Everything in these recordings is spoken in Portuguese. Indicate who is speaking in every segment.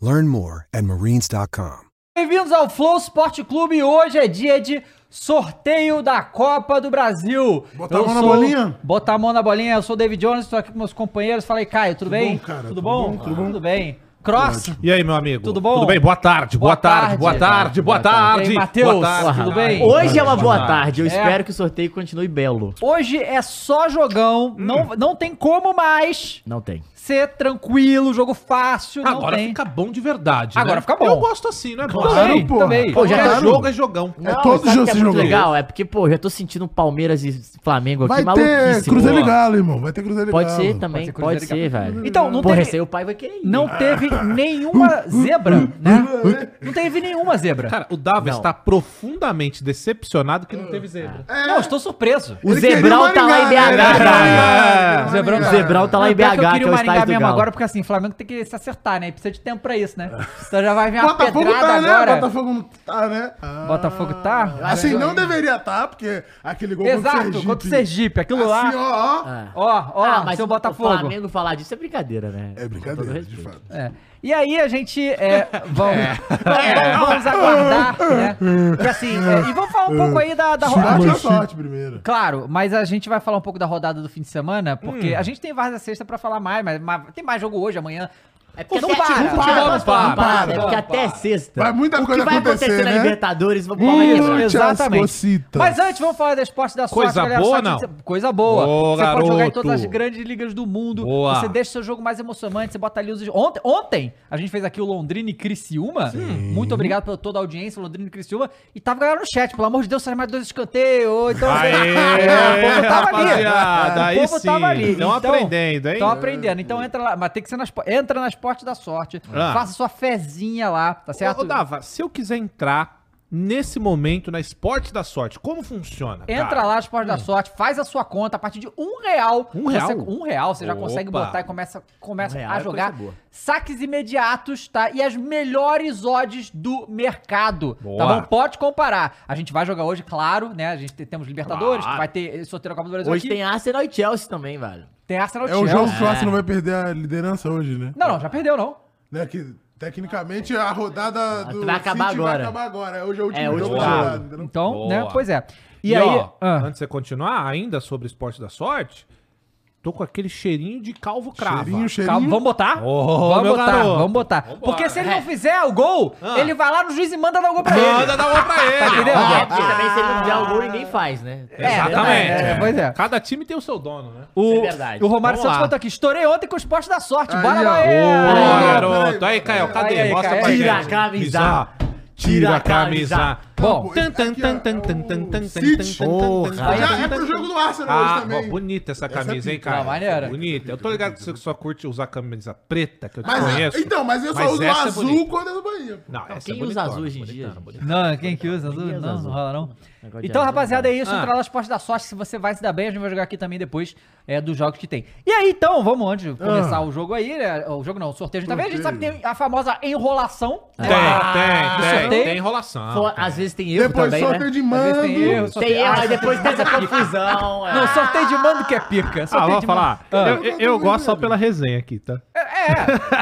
Speaker 1: Learn more at marines.com.
Speaker 2: Bem-vindos ao Flow Sport Clube. Hoje é dia de sorteio da Copa do Brasil.
Speaker 3: Botar a mão na bolinha?
Speaker 2: Botar a mão na bolinha. Eu sou o David Jones, estou aqui com meus companheiros. Falei, Caio, tudo, bem?
Speaker 3: bom, cara?
Speaker 2: Tudo
Speaker 3: Tudo
Speaker 2: bom?
Speaker 3: bom, tudo bom?
Speaker 2: Tudo bem. Cross?
Speaker 4: E aí, meu amigo?
Speaker 2: Tudo bom?
Speaker 4: Tudo bem? Boa tarde, boa, tarde, boa tarde, boa tarde.
Speaker 2: E aí,
Speaker 4: boa
Speaker 2: Matheus,
Speaker 4: tarde.
Speaker 2: tudo bem?
Speaker 5: Hoje é uma boa tarde. Eu
Speaker 2: É.
Speaker 5: espero que o sorteio continue belo.
Speaker 2: Hoje é só jogão.
Speaker 3: Hum.
Speaker 2: Não, não tem como mais
Speaker 5: Não tem.
Speaker 2: ser tranquilo, jogo fácil. não
Speaker 4: Agora
Speaker 2: tem.
Speaker 4: fica bom de verdade.
Speaker 2: Agora
Speaker 4: né?
Speaker 2: fica bom.
Speaker 4: Eu gosto assim, né,
Speaker 2: Claro,
Speaker 4: Bola?
Speaker 2: também,
Speaker 3: porra.
Speaker 2: também.
Speaker 5: Pô, já
Speaker 4: Qualquer
Speaker 5: tá-
Speaker 4: jogo é jogão.
Speaker 3: É todo
Speaker 5: sabe
Speaker 3: jogo
Speaker 5: o que é
Speaker 3: esse
Speaker 5: muito
Speaker 3: jogo.
Speaker 5: legal? É porque, pô, já tô sentindo Palmeiras e Flamengo aqui
Speaker 3: Vai ter
Speaker 5: maluquíssimo.
Speaker 3: Cruzeiro né? e
Speaker 5: Ó,
Speaker 3: Galo, irmão. Vai ter Cruzeiro e Galo.
Speaker 5: Pode ser também,
Speaker 2: Cruzeiro
Speaker 5: pode
Speaker 2: e Galo.
Speaker 5: ser, velho.
Speaker 2: Então, não
Speaker 5: Porra,
Speaker 2: teve-
Speaker 5: esse aí o pai vai querer ir.
Speaker 2: Não teve nenhuma zebra, né? Não teve nenhuma zebra.
Speaker 4: Cara, o Davi
Speaker 5: Não.
Speaker 4: está profundamente decepcionado que não teve zebra.
Speaker 3: É.
Speaker 2: Não, estou surpreso.
Speaker 5: O
Speaker 3: Ele
Speaker 5: Zebrão
Speaker 3: queria
Speaker 5: tá lá em
Speaker 3: Maringá, né?
Speaker 4: É,
Speaker 5: BH, cara.
Speaker 2: o Zebrão-
Speaker 5: O Zebrão tá lá
Speaker 2: Ah,
Speaker 5: em
Speaker 2: Não, pior que eu
Speaker 5: BH, que
Speaker 2: queria
Speaker 5: é
Speaker 2: o
Speaker 5: o
Speaker 2: Maringá
Speaker 5: estádio do
Speaker 2: mesmo agora,
Speaker 5: Galo.
Speaker 2: porque assim, o Flamengo tem que se acertar, né? E precisa de tempo pra isso, né? Então já vai vir uma
Speaker 3: Botafogo
Speaker 2: pedrada
Speaker 3: tá, né?
Speaker 2: agora.
Speaker 3: Botafogo não tá, né?
Speaker 2: Botafogo tá?
Speaker 3: Assim, não deveria tá, porque aquele gol
Speaker 2: Exato, contra o Sergipe. Aquilo
Speaker 3: Assim,
Speaker 2: lá.
Speaker 3: ó, ó.
Speaker 5: Ah.
Speaker 2: Ó, ó,
Speaker 5: Ah, mas
Speaker 2: seu
Speaker 5: o
Speaker 2: Botafogo.
Speaker 5: Flamengo falar disso é brincadeira, né?
Speaker 3: É
Speaker 5: Com todo
Speaker 3: brincadeira, de
Speaker 5: respeito.
Speaker 3: fato.
Speaker 2: É. E aí a gente é, vamos,
Speaker 3: É.
Speaker 2: vamos, vamos aguardar, né? Que assim, é, e vamos falar um pouco aí da, da
Speaker 3: Sorte é
Speaker 2: rodada.
Speaker 3: sorte primeiro.
Speaker 2: Claro, mas a gente vai falar um pouco da rodada do fim de semana, porque
Speaker 3: Hum.
Speaker 2: a gente tem Varsa Sexta pra falar mais, mas, mas tem mais jogo hoje, amanhã.
Speaker 5: É porque
Speaker 2: Não
Speaker 5: até-
Speaker 2: Então para,
Speaker 5: futebol
Speaker 2: para,
Speaker 5: não
Speaker 2: não
Speaker 5: para,
Speaker 2: para,
Speaker 5: não para, É porque
Speaker 2: não
Speaker 5: até
Speaker 2: para.
Speaker 5: sexta.
Speaker 3: Vai muita
Speaker 5: o que
Speaker 3: coisa
Speaker 5: vai acontecer,
Speaker 3: acontecer,
Speaker 5: na
Speaker 3: né?
Speaker 5: Libertadores, vamos falar isso.
Speaker 3: Hum. Exatamente. Cocitas.
Speaker 2: Mas antes, vamos falar do esporte da sorte,
Speaker 4: Coisa boa,
Speaker 2: Só que
Speaker 4: não?
Speaker 2: você- Coisa boa.
Speaker 4: Ô,
Speaker 2: você pode jogar em
Speaker 4: garoto.
Speaker 2: todas as grandes ligas do mundo.
Speaker 4: Boa.
Speaker 2: Você deixa o seu jogo mais emocionante, você bota ali os... Ontem, ontem a gente fez aqui o Londrina e Criciúma. Muito obrigado pela toda a audiência, Londrina e Criciúma. E tava galera no chat, pelo amor de Deus, sai mais dois escanteios. ou Então, o
Speaker 4: Aê,
Speaker 2: povo tava ali.
Speaker 4: rapaziada, aí
Speaker 2: o povo tava
Speaker 4: sim.
Speaker 2: ali. Então,
Speaker 4: Tão aprendendo, hein?
Speaker 2: Tão aprendendo. Então entra lá, mas tem que ser nas... Entra nas esporte da sorte.
Speaker 4: Ah.
Speaker 2: Faça sua fezinha lá, tá certo?
Speaker 4: Ô, ô, Dava, se eu quiser entrar nesse momento na Esporte da Sorte, como funciona?
Speaker 2: Entra
Speaker 4: cara? hum.
Speaker 2: lá no Esporte da Sorte, faz a sua conta a partir de um real.
Speaker 4: Um real?
Speaker 2: Você, um real, você já
Speaker 4: Opa.
Speaker 2: consegue botar e começa, começa
Speaker 5: Um real
Speaker 2: a
Speaker 5: é
Speaker 2: jogar
Speaker 5: coisa boa.
Speaker 2: saques imediatos, tá? E as melhores odds do mercado, tá
Speaker 4: Boa.
Speaker 2: bom? Pode comparar. A gente vai jogar hoje, claro, né? A gente tem- temos Libertadores,
Speaker 4: Claro.
Speaker 2: vai ter esse sorteio da Copa do Brasil
Speaker 5: Hoje
Speaker 2: aqui.
Speaker 5: tem Arsenal e Chelsea também, velho.
Speaker 2: Tem Arsenal
Speaker 3: É o
Speaker 2: Chelsea.
Speaker 3: jogo que o Arsenal vai perder a liderança hoje, né?
Speaker 2: Não, não, já perdeu, não.
Speaker 3: Né, que, tecnicamente, a rodada do
Speaker 5: Vai acabar
Speaker 3: City
Speaker 5: agora.
Speaker 3: vai acabar agora. Hoje é o último
Speaker 5: É,
Speaker 3: jogo
Speaker 5: último
Speaker 3: da
Speaker 4: jogo.
Speaker 3: rodada, entendeu?
Speaker 2: Então,
Speaker 4: Boa.
Speaker 2: né? Pois é.
Speaker 4: E,
Speaker 2: E, aí...
Speaker 4: ó,
Speaker 2: ah.
Speaker 4: antes de você continuar, ainda sobre esporte da sorte, tô com aquele cheirinho de calvo cravo.
Speaker 3: Cheirinho, cheirinho.
Speaker 2: Calma, vamos botar?
Speaker 4: Ô,
Speaker 2: vamos,
Speaker 4: meu
Speaker 2: botar
Speaker 4: garoto.
Speaker 2: vamos botar,
Speaker 4: Vambora. É.
Speaker 2: Porque se ele não fizer o gol,
Speaker 4: Ah.
Speaker 2: ele vai lá no juiz e manda dar o gol pra ele.
Speaker 4: Manda dar uma pra ele.
Speaker 2: Tá entendendo?
Speaker 4: Ó,
Speaker 5: É, porque também se ele não der o gol, ninguém faz, né?
Speaker 4: Exatamente.
Speaker 2: é, é, pois é.
Speaker 4: Cada time tem o seu dono, né?
Speaker 2: O,
Speaker 5: É verdade.
Speaker 2: o Romário
Speaker 4: Vamos
Speaker 2: Santos
Speaker 4: lá.
Speaker 2: botou aqui. Estourei ontem com os postos da sorte.
Speaker 3: Aí,
Speaker 2: Bora,
Speaker 3: ó.
Speaker 4: Ô,
Speaker 3: Boa,
Speaker 2: Bahia!
Speaker 3: garoto.
Speaker 4: garoto. Aí, Caio, cadê?
Speaker 2: Aí,
Speaker 4: Mostra
Speaker 2: Caio.
Speaker 4: pra
Speaker 5: Tira
Speaker 4: gente.
Speaker 5: a camisa.
Speaker 4: Tira a camisa.
Speaker 2: Bom,
Speaker 3: Pô, esse aqui, ó, é o City.
Speaker 5: Porra.
Speaker 3: Já é pro jogo do Arsenal hoje
Speaker 4: Ah,
Speaker 3: também. é
Speaker 4: ó, bonita essa camisa, hein,
Speaker 3: pica.
Speaker 4: cara?
Speaker 2: Ah, maneira.
Speaker 4: Bonita. Eu tô ligado que você só curte usar camisa preta, que eu te
Speaker 3: Mas,
Speaker 4: conheço.
Speaker 3: Então, mas eu só
Speaker 4: Mas
Speaker 3: uso
Speaker 4: essa é
Speaker 3: azul
Speaker 4: bonita.
Speaker 3: quando é do Bahia. pô.
Speaker 4: Não, essa
Speaker 5: Quem
Speaker 4: é
Speaker 5: usa
Speaker 4: bonitona,
Speaker 5: azul hoje em dia,
Speaker 4: bonitona,
Speaker 5: gente?
Speaker 4: bonitona.
Speaker 2: Não, quem que usa azul?
Speaker 5: Ninguém usa
Speaker 2: Não, não
Speaker 5: azul.
Speaker 2: rola não.
Speaker 5: Negócio de
Speaker 2: Então,
Speaker 5: azul,
Speaker 2: rapaziada, é isso.
Speaker 4: Ah.
Speaker 2: Entra lá nos postos da sorte. Se você vai se dar bem, a gente vai jogar aqui também depois é, dos jogos que tem. E aí, então, vamos antes de começar o jogo aí, né? O jogo não, o sorteio. A gente tá vendo, a gente sabe que
Speaker 3: Sorteio.
Speaker 2: tem a famosa enrolação. né?
Speaker 4: Tem,
Speaker 2: Ah, do
Speaker 4: tem, tem.
Speaker 2: sorteio.
Speaker 4: Tem enrolação. Ah,
Speaker 5: Fo- ah,
Speaker 4: tem.
Speaker 5: Às vezes tem erro
Speaker 3: Depois
Speaker 5: também,
Speaker 3: sorteio
Speaker 5: né?
Speaker 3: de
Speaker 2: Às vezes tem erro,
Speaker 3: mando.
Speaker 5: Tem
Speaker 2: sorteio-
Speaker 5: erro,
Speaker 2: Ah,
Speaker 5: aí depois tem essa confusão.
Speaker 2: Não,
Speaker 5: é.
Speaker 2: sorteio de mando que é pica.
Speaker 4: Ah,
Speaker 2: Sorteio
Speaker 4: vou
Speaker 2: de
Speaker 4: falar.
Speaker 2: mando. Ah.
Speaker 4: Eu, eu- eu gosto só pela resenha aqui, tá?
Speaker 2: É,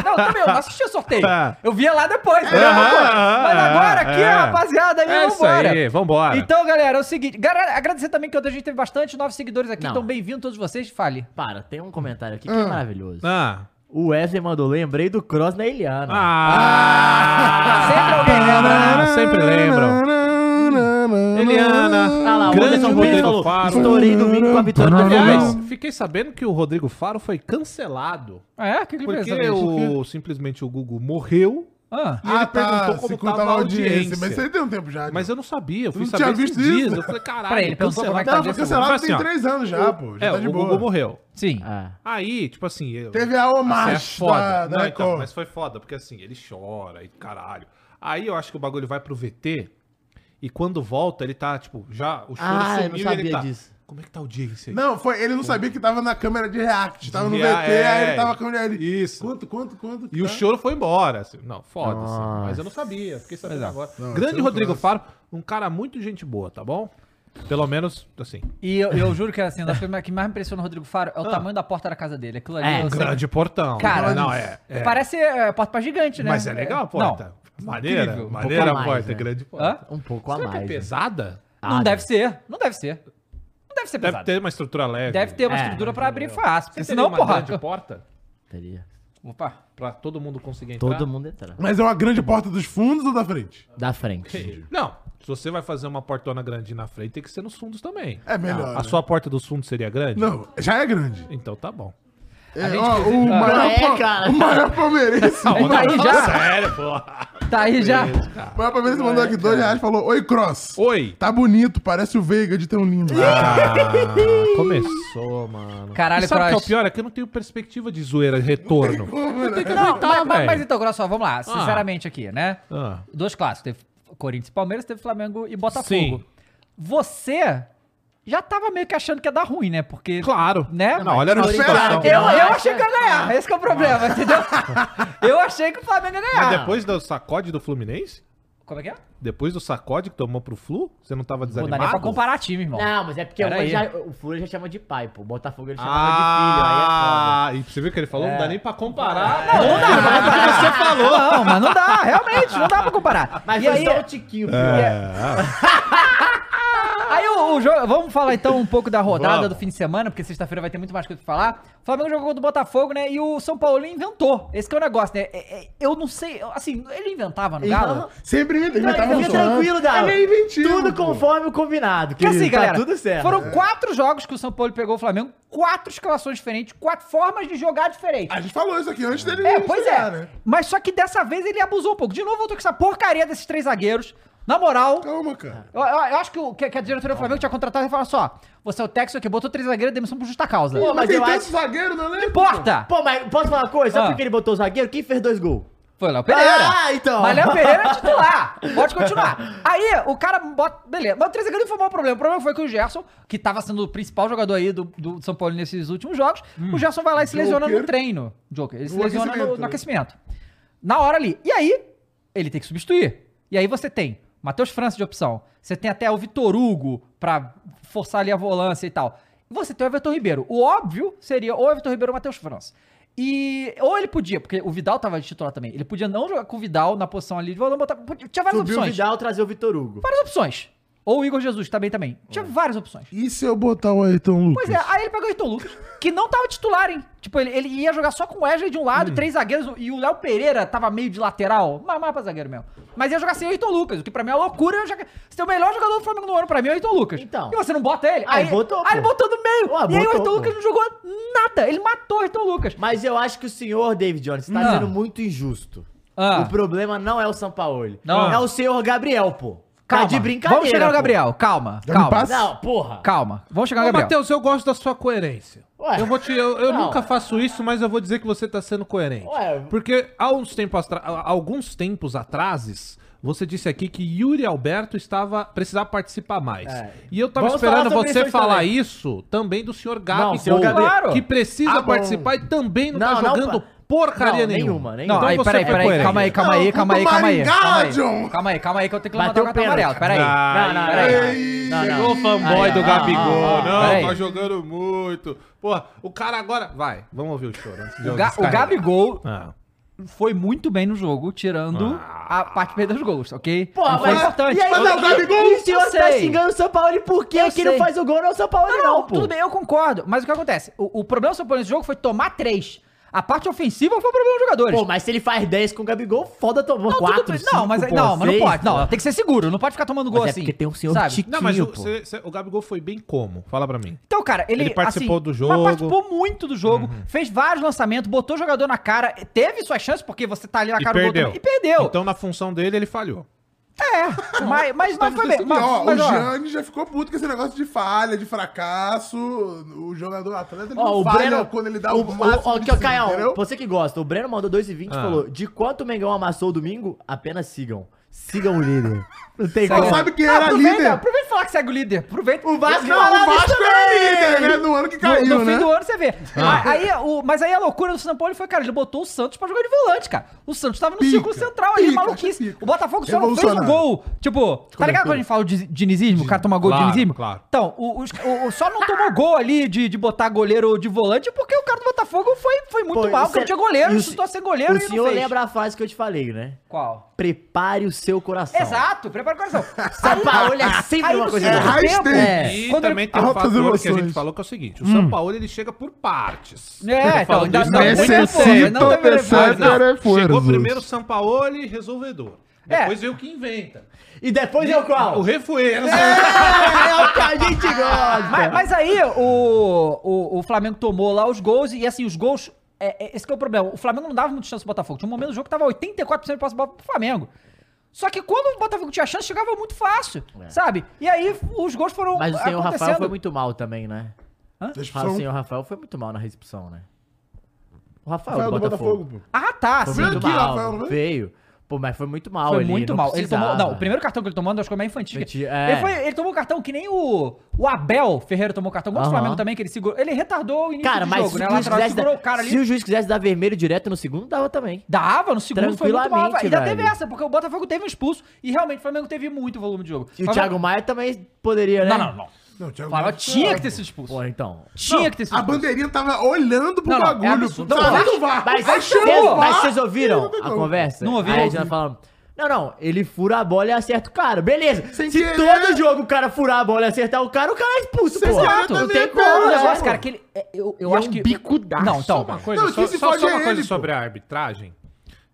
Speaker 2: não, também eu não assistia o sorteio.
Speaker 4: Tá.
Speaker 2: Eu via lá depois. entendeu?
Speaker 4: Aham,
Speaker 2: Pô, Mas
Speaker 4: aham,
Speaker 2: agora aqui,
Speaker 4: é.
Speaker 2: rapaziada, aí,
Speaker 4: É isso
Speaker 2: vambora.
Speaker 4: aí, vambora.
Speaker 2: Então, galera, é o seguinte. Galera, agradecer também que a gente teve bastante novos seguidores aqui.
Speaker 5: Não.
Speaker 2: Então, bem-vindo todos vocês. Fale.
Speaker 5: Para, tem um comentário aqui que é maravilhoso.
Speaker 4: Ah.
Speaker 5: O Wesley mandou, lembrei do Cross na Eliana.
Speaker 2: Sempre
Speaker 4: Ah!
Speaker 2: alguém lembra.
Speaker 4: Ah, sempre
Speaker 3: né?
Speaker 4: lembram. Eliana.
Speaker 3: Tá
Speaker 5: Ah lá, o
Speaker 4: grande
Speaker 5: Anderson Rodrigues
Speaker 4: Rodrigo
Speaker 5: falou,
Speaker 4: Faro.
Speaker 5: estourei domingo com a vitória do Fluminense.
Speaker 4: Aliás, fiquei sabendo que o Rodrigo Faro foi cancelado.
Speaker 2: Ah, É? O que que ele
Speaker 4: Porque
Speaker 2: pensa nisso?
Speaker 4: o, simplesmente o Gugu morreu
Speaker 2: Ah,
Speaker 4: E ele
Speaker 3: Ah, tá.
Speaker 4: perguntou como tava a audiência.
Speaker 3: Mas isso aí tem um tempo já.
Speaker 4: Mas eu não sabia, eu fui
Speaker 3: Não
Speaker 4: saber
Speaker 3: tinha
Speaker 4: esses
Speaker 3: visto isso?
Speaker 4: dias. Eu falei, caralho.
Speaker 2: Peraí, ele
Speaker 4: quando
Speaker 2: pensou
Speaker 4: você
Speaker 2: como é
Speaker 4: vai
Speaker 2: que
Speaker 3: Ela
Speaker 4: fazer
Speaker 3: foi
Speaker 2: cabeça,
Speaker 4: foi
Speaker 3: cancelada
Speaker 4: assim,
Speaker 3: tem
Speaker 4: ó.
Speaker 3: três anos
Speaker 6: Ah,
Speaker 3: já, pô. Já
Speaker 4: É,
Speaker 3: tá de
Speaker 4: o
Speaker 3: boa.
Speaker 4: Google morreu.
Speaker 2: sim.
Speaker 5: Ah.
Speaker 4: Aí, tipo assim... eu-
Speaker 3: Teve a
Speaker 4: Nossa, é
Speaker 3: homagem
Speaker 4: foda.
Speaker 3: da,
Speaker 4: Não,
Speaker 3: da
Speaker 4: então,
Speaker 3: Record.
Speaker 4: mas foi foda, porque assim, ele chora e caralho. Aí eu acho que o bagulho vai pro VT e quando volta, ele tá, tipo, já. O choro
Speaker 5: Ah, eu não
Speaker 4: sumiu e ele
Speaker 5: sabia
Speaker 4: tá.
Speaker 5: disso.
Speaker 4: Como é que tá o audiência aí?
Speaker 3: Não, foi, ele não sabia que tava na câmera de react. Tava no VT,
Speaker 4: Rea- é.
Speaker 3: aí ele tava na câmera ali.
Speaker 4: Isso.
Speaker 3: Quanto, quanto, quanto? que
Speaker 4: E o
Speaker 3: tá?
Speaker 4: choro foi embora. assim. Não, foda-se. Mas eu não sabia, fiquei sabendo agora. Grande Rodrigo Faro, um cara muito gente boa, tá bom? Pelo menos, assim.
Speaker 2: E eu, eu juro que assim, uma das coisas que mais me impressiona no Rodrigo Faro é
Speaker 4: Ah.
Speaker 2: o tamanho da porta da casa dele. Aquilo ali.
Speaker 5: É,
Speaker 2: eu sempre-
Speaker 4: Grande portão.
Speaker 2: Cara,
Speaker 4: não, é.
Speaker 5: né?
Speaker 4: é.
Speaker 2: Parece é, porta pra gigante, né?
Speaker 4: Mas é legal a porta. Maneira,
Speaker 2: Incrível. Um
Speaker 4: maneira a
Speaker 5: pouco a mais,
Speaker 4: porta,
Speaker 5: né?
Speaker 4: grande
Speaker 2: Não,
Speaker 4: porta.
Speaker 2: Hã?
Speaker 5: Um pouco a
Speaker 4: Será que é
Speaker 5: mais. né?
Speaker 4: pesada?
Speaker 2: não
Speaker 5: Ah,
Speaker 2: deve ser. Não deve ser. Não deve ser
Speaker 4: Deve
Speaker 2: pesado.
Speaker 4: ter uma estrutura leve.
Speaker 2: Deve ter uma
Speaker 5: É.
Speaker 2: estrutura pra abrir fácil.
Speaker 4: Você
Speaker 2: Porque
Speaker 4: senão, é
Speaker 2: senão,
Speaker 4: uma
Speaker 2: porra.
Speaker 4: grande porta
Speaker 5: né? teria.
Speaker 4: Tá?
Speaker 2: Opa.
Speaker 4: pra todo mundo conseguir entrar?
Speaker 5: Todo mundo entrar.
Speaker 3: Mas é uma grande porta dos fundos ou da frente?
Speaker 5: Da frente.
Speaker 4: Não, se você vai fazer uma portona grande na frente, tem que ser nos fundos também.
Speaker 3: É melhor.
Speaker 4: A
Speaker 3: né?
Speaker 4: sua porta dos fundos seria grande?
Speaker 3: Não, já é grande.
Speaker 4: Então tá bom.
Speaker 3: É, ó, o, maior,
Speaker 5: é,
Speaker 3: pal-
Speaker 5: cara.
Speaker 3: o maior palmeirense.
Speaker 4: Não,
Speaker 2: tá aí
Speaker 4: não,
Speaker 2: já?
Speaker 4: Sério, pô.
Speaker 2: Tá aí já.
Speaker 3: O maior palmeirense mandou aqui dois reais e falou: Oi, Cross.
Speaker 4: Oi.
Speaker 3: Tá bonito, parece o Veiga de tão lindo. Ah.
Speaker 4: começou, mano.
Speaker 2: Caralho,
Speaker 4: E sabe o que é o
Speaker 2: Cross.
Speaker 4: pior? É que eu não tenho perspectiva de zoeira retorno.
Speaker 2: Não, mas, mas,
Speaker 4: velho.
Speaker 2: mas então, Grosso, vamos lá. Sinceramente aqui, né?
Speaker 4: Ah,
Speaker 2: Dois clássicos. Teve Corinthians e Palmeiras, teve Flamengo e Botafogo.
Speaker 4: Sim.
Speaker 2: Você já tava meio que achando que ia dar ruim, né? Porque.
Speaker 4: claro.
Speaker 2: Né?
Speaker 4: Não, olha a nossa
Speaker 3: esperava.
Speaker 4: situação.
Speaker 2: Eu,
Speaker 5: Não,
Speaker 2: eu
Speaker 5: mas-
Speaker 2: achei que ia ganhar. Esse que é o problema, entendeu? Eu achei que o Flamengo ia
Speaker 4: Ah. Mas
Speaker 2: ganhar.
Speaker 4: depois do sacode do Fluminense?
Speaker 2: Como é que é?
Speaker 4: Depois do sacode que tomou pro Flu? Você não tava
Speaker 2: Não
Speaker 4: desanimado?
Speaker 2: dá nem pra comparar time, irmão.
Speaker 5: Não, mas é porque
Speaker 2: Pera
Speaker 5: uma
Speaker 2: aí.
Speaker 5: já- o Flu já chama de é pai, pô. O Botafogo ele chamava é
Speaker 4: Ah, e você viu o que ele falou? Não dá nem pra comparar.
Speaker 2: Não, não dá, mas mas você falou. Não, mas não dá, realmente, não dá pra comparar.
Speaker 5: de filho, aí é foda. Mas
Speaker 2: e
Speaker 5: foi
Speaker 2: aí,
Speaker 5: só o Tiquinho,
Speaker 2: É.
Speaker 5: pô.
Speaker 2: aí o, o jogo. Vamos falar então um pouco da rodada
Speaker 4: Vamos.
Speaker 2: do fim de semana, porque sexta-feira vai ter muito mais coisa pra falar. O Flamengo jogou contra o Botafogo, né? E o São Paulo inventou. Esse que é o negócio, né? É- é- Eu não sei, assim, ele inventava no Galo.
Speaker 3: Sempre inventa- inventava
Speaker 5: Fica
Speaker 3: um sonho.
Speaker 5: tranquilo, Dal.
Speaker 3: Ele é inventivo.
Speaker 5: Tudo
Speaker 3: pô.
Speaker 5: conforme o combinado,
Speaker 2: Porque
Speaker 5: querido.
Speaker 2: assim, galera,
Speaker 5: Tá tudo certo.
Speaker 2: foram quatro jogos que o São Paulo pegou o Flamengo, quatro escalações diferentes, quatro formas de jogar diferentes.
Speaker 6: Ah,
Speaker 3: A gente falou isso aqui antes dele
Speaker 2: É, pois é.
Speaker 3: chegar, né?
Speaker 2: Mas só que dessa vez ele abusou um pouco. De novo, voltou com essa porcaria desses três zagueiros. Na moral,
Speaker 3: Calma, cara.
Speaker 5: Ah.
Speaker 2: eu, eu- eu acho que, o- que- que a diretoria do Flamengo tinha contratado e falou só: você é o Texo que botou três zagueiros e demissão por justa causa.
Speaker 5: Pô,
Speaker 2: Não
Speaker 3: Mas,
Speaker 5: mas
Speaker 3: tem
Speaker 5: eu
Speaker 3: tanto
Speaker 5: acho-
Speaker 3: zagueiro né, no elenco.
Speaker 2: importa!
Speaker 5: Pô, mas posso falar uma coisa? Sabe
Speaker 2: Ah.
Speaker 5: por que ele botou o zagueiro? Quem fez dois gols?
Speaker 2: Foi Léo Pereira.
Speaker 5: Ah, então.
Speaker 2: Mas Léo Pereira é titular. Pode continuar. Aí, o cara bota. Beleza. Mas o Três não foi o maior problema. O problema foi que o Gerson, que tava sendo o principal jogador aí do, do São Paulo nesses últimos jogos, o Gerson vai lá e se lesiona no
Speaker 3: Hum. Joker.
Speaker 2: treino. Joker. Ele se
Speaker 3: No
Speaker 2: lesiona
Speaker 3: aquecimento,
Speaker 2: no, no
Speaker 3: né?
Speaker 2: aquecimento. Na hora ali. E aí, ele tem que substituir. E aí você tem Matheus França de opção. Você tem até o Vitor Hugo pra forçar ali a volância e tal. E você tem o Everton Ribeiro. O óbvio seria ou Everton Ribeiro ou Matheus França. E. Ou ele podia, porque o Vidal tava de titular também. Ele podia não jogar com o Vidal na posição ali de volante, botar. podia- Tinha várias
Speaker 5: Subiu o
Speaker 2: opções.
Speaker 5: Vidal, trazer o Vitor Hugo.
Speaker 2: Várias opções. Ou o Igor Jesus também também.
Speaker 5: É.
Speaker 2: Tinha várias opções.
Speaker 3: E se eu botar o Ayrton Lucas? Tá
Speaker 2: Pois é, aí ele pegou o Ayrton Lucas, que não tava titular, hein? Tipo, ele, ele ia jogar só com o Wesley de um
Speaker 5: Hum.
Speaker 2: lado, três zagueiros, e o Léo Pereira tava meio de lateral, mas mais pra zagueiro mesmo. Mas ia jogar sem o Ayrton Lucas, o que pra mim é uma loucura. Já... que- Se tem o melhor jogador do Flamengo no ano, pra mim é o Ayrton Lucas.
Speaker 5: Então.
Speaker 2: E você não bota ele?
Speaker 5: Aí botou,
Speaker 2: Aí ele
Speaker 5: pô.
Speaker 2: botou no meio.
Speaker 5: Ué,
Speaker 2: e aí o
Speaker 5: botou,
Speaker 2: Ayrton
Speaker 5: pô.
Speaker 2: Lucas não jogou nada. Ele matou o Ayrton Lucas.
Speaker 5: Mas eu acho que o senhor, David Jones, tá
Speaker 2: Ah.
Speaker 5: sendo muito injusto.
Speaker 2: Ah.
Speaker 5: O problema não é o Sampaoli.
Speaker 2: Não.
Speaker 5: É o senhor Gabriel, pô.
Speaker 2: Calma,
Speaker 5: Tá de brincadeira.
Speaker 2: Vamos chegar no
Speaker 5: pô.
Speaker 2: Gabriel, calma,
Speaker 3: Já me
Speaker 2: calma.
Speaker 3: passa-
Speaker 5: Não, porra.
Speaker 2: Calma, vamos chegar no
Speaker 4: Ô,
Speaker 2: Gabriel.
Speaker 4: Matheus, eu gosto da sua coerência.
Speaker 5: Ué.
Speaker 4: Eu, vou te, eu, eu
Speaker 5: Não.
Speaker 4: nunca faço isso, mas eu vou dizer que você tá sendo coerente.
Speaker 5: Ué.
Speaker 4: Porque há uns tempos atra- há alguns tempos atrás, você disse aqui que Yuri Alberto estava precisava participar mais.
Speaker 5: É.
Speaker 4: E eu tava
Speaker 5: Vamos
Speaker 4: esperando
Speaker 5: falar sobre
Speaker 4: você
Speaker 5: isso
Speaker 4: falar
Speaker 5: também.
Speaker 4: isso também do senhor Gabigol,
Speaker 5: Não, senhor Gabi-
Speaker 2: Claro.
Speaker 4: que precisa
Speaker 3: Ah, bom.
Speaker 4: participar e também não,
Speaker 5: Não,
Speaker 4: tá
Speaker 5: não,
Speaker 4: jogando
Speaker 5: pa-
Speaker 4: porcaria
Speaker 5: não,
Speaker 4: nenhuma.
Speaker 5: nenhuma, nenhuma.
Speaker 2: Não,
Speaker 4: Então
Speaker 2: aí,
Speaker 4: você
Speaker 5: é
Speaker 2: peraí,
Speaker 4: foi
Speaker 2: peraí,
Speaker 4: coerente.
Speaker 2: calma aí, calma aí,
Speaker 3: Não,
Speaker 2: calma aí,
Speaker 3: contra o
Speaker 2: calma aí.
Speaker 3: Maringá,
Speaker 2: Calma aí,
Speaker 3: John.
Speaker 2: calma aí, calma aí, que eu tenho que levantar
Speaker 5: Bateu
Speaker 2: o cartão amarelo,
Speaker 5: pênalti.
Speaker 2: peraí.
Speaker 4: Não, não,
Speaker 5: Peraí.
Speaker 3: Ei,
Speaker 5: Não, não.
Speaker 4: Chegou o fanboy
Speaker 5: Aí,
Speaker 4: do
Speaker 5: ó,
Speaker 4: Gabigol.
Speaker 5: ó, ó.
Speaker 4: não,
Speaker 2: Peraí.
Speaker 4: tá jogando muito. Porra, o cara agora. Vai, vamos ouvir o choro. antes de eu
Speaker 2: O, Ga o
Speaker 4: descarregar.
Speaker 2: Gabigol
Speaker 4: Ah.
Speaker 2: foi muito bem no jogo, tirando a parte perdida dos gols, ok?
Speaker 5: Porra,
Speaker 2: Não foi
Speaker 5: mas-
Speaker 2: importante.
Speaker 5: E aí,
Speaker 3: Mas é o Gabigol?
Speaker 5: e o senhor
Speaker 2: Eu
Speaker 5: tá
Speaker 2: sei.
Speaker 5: xingando o São Paulo por quê?
Speaker 2: Eu
Speaker 5: Quem não
Speaker 2: sei.
Speaker 5: faz o gol não é o São Paulo,
Speaker 2: não,
Speaker 5: não,
Speaker 2: não,
Speaker 5: pô.
Speaker 2: tudo bem, eu concordo. Mas o que acontece? O, o problema do São Paulo nesse jogo foi tomar três. A parte ofensiva foi o problema dos jogadores.
Speaker 5: Pô, mas se ele faz 10 com o Gabigol, foda tomou
Speaker 2: não,
Speaker 5: 4,
Speaker 2: tudo bem. não, mas, não, mas não pode. Não, tem que ser seguro. Não pode ficar tomando gol
Speaker 5: Mas é
Speaker 2: assim.
Speaker 5: porque tem um senhor
Speaker 2: sabe?
Speaker 5: Tiquinho,
Speaker 4: Não, mas o,
Speaker 5: pô.
Speaker 4: cê- cê- o Gabigol foi bem como? Fala pra mim.
Speaker 2: Então, cara, ele,
Speaker 4: Ele participou
Speaker 2: assim,
Speaker 4: do
Speaker 2: mas
Speaker 4: jogo.
Speaker 2: participou muito do jogo, fez vários lançamentos, botou o jogador na cara, teve suas chances, porque você tá ali na
Speaker 4: E
Speaker 2: cara do
Speaker 4: perdeu.
Speaker 2: gol também, e perdeu.
Speaker 4: Então, na função dele, ele falhou.
Speaker 2: É, mas, mas não foi
Speaker 6: assim,
Speaker 3: Não,
Speaker 2: bem. Mas,
Speaker 3: ó,
Speaker 2: mas,
Speaker 3: o
Speaker 2: ó,
Speaker 3: Gianni já ficou puto com esse negócio de falha, de fracasso. O jogador atleta ele
Speaker 5: Ó,
Speaker 3: não
Speaker 5: o
Speaker 3: falha
Speaker 5: Breno.
Speaker 3: quando ele dá
Speaker 5: o,
Speaker 3: o,
Speaker 6: um
Speaker 5: o,
Speaker 3: máximo
Speaker 5: ó,
Speaker 3: de
Speaker 5: que, ó,
Speaker 3: si,
Speaker 5: Caião,
Speaker 3: entendeu?
Speaker 5: você que gosta, o Breno mandou 2,20 e
Speaker 4: Ah.
Speaker 5: falou: De quanto o Mengão amassou o domingo? Apenas sigam. Sigam o líder. Não tem
Speaker 3: Só
Speaker 5: como.
Speaker 3: sabe quem
Speaker 2: Ah,
Speaker 3: era
Speaker 2: aproveita,
Speaker 3: líder?
Speaker 2: Aproveita e falar que segue o líder. Aproveita.
Speaker 5: O Vasco
Speaker 3: Não,
Speaker 5: falava
Speaker 3: o
Speaker 5: isso
Speaker 3: Vasco era líder, né? No ano que
Speaker 2: No-
Speaker 3: caiu,
Speaker 2: no
Speaker 3: né?
Speaker 2: fim do ano você vê.
Speaker 5: Ah.
Speaker 2: Aí, aí o- mas aí a loucura do São Paulo foi, cara, ele botou o Santos pra jogar de volante, cara. O Santos tava no
Speaker 3: Pica,
Speaker 2: círculo central ali,
Speaker 3: pica,
Speaker 2: maluquice.
Speaker 3: pica.
Speaker 2: O Botafogo só não fez um
Speaker 3: Revolucionário.
Speaker 2: gol. Tipo, tá ligado quando a gente fala de dinizismo? O cara toma gol
Speaker 4: Claro,
Speaker 2: de dinizismo?
Speaker 4: claro.
Speaker 2: Então, o, os- o- o- só não tomou gol ali de, de botar goleiro de volante porque o cara do Botafogo foi, foi muito
Speaker 5: Pô,
Speaker 2: mal,
Speaker 5: o
Speaker 2: porque
Speaker 5: sen-
Speaker 2: não tinha goleiro,
Speaker 5: e o
Speaker 2: chutou a
Speaker 5: se-
Speaker 2: ser goleiro
Speaker 5: O
Speaker 2: e não
Speaker 5: senhor
Speaker 2: fez.
Speaker 5: lembra a frase que eu te falei, né?
Speaker 2: Qual?
Speaker 5: Prepare o seu coração.
Speaker 2: Exato, prepara o coração.
Speaker 5: São Paulo é sempre
Speaker 2: Aí
Speaker 5: uma
Speaker 2: no
Speaker 5: coisa
Speaker 2: segundo
Speaker 5: errada.
Speaker 3: errada.
Speaker 2: tempo-
Speaker 3: É,
Speaker 4: E
Speaker 2: quando ele-
Speaker 4: também
Speaker 2: Hum.
Speaker 4: tem um
Speaker 3: Altas
Speaker 4: fator que a
Speaker 3: emoções.
Speaker 4: gente falou que é o seguinte: o São Paulo ele chega por partes.
Speaker 2: É,
Speaker 4: Eu falo
Speaker 2: então, ainda
Speaker 4: disso
Speaker 2: não,
Speaker 4: há muito
Speaker 2: necessita
Speaker 4: tempo, mas
Speaker 2: teve
Speaker 3: pensar
Speaker 2: reforço.
Speaker 4: Não,
Speaker 6: É,
Speaker 4: chegou
Speaker 3: Refuerzos.
Speaker 4: primeiro o São Paulo e resolvedor.
Speaker 2: É.
Speaker 4: Depois veio o que inventa.
Speaker 5: E depois é o qual?
Speaker 4: O refuerzo.
Speaker 5: É, é o que a gente gosta.
Speaker 2: Mas, mas aí o, o, o Flamengo tomou lá os gols e assim, os gols. é, é, esse que é o problema. O Flamengo não dava muita chance pro Botafogo. Tinha um momento do jogo que tava 84% de posse de bola pro Flamengo. Só que quando o Botafogo tinha chance, chegava muito fácil, sabe? E aí os gols foram
Speaker 5: É. Mas o senhor Rafael
Speaker 2: acontecendo.
Speaker 5: foi muito mal também, né?
Speaker 3: Deixa eu
Speaker 5: O
Speaker 3: falar um-
Speaker 2: assim,
Speaker 5: senhor Rafael foi muito mal na recepção, né? O Rafael,
Speaker 3: Rafael
Speaker 5: do Botafogo.
Speaker 3: pô.
Speaker 2: Ah, tá,
Speaker 5: Foi
Speaker 2: sim.
Speaker 5: muito
Speaker 3: aqui,
Speaker 5: mal,
Speaker 3: Rafael, não é?
Speaker 5: veio. Pô, mas foi muito mal
Speaker 2: Foi
Speaker 5: ali,
Speaker 2: muito
Speaker 5: não
Speaker 2: mal. Ele tomou. Não,
Speaker 5: precisava.
Speaker 2: o primeiro cartão que ele tomou, eu acho que foi mais infantil.
Speaker 5: Infantil,
Speaker 2: Ele,
Speaker 5: é.
Speaker 2: foi- ele tomou um cartão que nem o, o Abel Ferreira tomou cartão contra o
Speaker 5: Aham.
Speaker 2: Flamengo também, que ele segurou. Ele retardou o início
Speaker 5: Cara,
Speaker 2: do
Speaker 5: mas
Speaker 2: jogo,
Speaker 5: se,
Speaker 2: né?
Speaker 5: o
Speaker 2: Lá
Speaker 5: juiz
Speaker 2: atrás
Speaker 5: quisesse
Speaker 2: segurou
Speaker 5: dar,
Speaker 2: o cara ali.
Speaker 5: se o juiz quisesse dar vermelho direto no segundo, dava também.
Speaker 2: Dava, no segundo foi muito mal.
Speaker 5: Tranquilamente,
Speaker 2: Ainda
Speaker 5: velho.
Speaker 2: teve essa, porque o Botafogo teve um expulso e realmente o Flamengo teve muito volume de jogo.
Speaker 5: E o
Speaker 2: Flamengo-
Speaker 5: Thiago Maia também poderia, né?
Speaker 2: Não, não, não.
Speaker 3: Não, o Thiago
Speaker 2: O Flamengo
Speaker 3: Maia
Speaker 2: tinha
Speaker 3: foi-
Speaker 2: que ter sido expulso.
Speaker 5: Pô, então.
Speaker 2: Tinha
Speaker 3: Não,
Speaker 2: que ter sido
Speaker 3: A
Speaker 2: expulso.
Speaker 3: bandeirinha tava olhando pro
Speaker 2: Não, não, é
Speaker 3: bagulho. pô.
Speaker 2: absurdo.
Speaker 3: Tá
Speaker 2: Não,
Speaker 3: vendo o VAR?
Speaker 5: Mas,
Speaker 3: Aí
Speaker 5: vocês-
Speaker 3: chegou o
Speaker 5: mas
Speaker 3: VAR.
Speaker 5: vocês ouviram
Speaker 3: Não, não,
Speaker 5: a
Speaker 3: não.
Speaker 5: conversa?
Speaker 2: Não ouvi,
Speaker 5: Aí
Speaker 2: não
Speaker 5: a gente tá
Speaker 2: ouvi.
Speaker 5: falando. Não, não, ele fura a bola e acerta o cara. Beleza.
Speaker 3: Sem
Speaker 5: Se
Speaker 3: querer.
Speaker 5: todo jogo o cara furar a bola e acertar o cara, o cara é expulso,
Speaker 3: Sem
Speaker 5: pô.
Speaker 3: querer
Speaker 5: Não
Speaker 3: também,
Speaker 5: tem
Speaker 3: pô.
Speaker 5: como,
Speaker 2: O
Speaker 5: né?
Speaker 2: negócio, cara, que ele. é, Eu, eu
Speaker 5: E é
Speaker 2: acho
Speaker 5: um
Speaker 2: que.
Speaker 5: bicudaço,
Speaker 2: Não, então.
Speaker 5: mano.
Speaker 4: Uma coisa,
Speaker 3: Não,
Speaker 4: só,
Speaker 3: quem se
Speaker 4: só-
Speaker 3: fode
Speaker 4: só
Speaker 3: é
Speaker 4: uma coisa
Speaker 3: ele, pô.
Speaker 4: sobre a arbitragem,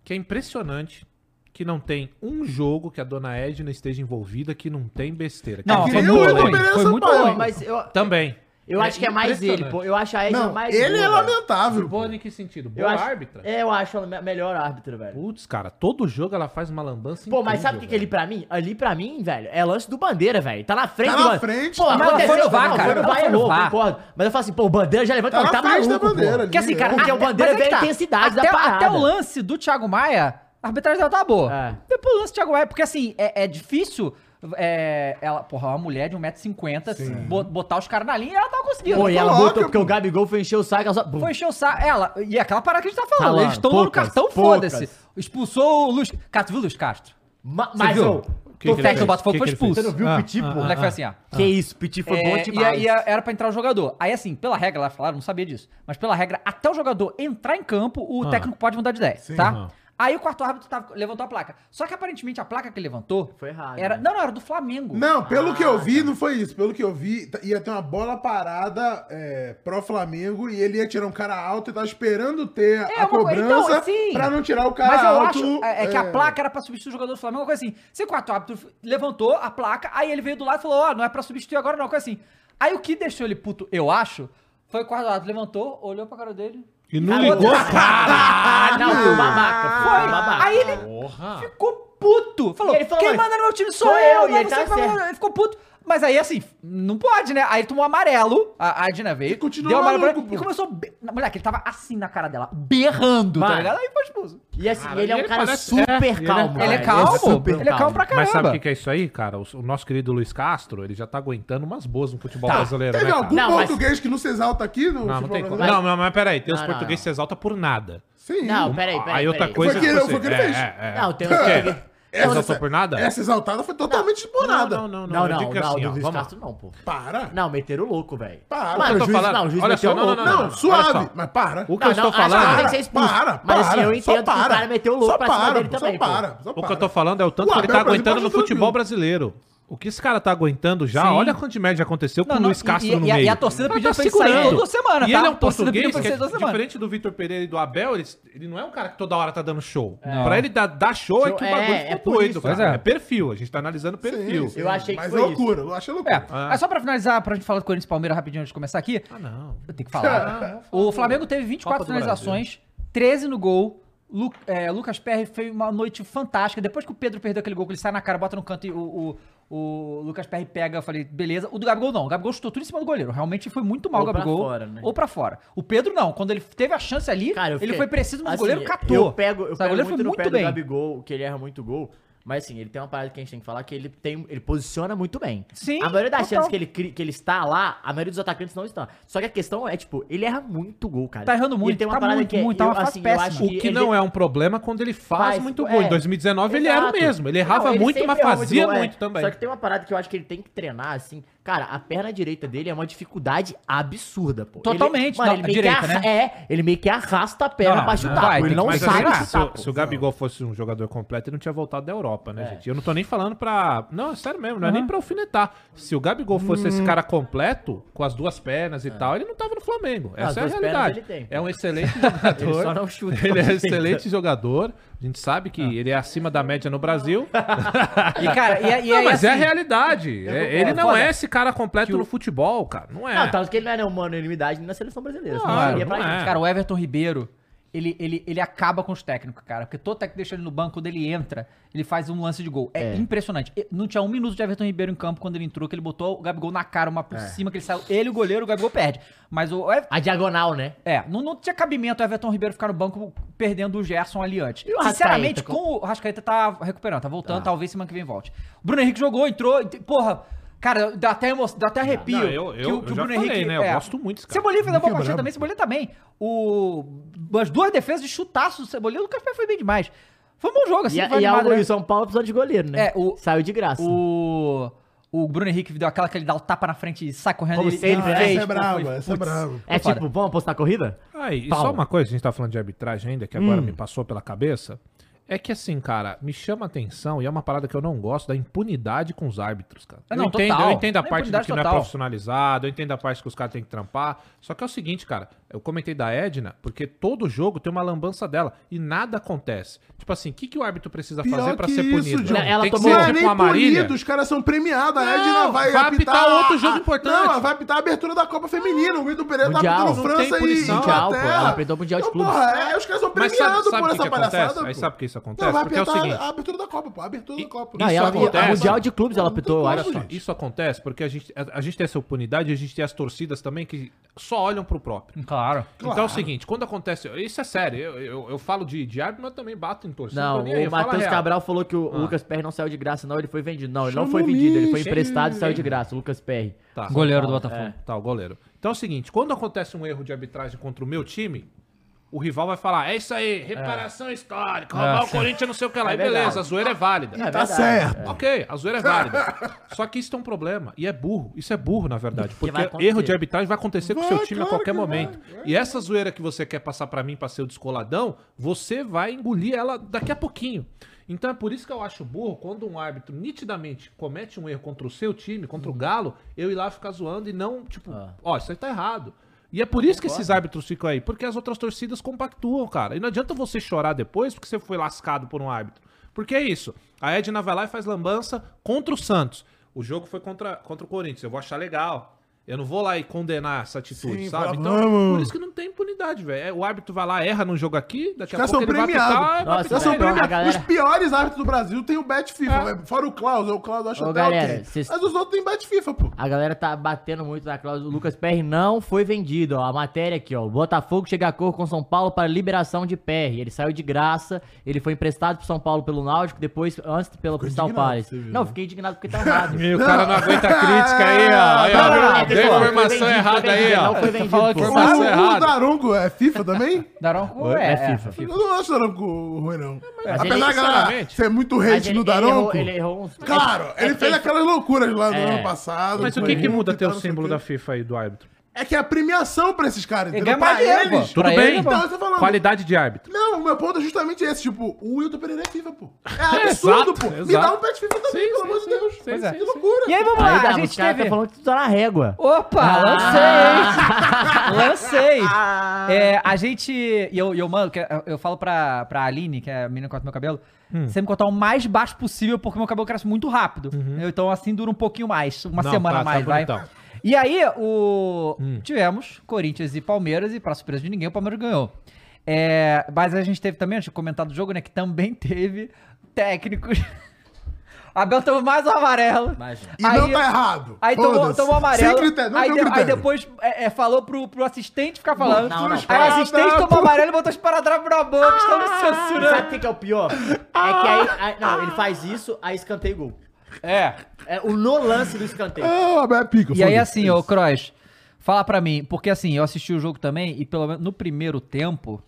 Speaker 4: que é impressionante que não tem um jogo que a dona Edna esteja envolvida que não tem besteira. Que
Speaker 2: Não,
Speaker 4: é
Speaker 2: foi
Speaker 3: nem
Speaker 2: muito
Speaker 3: o Edu
Speaker 2: ruim.
Speaker 3: Pereira
Speaker 2: Foi
Speaker 3: São
Speaker 2: muito
Speaker 3: Paulo,
Speaker 2: ruim.
Speaker 5: Mas eu,
Speaker 4: Também.
Speaker 5: eu acho que é mais ele, pô. Eu acho a Edna
Speaker 3: Não,
Speaker 5: mais
Speaker 3: ele
Speaker 5: boa,
Speaker 3: é
Speaker 5: velho.
Speaker 3: lamentável. pô.
Speaker 4: Boa em que sentido?
Speaker 5: Eu
Speaker 4: Boa
Speaker 5: acho,
Speaker 4: árbitra?
Speaker 5: É, eu acho ela me- melhor árbitra, velho.
Speaker 4: Putz, cara, todo jogo ela faz uma lambança
Speaker 5: Pô, mas sabe o que, que ele pra mim? Ali pra mim, velho, é lance do Bandeira, velho. Tá na frente
Speaker 3: Tá
Speaker 5: do
Speaker 3: na
Speaker 5: Ban-
Speaker 3: frente,
Speaker 5: Pô,
Speaker 3: tá
Speaker 2: na
Speaker 5: aconteceu,
Speaker 2: frente do
Speaker 5: vai,
Speaker 2: VAR,
Speaker 5: cara.
Speaker 2: cara.
Speaker 5: Foi no VAR,
Speaker 2: Tá no
Speaker 5: errou,
Speaker 2: Var.
Speaker 5: concordo. Mas eu falo assim, pô, o Bandeira já levanta
Speaker 3: Tá
Speaker 5: tá,
Speaker 3: na
Speaker 5: tá
Speaker 3: frente da
Speaker 5: maluco, pô.
Speaker 3: bandeira,
Speaker 2: Porque assim,
Speaker 3: ali,
Speaker 2: cara.
Speaker 3: é.
Speaker 5: Porque
Speaker 2: até-
Speaker 5: o Bandeira
Speaker 2: mas é que
Speaker 5: vê a
Speaker 2: tá.
Speaker 5: intensidade da
Speaker 2: até,
Speaker 5: parada.
Speaker 2: Até o lance do Thiago Maia, a arbitragem dela tá boa.
Speaker 5: É.
Speaker 2: Depois o lance do Thiago Maia, porque assim, é, é difícil. é, ela, porra, uma mulher de 1,50m botar os caras na linha e ela tava conseguindo.
Speaker 5: Pô, e ela
Speaker 3: Coloca,
Speaker 5: botou, porque
Speaker 3: pô.
Speaker 5: o Gabigol foi encher o saco, ela só...
Speaker 2: Foi encher o saco. Ela, e aquela parada que a gente tá falando.
Speaker 5: Falando,
Speaker 2: eles estão dando
Speaker 5: poucas,
Speaker 2: cartão,
Speaker 5: poucas.
Speaker 2: foda-se. Expulsou o Luiz. Cara, tu viu o Luiz Castro?
Speaker 5: Ma-
Speaker 2: Você
Speaker 5: mas,
Speaker 2: viu?
Speaker 5: ô,
Speaker 2: o
Speaker 4: que
Speaker 2: técnico
Speaker 4: ele
Speaker 2: do
Speaker 4: fez?
Speaker 2: Botafogo
Speaker 4: Que
Speaker 2: foi
Speaker 4: que ele fez? Ah,
Speaker 2: expulso.
Speaker 5: você não viu o Petit,
Speaker 2: O
Speaker 5: pô?
Speaker 2: moleque foi assim, ó.
Speaker 5: Que isso, Petit foi bom
Speaker 2: É, e
Speaker 5: demais.
Speaker 2: aí era pra entrar o jogador. Aí assim, pela regra, lá falaram, não sabia disso. Mas pela regra, até o jogador entrar em campo, o técnico pode mudar de ideia, tá?
Speaker 4: Ah. Aham.
Speaker 2: Aí o quarto árbitro tava- levantou a placa. Só que aparentemente a placa que ele levantou
Speaker 5: Foi errado,
Speaker 2: era
Speaker 5: né?
Speaker 2: não, não era do Flamengo.
Speaker 3: Não, pelo que eu
Speaker 2: Ah,
Speaker 3: vi, não foi isso. Pelo que eu vi, t- ia ter uma bola parada é, pro Flamengo e ele ia tirar um cara alto e tava esperando ter a
Speaker 2: É, uma coisa-
Speaker 3: cobrança
Speaker 2: então, assim,
Speaker 3: pra não tirar o cara
Speaker 2: Mas eu
Speaker 3: alto.
Speaker 2: acho é, é que a placa era pra substituir o jogador do Flamengo, uma coisa assim. Se o quarto árbitro levantou a placa, aí ele veio do lado e falou, ó, não é pra substituir agora não, uma coisa assim. Aí o que deixou ele puto, eu acho, foi o quarto árbitro levantou, olhou pra cara dele...
Speaker 4: E não
Speaker 2: Ah,
Speaker 4: ligou,
Speaker 2: outra-
Speaker 4: cara!
Speaker 5: Ah, não, foi babaca, pô,
Speaker 2: Foi.
Speaker 5: babaca.
Speaker 2: Aí ele
Speaker 4: Porra!
Speaker 2: ficou puto. Falou,
Speaker 5: Ah, E ele falou,
Speaker 2: quem
Speaker 5: mas
Speaker 2: manda no meu time sou
Speaker 5: sou
Speaker 2: eu,
Speaker 5: eu,
Speaker 2: né?
Speaker 5: e ele
Speaker 2: Você
Speaker 5: tá
Speaker 2: que vai
Speaker 5: certo.
Speaker 2: mandar- ele ficou puto. Mas aí, assim, não pode, né? Aí tomou amarelo, a a Adina veio,
Speaker 3: continuou
Speaker 2: deu amarelo pra
Speaker 3: maluco,
Speaker 2: ele e
Speaker 3: pô.
Speaker 2: começou... a Be... Moleque, ele tava assim na cara dela, berrando, tá
Speaker 5: Mano.
Speaker 2: ligado? Aí foi expulso.
Speaker 5: E assim,
Speaker 4: Cara,
Speaker 5: ele é um
Speaker 4: ele
Speaker 5: cara
Speaker 4: parece- é,
Speaker 5: super
Speaker 4: ele é-
Speaker 5: calmo.
Speaker 2: Ele é
Speaker 5: velho.
Speaker 2: calmo,
Speaker 5: super
Speaker 2: ele é calmo pra caramba.
Speaker 4: Mas sabe o que, que é isso aí, cara? O, o nosso querido Luiz Castro, ele já tá aguentando umas boas no futebol brasileiro, né,
Speaker 3: Teve
Speaker 4: cara?
Speaker 3: algum
Speaker 5: Tá. Não, mas-
Speaker 3: português que não se exalta aqui no
Speaker 4: Não, não
Speaker 3: futebol
Speaker 4: tem como.
Speaker 3: brasileiro?
Speaker 4: Não, não, mas peraí, tem os
Speaker 5: Não, não,
Speaker 4: portugueses que se exaltam por nada.
Speaker 3: Sim.
Speaker 5: Não, peraí, peraí.
Speaker 4: Aí outra
Speaker 5: peraí.
Speaker 4: coisa
Speaker 3: Foi que ele-
Speaker 4: você-
Speaker 3: foi que ele
Speaker 4: é,
Speaker 3: fez.
Speaker 4: é, é.
Speaker 5: Não, tem
Speaker 4: Por
Speaker 5: um-
Speaker 4: quê?
Speaker 5: tem-
Speaker 4: Você exaltou por nada?
Speaker 3: Essa exaltada foi totalmente por nada.
Speaker 4: Não, não, não.
Speaker 5: Não,
Speaker 4: eu
Speaker 5: não,
Speaker 4: digo que
Speaker 5: não,
Speaker 4: assim,
Speaker 5: do
Speaker 4: ó,
Speaker 5: Luiz
Speaker 4: vamos lá.
Speaker 5: Castro não, pô.
Speaker 3: Para.
Speaker 5: Não, meteram o louco, velho.
Speaker 3: Para.
Speaker 5: Mano,
Speaker 4: Eu tô
Speaker 5: o juiz,
Speaker 4: falando-
Speaker 5: não, o juiz
Speaker 4: olha
Speaker 5: meteu
Speaker 4: só,
Speaker 5: o
Speaker 4: não,
Speaker 5: louco.
Speaker 4: não,
Speaker 3: Não,
Speaker 4: olha
Speaker 3: suave,
Speaker 4: só.
Speaker 3: mas para.
Speaker 4: O que eu estou
Speaker 5: acho que ele
Speaker 4: falando... é
Speaker 5: tem que ser expulso. Mas assim, eu entendo que o cara meteu o louco
Speaker 3: só
Speaker 5: pra cima
Speaker 3: para,
Speaker 5: dele
Speaker 3: Só
Speaker 5: também, pô.
Speaker 3: para, só
Speaker 4: O
Speaker 3: para.
Speaker 4: que eu tô falando é o tanto
Speaker 3: O
Speaker 4: que ele tá
Speaker 3: Abel, por exemplo,
Speaker 4: aguentando
Speaker 3: acha
Speaker 4: no
Speaker 3: tranquilo.
Speaker 4: futebol brasileiro. O que esse cara tá aguentando já,
Speaker 2: Sim.
Speaker 4: olha quanto de média aconteceu com
Speaker 2: Não,
Speaker 4: o
Speaker 2: não,
Speaker 4: Luiz
Speaker 2: e-
Speaker 4: Castro
Speaker 2: e-
Speaker 4: no
Speaker 2: e a-
Speaker 4: meio.
Speaker 2: e a torcida
Speaker 4: Mas
Speaker 5: tá
Speaker 2: pediu pra ele sair toda semana,
Speaker 4: E
Speaker 2: tá?
Speaker 4: ele é um
Speaker 2: A torcida pediu
Speaker 4: português
Speaker 2: pra
Speaker 4: que
Speaker 2: ele sair
Speaker 4: é
Speaker 2: toda semana.
Speaker 4: diferente do Vitor Pereira e do Abel, ele, ele não é um cara que toda hora tá dando show.
Speaker 2: Não.
Speaker 4: Pra ele dar, dar show é
Speaker 5: Show-
Speaker 4: que o
Speaker 5: é,
Speaker 4: bagulho
Speaker 5: é
Speaker 4: ficou
Speaker 5: por
Speaker 4: doido,
Speaker 5: isso.
Speaker 4: cara.
Speaker 2: Pois é.
Speaker 4: É. perfil, a gente tá analisando perfil.
Speaker 5: Eu achei que
Speaker 3: Mas é
Speaker 5: foi
Speaker 3: loucura, eu achei loucura. Ah,
Speaker 2: É,
Speaker 5: Ah.
Speaker 2: é só pra finalizar, pra gente falar do Corinthians e Palmeiras rapidinho antes de começar aqui.
Speaker 4: Ah, não.
Speaker 2: Eu tenho que falar. o Flamengo teve 24
Speaker 4: Copa do
Speaker 2: finalizações, 13 no gol. Lu- é, Lucas Perry fez uma noite fantástica. Depois que o Pedro perdeu aquele gol, que ele sai na cara, bota no canto e o, o, o Lucas Perry pega, eu falei, beleza. O do Gabigol não. O Gabigol chutou tudo em cima do goleiro. Realmente foi muito mal o
Speaker 5: Ou pra
Speaker 2: Gabigol.
Speaker 5: fora, né?
Speaker 2: Ou pra fora. O Pedro não. Quando ele teve a chance ali,
Speaker 5: Cara, eu
Speaker 2: ele
Speaker 5: fiquei-
Speaker 2: foi preciso, mas
Speaker 5: assim,
Speaker 2: o goleiro catou.
Speaker 5: Eu pego, eu
Speaker 2: Sabe,
Speaker 5: pego
Speaker 2: o goleiro
Speaker 5: muito no
Speaker 2: foi
Speaker 5: pé
Speaker 2: muito
Speaker 5: do
Speaker 2: bem.
Speaker 5: Gabigol, que ele erra muito gol. Mas assim, ele tem uma parada que a gente tem que falar, que ele, tem, ele posiciona muito bem.
Speaker 2: Sim,
Speaker 5: A maioria das
Speaker 2: total.
Speaker 5: chances que ele, cri- que ele está lá, a maioria dos atacantes não está. Só que a questão é, tipo, ele erra muito gol, cara.
Speaker 2: Tá errando
Speaker 5: E
Speaker 2: muito,
Speaker 5: Ele tem uma
Speaker 2: tá
Speaker 5: parada
Speaker 2: muito,
Speaker 5: que é,
Speaker 2: muito, tá uma
Speaker 5: eu,
Speaker 2: fase
Speaker 5: assim, eu
Speaker 2: péssima.
Speaker 5: acho
Speaker 4: O que
Speaker 5: ele-
Speaker 4: não é um problema quando ele faz,
Speaker 5: Faz,
Speaker 4: muito
Speaker 5: é,
Speaker 4: gol. Em 2019 ele era o
Speaker 5: exato.
Speaker 4: mesmo. Ele errava
Speaker 5: Não, ele
Speaker 4: muito,
Speaker 5: sempre
Speaker 4: mas
Speaker 5: errava
Speaker 4: fazia
Speaker 5: gol, é.
Speaker 4: muito também.
Speaker 5: Só que tem uma parada que eu acho que ele tem que treinar, assim. Cara, a perna direita dele é uma dificuldade absurda, pô.
Speaker 2: Totalmente,
Speaker 5: Ele, mano,
Speaker 2: não,
Speaker 5: ele meio
Speaker 2: direita,
Speaker 5: que arra-
Speaker 2: né?
Speaker 5: É, ele meio que arrasta a perna
Speaker 2: Não,
Speaker 5: pra
Speaker 2: não,
Speaker 5: chutar.
Speaker 2: vai,
Speaker 5: pô, ele
Speaker 2: tem que-
Speaker 5: não
Speaker 2: mas
Speaker 5: sabe
Speaker 2: assim,
Speaker 5: chutar,
Speaker 4: se,
Speaker 5: pô.
Speaker 4: o- se o Gabigol fosse um jogador completo, ele não tinha voltado da Europa,
Speaker 2: É.
Speaker 4: né, gente? Eu não tô nem falando pra. Não, é sério mesmo, não é nem pra alfinetar. Se o Gabigol fosse
Speaker 5: Hum.
Speaker 4: esse cara completo, com as duas pernas e tal, ele não tava no Flamengo.
Speaker 5: É. As
Speaker 4: Essa é a
Speaker 5: duas pernas
Speaker 4: realidade.
Speaker 5: ele tem.
Speaker 4: É um excelente
Speaker 5: Ele só
Speaker 4: jogador.
Speaker 5: não Ah. chuta.
Speaker 4: Ele é um excelente jogador. A gente sabe que ele é acima da média no Brasil.
Speaker 2: E, cara, e, e
Speaker 4: Não,
Speaker 2: aí,
Speaker 4: mas é a
Speaker 2: assim,
Speaker 4: realidade. É,
Speaker 5: concordo.
Speaker 4: ele não
Speaker 5: Foda.
Speaker 4: é esse cara completo no futebol, cara. Não é.
Speaker 5: Não, tanto que ele não é uma unanimidade nem na seleção brasileira. senão
Speaker 4: Claro,
Speaker 5: seria pra
Speaker 4: não
Speaker 5: gente.
Speaker 4: é.
Speaker 2: Cara, o Everton Ribeiro, ele, ele, ele acaba com os técnicos, cara. Porque todo técnico deixa ele no banco, quando ele entra, ele faz um lance de gol. É,
Speaker 5: É.
Speaker 2: impressionante. E Não tinha um minuto de Everton Ribeiro em campo quando ele entrou, que ele botou o Gabigol na cara, uma por cima, que ele saiu. Ele, e o goleiro, o Gabigol perde. Mas o Ev-
Speaker 5: A diagonal, né?
Speaker 2: É, não, não tinha cabimento o Everton Ribeiro ficar no banco perdendo o Gerson ali antes.
Speaker 5: E o
Speaker 2: Sinceramente,
Speaker 5: Arrascaeta,
Speaker 2: com... o Rascaeta tá recuperando, tá voltando, talvez semana que vem volte. O Bruno Henrique jogou, entrou, ent- porra. Cara, dá até, emo... dá até arrepio.
Speaker 4: Não, eu- eu- eu já falei, né? Eu gosto muito desse cara.
Speaker 2: é. Cebolinha fez a boa
Speaker 3: Muito
Speaker 2: partida
Speaker 3: brabo.
Speaker 2: também, Cebolinha também. O... As duas defesas de chutaço do Cebolinha, o Lucas Pé foi bem demais. Foi um bom jogo, assim,
Speaker 5: E,
Speaker 2: foi
Speaker 5: a- e
Speaker 2: animado,
Speaker 5: algo,
Speaker 2: né?
Speaker 5: e o São Paulo precisou de goleiro, né?
Speaker 2: É, o-
Speaker 5: Saiu de graça.
Speaker 2: O... O Bruno Henrique deu aquela que ele dá o tapa na frente e sai correndo.
Speaker 5: Como
Speaker 2: ele-
Speaker 5: sempre,
Speaker 2: ele
Speaker 5: né?
Speaker 2: fez,
Speaker 3: Essa é
Speaker 2: pô,
Speaker 3: brava,
Speaker 2: foi-
Speaker 3: essa é
Speaker 2: putz.
Speaker 3: brava.
Speaker 5: É
Speaker 2: foda.
Speaker 5: tipo, vamos apostar a corrida?
Speaker 4: Ah, e
Speaker 5: Paulo.
Speaker 4: só uma coisa, a gente tá falando de arbitragem ainda, que agora me passou pela cabeça. É que assim, cara, me chama a atenção e é uma parada que eu não gosto da impunidade com os árbitros, cara.
Speaker 2: Ah,
Speaker 4: Eu
Speaker 2: não,
Speaker 4: entendo,
Speaker 2: total.
Speaker 4: eu entendo a
Speaker 2: É
Speaker 4: parte do
Speaker 2: impunidade
Speaker 4: que não é
Speaker 2: total.
Speaker 4: profissionalizado, eu entendo a parte que os caras têm que trampar. Só que é o seguinte, cara, eu comentei da Edna, porque todo jogo tem uma lambança dela e nada acontece. Tipo assim, o que, que o árbitro precisa
Speaker 3: Pior
Speaker 4: fazer pra
Speaker 3: que
Speaker 4: ser
Speaker 3: isso,
Speaker 4: punido?
Speaker 3: John.
Speaker 5: Ela
Speaker 4: tem que
Speaker 5: tomou-
Speaker 3: Não
Speaker 6: um
Speaker 5: Você,
Speaker 4: ser
Speaker 3: é
Speaker 4: tipo
Speaker 3: nem
Speaker 4: a Marília.
Speaker 3: punido, os caras são premiados. A
Speaker 4: Não,
Speaker 3: Edna vai,
Speaker 4: vai apitar outro jogo
Speaker 3: a-
Speaker 4: importante.
Speaker 3: Não, ela vai apitar a abertura da Copa Feminina. O Guido Pereira
Speaker 5: Mundial.
Speaker 3: tá apitando
Speaker 5: Não
Speaker 4: tem
Speaker 3: França e
Speaker 4: punição.
Speaker 3: Inglaterra.
Speaker 5: Mundial, pô, ela apitou Mundial de
Speaker 3: Então,
Speaker 5: clubes.
Speaker 3: Porra, é, os caras são premiados
Speaker 4: Mas sabe, sabe
Speaker 3: por
Speaker 4: o que,
Speaker 3: essa
Speaker 4: que
Speaker 3: palhaçada.
Speaker 4: acontece? Aí
Speaker 3: pô.
Speaker 4: sabe por que isso
Speaker 3: Não,
Speaker 4: acontece?
Speaker 3: vai
Speaker 4: Porque é o
Speaker 3: apitar
Speaker 4: seguinte.
Speaker 3: a abertura da Copa, pô. A abertura da Copa.
Speaker 5: Não, e ela, e a
Speaker 4: acontece.
Speaker 5: Mundial de Clubes ela
Speaker 3: Não tem
Speaker 5: apitou, eu
Speaker 3: como,
Speaker 5: acho.
Speaker 4: Olha só, isso acontece porque a gente, a, a gente tem essa oportunidade e a gente tem as torcidas também que só olham pro próprio.
Speaker 2: Claro.
Speaker 4: Então é o seguinte, quando acontece. Isso é sério, eu, eu, eu falo de, de árbitro, mas também bato em torcida.
Speaker 5: Não,
Speaker 4: tô nem aí,
Speaker 5: o
Speaker 4: eu falo a
Speaker 5: Matheus
Speaker 4: real.
Speaker 5: Cabral falou que o Lucas Perry não saiu de graça, não. Ele foi vendido. Não, ele não
Speaker 3: Chamou
Speaker 5: foi vendido, ele foi
Speaker 3: gente.
Speaker 5: emprestado e saiu de graça, o Lucas Perry.
Speaker 4: Tá,
Speaker 2: Goleiro do Botafogo.
Speaker 4: tá, o goleiro. Então é o seguinte, quando acontece um erro de arbitragem contra o meu time. O rival vai falar, é isso aí, reparação histórica, roubar o Corinthians, não sei o que lá.
Speaker 5: É
Speaker 4: e beleza,
Speaker 5: verdade.
Speaker 4: a zoeira é válida.
Speaker 3: Tá certo.
Speaker 4: Ok, a zoeira é válida. Só que isso tem um problema. E é burro. Isso é burro, na verdade.
Speaker 5: vai
Speaker 4: Porque
Speaker 5: acontecer.
Speaker 4: erro de arbitragem vai acontecer com o
Speaker 3: Vai,
Speaker 4: seu time a
Speaker 3: claro
Speaker 4: qualquer
Speaker 3: que
Speaker 4: momento. E essa zoeira que você quer passar pra mim pra ser o descoladão, você vai engolir ela daqui a pouquinho. Então é por isso que eu acho burro quando um árbitro nitidamente comete um erro contra o seu time, contra o Galo, eu ir lá ficar zoando e não, tipo, ó, isso aí tá errado. E é por isso que esses árbitros ficam aí, porque as outras torcidas compactuam, cara. E não adianta você chorar depois porque você foi lascado por um árbitro. Porque é isso. A Edna vai lá e faz lambança contra o Santos. O jogo foi contra, contra o Corinthians. Eu vou achar legal. Eu não vou lá e condenar essa atitude,
Speaker 3: Sim, fala,
Speaker 4: sabe? Então,
Speaker 3: "Vamos."
Speaker 4: por isso que não tem impunidade, velho. É, O árbitro vai lá, erra num jogo aqui, daqui a
Speaker 3: caras
Speaker 4: pouco
Speaker 3: são
Speaker 4: ele vai apitar,
Speaker 3: premiados.
Speaker 4: vai
Speaker 5: Nossa,
Speaker 4: apitar
Speaker 5: os caras
Speaker 3: São
Speaker 5: É,
Speaker 4: melhor.
Speaker 5: premiados.
Speaker 3: premiados.
Speaker 5: a galera-
Speaker 3: Os piores árbitros do Brasil tem o Bet
Speaker 4: É.
Speaker 3: FIFA. né? Fora o Klaus, o Klaus eu acho
Speaker 5: Ô,
Speaker 3: até
Speaker 5: galera,
Speaker 3: ok.
Speaker 5: vocês-
Speaker 3: Mas os outros têm Bet FIFA, pô.
Speaker 5: A galera tá batendo muito na cláusula. O Lucas Perry não foi vendido, ó. A matéria aqui, ó. O Botafogo chega a cor com São Paulo para liberação de Perry. Ele saiu de graça, ele foi emprestado pro São Paulo pelo Náutico, depois antes pelo Crystal
Speaker 3: indignado,
Speaker 5: Palace.
Speaker 3: você viu,
Speaker 5: Não, fiquei indignado porque tá errado. Tá
Speaker 4: E o cara não aguenta a crítica aí, ó. Aí, ó,
Speaker 5: Não, não,
Speaker 4: deu
Speaker 5: não, não,
Speaker 4: informação
Speaker 5: foi vendido,
Speaker 4: errada
Speaker 5: foi vendido,
Speaker 4: aí, ó.
Speaker 5: não foi
Speaker 4: Tá
Speaker 5: vendido,
Speaker 4: falando
Speaker 5: pô.
Speaker 4: que
Speaker 3: O,
Speaker 4: informação
Speaker 3: o
Speaker 4: errada.
Speaker 3: Daronco é FIFA também?
Speaker 2: Daronco é,
Speaker 5: é
Speaker 2: é,
Speaker 5: FIFA.
Speaker 3: Eu não acho o Daronco ruim, não.
Speaker 5: Ah, Mas
Speaker 3: Apesar
Speaker 5: ele-
Speaker 3: da galera
Speaker 4: sinceramente-
Speaker 3: ser muito
Speaker 5: Mas
Speaker 3: hate
Speaker 5: ele-
Speaker 3: no
Speaker 5: ele errou-
Speaker 3: Daronco.
Speaker 5: Ele errou uns.
Speaker 3: Claro, ele fez aquelas loucuras lá no
Speaker 5: É.
Speaker 3: ano passado.
Speaker 4: Mas o
Speaker 3: foi
Speaker 4: que que
Speaker 3: junto
Speaker 4: muda
Speaker 3: e
Speaker 4: ter
Speaker 3: tal,
Speaker 4: o
Speaker 6: tá
Speaker 3: não sei
Speaker 4: símbolo
Speaker 3: quê.
Speaker 4: da FIFA aí do árbitro?
Speaker 6: É que é a premiação pra esses caras,
Speaker 2: Ele ganha mais
Speaker 6: Pra
Speaker 2: dinheiro,
Speaker 6: eles.
Speaker 2: pô.
Speaker 4: Tudo
Speaker 2: Pra
Speaker 4: bem,
Speaker 2: ele,
Speaker 4: então,
Speaker 6: eu tô falando.
Speaker 4: qualidade de árbitro.
Speaker 6: Não, o meu ponto é justamente esse. Tipo, o Wilton Pereira é FIFA, pô. É absurdo,
Speaker 4: Exato,
Speaker 6: pô. Me
Speaker 4: exato.
Speaker 6: dá um pet FIFA também,
Speaker 4: Sim,
Speaker 6: pelo
Speaker 4: sim,
Speaker 6: amor de
Speaker 4: sim,
Speaker 6: Deus.
Speaker 4: sim,
Speaker 6: Pois
Speaker 4: sim,
Speaker 6: é. Que
Speaker 4: sim.
Speaker 6: loucura.
Speaker 2: E aí, vamos
Speaker 5: Aí
Speaker 2: lá,
Speaker 5: dá,
Speaker 2: a
Speaker 5: os
Speaker 2: gente
Speaker 5: caras
Speaker 2: teve...
Speaker 5: estão falando Ah, que tu tá na régua.
Speaker 2: Opa, lancei! lancei!
Speaker 4: Ah.
Speaker 2: É, a gente. E eu, e eu mando, que eu, eu falo pra, pra Aline, que é a menina que corta meu cabelo,
Speaker 4: Hum.
Speaker 2: sempre cortar o mais baixo possível, porque meu cabelo cresce muito rápido. Então, assim, dura um pouquinho mais, uma
Speaker 4: Uhum. Não,
Speaker 2: semana
Speaker 4: tá- tá
Speaker 2: mais, vai.
Speaker 4: bonitão.
Speaker 2: E aí, o.
Speaker 4: Hum.
Speaker 2: Tivemos Corinthians e Palmeiras, e pra surpresa de ninguém, o Palmeiras ganhou. É, mas a gente teve também, a gente comentado do jogo, né? Que também teve técnicos. Abel tomou mais um amarelo.
Speaker 5: Mais um.
Speaker 6: E não tá errado.
Speaker 2: Aí tomou,
Speaker 6: Foda-se.
Speaker 2: tomou amarelo.
Speaker 6: Sem critério, não
Speaker 2: aí,
Speaker 6: tem
Speaker 2: de- aí
Speaker 6: critério.
Speaker 2: depois é, é, falou pro, pro assistente ficar falando.
Speaker 5: Não, não,
Speaker 2: aí o assistente
Speaker 6: Esparadrapo.
Speaker 2: tomou amarelo e botou esparadrapo na boca, estamos
Speaker 5: Sabe o
Speaker 2: censurando.
Speaker 5: que que é o pior? É que aí, aí- Não, ele faz isso, aí escanteia e gol.
Speaker 2: É.
Speaker 5: É o no lance do escanteio.
Speaker 6: Ah, mas é pica,
Speaker 2: E aí,
Speaker 6: foda-se.
Speaker 2: assim, ô Cross, fala pra mim, porque assim, eu assisti o jogo também e pelo menos no primeiro tempo.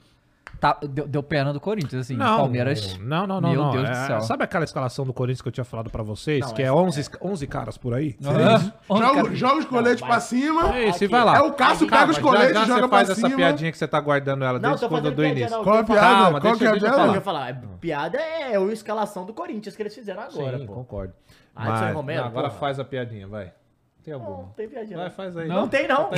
Speaker 2: tá- deu, deu pena do Corinthians, assim. o Palmeiras.
Speaker 4: Não, não, não.
Speaker 2: Meu
Speaker 4: não.
Speaker 2: Deus
Speaker 4: É,
Speaker 2: do céu.
Speaker 4: Sabe aquela escalação do Corinthians que eu tinha falado pra vocês?
Speaker 5: Não,
Speaker 4: que é
Speaker 5: essa-
Speaker 4: 11, esca- 11 caras por aí?
Speaker 2: Aham. Onde, cara?
Speaker 6: Joga, joga os coletes pra cima.
Speaker 4: É isso, e vai lá.
Speaker 6: É o Cássio
Speaker 4: Calma,
Speaker 6: pega os coletes,
Speaker 4: já, já
Speaker 6: joga
Speaker 4: você
Speaker 6: pra
Speaker 4: faz essa
Speaker 6: cima.
Speaker 4: piadinha que você tá guardando ela
Speaker 5: Não,
Speaker 4: desde
Speaker 5: tô
Speaker 4: quando
Speaker 5: fazendo
Speaker 4: do
Speaker 5: piadinha,
Speaker 4: início.
Speaker 5: não.
Speaker 6: Qual a
Speaker 5: Calma,
Speaker 6: piada? Qual
Speaker 4: deixa
Speaker 6: que é a
Speaker 4: eu
Speaker 5: Não, o que eu ia
Speaker 6: dela?
Speaker 5: falar, é piada é a escalação do Corinthians que eles fizeram agora,
Speaker 4: Sim,
Speaker 5: pô.
Speaker 4: concordo.
Speaker 5: Ah, Edson Romero,
Speaker 4: não, agora
Speaker 5: porra.
Speaker 4: faz é a piadinha, vai. Tem
Speaker 5: Não,
Speaker 4: alguma?
Speaker 5: não tem piadinha.
Speaker 4: Vai,
Speaker 5: Não,
Speaker 4: faz aí.
Speaker 5: Tá Não tem, não.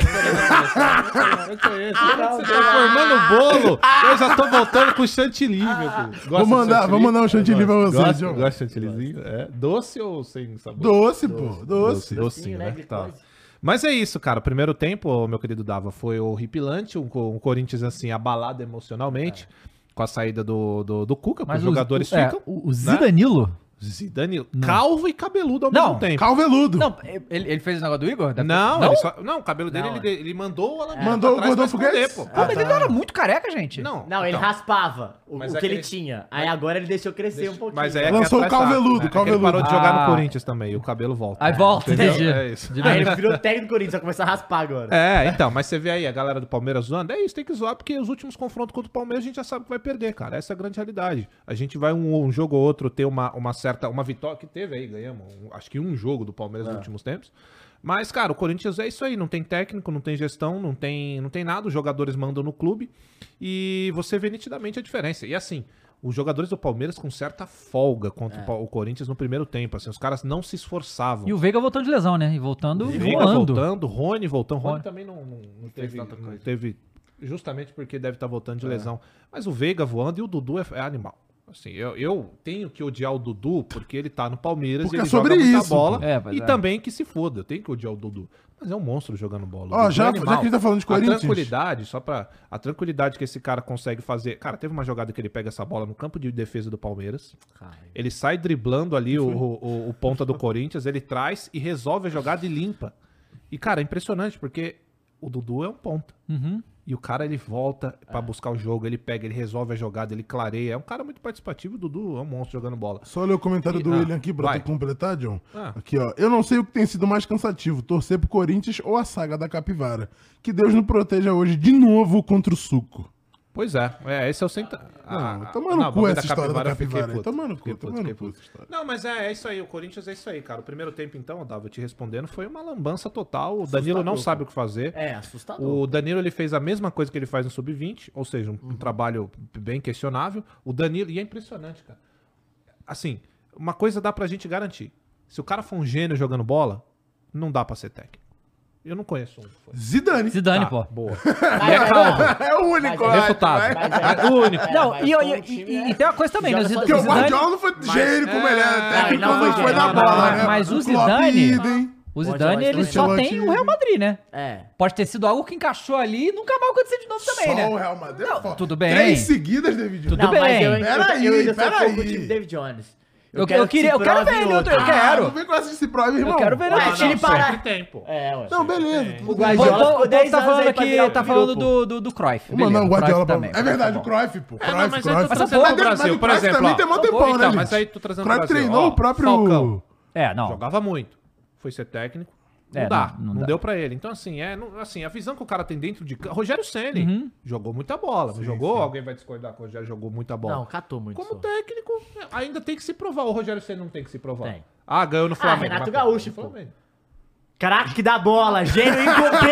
Speaker 4: Eu conheço. Você
Speaker 5: Ah,
Speaker 4: tá formando o bolo. Eu já tô voltando com o chantilly,
Speaker 5: Ah.
Speaker 4: meu filho. Gosta
Speaker 6: Vou
Speaker 4: de
Speaker 6: mandar-
Speaker 4: chantilly?
Speaker 6: vou mandar um chantilly pra você,
Speaker 4: Gosta,
Speaker 6: Diogo.
Speaker 4: gosta de chantillyzinho? É. Doce ou sem sabor?
Speaker 6: Doce, pô. Doce.
Speaker 5: Docinho, né?
Speaker 4: Tá.
Speaker 5: Glicose.
Speaker 4: Mas é isso, cara. O primeiro tempo, meu querido Dava, foi horripilante. Um, co- um Corinthians, assim, abalado emocionalmente.
Speaker 2: É.
Speaker 4: Com a saída do, do, do Cuca, porque os jogadores
Speaker 2: o, é,
Speaker 4: ficam.
Speaker 2: o, o Zidanilo.
Speaker 4: Né? Zidane, calvo e cabeludo ao
Speaker 2: Não.
Speaker 4: mesmo tempo.
Speaker 6: Calveludo.
Speaker 2: Não, ele, ele fez o negócio do Igor? Da-
Speaker 4: Não,
Speaker 2: não? é.
Speaker 4: ele só- não, o cabelo dele,
Speaker 5: Não,
Speaker 4: ele, ele mandou o Alan Guedes
Speaker 6: Mandou-
Speaker 4: pra trás
Speaker 6: mandou
Speaker 4: pra
Speaker 6: pro
Speaker 4: esconder,
Speaker 6: Guedes?
Speaker 4: pô.
Speaker 2: Pô, mas ele não era muito careca, gente.
Speaker 4: Ah, tá. Não,
Speaker 5: Não, ele
Speaker 4: então.
Speaker 5: raspava o,
Speaker 4: Mas
Speaker 5: o
Speaker 4: é
Speaker 5: que
Speaker 4: que
Speaker 5: ele
Speaker 4: ele-
Speaker 5: tinha. Aí agora ele deixou crescer um pouquinho.
Speaker 4: Mas aí é
Speaker 6: Lançou o
Speaker 4: que atrás tá-
Speaker 6: Calveludo,
Speaker 4: é que
Speaker 6: Calveludo.
Speaker 4: Ele parou de jogar
Speaker 2: Ah.
Speaker 4: no Corinthians também, e o cabelo volta.
Speaker 2: Aí volta,
Speaker 4: Entendeu?
Speaker 2: entendi.
Speaker 4: É isso.
Speaker 5: Aí ele virou técnico do Corinthians, vai começar a raspar agora.
Speaker 4: É, então, mas você vê aí a galera do Palmeiras zoando, é isso, tem que zoar, porque os últimos confrontos contra o Palmeiras a gente já sabe que vai perder, cara. Essa é a grande realidade. A gente vai um, um jogo ou outro ter uma, uma certa. Uma vitória que teve aí, ganhamos. um- acho que um jogo do Palmeiras nos últimos tempos. Mas, cara, o Corinthians é isso aí, não tem técnico, não tem gestão, não tem, não tem nada, os jogadores mandam no clube e você vê nitidamente a diferença. E assim, os jogadores do Palmeiras com certa folga contra o Pa- o Corinthians no primeiro tempo, assim, os caras não se esforçavam.
Speaker 2: E o Veiga voltando de lesão, né? E voltando
Speaker 4: Viga
Speaker 2: voando.
Speaker 4: voltando, Rony voltando. Rony,
Speaker 2: Rony.
Speaker 4: também não, não- não teve, não teve- Justamente porque deve estar voltando
Speaker 2: É.
Speaker 4: de lesão. Mas o Veiga voando e o Dudu é, é animal. Assim, eu, eu tenho que odiar o Dudu porque ele tá no Palmeiras
Speaker 6: Porque
Speaker 4: e ele
Speaker 6: é sobre
Speaker 4: joga muita
Speaker 6: isso,
Speaker 4: bola.
Speaker 2: pô. É, pois
Speaker 4: e
Speaker 2: é.
Speaker 4: também que se foda, eu tenho que odiar o Dudu. Mas é um monstro jogando bola. O
Speaker 6: Ó,
Speaker 4: Dudu
Speaker 6: já-
Speaker 4: é
Speaker 6: já
Speaker 4: animal.
Speaker 6: que a gente tá falando de Corinthians.
Speaker 4: A tranquilidade, só pra... A tranquilidade que esse cara consegue fazer... Cara, teve uma jogada que ele pega essa bola no campo de defesa do Palmeiras. Ele sai driblando ali o, o- o ponta do Corinthians, ele traz e resolve a jogada e limpa. E, cara, é impressionante, porque o Dudu é um ponta.
Speaker 2: Uhum.
Speaker 4: E o cara, ele volta pra buscar o jogo, ele pega, ele resolve a jogada, ele clareia. É um cara muito participativo, o Dudu é um monstro jogando bola.
Speaker 6: Só ler o comentário do
Speaker 4: Ah,
Speaker 6: William aqui pra
Speaker 4: vai.
Speaker 6: tu completar, John.
Speaker 4: Ah.
Speaker 6: Aqui, ó. Eu não sei o que tem sido mais cansativo, torcer pro Corinthians ou a saga da Capivara. Que Deus nos proteja hoje de novo contra o suco.
Speaker 4: Pois é, é, esse é o central.
Speaker 6: Não, toma no cu essa história da capivara aí, toma no cu, toma no cu essa história.
Speaker 4: Não, mas é, é isso aí, o Corinthians é isso aí, cara. O primeiro tempo, então, Dava, eu te respondendo, foi uma lambança total. O Danilo não sabe o que fazer.
Speaker 5: É, assustador.
Speaker 4: O Danilo ele fez a mesma coisa que ele faz no sub-20, ou seja, um, um
Speaker 6: Uhum.
Speaker 4: trabalho bem questionável. O Danilo, e é impressionante, cara. Assim, uma coisa dá pra gente garantir. Se o cara for um gênio jogando bola, não dá pra ser técnico. Eu não conheço um. que foi.
Speaker 6: Zidane.
Speaker 2: Zidane,
Speaker 4: Tá,
Speaker 2: pô.
Speaker 4: Boa.
Speaker 5: Mas, mas-
Speaker 6: É o único,
Speaker 5: Mas é
Speaker 6: né?
Speaker 4: Refutado.
Speaker 5: mas é-
Speaker 4: É o único.
Speaker 2: Não,
Speaker 5: mas
Speaker 2: e, eu-
Speaker 5: como
Speaker 2: e-
Speaker 5: time
Speaker 2: e-
Speaker 5: é-
Speaker 2: e tem uma coisa também, né?
Speaker 5: joga
Speaker 2: O Zid-
Speaker 6: Porque
Speaker 5: sozinho.
Speaker 2: o
Speaker 6: o
Speaker 2: Zidane,
Speaker 6: Guardiola não foi gênico,
Speaker 4: é,
Speaker 6: como ele
Speaker 4: não,
Speaker 6: era técnico,
Speaker 5: não
Speaker 6: não,
Speaker 5: foi
Speaker 6: foi da
Speaker 5: gênico,
Speaker 6: bola,
Speaker 5: não,
Speaker 6: né?
Speaker 2: mas o
Speaker 6: Klopp,
Speaker 2: Zidane-
Speaker 6: Iden.
Speaker 2: o Zidane, ele só tem o Real Madrid, né?
Speaker 5: É.
Speaker 2: Pode ter sido algo que encaixou ali e nunca mais aconteceu de novo também,
Speaker 6: Só
Speaker 2: né?
Speaker 6: o Real Madrid. é
Speaker 2: Não,
Speaker 6: foda.
Speaker 2: tudo bem.
Speaker 6: Três seguidas, David.
Speaker 2: Tudo
Speaker 5: não,
Speaker 2: bem.
Speaker 5: mas eu,
Speaker 6: Pera
Speaker 5: ainda- eu ainda
Speaker 6: aí,
Speaker 5: sou um
Speaker 6: pera
Speaker 5: pouco
Speaker 6: aí.
Speaker 5: time David Jones.
Speaker 2: Eu- eu queria- eu quero ver ele
Speaker 5: outro.
Speaker 2: outro- eu quero-
Speaker 6: Ah, Não vem com essa de se prove, irmão.
Speaker 2: quero ver ele-
Speaker 5: Ué,
Speaker 2: Não,
Speaker 5: se ele parar...
Speaker 4: tempo.
Speaker 5: É, ué.
Speaker 6: Não, beleza. tudo bem.
Speaker 5: O
Speaker 2: O
Speaker 5: Guardiola
Speaker 2: povo- o
Speaker 5: ficou
Speaker 2: povo
Speaker 5: 10
Speaker 2: tá
Speaker 5: anos
Speaker 2: falando
Speaker 5: aí pra
Speaker 2: aqui,
Speaker 5: virar o
Speaker 2: tá
Speaker 5: grupo.
Speaker 2: falando do, do, do Cruyff.
Speaker 6: Vou mandar
Speaker 2: Beleza,
Speaker 6: um
Speaker 2: Cruyff
Speaker 6: Guardiola pra... É
Speaker 2: tá
Speaker 6: verdade,
Speaker 2: bom.
Speaker 6: o Cruyff, pô.
Speaker 4: É, não,
Speaker 6: Cruyff,
Speaker 4: mas
Speaker 6: Cruyff.
Speaker 4: aí tu trazendo
Speaker 6: Mas
Speaker 4: pro
Speaker 6: deve- mas
Speaker 4: Brasil,
Speaker 6: o
Speaker 4: por
Speaker 6: Cruyff
Speaker 4: exemplo,
Speaker 6: também
Speaker 4: ó.
Speaker 6: tem mó tempão, né,
Speaker 4: Então,
Speaker 6: gente?
Speaker 4: mas aí tu trazendo
Speaker 6: Cruyff
Speaker 4: pro Brasil,
Speaker 6: treinou
Speaker 4: ó,
Speaker 6: o próprio...
Speaker 4: Falcão.
Speaker 2: É, não.
Speaker 4: Jogava muito. Foi ser técnico. Não
Speaker 2: É,
Speaker 4: dá.
Speaker 2: não-
Speaker 4: Não,
Speaker 2: não dá.
Speaker 4: deu pra ele. Então, assim, é, não- assim, a visão que o cara tem dentro de. ca- Rogério Ceni
Speaker 2: Uhum.
Speaker 4: jogou muita bola. não jogou? Alguém vai discordar que o Rogério jogou muita bola.
Speaker 5: Não, catou muito.
Speaker 4: Como
Speaker 5: só.
Speaker 4: técnico, ainda tem que se provar. O Rogério Ceni não tem que se provar.
Speaker 5: Tem.
Speaker 4: Ah, ganhou no Flamengo.
Speaker 5: Renato
Speaker 4: mas-
Speaker 5: Gaúcho, pô.
Speaker 4: Flamengo.
Speaker 5: Craque da bola, gênio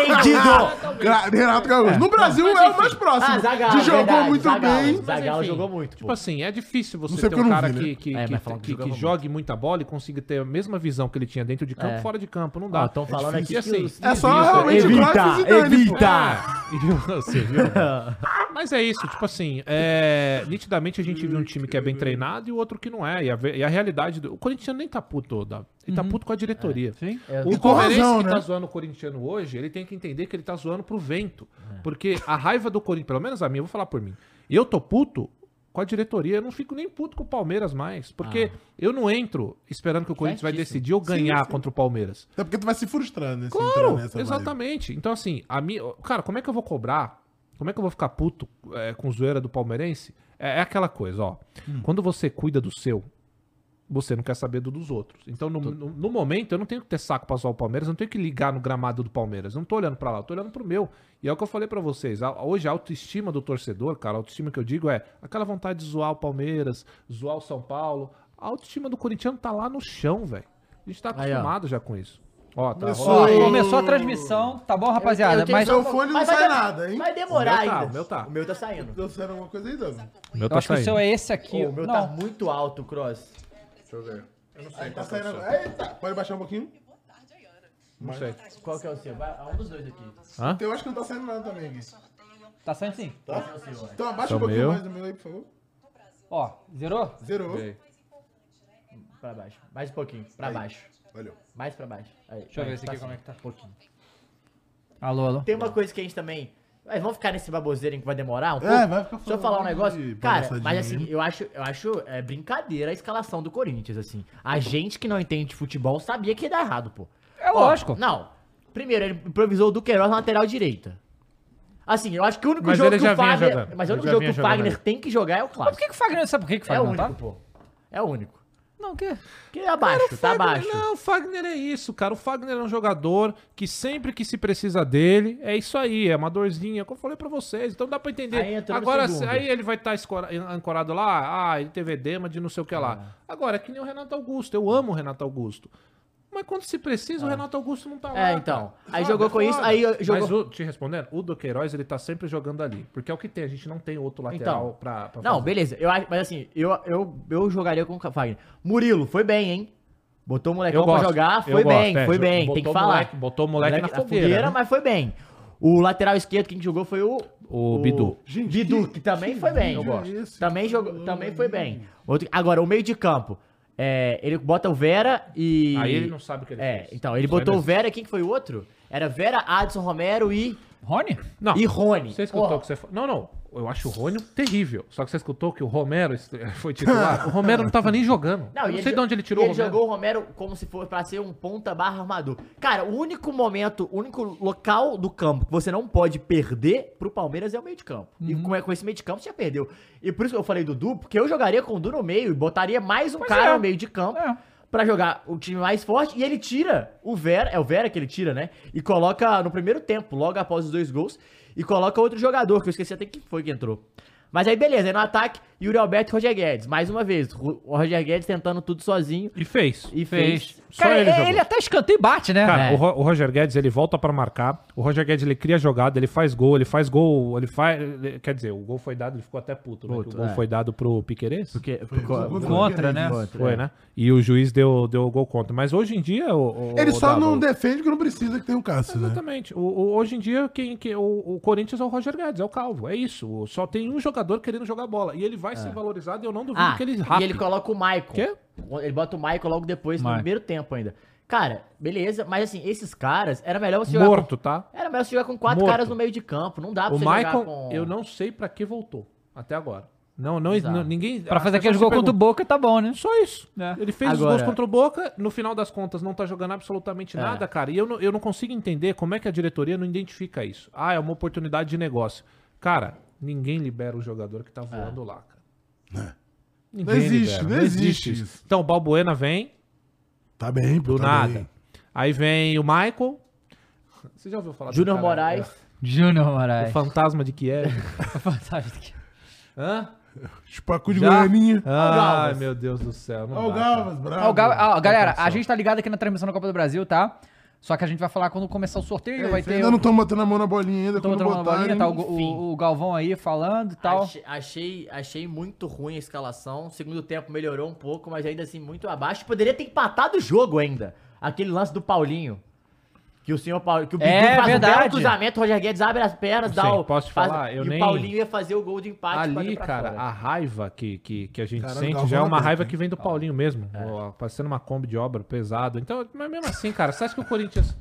Speaker 5: incompreendido. Ah,
Speaker 3: Gra- Renato Gaúcho. No Brasil é o mais próximo. que jogou
Speaker 5: verdade,
Speaker 3: muito
Speaker 5: Zagallo,
Speaker 3: bem.
Speaker 5: Zagallo
Speaker 2: enfim.
Speaker 5: jogou muito.
Speaker 4: Tipo
Speaker 5: Pô.
Speaker 4: assim, é difícil
Speaker 3: Não
Speaker 4: você
Speaker 3: sei
Speaker 4: ter
Speaker 3: porque eu
Speaker 4: um
Speaker 3: não vi,
Speaker 4: cara
Speaker 3: né?
Speaker 4: que, que,
Speaker 5: É,
Speaker 4: que-
Speaker 5: mas falam que
Speaker 4: que- que
Speaker 5: jogava muito.
Speaker 4: jogue muita bola e consiga ter a mesma visão que ele tinha dentro de campo,
Speaker 5: É.
Speaker 4: fora de campo. Não dá.
Speaker 5: Ó, tão falando aqui
Speaker 4: E assim,
Speaker 5: os-
Speaker 3: É só
Speaker 4: Evita,
Speaker 3: realmente o Cruyff e Zidane, pô.
Speaker 4: Ah, você viu? Mas é isso, tipo assim, é, nitidamente a gente viu um time que é bem treinado e o outro que não é. E a, ve- e a realidade do. O corintiano nem tá puto, Davi. Ele tá puto com a diretoria.
Speaker 2: Sim.
Speaker 4: O
Speaker 3: E com
Speaker 4: Palmeirense
Speaker 3: razão,
Speaker 4: que
Speaker 3: né?
Speaker 4: tá zoando o corintiano hoje, ele tem que entender que ele tá zoando pro vento. Porque a raiva do Corinthians, pelo menos a minha, eu vou falar por mim. Eu tô puto com a diretoria, eu não fico nem puto com o Palmeiras mais. Porque eu não entro esperando que o Corinthians vai
Speaker 5: Certíssimo.
Speaker 4: decidir ou ganhar contra o Palmeiras.
Speaker 3: Até porque tu vai se frustrando. né, se entrar
Speaker 4: Claro,
Speaker 3: nessa vibe.
Speaker 4: exatamente. Então, assim, a minha. Cara, como é que eu vou cobrar? Como é que eu vou ficar puto é, com zoeira do palmeirense? É, é aquela coisa, ó.
Speaker 2: Hum.
Speaker 4: Quando você cuida do seu, você não quer saber do dos outros. Então, no, no- no momento, eu não tenho que ter saco pra zoar o Palmeiras, eu não tenho que ligar no gramado do Palmeiras. Eu Não tô olhando pra lá, eu tô olhando pro meu. E é o que eu falei pra vocês. a- hoje, a autoestima do torcedor, cara, a autoestima que eu digo é aquela vontade de zoar o Palmeiras, zoar o São Paulo. A autoestima do corintiano tá lá no chão, velho. A gente tá
Speaker 5: Aí, ó.
Speaker 4: acostumado já com isso. Ó, tá
Speaker 3: Começou
Speaker 2: Ó,
Speaker 3: Ô.
Speaker 2: começou a transmissão, tá bom, rapaziada?
Speaker 5: Eu tenho
Speaker 2: mas
Speaker 5: só
Speaker 3: Seu
Speaker 5: uma-
Speaker 3: fone não
Speaker 5: mas vai
Speaker 3: sai
Speaker 5: dem-
Speaker 3: nada, hein?
Speaker 5: Vai demorar
Speaker 4: O meu tá,
Speaker 5: ainda.
Speaker 4: o meu tá.
Speaker 5: O meu tá saindo.
Speaker 3: Trouxeram alguma coisa aí, Davi?
Speaker 4: Meu
Speaker 2: eu acho que o seu é esse aqui.
Speaker 5: Pô, o meu
Speaker 2: não,
Speaker 5: tá muito alto, o cross.
Speaker 3: Deixa eu ver. Aí tá saindo agora. Eita, pode baixar um pouquinho?
Speaker 4: Não sei.
Speaker 5: Qual que é o seu? Vai, um dos dois aqui.
Speaker 3: Eu acho que não tá saindo nada também, Gui.
Speaker 2: tá saindo sim.
Speaker 5: Qual que é o seu, vai?
Speaker 3: Então abaixa
Speaker 4: Só
Speaker 3: um pouquinho
Speaker 4: meu.
Speaker 3: mais do meu aí, por favor.
Speaker 2: Ó, zerou?
Speaker 3: Zerou.
Speaker 5: Pra baixo. Mais um pouquinho. Pra baixo.
Speaker 3: Valeu.
Speaker 5: Mais pra baixo. Aí,
Speaker 2: Deixa eu
Speaker 5: vai,
Speaker 2: ver esse aqui como é que tá.
Speaker 5: Um pouquinho.
Speaker 2: Alô, alô.
Speaker 5: Tem uma coisa que a gente também. Mas vamos ficar nesse baboseiro em que vai demorar um pouco?
Speaker 3: É, vai ficar
Speaker 5: Só
Speaker 3: falando
Speaker 5: falar um
Speaker 3: de né?
Speaker 5: negócio. Cara,
Speaker 3: palhaçadinha
Speaker 5: mas assim,
Speaker 3: aí.
Speaker 5: eu acho, eu acho é, brincadeira a escalação do Corinthians, assim. A gente que não entende futebol sabia que ia dar errado, pô.
Speaker 2: É
Speaker 5: Ó,
Speaker 2: lóqueiros.
Speaker 5: Não. Primeiro, ele improvisou o Duqueiroz na lateral direita. Assim, eu acho que o único
Speaker 4: Mas
Speaker 5: jogo
Speaker 4: ele
Speaker 5: que
Speaker 4: já
Speaker 5: o
Speaker 4: vinha
Speaker 5: Fagner.
Speaker 4: jogando.
Speaker 5: Mas
Speaker 4: Ele
Speaker 5: o único
Speaker 4: já
Speaker 5: jogo que
Speaker 4: vinha
Speaker 5: o
Speaker 4: jogando
Speaker 5: Fagner
Speaker 4: ali.
Speaker 5: tem que jogar é o
Speaker 2: Mas por
Speaker 5: clássico.
Speaker 2: que, que o Fagner. Sabe por que, que o
Speaker 5: É o
Speaker 2: Fagner não
Speaker 5: único,
Speaker 2: tá?
Speaker 5: pô. É o único.
Speaker 2: Não, o quê?
Speaker 5: Que é abaixo, tá abaixo.
Speaker 4: Não, o Fagner é isso, cara. O Fagner é um jogador que sempre que se precisa dele, é isso aí, é uma dorzinha, como eu falei pra vocês. Então dá pra entender.
Speaker 5: Aí entrou no
Speaker 4: Agora,
Speaker 5: segundo.
Speaker 4: se- aí ele vai estar ancorado lá, ah, ele teve edema de não sei o que lá. Agora, é que nem o Renato Augusto, eu amo o Renato Augusto. Mas quando se precisa, o Renato Augusto não tá lá.
Speaker 5: É, então.
Speaker 4: cara.
Speaker 5: Aí jogou com isso, aí jogou-
Speaker 4: Mas o- te respondendo, o Duqueiroz, ele tá sempre jogando ali. Porque é o que tem, a gente não tem outro lateral
Speaker 5: Então.
Speaker 4: pra, pra
Speaker 5: Não,
Speaker 4: fazer.
Speaker 5: beleza. Eu, acho- mas assim, eu, eu, eu jogaria com o Fagner. Murilo, foi bem, hein? Botou o molecão
Speaker 4: Eu
Speaker 5: pra
Speaker 4: gosto,
Speaker 5: jogar,
Speaker 4: eu
Speaker 5: foi bem,
Speaker 4: gosto, é.
Speaker 5: foi
Speaker 4: Jogou-
Speaker 5: bem, tem que
Speaker 4: botou o
Speaker 5: falar. é
Speaker 4: moleque- botou o moleque na fogueira, né?
Speaker 5: mas foi bem. O lateral esquerdo, quem jogou foi o...
Speaker 4: O Bidu.
Speaker 3: Gente,
Speaker 5: Bidu,
Speaker 3: que-
Speaker 5: que, também
Speaker 3: que
Speaker 5: foi bem.
Speaker 3: vídeo é esse?
Speaker 5: Também,
Speaker 3: Que
Speaker 5: jogou,
Speaker 3: falando
Speaker 5: também
Speaker 3: aí?
Speaker 5: foi bem. Outro- agora, o meio de campo. É, ele bota o Vera e...
Speaker 4: Aí ele não sabe o que ele
Speaker 5: É,
Speaker 4: fez.
Speaker 5: então, ele
Speaker 4: Isso aí
Speaker 5: botou
Speaker 4: não
Speaker 5: o Vera, quem que foi o outro? Era Vera, Adson, Romero e...
Speaker 2: Rony?
Speaker 4: Não.
Speaker 5: E Rony.
Speaker 4: Você escutou
Speaker 5: Porra.
Speaker 4: o que você falou? Não, não. Eu acho o Rony terrível. Só que você escutou que o Romero est- foi titular. o Romero não tava nem jogando. Não,
Speaker 5: e
Speaker 4: não
Speaker 5: ele
Speaker 4: sei de
Speaker 5: jo-
Speaker 4: onde ele tirou
Speaker 5: e
Speaker 4: o Romero.
Speaker 5: jogou o Romero como se fosse pra ser um ponta barra armador. Cara, o único momento, o único local do campo que você não pode perder pro Palmeiras é o meio de campo. E
Speaker 4: Uhum.
Speaker 5: com, com esse meio de campo você já perdeu. E por isso que eu falei do Du, porque eu jogaria com o Du no meio e botaria mais um cara
Speaker 2: é.
Speaker 5: no meio de campo.
Speaker 2: É.
Speaker 5: Pra jogar o time mais forte. E ele tira o Vera. É o Vera que ele tira, né? E coloca no primeiro tempo, logo após os dois gols. E coloca outro jogador, que eu esqueci até quem foi que entrou. Mas aí, beleza. Aí no ataque, Yuri Alberto e Roger Guedes. Mais uma vez, o Roger Guedes tentando tudo sozinho.
Speaker 4: E fez.
Speaker 5: E fez.
Speaker 4: Só
Speaker 2: Cara, é,
Speaker 4: ele
Speaker 2: ele,
Speaker 4: jogou.
Speaker 2: até escanteia e bate, né?
Speaker 4: Cara,
Speaker 5: É.
Speaker 4: o, Ro- o Roger Guedes, ele volta pra marcar. O Roger Guedes, ele cria jogada, ele faz gol, ele faz gol, ele faz... ele- Quer dizer, o gol foi dado, ele ficou até puto, né? Que
Speaker 5: Puto,
Speaker 4: o gol
Speaker 5: é.
Speaker 4: foi dado pro Piqueires.
Speaker 5: Porque, porque,
Speaker 2: Contra, né?
Speaker 4: Foi, né? E o juiz deu, deu o gol contra. Mas hoje em dia... O, o-
Speaker 3: Ele
Speaker 4: o
Speaker 3: só
Speaker 4: Dado-
Speaker 3: não defende que não precisa que tem o Cássio, né?
Speaker 4: Exatamente. O, o- hoje em dia, quem, que, o, o Corinthians é o Roger Guedes, é o Calvo. É isso. O- Só tem um jogador querendo jogar bola. E ele vai ser valorizado e eu não duvido
Speaker 5: Ah,
Speaker 4: que ele rape.
Speaker 5: e ele coloca o Maicon.
Speaker 4: Quê?
Speaker 5: Ele bota o Maicon logo depois, no
Speaker 2: Maicon.
Speaker 5: primeiro tempo ainda. Cara, beleza, mas assim, esses caras, era melhor você jogar
Speaker 4: Morto, tá?
Speaker 5: com... Era melhor você jogar com quatro
Speaker 4: Morto.
Speaker 5: caras no meio de campo. Não dá pra
Speaker 4: O
Speaker 5: você
Speaker 4: Maicon,
Speaker 5: jogar com...
Speaker 4: eu não sei pra que voltou até agora. Não, não,
Speaker 5: Exato.
Speaker 4: não- ninguém...
Speaker 2: Pra
Speaker 4: as
Speaker 2: fazer aquele
Speaker 4: pessoas
Speaker 2: gol
Speaker 4: se
Speaker 2: contra o Boca, tá bom, né?
Speaker 4: Só isso.
Speaker 2: É.
Speaker 4: Ele fez os
Speaker 5: Agora-
Speaker 4: gols contra o Boca, no final das contas não tá jogando
Speaker 3: É.
Speaker 4: absolutamente nada, cara. E eu não, eu não consigo entender como é que a diretoria não identifica isso. Ah, é uma oportunidade de negócio. Cara, ninguém libera o jogador que tá voando lá, cara. Ninguém
Speaker 3: É. Não existe, não existe isso.
Speaker 4: Então, o Balbuena vem,
Speaker 3: Tá bem, pô.
Speaker 4: do
Speaker 3: tá
Speaker 4: nada.
Speaker 3: bem.
Speaker 4: Aí vem o Michael. Você já ouviu falar do
Speaker 5: Júnior
Speaker 4: cara? É.
Speaker 5: Moraes.
Speaker 2: Júnior
Speaker 4: O
Speaker 2: Moraes.
Speaker 4: fantasma de Kiev.
Speaker 2: Fantástico.
Speaker 4: Hã?
Speaker 3: Chupacu de
Speaker 4: Já?
Speaker 3: Goianinha.
Speaker 4: Ai,
Speaker 5: Galvas.
Speaker 4: meu Deus do céu. Não
Speaker 3: Ó o
Speaker 4: dá, cara.
Speaker 3: Galvas, bravo.
Speaker 2: Ó, o Gal- ó, galera, a gente tá ligado aqui na transmissão da Copa do Brasil, tá? Só que a gente vai falar quando começar o sorteio,
Speaker 3: É,
Speaker 2: vai
Speaker 3: isso,
Speaker 2: ter
Speaker 3: ainda
Speaker 2: o-
Speaker 3: não estão botando a mão na bolinha ainda.
Speaker 2: tô
Speaker 3: Quando
Speaker 2: botando uma bolinha,
Speaker 6: né?
Speaker 3: botarem...
Speaker 2: tá o, o-
Speaker 5: enfim.
Speaker 2: o Galvão aí falando e tal.
Speaker 5: Achei, achei, achei muito ruim a escalação. Segundo tempo melhorou um pouco, mas ainda assim muito abaixo. Poderia ter empatado o jogo ainda. Aquele lance do Paulinho. Que o senhor Paulinho. Que o Bidu
Speaker 2: É,
Speaker 5: faz um
Speaker 2: verdade.
Speaker 5: belo cruzamento, o Roger Guedes abre as pernas,
Speaker 4: Não
Speaker 5: dá
Speaker 4: sei,
Speaker 5: o.
Speaker 4: posso te
Speaker 5: faz-
Speaker 4: falar? Eu
Speaker 5: e
Speaker 4: nem-
Speaker 5: o Paulinho ia fazer o gol de empate pra
Speaker 4: Ali,
Speaker 5: ir pra
Speaker 4: cara, ah,
Speaker 5: fora.
Speaker 4: a raiva que, que, que a gente
Speaker 3: Caralho,
Speaker 4: sente
Speaker 3: Galvão
Speaker 4: já é uma
Speaker 3: aberto,
Speaker 4: raiva
Speaker 2: né?
Speaker 3: hein?
Speaker 4: que vem do Paulinho mesmo.
Speaker 2: É.
Speaker 4: Ó, Parecendo uma Kombi de obra, pesado. Então, mas mesmo assim, cara, você acha que o Corinthians.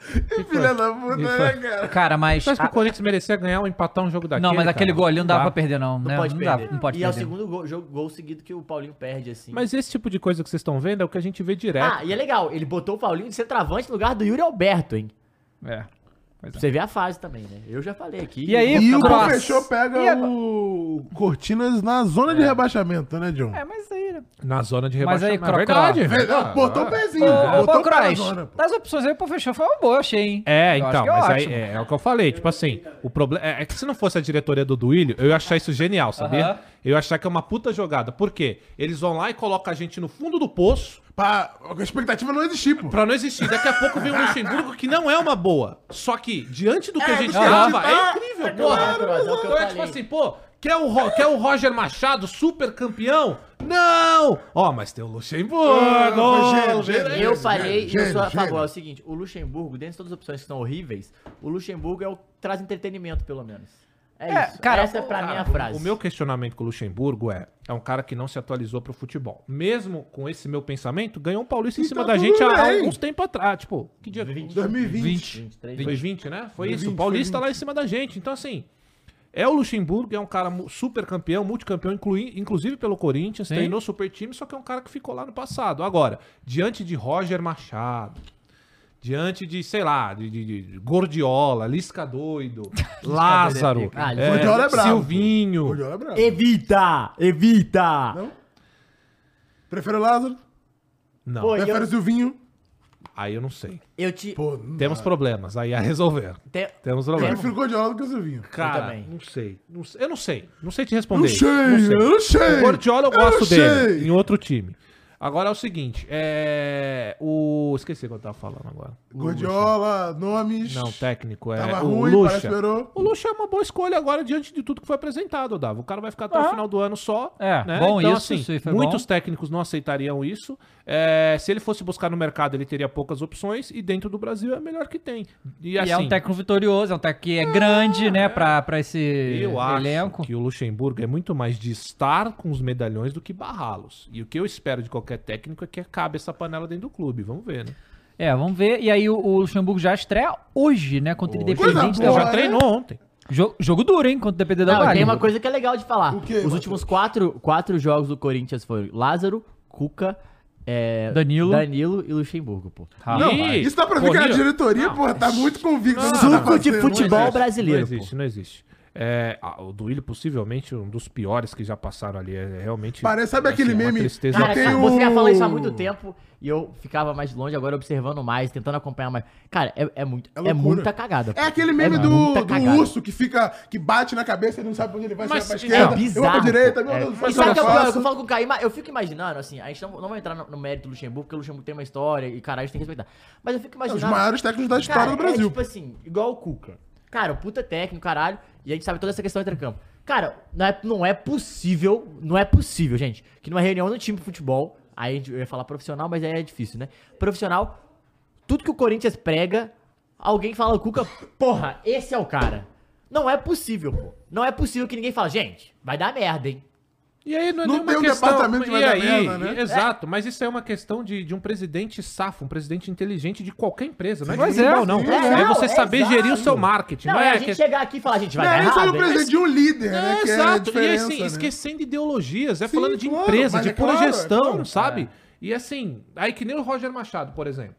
Speaker 4: Que foi?
Speaker 3: Filha da puta,
Speaker 4: Que
Speaker 3: né,
Speaker 4: foi?
Speaker 3: cara?
Speaker 2: Cara, mas.
Speaker 4: Você acha que o Corinthians merecia ganhar ou empatar um jogo daquele?
Speaker 2: não, mas aquele
Speaker 4: cara? Tá.
Speaker 2: gol ali não dava
Speaker 4: dá.
Speaker 2: pra perder, não.
Speaker 5: Não
Speaker 2: né?
Speaker 5: pode
Speaker 2: não, dá-
Speaker 5: perder.
Speaker 2: não pode
Speaker 5: e é o
Speaker 2: perder.
Speaker 5: segundo gol, jogo, gol seguido que o Paulinho perde, assim.
Speaker 4: Mas esse tipo de coisa que vocês estão vendo é o que a gente vê direto.
Speaker 5: Ah, e é legal, ele botou o Paulinho de centroavante no lugar do Yuri Alberto, hein?
Speaker 4: É.
Speaker 5: Pra você ver a fase também, né? Eu já falei aqui.
Speaker 2: E aí,
Speaker 3: E o
Speaker 2: Cross.
Speaker 3: Profechou pega
Speaker 2: E agora?
Speaker 3: o Cortinas na zona de rebaixamento, né, John?
Speaker 2: É, mas aí, né?
Speaker 4: Na zona de
Speaker 2: Mas aí,
Speaker 4: rebaixamento. é
Speaker 2: Crocó.
Speaker 4: verdade. velho.
Speaker 3: Não, botou
Speaker 5: né?
Speaker 3: o pezinho.
Speaker 6: É,
Speaker 2: Ô,
Speaker 3: botou
Speaker 2: ô,
Speaker 3: o pé na
Speaker 2: Cross,
Speaker 3: zona, pô.
Speaker 2: das opções aí pro fechou foi uma boa, eu achei, hein?
Speaker 4: É,
Speaker 2: Eu acho
Speaker 4: então,
Speaker 2: que é
Speaker 4: mas aí
Speaker 2: ótimo.
Speaker 4: é, é o que eu falei, tipo assim, o problema é, é que se não fosse a diretoria do Duílio, eu ia achar isso genial, sabia?
Speaker 2: Aham.
Speaker 4: Eu ia achar que é uma puta jogada. Por quê? Eles vão lá e colocam a gente no fundo do poço
Speaker 3: Pra- A expectativa não existir, pô.
Speaker 4: pra não existir. Daqui a pouco vem o Luxemburgo que não é uma boa. Só que diante do que a gente
Speaker 2: você
Speaker 4: tava,
Speaker 3: acredita?
Speaker 4: é incrível,
Speaker 5: É
Speaker 4: porra.
Speaker 5: claro, mas é o que eu
Speaker 4: então é tipo
Speaker 5: falei.
Speaker 4: assim, pô, quer o, Ro- quer o Roger Machado super campeão? Não! Ó, mas tem o Luxemburgo.
Speaker 3: Ah, Rogério,
Speaker 4: beleza.
Speaker 3: Rogério.
Speaker 5: Eu
Speaker 3: Gênio,
Speaker 5: falei, e
Speaker 3: gênio,
Speaker 5: eu sou a
Speaker 3: gênio.
Speaker 5: favor, é o seguinte, o Luxemburgo, dentre todas as opções que são horríveis, o Luxemburgo é o que traz entretenimento, pelo menos. É,
Speaker 2: É,
Speaker 5: isso.
Speaker 2: cara,
Speaker 5: Essa é pra
Speaker 4: Cara,
Speaker 5: mim a
Speaker 4: o-
Speaker 5: frase.
Speaker 4: O meu questionamento com o Luxemburgo é: é um cara que não se atualizou pro futebol. Mesmo com esse meu pensamento, ganhou um paulista em
Speaker 3: Então
Speaker 5: tá
Speaker 4: cima da
Speaker 3: tudo
Speaker 4: gente há
Speaker 3: bem.
Speaker 4: alguns tempo atrás. Tipo, que dia?
Speaker 3: 2020.
Speaker 5: 23
Speaker 4: Foi 20, né? Foi
Speaker 3: 20,
Speaker 4: isso.
Speaker 3: foi
Speaker 4: O paulista
Speaker 3: 20.
Speaker 4: lá em cima da gente. Então, assim. É o Luxemburgo, é um cara mu- super campeão, multicampeão, inclui, inclusive pelo Corinthians,
Speaker 2: Sim.
Speaker 4: treinou super time, só que é um cara que ficou lá no passado. Agora, diante de Roger Machado, diante de, sei lá, de, de- de Gordiola, Lisca Doido, Lázaro,
Speaker 5: pica. Ah,
Speaker 4: é,
Speaker 3: Gordiola é brabo.
Speaker 4: Silvinho.
Speaker 3: Olhou, é bravo.
Speaker 5: Evita! Evita!
Speaker 3: Não? Prefere o Lázaro?
Speaker 4: Não,
Speaker 5: Pô,
Speaker 3: Prefere o Silvinho?
Speaker 4: aí eu não sei.
Speaker 5: Eu te...
Speaker 3: Pô, não
Speaker 4: Temos
Speaker 3: dá.
Speaker 4: problemas, aí a resolver.
Speaker 5: te-
Speaker 4: Temos
Speaker 3: Eu
Speaker 4: problemas.
Speaker 3: prefiro o Guardiola do que o Silvinho.
Speaker 4: Cara,
Speaker 5: também.
Speaker 4: não sei, não sei. Eu não sei. Não sei te
Speaker 3: Não
Speaker 4: responder.
Speaker 3: sei, eu não sei.
Speaker 4: O Guardiola eu gosto
Speaker 3: não
Speaker 4: dele,
Speaker 3: sei.
Speaker 4: em outro time. Agora é o seguinte, é... O... Esqueci o que eu tava falando agora. O
Speaker 3: Guardiola, nomes.
Speaker 4: Lucha. Não, técnico, é
Speaker 3: Tava
Speaker 4: o
Speaker 3: ruim, parece
Speaker 4: Lucha.
Speaker 3: que melhorou.
Speaker 4: O Lucha é uma boa escolha agora, diante de tudo que foi apresentado, Dava. O cara vai ficar até o final do ano só.
Speaker 2: Ah. É,
Speaker 4: né?
Speaker 2: bom
Speaker 4: então,
Speaker 2: isso, isso aí foi
Speaker 4: muitos
Speaker 2: bom.
Speaker 4: técnicos não aceitariam isso. É, se ele fosse buscar no mercado, ele teria poucas opções. E dentro do Brasil é a melhor que tem. E,
Speaker 2: E
Speaker 4: assim, Ah,
Speaker 2: é um técnico vitorioso, é um técnico que é grande, né, pra, pra esse
Speaker 4: eu acho
Speaker 2: elenco.
Speaker 4: que o Luxemburgo é muito mais de estar com os medalhões do que barrá-los. E o que eu espero de qualquer técnico é que acabe essa panela dentro do clube. Vamos ver, né?
Speaker 2: É, vamos ver. E aí o, o Luxemburgo já estreia hoje, né, contra o
Speaker 3: Coisa
Speaker 2: Independente
Speaker 3: boa,
Speaker 2: da
Speaker 4: já
Speaker 3: né?
Speaker 2: Vale.
Speaker 4: treinou ontem.
Speaker 2: Jogo, jogo duro, hein, contra o Independente da
Speaker 5: Não,
Speaker 2: Vale.
Speaker 5: tem uma coisa que é legal de falar.
Speaker 3: O quê,
Speaker 5: Os
Speaker 3: Matheus?
Speaker 5: últimos quatro, quatro jogos do Corinthians foram Lázaro, Cuca, é,
Speaker 2: Danilo.
Speaker 5: Danilo e Luxemburgo, pô.
Speaker 3: Não,
Speaker 4: Ih,
Speaker 3: isso dá pra ver que a
Speaker 4: corrida.
Speaker 3: diretoria, pô, tá muito convicta. do que tá
Speaker 5: Suco de
Speaker 3: fazendo.
Speaker 5: futebol
Speaker 4: existe,
Speaker 5: brasileiro,
Speaker 4: Não existe, não existe. É, a- o Duílio, possivelmente, um dos piores que já passaram ali. É realmente. assim,
Speaker 3: Parece- sabe aquele
Speaker 4: uma
Speaker 3: meme?
Speaker 4: Tristeza.
Speaker 3: Já
Speaker 5: Cara,
Speaker 3: tem um
Speaker 5: cara,
Speaker 3: o-
Speaker 5: você já falou isso há muito tempo e eu ficava mais longe, agora observando mais, tentando acompanhar mais. Cara, é, é muito,
Speaker 3: É
Speaker 5: é,
Speaker 3: loucura.
Speaker 5: muita cagada. pô.
Speaker 3: É aquele meme do,
Speaker 4: tá
Speaker 5: muita
Speaker 3: do
Speaker 5: cagada.
Speaker 3: urso que fica, que bate na cabeça e não sabe pra onde ele vai, se
Speaker 4: Mas
Speaker 3: vai pra
Speaker 4: é
Speaker 3: esquerda, eu vou
Speaker 5: bizarro,
Speaker 3: pra direita, meu
Speaker 4: é.
Speaker 3: Deus,
Speaker 5: E
Speaker 3: faz o
Speaker 5: sabe o
Speaker 3: que
Speaker 5: que é
Speaker 3: eu
Speaker 5: o pior?
Speaker 3: faço.
Speaker 5: Eu falo com o Caí, mas eu fico imaginando, assim, a gente não, não vai entrar no, no mérito do Luxemburgo, porque o Luxemburgo tem uma história e caralho, a gente tem que respeitar. Mas eu fico
Speaker 3: Os
Speaker 5: imaginando.
Speaker 3: maiores técnicos da história
Speaker 5: Cara,
Speaker 3: do
Speaker 5: É,
Speaker 3: Brasil.
Speaker 5: tipo assim, igual o Cuca. Cara, o puta técnico, caralho. E a gente sabe toda essa questão entre campo. Cara, não é, não é possível, não é possível, gente, que numa reunião do time de futebol, aí a gente, eu ia falar profissional, mas aí é difícil, né? Profissional, tudo que o Corinthians prega, alguém fala, Cuca, porra, esse é o cara. Não é possível, pô. Não é possível que ninguém fala, gente, vai dar merda, hein?
Speaker 4: E aí não é
Speaker 3: Não
Speaker 4: nenhuma
Speaker 3: tem um
Speaker 4: questão.
Speaker 3: departamento que vai
Speaker 4: e
Speaker 3: dar
Speaker 4: aí,
Speaker 3: merda, né?
Speaker 4: Exato, mas isso é uma questão de, de um presidente safo, um presidente inteligente de qualquer empresa. Não é de
Speaker 2: Pois é,
Speaker 4: futebol, não.
Speaker 3: sim,
Speaker 4: É,
Speaker 5: é.
Speaker 4: você
Speaker 5: É,
Speaker 4: saber
Speaker 5: exato.
Speaker 4: gerir o seu marketing. Não,
Speaker 5: Não, é
Speaker 4: é
Speaker 5: a gente
Speaker 4: questão.
Speaker 5: chegar aqui e falar, gente, vai
Speaker 3: Não, é
Speaker 5: dar
Speaker 3: nem sobre o
Speaker 5: errado. hein?"
Speaker 3: presidente de um líder,
Speaker 4: É,
Speaker 3: né? que é a
Speaker 4: exato. e
Speaker 3: diferença,
Speaker 4: assim,
Speaker 3: né?
Speaker 4: esquecendo ideologias, é
Speaker 3: Sim,
Speaker 4: falando de
Speaker 3: claro,
Speaker 4: empresa,
Speaker 3: mas
Speaker 4: de
Speaker 3: é
Speaker 4: pura
Speaker 3: claro, é
Speaker 4: gestão,
Speaker 3: claro.
Speaker 4: sabe? E assim, aí que nem o Roger Machado, por exemplo.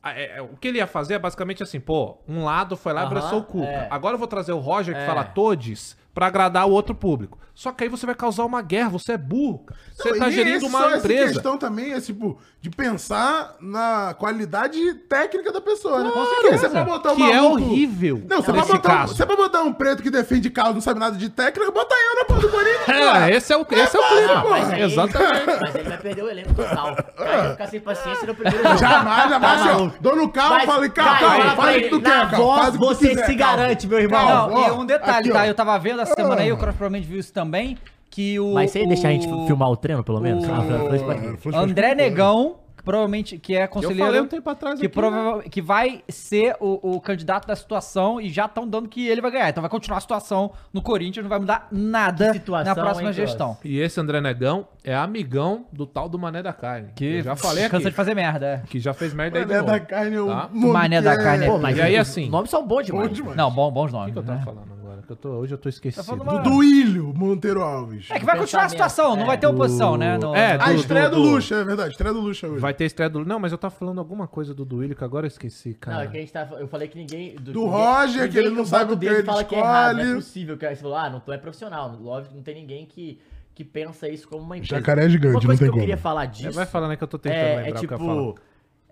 Speaker 4: Ah, é, é, o que ele ia fazer é basicamente assim, pô, um lado foi lá e
Speaker 5: Aham,
Speaker 4: abraçou o Cuca.
Speaker 5: é.
Speaker 4: Agora eu vou trazer o Roger que
Speaker 5: É.
Speaker 4: fala todes, pra agradar o outro público. Só que aí você vai causar uma guerra, você é burro. cara. Você
Speaker 6: Não,
Speaker 4: tá
Speaker 6: e
Speaker 4: gerindo
Speaker 6: esse-
Speaker 4: uma
Speaker 6: só Essa
Speaker 4: empresa.
Speaker 6: questão também é, tipo, de pensar na qualidade técnica da pessoa, né?
Speaker 4: Claro,
Speaker 6: Porque você vai botar um
Speaker 4: que é
Speaker 6: maluco-
Speaker 4: horrível
Speaker 6: Não, você vai,
Speaker 4: nesse
Speaker 6: botar, um-
Speaker 4: caso.
Speaker 6: você vai botar um preto que defende carro, não sabe nada de técnica, bota eu na porra do Corinthians.
Speaker 4: É, esse é o, esse é o clima.
Speaker 5: Não, mas aí-
Speaker 4: Exatamente.
Speaker 5: Mas ele vai perder o elenco total. Aí vai ficar sem paciência no primeiro jogo.
Speaker 6: Jamais, jamais,
Speaker 5: Tá
Speaker 6: ó.
Speaker 5: maluco.
Speaker 6: Dono carro,
Speaker 5: Mas,
Speaker 6: fala, calma,
Speaker 5: vai,
Speaker 6: calma,
Speaker 5: fala
Speaker 6: fala
Speaker 5: pra
Speaker 6: o que tu
Speaker 5: ele.
Speaker 6: quer,
Speaker 5: Na
Speaker 6: Calvo,
Speaker 5: voz
Speaker 6: faz o que tu
Speaker 5: você
Speaker 6: quiser,
Speaker 5: se
Speaker 6: Calvo.
Speaker 5: garante, meu irmão.
Speaker 6: Calvo,
Speaker 2: Não,
Speaker 6: ó,
Speaker 2: e um detalhe,
Speaker 6: aqui, ó.
Speaker 2: tá? Eu tava vendo essa semana aí, o Cross provavelmente viu isso também, que o...
Speaker 5: Ah. Mas você ia deixar a gente
Speaker 2: o-
Speaker 5: filmar o treino, pelo menos?
Speaker 2: o-
Speaker 5: Ah, Fran, Fran, Fran.
Speaker 6: Fluxo,
Speaker 2: André
Speaker 6: fluxo,
Speaker 2: Negão, que provavelmente, que é
Speaker 4: Eu
Speaker 2: conselheiro...
Speaker 4: falei um tempo atrás
Speaker 2: que,
Speaker 4: aqui, né?
Speaker 2: prova- que vai ser o, o candidato da situação e já estão dando que ele vai ganhar. Então vai continuar a situação no Corinthians, não vai mudar nada
Speaker 5: Que
Speaker 2: na
Speaker 5: situação,
Speaker 2: próxima
Speaker 5: hein, Cross?
Speaker 2: gestão.
Speaker 4: E esse André Negão é amigão do tal do Mané da Carne. Que eu já falei aqui.
Speaker 2: Cansa de fazer merda. é.
Speaker 4: Que já fez merda aí de
Speaker 6: Mané
Speaker 4: novo.
Speaker 6: da carne é um
Speaker 4: Tá?
Speaker 6: mundo
Speaker 2: Mané da
Speaker 6: que é-
Speaker 2: carne é
Speaker 5: Pô, mas
Speaker 4: E aí,
Speaker 5: os
Speaker 4: assim-
Speaker 5: nomes são bons
Speaker 6: Bom
Speaker 5: demais.
Speaker 6: demais.
Speaker 2: É. Não, bom, bons
Speaker 4: O
Speaker 2: nomes.
Speaker 4: que eu
Speaker 2: né?
Speaker 4: tava falando agora? Que eu tô- hoje eu tô esquecido.
Speaker 2: falando
Speaker 4: Do-
Speaker 2: uma-
Speaker 6: Do Ilho, Monteiro Alves.
Speaker 2: É que vai continuar a situação, não vai ter oposição, né? No-
Speaker 4: É,
Speaker 6: A
Speaker 4: do-
Speaker 6: estreia do,
Speaker 4: do-
Speaker 6: Lucha, é verdade, estreia do Lucha hoje.
Speaker 4: Vai ter estreia do... Não, mas eu tava falando alguma coisa do Duílio que agora eu esqueci,
Speaker 5: Não,
Speaker 4: cara.
Speaker 5: é que a gente tá, eu falei que ninguém.
Speaker 6: Do Roger, que ele não sabe o que ele
Speaker 5: fala que é errado. Não é
Speaker 6: escolhe.
Speaker 5: possível que aí você falou, ah, não tu é profissional. Lógico, não tem ninguém que, que pensa isso como uma empresa.
Speaker 6: Jacaré é gigante,
Speaker 5: uma
Speaker 6: não tem
Speaker 5: coisa que eu
Speaker 6: como.
Speaker 5: queria falar
Speaker 4: É,
Speaker 5: disso.
Speaker 4: Vai falando aí que eu tô tentando
Speaker 5: é, é
Speaker 4: lembrar o que eu falo.
Speaker 5: tipo,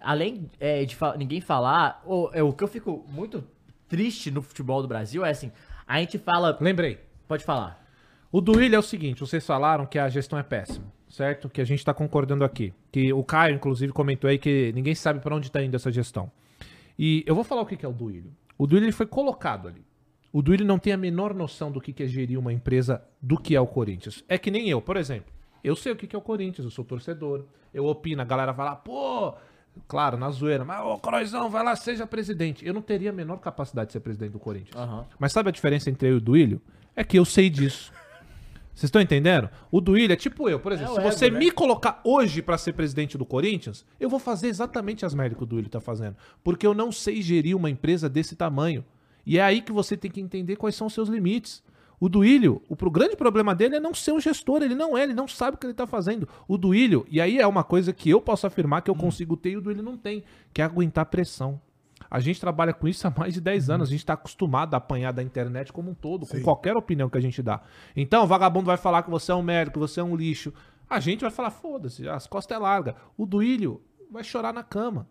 Speaker 5: além é, de fa- ninguém falar, o, é, o que eu fico muito triste no futebol do Brasil é assim, a gente fala,
Speaker 4: Lembrei.
Speaker 5: pode falar.
Speaker 4: O Duílio é o seguinte, vocês falaram que a gestão é péssima, certo? Que a gente tá concordando aqui. Que o Caio, inclusive, comentou aí que ninguém sabe pra onde tá indo essa gestão. E eu vou falar o que que é o Duílio. O Duílio ele foi colocado ali. O Duílio não tem a menor noção do que que é gerir uma empresa, do que é o Corinthians. É que nem eu, por exemplo. Eu sei o que que é o Corinthians, eu sou torcedor, eu opino, a galera vai lá, pô, claro, na zoeira, mas ô Croizão, vai lá, seja presidente. Eu não teria a menor capacidade de ser presidente do Corinthians.
Speaker 5: Aham.
Speaker 4: Mas sabe a diferença entre eu e o Duílio? É que eu sei disso. Vocês estão entendendo? O Duílio é tipo eu, por exemplo.
Speaker 5: É
Speaker 4: se
Speaker 5: o ego,
Speaker 4: você
Speaker 5: né?
Speaker 4: me colocar hoje pra ser presidente do Corinthians, eu vou fazer exatamente as merdas que o Duílio tá fazendo. Porque eu não sei gerir uma empresa desse tamanho. E é aí que você tem que entender quais são os seus limites. O Duílio, o, pro- grande problema dele é não ser um gestor, ele não é, ele não sabe o que ele tá fazendo. O Duílio, e aí é uma coisa que eu posso afirmar
Speaker 5: Hum.
Speaker 4: que eu consigo ter e o Duílio não tem, que é aguentar pressão. A gente trabalha com isso há mais de 10 anos. A gente está acostumado a apanhar da internet como um todo, com qualquer opinião que a gente dá. Então, o vagabundo vai falar que você é um merda, que você é um lixo. A gente vai falar, foda-se, as costas é larga. O Duílio vai chorar na cama.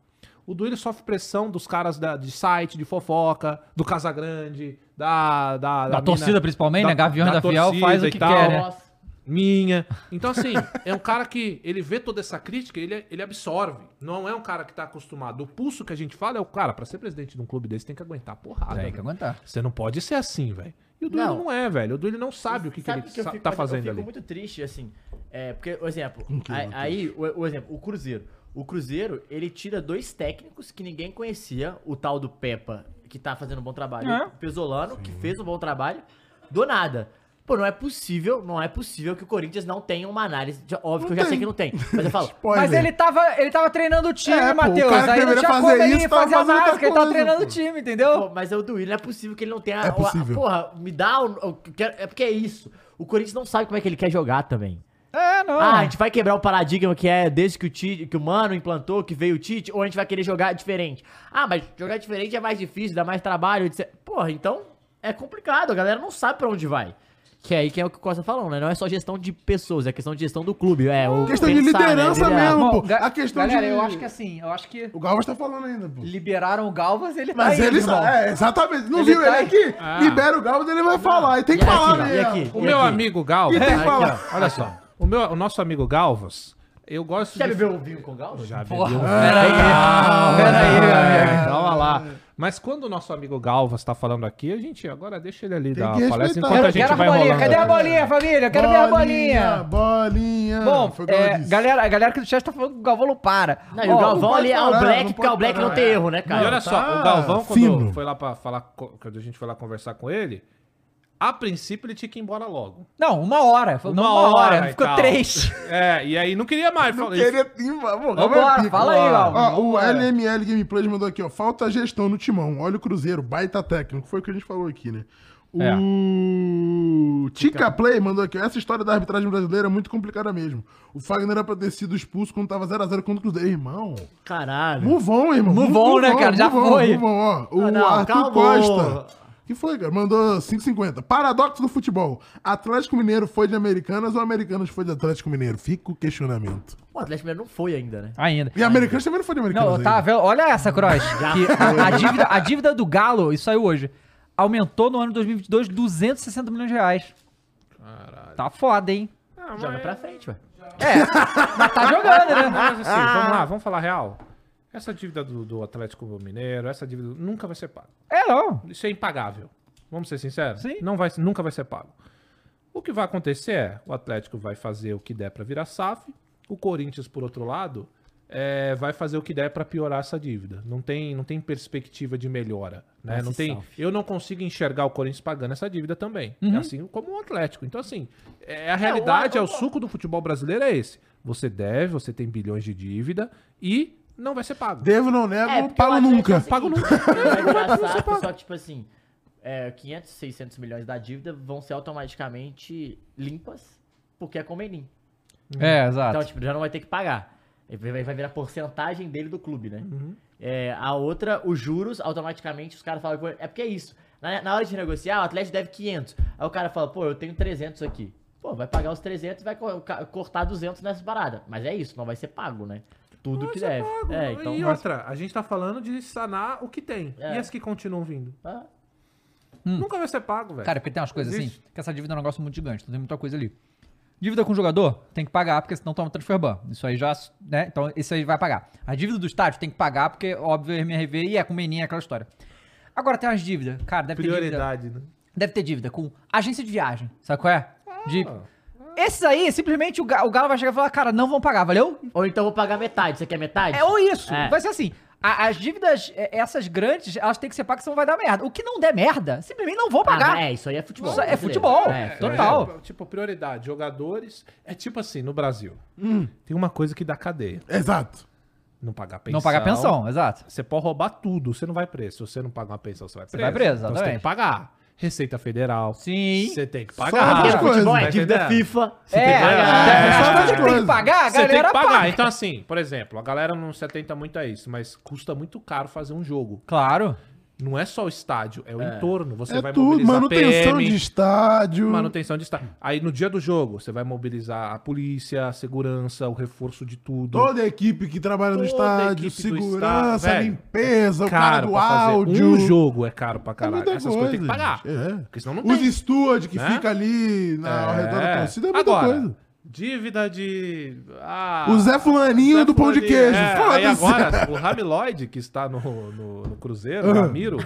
Speaker 4: O Duílio sofre pressão dos caras da- de site, de fofoca, do Casagrande, da... Da,
Speaker 2: Da
Speaker 4: mina-
Speaker 2: torcida, principalmente, né? Gaviões da Fiel
Speaker 4: torcida
Speaker 2: faz o
Speaker 4: e
Speaker 2: que
Speaker 4: tal.
Speaker 2: quer, né?
Speaker 5: Nossa,
Speaker 4: Minha. Então, assim, é um cara que ele vê toda essa crítica, ele, ele absorve. Não é um cara que tá acostumado. O pulso que a gente fala é o cara, pra ser presidente de um clube desse, tem que aguentar a porrada.
Speaker 2: É, Tem que
Speaker 4: velho.
Speaker 2: aguentar.
Speaker 4: Você não pode ser assim, velho. E o Duílio não.
Speaker 5: Não.
Speaker 4: é, velho. O Duílio não sabe o que, que ele
Speaker 5: o eu
Speaker 4: sa-
Speaker 5: fico-
Speaker 4: tá
Speaker 5: eu-
Speaker 4: fazendo
Speaker 5: eu
Speaker 4: ali.
Speaker 5: fico muito triste, assim. É, porque, por exemplo, aí, aí, o, o exemplo, o Cruzeiro. O Cruzeiro, ele tira dois técnicos que ninguém conhecia, o tal do Peppa, que tá fazendo um bom trabalho,
Speaker 2: É.
Speaker 5: o Pesolano, que fez um bom trabalho, do nada. Pô, não é possível, não é possível que o Corinthians não tenha uma análise. Já- Óbvio que eu já sei que não tem. Mas eu falo,
Speaker 6: Spoiler.
Speaker 2: Mas ele tava, ele tava treinando o time,
Speaker 6: É, pô, o
Speaker 2: Matheus.
Speaker 6: cara que
Speaker 2: Aí não
Speaker 6: deveria
Speaker 2: tinha como
Speaker 6: fazer
Speaker 2: ele
Speaker 6: isso, tava
Speaker 2: fazer a
Speaker 6: fazendo outra
Speaker 2: máscara, ele tava
Speaker 6: coisa,
Speaker 2: treinando o
Speaker 6: pô.
Speaker 2: time, entendeu?
Speaker 5: Pô, mas é o Duílio, não é possível que ele não tenha.
Speaker 6: É
Speaker 5: a- a-
Speaker 6: possível.
Speaker 5: porra, me dá. o- o- eu quero- é porque é isso. O Corinthians não sabe como é que ele quer jogar também.
Speaker 2: É, não.
Speaker 5: Ah, a gente vai quebrar o paradigma que é desde que o, Tite, que o Mano implantou, que veio o Tite, ou a gente vai querer jogar diferente. Ah, mas jogar diferente é mais difícil, dá mais trabalho, etc. Porra, então é complicado, a galera não sabe pra onde vai. Que é aí que é o que o Costa falou, né? Não é só gestão de pessoas, é questão de gestão do clube. É, o
Speaker 6: Questão de liderança
Speaker 5: liderar.
Speaker 6: mesmo. pô,
Speaker 2: ga-
Speaker 6: a questão
Speaker 2: galera,
Speaker 6: de-
Speaker 2: eu acho que assim, eu acho que
Speaker 6: O Galvas tá falando ainda, pô.
Speaker 2: liberaram o Galvas, ele
Speaker 6: Mas
Speaker 2: tá
Speaker 6: ele
Speaker 2: irmão.
Speaker 6: sabe, é, exatamente. Não
Speaker 2: Ele
Speaker 6: viu
Speaker 2: tá
Speaker 6: ele
Speaker 2: aí.
Speaker 6: aqui? Libera o Galvas, ele vai falar. E tem que
Speaker 5: E aqui,
Speaker 6: falar né?
Speaker 5: ó, e
Speaker 6: mesmo.
Speaker 5: aqui?
Speaker 4: O meu
Speaker 5: aqui?
Speaker 4: amigo Galvas.
Speaker 6: E tem que falar.
Speaker 4: Olha só. O, meu, o nosso amigo Galvas, eu gosto
Speaker 5: Quer
Speaker 4: de.
Speaker 5: beber o vinho com o Galo?
Speaker 4: Já
Speaker 2: Porra, Ah.
Speaker 4: bebeu. um
Speaker 2: peraí.
Speaker 4: Ah,
Speaker 2: Peraí, meu amigo.
Speaker 4: É, calma lá. Mas quando o nosso amigo Galvas tá falando aqui, a gente agora deixa ele ali dar
Speaker 6: que
Speaker 4: a palestra
Speaker 6: respeitar.
Speaker 4: enquanto a
Speaker 6: Quero-
Speaker 4: gente
Speaker 2: Quero a
Speaker 4: vai
Speaker 2: bolinha,
Speaker 4: rolando.
Speaker 2: cadê a bolinha, família? Eu Quero ver a bolinha.
Speaker 6: Bolinha.
Speaker 2: Bom,
Speaker 6: Foi o que ela
Speaker 2: é,
Speaker 6: disse.
Speaker 2: galera, a galera aqui do chat tá falando que o Galvão não para.
Speaker 5: Não, e o
Speaker 2: Ó,
Speaker 5: Galvão
Speaker 6: pode
Speaker 5: ali é o
Speaker 6: parar,
Speaker 5: Black,
Speaker 6: não
Speaker 5: porque o
Speaker 6: pode
Speaker 5: Black não
Speaker 6: parar.
Speaker 5: tem erro, né, cara?
Speaker 4: E olha só, o Galvão, quando
Speaker 6: Tá fino.
Speaker 4: foi lá pra falar, co- quando a gente foi lá conversar com ele, a princípio ele tinha que ir embora logo.
Speaker 2: Não, uma hora. Falou, não, uma hora.
Speaker 4: e
Speaker 2: Ficou
Speaker 4: tal.
Speaker 2: três.
Speaker 4: É, e aí não queria mais.
Speaker 6: Não
Speaker 4: falou, ele-
Speaker 6: queria... Ih, pô, Galvas é
Speaker 2: Vambora,
Speaker 6: pica.
Speaker 2: fala aí, Galvão.
Speaker 6: Ó, o
Speaker 2: Vambora.
Speaker 6: LML Gameplays mandou aqui, ó. Falta gestão no timão. Olha o Cruzeiro, baita técnico. Foi o que a gente falou aqui, né? O Tica Play mandou aqui. ó, Essa história da arbitragem brasileira é muito complicada mesmo. O Fagner era pra ter sido expulso quando tava 0x0 contra o Cruzeiro. Irmão,
Speaker 5: Caralho.
Speaker 6: move on, irmão.
Speaker 2: Move on, né, cara? Já
Speaker 6: move on,
Speaker 2: foi.
Speaker 6: move on, ó. O
Speaker 5: Ah, não,
Speaker 6: Arthur
Speaker 5: calma.
Speaker 6: Costa Que foi, cara? Mandou 5,50. Paradoxo do futebol. Atlético Mineiro foi de Americanas ou Americanas foi de Atlético Mineiro? Fica o questionamento.
Speaker 5: O Atlético Mineiro não foi ainda, né?
Speaker 2: Ainda.
Speaker 6: E Americanas também não foi de né? Americanas.
Speaker 2: Não,
Speaker 6: ainda.
Speaker 2: tá, vendo? olha essa, Cross. que a, a dívida, a dívida do Galo, isso saiu hoje, aumentou no ano 2022 260 milhões de reais. Caralho. Tá foda, hein?
Speaker 5: Joga pra frente, ué.
Speaker 2: Mas tá jogando, né?
Speaker 4: Mas assim, vamos lá, vamos falar real. Essa dívida do, do Atlético Mineiro, essa dívida nunca vai ser paga.
Speaker 2: É, não.
Speaker 4: Isso é impagável. Vamos ser sinceros?
Speaker 2: Sim.
Speaker 4: Não vai, nunca vai ser pago. O que vai acontecer é, o Atlético vai fazer o que der pra virar SAF, o Corinthians, por outro lado, é, vai fazer o que der pra piorar essa dívida. Não tem, não tem perspectiva de melhora. Né? Não tem, eu não consigo enxergar o Corinthians pagando essa dívida também. Assim como o Atlético. Então, assim, é a realidade, é o suco do futebol brasileiro é esse. Você deve, você tem bilhões de dívida e não vai ser pago.
Speaker 6: Devo, não nego,
Speaker 5: É, porque o
Speaker 6: pago
Speaker 5: Atlético é
Speaker 6: nunca.
Speaker 5: o
Speaker 4: Pago
Speaker 5: seguinte,
Speaker 4: nunca.
Speaker 5: Vai virar SAF, só que, tipo assim, é, 500, 600 milhões da dívida vão ser automaticamente limpas, porque é conveniente.
Speaker 2: É, exato.
Speaker 5: Então, tipo, já não vai ter que pagar. Ele Vai vai virar porcentagem dele do clube, né? É, a outra, os juros, automaticamente os caras falam. que- É porque é isso. Na, na hora de negociar, o Atlético deve 500. Aí o cara fala, pô, eu tenho 300 aqui. Pô, vai pagar os 300 e vai co- ca- cortar 200 nessa parada. Mas é isso, não vai ser pago, né? Tudo que
Speaker 4: Mas é
Speaker 5: deve.
Speaker 4: pago.
Speaker 5: É, então.
Speaker 4: E outra, a gente tá falando de sanar o que tem.
Speaker 5: É.
Speaker 4: E as que continuam vindo?
Speaker 5: Ah,
Speaker 4: Nunca vai ser pago, velho.
Speaker 2: Hum. Cara, porque tem umas coisas assim,
Speaker 4: Existe.
Speaker 2: que essa dívida é um negócio muito gigante, então tem muita coisa ali. Dívida com o jogador, tem que pagar, porque senão toma transfer ban. Isso aí já, né? Então, isso aí vai pagar. A dívida do estádio tem que pagar, porque, óbvio, é MRV e é com meninha, é aquela história. Agora tem umas dívidas, cara, deve ter dívida.
Speaker 4: prioridade, né?
Speaker 2: Deve ter dívida com agência de viagem, sabe qual é? De... Esses aí, simplesmente o, Ga- o Galo vai chegar e falar, cara, não vão pagar, valeu?
Speaker 5: Ou então eu vou pagar metade. Você quer metade?
Speaker 2: É ou isso.
Speaker 5: É.
Speaker 2: Vai ser assim. a- as dívidas, é, essas grandes, elas têm que ser pagas, senão vai dar merda. O que não der merda, simplesmente não vão
Speaker 5: Ah,
Speaker 2: pagar.
Speaker 5: mas é, isso aí é futebol.
Speaker 2: Isso é
Speaker 5: brasileiro.
Speaker 2: futebol.
Speaker 5: É,
Speaker 2: Total.
Speaker 4: É, tipo, prioridade. Jogadores. É tipo assim, no Brasil.
Speaker 2: Hum.
Speaker 4: Tem uma coisa que dá cadeia.
Speaker 6: Exato.
Speaker 4: Não pagar pensão.
Speaker 2: Não pagar pensão, exato.
Speaker 4: Você pode roubar tudo. Você não vai preso. Se você não pagar uma pensão, você vai preso.
Speaker 2: vai preso,
Speaker 4: Então você tem
Speaker 2: exatamente.
Speaker 4: que pagar. Receita Federal.
Speaker 2: Sim.
Speaker 4: Você tem que
Speaker 6: Só
Speaker 4: pagar.
Speaker 6: essas
Speaker 5: Porque futebol
Speaker 2: né?
Speaker 4: Vai
Speaker 5: é
Speaker 6: tá
Speaker 5: dívida
Speaker 4: entender?
Speaker 5: FIFA.
Speaker 2: É,
Speaker 4: tem que pagar.
Speaker 2: é,
Speaker 6: É,
Speaker 2: só
Speaker 6: essas
Speaker 2: você que tem que
Speaker 6: coisas.
Speaker 2: pagar, a
Speaker 4: Você tem
Speaker 2: galera
Speaker 4: que pagar.
Speaker 2: paga.
Speaker 4: Então, assim, por exemplo, a galera não se atenta muito a isso, mas custa muito caro fazer um jogo.
Speaker 2: Claro.
Speaker 4: Não é só o estádio, é o entorno. Você
Speaker 6: é
Speaker 4: vai
Speaker 6: tudo.
Speaker 4: mobilizar
Speaker 6: Manutenção
Speaker 4: PM,
Speaker 6: de estádio.
Speaker 4: manutenção de estádio. Aí no dia do jogo, você vai mobilizar a polícia, a segurança, o reforço de tudo.
Speaker 6: Toda a equipe que trabalha no
Speaker 4: Toda a
Speaker 6: estádio,
Speaker 4: equipe do
Speaker 6: segurança,
Speaker 4: estádio, velho. é
Speaker 6: limpeza, o cara
Speaker 4: caro
Speaker 6: do
Speaker 4: pra fazer
Speaker 6: áudio.
Speaker 4: um jogo é caro pra
Speaker 6: É
Speaker 4: caralho.
Speaker 6: muita
Speaker 4: Essas coisas tem que
Speaker 6: coisa,
Speaker 4: pagar.
Speaker 6: gente. É.
Speaker 4: Porque senão não
Speaker 6: Os
Speaker 4: tem.
Speaker 6: estúdios que
Speaker 4: Né?
Speaker 6: fica ali na, ao redor da torcida é muita
Speaker 4: Agora,
Speaker 6: coisa.
Speaker 4: Dívida de. Ah,
Speaker 6: O Zé Fulaninho do pão de
Speaker 4: Fulaninho,
Speaker 6: queijo.
Speaker 4: É, aí
Speaker 6: Foda-se.
Speaker 4: agora, o Rami Lloyd, que está no, no, no Cruzeiro,
Speaker 6: Ah.
Speaker 4: o Ramiro,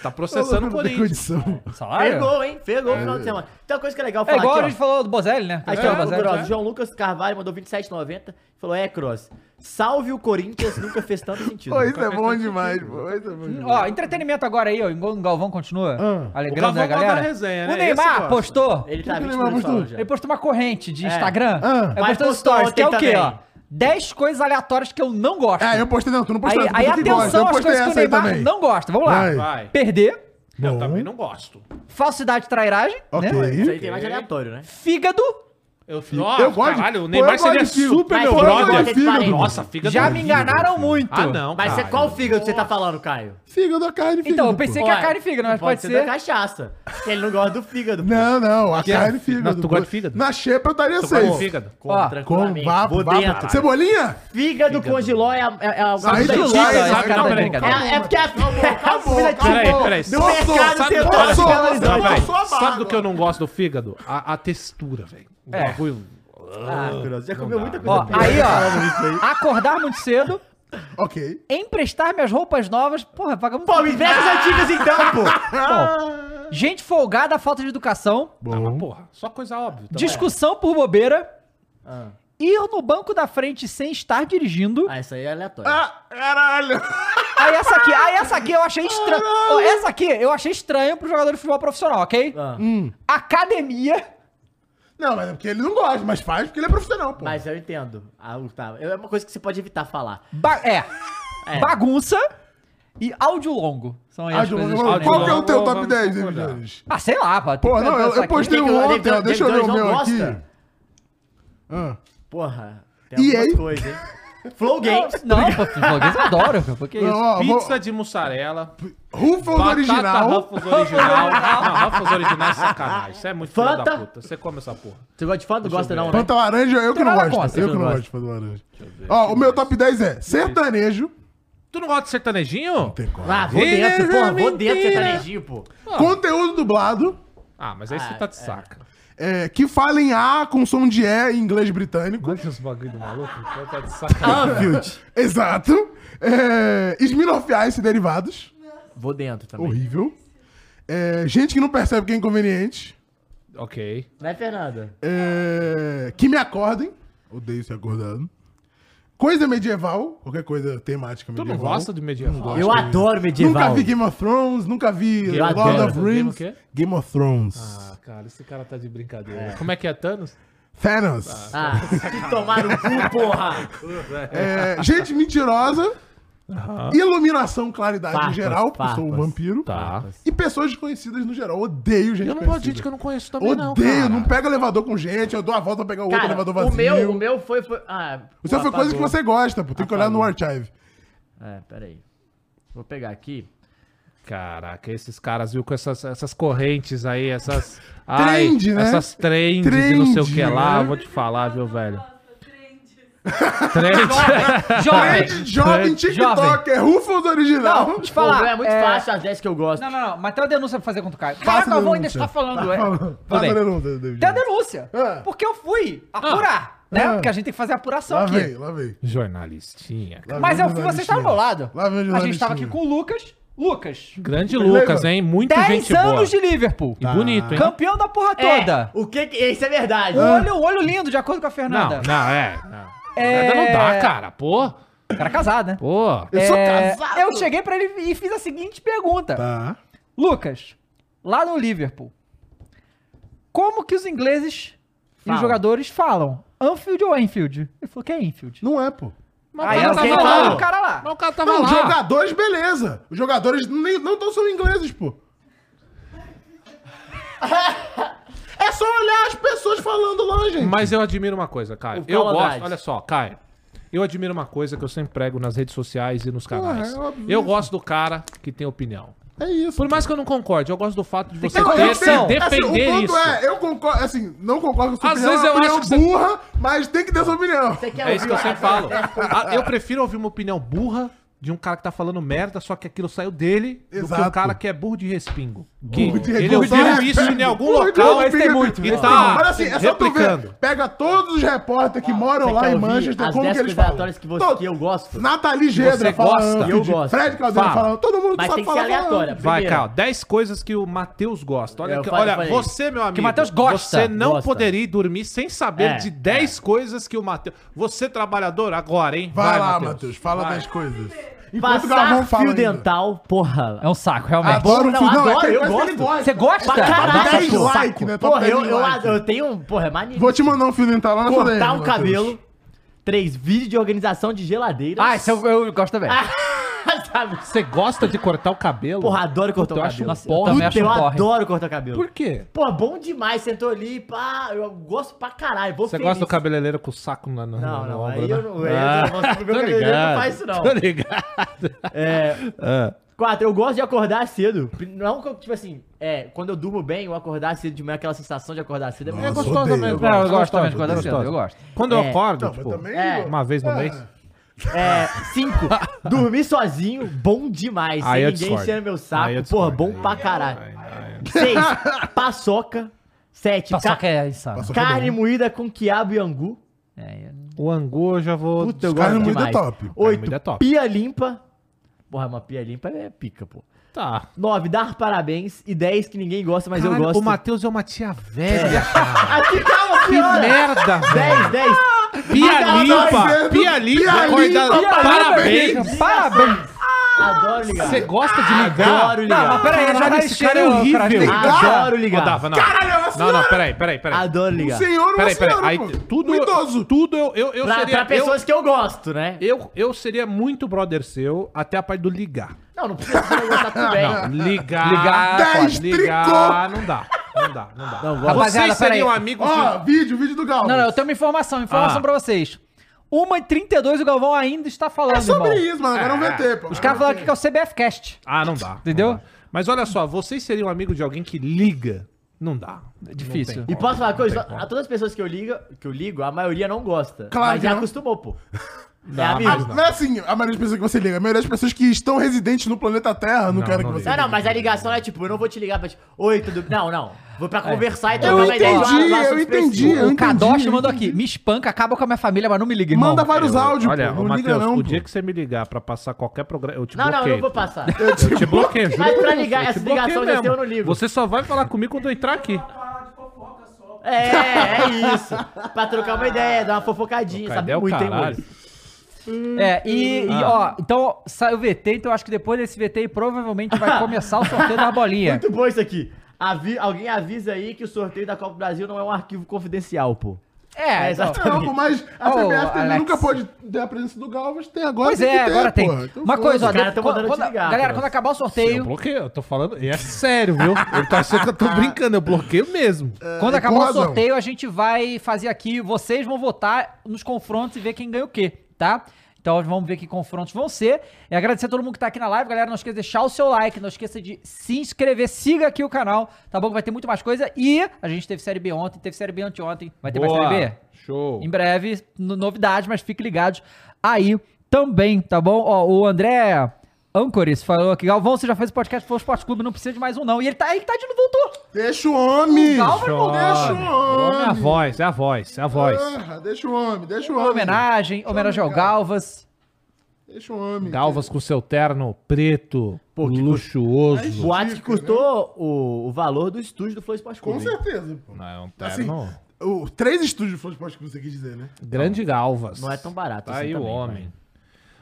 Speaker 4: tá processando o
Speaker 6: Não tem
Speaker 4: Corinthians.
Speaker 6: condição.
Speaker 2: Salário?
Speaker 5: Pegou, É hein? Pegou no final de semana. Então, uma coisa que é legal
Speaker 2: É
Speaker 5: falar
Speaker 2: igual
Speaker 5: aqui,
Speaker 2: a
Speaker 5: ó.
Speaker 2: gente falou do Bozelli, né?
Speaker 5: Aqui,
Speaker 2: É,
Speaker 5: ó, o
Speaker 2: Bozelli.
Speaker 5: Cross, João Lucas Carvalho mandou 27,90. Falou, é, Cross, salve o Corinthians, nunca fez tanto sentido.
Speaker 6: Pô, isso é bom demais, pô. Isso é bom
Speaker 4: Hum.
Speaker 6: demais.
Speaker 2: Ó, entretenimento agora aí, ó. Igual o Galvão continua alegrando
Speaker 4: Ah. O
Speaker 2: a
Speaker 4: Galvão
Speaker 2: galera.
Speaker 4: manda resenha, né?
Speaker 2: O Neymar
Speaker 4: Esse gosta.
Speaker 2: postou.
Speaker 5: Ele tá
Speaker 6: que
Speaker 5: 20
Speaker 6: lembra
Speaker 5: minutos falando
Speaker 6: muito?
Speaker 5: já.
Speaker 2: Ele postou uma corrente de
Speaker 5: É.
Speaker 2: Instagram.
Speaker 6: Ah.
Speaker 2: É,
Speaker 5: Mas
Speaker 2: postou
Speaker 5: postou
Speaker 2: stories, que é o
Speaker 5: ontem
Speaker 2: quê, ó?
Speaker 5: também.
Speaker 2: 10 coisas aleatórias que eu não gosto.
Speaker 6: É, eu postei não, tu não
Speaker 2: Aí,
Speaker 6: postou. tu
Speaker 2: aí
Speaker 6: postou que gosta,
Speaker 2: atenção
Speaker 6: eu
Speaker 2: às
Speaker 6: postei
Speaker 2: coisas que o
Speaker 6: essa aí
Speaker 2: Neymar
Speaker 6: também.
Speaker 2: não gosta. Vamos lá.
Speaker 6: Vai.
Speaker 4: Vai.
Speaker 2: Perder,
Speaker 4: Eu também não gosto.
Speaker 2: falsidade, trairagem,
Speaker 6: Ok.
Speaker 2: né?
Speaker 5: Isso aí tem mais de aleatório, né?
Speaker 2: Fígado,
Speaker 4: Eu,
Speaker 6: eu gosto.
Speaker 4: Caralho, o
Speaker 6: Pô,
Speaker 4: Neymar
Speaker 6: eu gosto
Speaker 4: seria
Speaker 6: de fígado.
Speaker 4: super
Speaker 5: Mas
Speaker 4: meu
Speaker 5: eu gosto
Speaker 4: brother.
Speaker 5: de fígado.
Speaker 4: Nossa, fígado.
Speaker 2: já
Speaker 4: é
Speaker 2: me
Speaker 4: horrível.
Speaker 2: enganaram muito.
Speaker 4: Ah, não.
Speaker 5: Mas você,
Speaker 4: cara.
Speaker 5: qual fígado você tá falando, Caio?
Speaker 6: Fígado é carne, fígado.
Speaker 2: Então, eu
Speaker 6: pô.
Speaker 2: pensei que é a carne e fígado, mas pode
Speaker 5: da
Speaker 2: ser.
Speaker 5: cachaça. Porque ele não gosta do fígado. pô.
Speaker 6: Não, não, a
Speaker 4: é?
Speaker 6: carne e fígado.
Speaker 4: Não, tu
Speaker 6: pô.
Speaker 4: gosta de fígado?
Speaker 6: Na xepa eu estaria
Speaker 4: Tu gosta de
Speaker 6: safe.
Speaker 4: fígado? é
Speaker 5: Como,
Speaker 2: Ó,
Speaker 6: Com
Speaker 5: tranquilamente.
Speaker 6: vapo, vapo.
Speaker 5: Bodenta.
Speaker 6: Cebolinha?
Speaker 5: Fígado congeló é a... É, é, a-
Speaker 6: Sai
Speaker 5: é,
Speaker 6: daqui,
Speaker 2: Fígado,
Speaker 6: Sabe,
Speaker 2: sabe,
Speaker 4: não,
Speaker 2: não,
Speaker 4: peraí.
Speaker 2: brincadeira.
Speaker 5: é porque a é a comida de
Speaker 4: Peraí,
Speaker 5: futebol.
Speaker 4: peraí.
Speaker 5: Do mercado
Speaker 6: sabe-
Speaker 2: tá
Speaker 5: tentou
Speaker 6: Nossa,
Speaker 5: achar
Speaker 6: nossa,
Speaker 5: ela-
Speaker 4: Não,
Speaker 6: nossa.
Speaker 4: velho,
Speaker 6: sou amado.
Speaker 4: Sabe do que eu não gosto do fígado? A, a textura, velho. O
Speaker 2: É.
Speaker 4: bagulho.
Speaker 5: Ah, Cross, já
Speaker 4: Não
Speaker 5: comeu
Speaker 4: dá.
Speaker 5: muita
Speaker 2: Ó,
Speaker 5: coisa. pior.
Speaker 2: aí, ó. Acordar muito cedo,
Speaker 6: Ok.
Speaker 2: emprestar minhas roupas novas. Porra, pagamos.
Speaker 5: Pô, me investe as antigas então, pô.
Speaker 2: Bom, gente folgada, falta de educação,
Speaker 4: Não, Tá, mas porra, só coisa óbvia. também.
Speaker 2: discussão por bobeira,
Speaker 5: Ah,
Speaker 2: ir no banco da frente sem estar dirigindo.
Speaker 5: Ah, isso aí é aleatório.
Speaker 6: Ah, caralho.
Speaker 2: Aí essa aqui, aí essa aqui eu achei estranho. Essa aqui eu achei estranho pro jogador de futebol profissional, ok?
Speaker 5: Ah.
Speaker 2: Academia.
Speaker 6: Não, mas é porque ele não gosta, mas faz porque ele é profissional, pô.
Speaker 5: Mas eu entendo. Ah, tá. É uma coisa que você pode evitar falar.
Speaker 2: ba- é,
Speaker 5: É.
Speaker 2: Bagunça e áudio longo. São aí
Speaker 6: Ah,
Speaker 2: as
Speaker 6: João,
Speaker 2: coisas
Speaker 6: João,
Speaker 2: que eu
Speaker 6: qual
Speaker 2: lembro.
Speaker 6: que é o teu
Speaker 4: Vamos
Speaker 6: top 10, David
Speaker 4: concordar.
Speaker 6: Jones?
Speaker 2: Ah, sei lá, pô.
Speaker 6: Pô, não, eu, eu postei
Speaker 5: Tem que-
Speaker 6: um
Speaker 5: o
Speaker 6: ontem,
Speaker 5: David
Speaker 6: ó, deixa eu
Speaker 5: Jones
Speaker 6: ver o
Speaker 5: não
Speaker 6: meu
Speaker 5: gosta.
Speaker 6: aqui. Ah,
Speaker 5: Porra,
Speaker 6: E
Speaker 5: tem
Speaker 6: aí?
Speaker 5: alguma coisa, hein? Flow Games.
Speaker 2: Não, pô, Flowgames eu adoro, cara. Porque
Speaker 6: Não,
Speaker 2: isso.
Speaker 6: ó, vou-
Speaker 4: Pizza de mussarela,
Speaker 6: Ruffles
Speaker 4: batata
Speaker 6: original.
Speaker 4: Ruffles original. não, Ruffles original é sacanagem. Isso é muito filho da
Speaker 5: Fanta.
Speaker 4: puta. Você come essa porra.
Speaker 5: Você gosta de fanta? Gosta não, né?
Speaker 6: Fanta laranja, eu que
Speaker 2: Tem
Speaker 6: não
Speaker 2: nada
Speaker 6: gosto.
Speaker 2: contra,
Speaker 6: eu
Speaker 5: eu
Speaker 6: que não
Speaker 5: gosto.
Speaker 6: gosto de Fanta laranja. Ó, o meu top 10 é sertanejo.
Speaker 4: Tu não gosta de sertanejinho?
Speaker 6: Tem como.
Speaker 5: Ah, vou dentro,
Speaker 4: Eles
Speaker 5: porra.
Speaker 4: é
Speaker 5: Vou dentro,
Speaker 4: mentira.
Speaker 5: sertanejinho, pô.
Speaker 6: Conteúdo dublado.
Speaker 4: Ah, mas aí você tá de saca.
Speaker 6: é, que fala em A com som de E em inglês britânico. É.
Speaker 4: Olha os bagulho do maluco. Você tá de sacanagem.
Speaker 5: Anfield.
Speaker 6: Exato. É, Smirnoff Ice e derivados.
Speaker 5: Vou dentro também.
Speaker 6: Horrível. É, gente que não percebe que é inconveniente.
Speaker 2: Ah.
Speaker 4: ok.
Speaker 5: Né, Fernanda?
Speaker 6: É, que me acordem. Odeio ser acordado. Coisa medieval. Qualquer coisa temática
Speaker 4: Tu
Speaker 6: medieval.
Speaker 4: não gosta de medieval? Não
Speaker 5: Eu adoro medieval.
Speaker 6: Nunca vi Game of Thrones, nunca vi
Speaker 5: Eu
Speaker 6: Lord
Speaker 5: adoro.
Speaker 6: of
Speaker 4: Game o
Speaker 6: Rings.
Speaker 4: quê?
Speaker 6: Game of Thrones.
Speaker 4: Ah, cara, esse cara tá de brincadeira. Como é que é, Thanos?
Speaker 6: Thanos.
Speaker 5: Ah, se tomar no cu, porra.
Speaker 6: É, gente mentirosa. Iluminação, claridade no
Speaker 5: Farpas,
Speaker 6: geral, porque eu sou um
Speaker 5: farpas.
Speaker 6: vampiro.
Speaker 4: Tá.
Speaker 6: E pessoas desconhecidas no geral. Odeio gente
Speaker 4: Eu não é gosto
Speaker 6: conhecida.
Speaker 4: de gente que eu não conheço também,
Speaker 6: Odeio,
Speaker 4: não,
Speaker 6: não,
Speaker 4: cara.
Speaker 6: pega elevador com gente, eu dou a volta pra pegar o outro
Speaker 5: Cara,
Speaker 6: elevador vazio.
Speaker 5: o meu, o meu foi... foi ah,
Speaker 6: O seu
Speaker 5: pô,
Speaker 6: foi coisa que
Speaker 5: apagou.
Speaker 6: você gosta, pô. Tem que olhar no archive.
Speaker 5: É, peraí. Vou pegar aqui.
Speaker 4: Caraca, esses caras, viu, com essas, essas correntes aí, essas...
Speaker 6: Trend, né?
Speaker 4: Essas trends e não sei o que
Speaker 6: Trend,
Speaker 4: lá.
Speaker 6: né?
Speaker 4: Vou te falar, viu, velho. Trend.
Speaker 2: Jovem!
Speaker 6: Gente, jovem, TikToker, Ruffles original.
Speaker 2: Não, te
Speaker 5: Falar,
Speaker 2: falar.
Speaker 5: é muito fácil as 10 que eu gosto.
Speaker 2: Não, não, não. Mas tem uma denúncia pra fazer contra o Caio.
Speaker 6: Faça
Speaker 2: Caraca, eu vou ainda
Speaker 6: denúncia.
Speaker 2: estar falando, é. Tudo
Speaker 6: Fala,
Speaker 2: bem.
Speaker 6: não, David.
Speaker 2: Tem a denúncia.
Speaker 6: Ah.
Speaker 2: Porque eu fui apurar, né?
Speaker 6: Ah.
Speaker 2: Porque a gente tem que fazer a apuração
Speaker 6: Lá
Speaker 2: aqui.
Speaker 6: vem, lá vem.
Speaker 4: Jornalistinha. cara.
Speaker 6: Lá
Speaker 2: Mas é
Speaker 6: vem
Speaker 2: eu
Speaker 6: o
Speaker 2: fui, vocês estavam
Speaker 6: jornalistinha.
Speaker 2: ao meu lado.
Speaker 6: Lá vem o
Speaker 2: a gente tava aqui
Speaker 6: jornalistinha.
Speaker 2: com o Lucas. Lucas,
Speaker 4: Grande
Speaker 6: Lembra?
Speaker 4: Lucas, hein? Muito
Speaker 2: 10
Speaker 4: gente
Speaker 2: anos de
Speaker 4: boa.
Speaker 2: Liverpool.
Speaker 4: E bonito, hein?
Speaker 2: Campeão da porra toda.
Speaker 5: É, o que que... Isso é verdade.
Speaker 2: O olho, o olho lindo, de acordo com a
Speaker 4: Não,
Speaker 2: Fernanda.
Speaker 4: não, é. Não.
Speaker 2: É.
Speaker 4: Nada não dá, cara. Pô,
Speaker 2: O cara é casado, né?
Speaker 4: pô.
Speaker 6: Eu sou
Speaker 2: É,
Speaker 6: casado.
Speaker 2: eu cheguei pra ele e fiz a seguinte pergunta.
Speaker 6: Tá.
Speaker 2: Lucas, lá no Liverpool, como que os ingleses e os
Speaker 5: Falam.
Speaker 2: jogadores falam? Anfield ou Enfield? Ele falou que é Enfield.
Speaker 6: Não é, pô.
Speaker 4: Mas
Speaker 2: Aí
Speaker 4: o cara
Speaker 2: eu
Speaker 5: alguém
Speaker 2: fiquei
Speaker 4: tava
Speaker 5: falou.
Speaker 2: falando
Speaker 4: lá.
Speaker 2: o cara lá.
Speaker 4: Mas o cara tava
Speaker 6: Não,
Speaker 4: lá.
Speaker 6: jogadores, beleza. Os jogadores nem, não tão são ingleses, pô. é só olhar as pessoas falando lá, gente.
Speaker 4: Mas eu admiro uma coisa, Caio.
Speaker 5: O
Speaker 4: Eu
Speaker 5: Calabás.
Speaker 4: gosto, olha só, Caio. Eu admiro uma coisa que eu sempre prego nas redes sociais e nos canais.
Speaker 6: é óbvio
Speaker 4: eu gosto do cara que tem opinião.
Speaker 6: É isso.
Speaker 4: Por mais que eu não concorde, eu gosto do fato de você
Speaker 2: que ter
Speaker 4: ter-
Speaker 2: opção.
Speaker 4: defender
Speaker 6: Então, Assim, o ponto
Speaker 4: isso.
Speaker 6: é, eu concordo, assim, não concordo com a
Speaker 4: Às vezes
Speaker 6: é
Speaker 4: eu
Speaker 6: uma
Speaker 4: acho
Speaker 6: opinião burra, mas tem que ter sua opinião.
Speaker 5: Você quer
Speaker 4: É isso que eu
Speaker 5: ouvir o-
Speaker 4: sempre falo. Ah, Eu prefiro ouvir uma opinião burra de um cara que tá falando merda, só que aquilo saiu dele, do que
Speaker 6: Exato.
Speaker 4: um cara que é burro de respingo. Que
Speaker 6: Burro de
Speaker 4: ele é
Speaker 6: respingo.
Speaker 4: ouviu isso em algum
Speaker 6: Burro de
Speaker 4: local
Speaker 6: respingo.
Speaker 4: e tá
Speaker 6: Mas assim, é só tu ver,
Speaker 4: replicando.
Speaker 6: pega todos os repórteres que moram
Speaker 5: Você
Speaker 6: lá
Speaker 5: quer
Speaker 6: em
Speaker 5: ouvir
Speaker 6: Manchester,
Speaker 5: as
Speaker 6: como que
Speaker 5: 10
Speaker 6: eles falam.
Speaker 5: aleatórias que, você,
Speaker 6: Todo-
Speaker 5: que eu gosto?
Speaker 6: Nathalie Gedra
Speaker 4: Você
Speaker 6: fala
Speaker 4: gosta?
Speaker 6: Anfield,
Speaker 5: Eu gosto.
Speaker 6: Fred Caldeira
Speaker 4: Fala.
Speaker 6: fala, todo mundo que
Speaker 5: Mas
Speaker 6: sabe
Speaker 5: tem que ser
Speaker 6: falar fala
Speaker 5: aleatória.
Speaker 6: Anfield.
Speaker 4: Vai,
Speaker 5: primeiro.
Speaker 4: Cal, 10 coisas que o Matheus gosta. Olha,
Speaker 5: Eu
Speaker 4: que-
Speaker 5: falei-
Speaker 4: olha
Speaker 5: falei.
Speaker 4: você, meu amigo.
Speaker 2: Matheus gosta,
Speaker 4: Você não
Speaker 5: gosta.
Speaker 4: poderia dormir sem saber
Speaker 5: É,
Speaker 4: de 10 coisas que o Matheus. Você, trabalhador, agora, hein?
Speaker 6: Vai lá, Matheus, fala das coisas. Enquanto o Galvão
Speaker 5: Passar
Speaker 6: um fala
Speaker 5: fio
Speaker 6: ainda.
Speaker 5: dental, porra.
Speaker 2: É um saco, realmente.
Speaker 6: Adoro o
Speaker 5: Não,
Speaker 6: fio dental.
Speaker 5: adoro, eu gosto.
Speaker 2: Você gosta?
Speaker 5: Pra caralho,
Speaker 2: Nossa,
Speaker 5: dez
Speaker 2: saco.
Speaker 6: like, né? Top
Speaker 5: Porra, eu,
Speaker 6: 10
Speaker 5: eu,
Speaker 6: like.
Speaker 5: eu tenho. Porra, é maneiro.
Speaker 6: Vou te mandar um fio dental lá na sua
Speaker 5: cortar
Speaker 6: DM,
Speaker 5: o
Speaker 6: Matheus.
Speaker 5: cabelo. Três vídeos de organização de geladeira.
Speaker 2: Ah, esse eu, eu gosto também.
Speaker 5: Sabe?
Speaker 4: Você gosta de cortar o cabelo?
Speaker 5: Porra, adoro cortar
Speaker 4: Eu
Speaker 5: o
Speaker 4: acho
Speaker 5: cabelo.
Speaker 4: uma porra.
Speaker 5: Puta,
Speaker 2: Eu acho
Speaker 5: eu
Speaker 2: um porre.
Speaker 5: adoro cortar o cabelo.
Speaker 4: Por quê?
Speaker 5: Pô, bom demais, sentou ali, pá, eu gosto pra caralho, vou
Speaker 4: Você
Speaker 5: feliz.
Speaker 4: gosta do cabeleireiro com o saco na, na,
Speaker 5: Não, não,
Speaker 4: obra,
Speaker 5: aí
Speaker 4: né?
Speaker 5: eu não, aí eu não gosto do meu
Speaker 4: tô
Speaker 5: cabeleireiro, não
Speaker 4: ligado,
Speaker 5: faz isso não.
Speaker 4: Tô ligado.
Speaker 5: É,
Speaker 4: Ah.
Speaker 5: quatro, eu gosto de acordar cedo. Não que eu, tipo assim, é, quando eu durmo bem, eu acordar cedo de manhã, aquela sensação de acordar cedo é
Speaker 6: Nossa,
Speaker 5: muito
Speaker 4: gostoso
Speaker 6: odeio,
Speaker 4: mesmo.
Speaker 6: eu
Speaker 2: Não, eu gosto
Speaker 4: Gostoso,
Speaker 2: também de acordar
Speaker 4: gostoso.
Speaker 2: cedo, eu gosto.
Speaker 4: Quando
Speaker 5: É.
Speaker 4: eu acordo,
Speaker 6: Não, mas
Speaker 4: tipo,
Speaker 6: também...
Speaker 5: é.
Speaker 4: uma vez no
Speaker 6: Ah.
Speaker 4: mês.
Speaker 5: É, cinco, dormir sozinho, bom demais,
Speaker 4: Aí
Speaker 5: sem
Speaker 4: eu
Speaker 5: ninguém
Speaker 4: discordo.
Speaker 5: enchendo meu
Speaker 4: Aí eu
Speaker 5: saco, porra,
Speaker 4: discordo,
Speaker 5: bom
Speaker 4: aí.
Speaker 5: pra caralho. Seis, paçoca. Sete, ca-
Speaker 2: Paçoca é insano.
Speaker 6: Paçoca
Speaker 5: carne moída com quiabo e angu.
Speaker 2: É, é.
Speaker 4: O angu eu já vou.
Speaker 5: Puta, eu
Speaker 6: Carne
Speaker 5: gosto
Speaker 6: moída
Speaker 5: demais.
Speaker 6: é top.
Speaker 4: Carne
Speaker 5: Oito,
Speaker 4: moída é top.
Speaker 5: pia limpa. Porra, uma pia limpa é pica, pô.
Speaker 4: Tá.
Speaker 5: Nove, dar parabéns. E dez, que ninguém gosta, mas eu
Speaker 4: Caralho,
Speaker 5: gosto.
Speaker 4: O Matheus é uma tia velha.
Speaker 5: Aqui calma,
Speaker 4: Que
Speaker 5: piora.
Speaker 4: merda, velho.
Speaker 5: Dez, dez.
Speaker 4: Pia limpa,
Speaker 6: vendo?
Speaker 4: pia limpa,
Speaker 6: Pia
Speaker 4: acordar-
Speaker 6: limpa,
Speaker 4: Parabéns.
Speaker 2: Parabéns!
Speaker 5: Adoro ligar.
Speaker 4: Você gosta de Tá. ligar?
Speaker 5: Adoro
Speaker 2: Não, mas
Speaker 5: ligar.
Speaker 2: peraí,
Speaker 4: Caralho,
Speaker 2: jornalista
Speaker 4: esse cara é horrível.
Speaker 5: Adoro
Speaker 4: Ô,
Speaker 5: ligar.
Speaker 4: Dava, não. Caralho, é não, não, peraí, peraí, peraí.
Speaker 5: Adoro ligar.
Speaker 6: Senhor, uma
Speaker 4: Peraí, peraí.
Speaker 6: senhora,
Speaker 4: Aí,
Speaker 6: pô.
Speaker 4: tudo,
Speaker 6: Um idoso.
Speaker 4: tudo eu, eu, eu
Speaker 5: Pra,
Speaker 4: seria.
Speaker 5: pra pessoas que eu gosto, né?
Speaker 4: eu, eu, eu seria muito brother seu até a parte do ligar.
Speaker 5: Não, não precisa eu gostar tudo bem.
Speaker 4: Não, ligar.
Speaker 2: Ligar,
Speaker 4: pode,
Speaker 6: tricô.
Speaker 4: ligar. Não dá, não dá, não dá. Vocês
Speaker 5: Não, gosto.
Speaker 2: Rapaziada, peraí.
Speaker 4: seriam amigos.
Speaker 6: Ó, vídeo, vídeo do Galvão.
Speaker 2: Não, não, eu tenho uma informação, informação
Speaker 4: Ah.
Speaker 2: pra vocês. 1h32 o Galvão ainda está falando,
Speaker 6: É sobre
Speaker 2: irmão.
Speaker 6: isso, mano. Agora é um VT, pô.
Speaker 2: Os caras falaram aqui que é o CBF Cast.
Speaker 4: Ah, não dá.
Speaker 2: Entendeu?
Speaker 4: não dá. Mas olha só, vocês seriam amigo de alguém que liga? Não dá.
Speaker 2: É difícil.
Speaker 5: E posso falar uma coisa? A todas as pessoas que eu ligo, que eu ligo a maioria não gosta.
Speaker 6: Claro
Speaker 5: mas
Speaker 6: que
Speaker 5: já
Speaker 6: não.
Speaker 5: acostumou, pô. é
Speaker 6: Ah,
Speaker 5: amigo.
Speaker 6: Não é assim, a maioria das pessoas que você liga. A maioria das pessoas que estão residentes no planeta Terra não,
Speaker 4: Não,
Speaker 6: querem
Speaker 4: não
Speaker 6: que você
Speaker 5: Não, não,
Speaker 6: ligue.
Speaker 5: mas a ligação é tipo, eu não vou te ligar pra te. Oi, tudo bem? Não, não. Vou
Speaker 4: É.
Speaker 5: pra conversar e
Speaker 6: Eu
Speaker 5: trocar uma ideia.
Speaker 6: entendi,
Speaker 5: sobre um assunto
Speaker 6: eu entendi.
Speaker 5: específico.
Speaker 6: eu
Speaker 2: o Kadoshi
Speaker 6: entendi, eu
Speaker 2: mandou
Speaker 6: entendi.
Speaker 2: aqui. Me espanca, acaba com a minha família, mas não me liga, irmão.
Speaker 6: Manda vários áudios,
Speaker 4: Olha,
Speaker 6: pô.
Speaker 4: ô,
Speaker 6: Não liga
Speaker 4: Matheus,
Speaker 6: não,
Speaker 4: o
Speaker 6: pô.
Speaker 4: dia que você me ligar pra passar qualquer programa, eu te
Speaker 5: Não, não, eu
Speaker 4: bloqueio.
Speaker 5: não vou passar. É,
Speaker 4: Eu te bloqueio, juro.
Speaker 5: Mas
Speaker 4: por
Speaker 5: pra
Speaker 4: Deus,
Speaker 5: ligar,
Speaker 4: eu te
Speaker 5: essa
Speaker 4: bloqueio
Speaker 5: ligação já
Speaker 4: mesmo.
Speaker 5: tem, eu não ligo.
Speaker 4: Você só vai falar comigo quando eu entrar aqui.
Speaker 5: É, é isso. Pra trocar uma ideia, dar uma fofocadinha,
Speaker 4: Cadê
Speaker 5: sabe?
Speaker 4: o
Speaker 5: é Muito, hein,
Speaker 4: caralho?
Speaker 5: muito.
Speaker 2: É, e, e, ó, então saiu o VT, então eu acho que depois desse VT provavelmente vai começar o sorteio da bolinha.
Speaker 5: Muito bom isso aqui. Avi- alguém avisa aí que o sorteio da Copa do Brasil não é um arquivo confidencial, pô.
Speaker 2: É, então,
Speaker 5: exatamente.
Speaker 6: Não, pô, mas a
Speaker 2: Ô,
Speaker 6: CBF também
Speaker 2: Alex.
Speaker 6: nunca pôde ter a presença do Galvas, tem agora.
Speaker 2: Pois
Speaker 6: tem que
Speaker 2: é,
Speaker 6: ter,
Speaker 2: agora tem.
Speaker 6: pô. Então
Speaker 2: Uma
Speaker 6: foda-se.
Speaker 2: coisa, ó,
Speaker 5: Os
Speaker 2: depois-
Speaker 5: caras tão mandando
Speaker 2: quando-
Speaker 5: te ligar,
Speaker 2: galera,
Speaker 5: pô.
Speaker 2: quando acabar o
Speaker 4: Eu
Speaker 2: sorteio,
Speaker 4: bloqueio, eu tô falando. E é sério, viu? Ele tá achando que eu tô brincando, eu bloqueio mesmo.
Speaker 2: Quando
Speaker 6: e com
Speaker 2: acabar o
Speaker 6: razão.
Speaker 2: sorteio, a gente vai fazer aqui. Vocês vão votar nos confrontos e ver quem ganha o quê, tá? Então vamos ver que confrontos vão ser. E agradecer a todo mundo que tá aqui na live, galera. Não esqueça de deixar o seu like, não esqueça de se inscrever, siga aqui o canal, tá bom? Que vai ter muito mais coisa. E a gente teve série B ontem, teve série B anteontem. Vai ter mais
Speaker 4: Boa,
Speaker 2: série B?
Speaker 4: Show.
Speaker 2: Em breve, no- novidades, mas fiquem ligados aí também, tá bom? Ó, o André Ancoris falou aqui, Galvão, você já fez o podcast Flow Esporte Clube, não precisa de mais um não. E ele tá, ele tá de novo, voltou.
Speaker 6: Deixa o homem.
Speaker 2: Galvas voltou.
Speaker 6: Deixa o
Speaker 4: É a
Speaker 6: homem.
Speaker 4: voz, é a voz, é a voz.
Speaker 6: Porra, Ah, deixa o homem, deixa o
Speaker 2: Uma
Speaker 6: homem.
Speaker 2: homenagem, homenagem ao Galvas.
Speaker 6: Deixa o homem.
Speaker 4: Galvas com seu terno preto,
Speaker 5: Pô, que
Speaker 4: luxuoso.
Speaker 5: Boate que custou o, o valor do estúdio do Flow Esporte
Speaker 6: Com
Speaker 5: Clube.
Speaker 6: certeza, pô.
Speaker 4: Não, é um
Speaker 6: Assim,
Speaker 4: terno.
Speaker 6: o, três estúdios de esporte que você quis dizer, né?
Speaker 4: grande Galvas.
Speaker 5: Não é tão barato
Speaker 4: Tá aí o
Speaker 5: também,
Speaker 4: homem.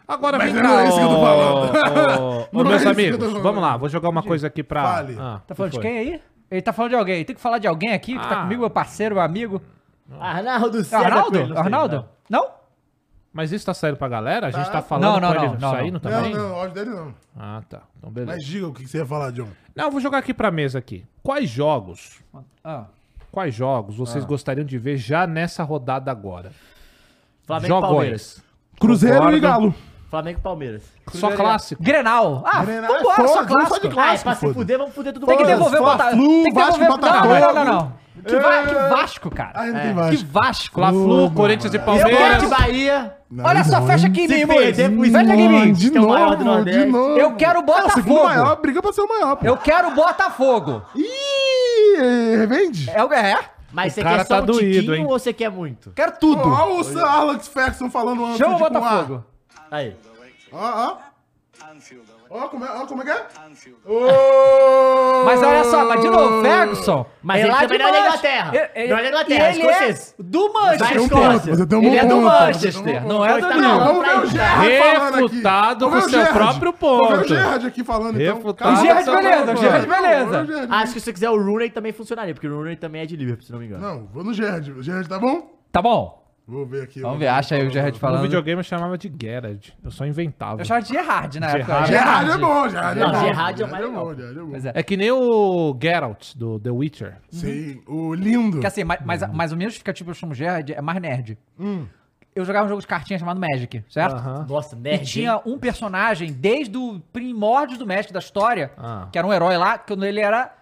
Speaker 4: Agora
Speaker 6: Mas
Speaker 4: vem cá.
Speaker 6: não é isso que eu tô falando.
Speaker 4: ô, ô,
Speaker 6: Não é isso
Speaker 4: meus
Speaker 6: que eu tô
Speaker 4: amigos,
Speaker 6: falando.
Speaker 4: vamos lá, vou jogar uma coisa aqui pra. Ah,
Speaker 6: Fale.
Speaker 2: Tá falando de quem aí? Ele tá falando de alguém. Tem que falar de alguém aqui que tá
Speaker 4: Ah.
Speaker 2: comigo, meu parceiro, meu amigo.
Speaker 5: vai. Arnaldo
Speaker 2: É o
Speaker 5: César Coelho,
Speaker 2: Arnaldo?
Speaker 5: não
Speaker 2: É o
Speaker 5: sei,
Speaker 2: Arnaldo?
Speaker 5: não.
Speaker 2: Não?
Speaker 4: Mas isso tá saindo pra galera? A gente tá falando
Speaker 2: Não, não,
Speaker 4: com
Speaker 2: não,
Speaker 4: ele
Speaker 2: não,
Speaker 4: saindo
Speaker 2: não.
Speaker 6: Não,
Speaker 4: também?
Speaker 6: não, o áudio dele não.
Speaker 4: Ah, tá. Então beleza.
Speaker 6: Mas diga o que você ia falar, John.
Speaker 4: Não, eu vou jogar aqui pra mesa aqui. Quais jogos?
Speaker 2: Ah.
Speaker 4: Quais jogos vocês gostariam de ver já nessa rodada agora?
Speaker 5: Flamengo e
Speaker 4: Jogões.
Speaker 5: Palmeiras.
Speaker 6: Cruzeiro
Speaker 4: Concordo.
Speaker 6: e Galo.
Speaker 5: Flamengo e Palmeiras.
Speaker 4: Só clássico.
Speaker 2: Grenal. Ah,
Speaker 6: Grenal, é
Speaker 2: vambora,
Speaker 6: foda,
Speaker 2: só
Speaker 6: vamos
Speaker 2: clássico.
Speaker 6: só de
Speaker 5: Ah, é pra
Speaker 6: Clássico,
Speaker 5: se
Speaker 6: foda.
Speaker 5: fuder, vamos fuder tudo
Speaker 2: Tem que
Speaker 5: bem.
Speaker 2: devolver o
Speaker 6: Fla,
Speaker 2: Botafogo.
Speaker 6: Flu,
Speaker 2: Tem que
Speaker 6: Vasco e
Speaker 2: devolver o Botafogo.
Speaker 6: Botafogo.
Speaker 2: Não, não, não, não. Que, va- que Vasco,
Speaker 6: Ah,
Speaker 2: cara.
Speaker 6: não tem
Speaker 2: Que
Speaker 6: mais.
Speaker 2: Vasco.
Speaker 4: Fla-Flu,
Speaker 6: Flu,
Speaker 4: Corinthians e
Speaker 5: Eu quero
Speaker 4: Palmeiras.
Speaker 5: de Bahia.
Speaker 2: Olha só, fecha aqui em
Speaker 5: Se
Speaker 2: mim, Muniz.
Speaker 5: perder pro
Speaker 2: Fecha aqui em
Speaker 6: Mano,
Speaker 2: mim.
Speaker 6: de
Speaker 5: que é o maior do
Speaker 6: novo, de
Speaker 5: Nordeste.
Speaker 6: novo.
Speaker 2: Eu quero o
Speaker 6: É o segundo
Speaker 2: Botafogo.
Speaker 6: maior, briga pra ser o maior, pô.
Speaker 2: Eu quero o Botafogo.
Speaker 6: Ih, revende.
Speaker 2: É o é.
Speaker 5: Mas você
Speaker 4: cara
Speaker 5: quer só
Speaker 4: tá
Speaker 5: um
Speaker 4: doído,
Speaker 5: tiquinho
Speaker 4: hein?
Speaker 5: ou você quer muito?
Speaker 2: Quero tudo.
Speaker 6: Olha o Sir Alex Ferguson falando tipo, ah, antes
Speaker 2: Chama o
Speaker 6: de com
Speaker 2: Botafogo.
Speaker 5: Aí.
Speaker 6: A. Ó, ó. Ó, como é, ó, como é que é?
Speaker 2: Mas olha só, mas de novo, Ferguson.
Speaker 5: Mas ele também não é da Inglaterra. Não é da Inglaterra, é
Speaker 2: e ele é
Speaker 5: escocês.
Speaker 2: do
Speaker 5: Vai,
Speaker 2: Manchester.
Speaker 5: escocês.
Speaker 6: Você tem um
Speaker 2: Ele é
Speaker 6: bom
Speaker 2: do
Speaker 6: ponto. um
Speaker 2: Manchester, não é do
Speaker 5: Tá
Speaker 2: Lyon.
Speaker 5: bom.
Speaker 6: Vamos ver o Gerrard falando aqui.
Speaker 4: Refutado
Speaker 6: Vamos ver
Speaker 4: com
Speaker 6: o
Speaker 4: seu
Speaker 6: Gerrard.
Speaker 4: próprio ponto.
Speaker 6: Vamos ver o Gerrard aqui falando, então.
Speaker 4: Refutado.
Speaker 6: Calma,
Speaker 2: é O Gerrard,
Speaker 6: calma,
Speaker 2: beleza,
Speaker 6: calma.
Speaker 2: o Gerrard,
Speaker 6: Não,
Speaker 2: beleza.
Speaker 6: vamos ver o Gerrard.
Speaker 5: Ah, Acho que se você quiser o Rooney também funcionaria, porque o Rooney também é de Liverpool, se não me engano.
Speaker 6: Não, vou no Gerrard. O Gerrard tá bom?
Speaker 2: Tá bom.
Speaker 6: Vou ver aqui.
Speaker 2: Vamos ver, acha aí o Gerard
Speaker 4: No
Speaker 2: falando.
Speaker 4: videogame eu chamava de Gerard. Eu só inventava.
Speaker 2: Eu chamava de Gerard na época.
Speaker 4: Gerrard.
Speaker 6: Gerrard é bom, Gerrard é
Speaker 5: Não,
Speaker 6: bom.
Speaker 5: Gerrard é o mais
Speaker 6: bom,
Speaker 5: legal.
Speaker 6: Gerrard é bom.
Speaker 2: Pois é.
Speaker 4: É que nem o Geralt do The Witcher.
Speaker 6: Sim, o lindo.
Speaker 2: Porque assim, mas, mas, mas o mesmo justificativo que eu chamo Gerard é mais nerd. Eu jogava um jogo de cartinha chamado Magic, certo?
Speaker 4: Aham.
Speaker 5: Nossa,
Speaker 2: E
Speaker 5: nerd. hein?
Speaker 2: tinha um personagem desde o primórdio do Magic da história,
Speaker 4: Ah.
Speaker 2: que era um herói lá, que ele era.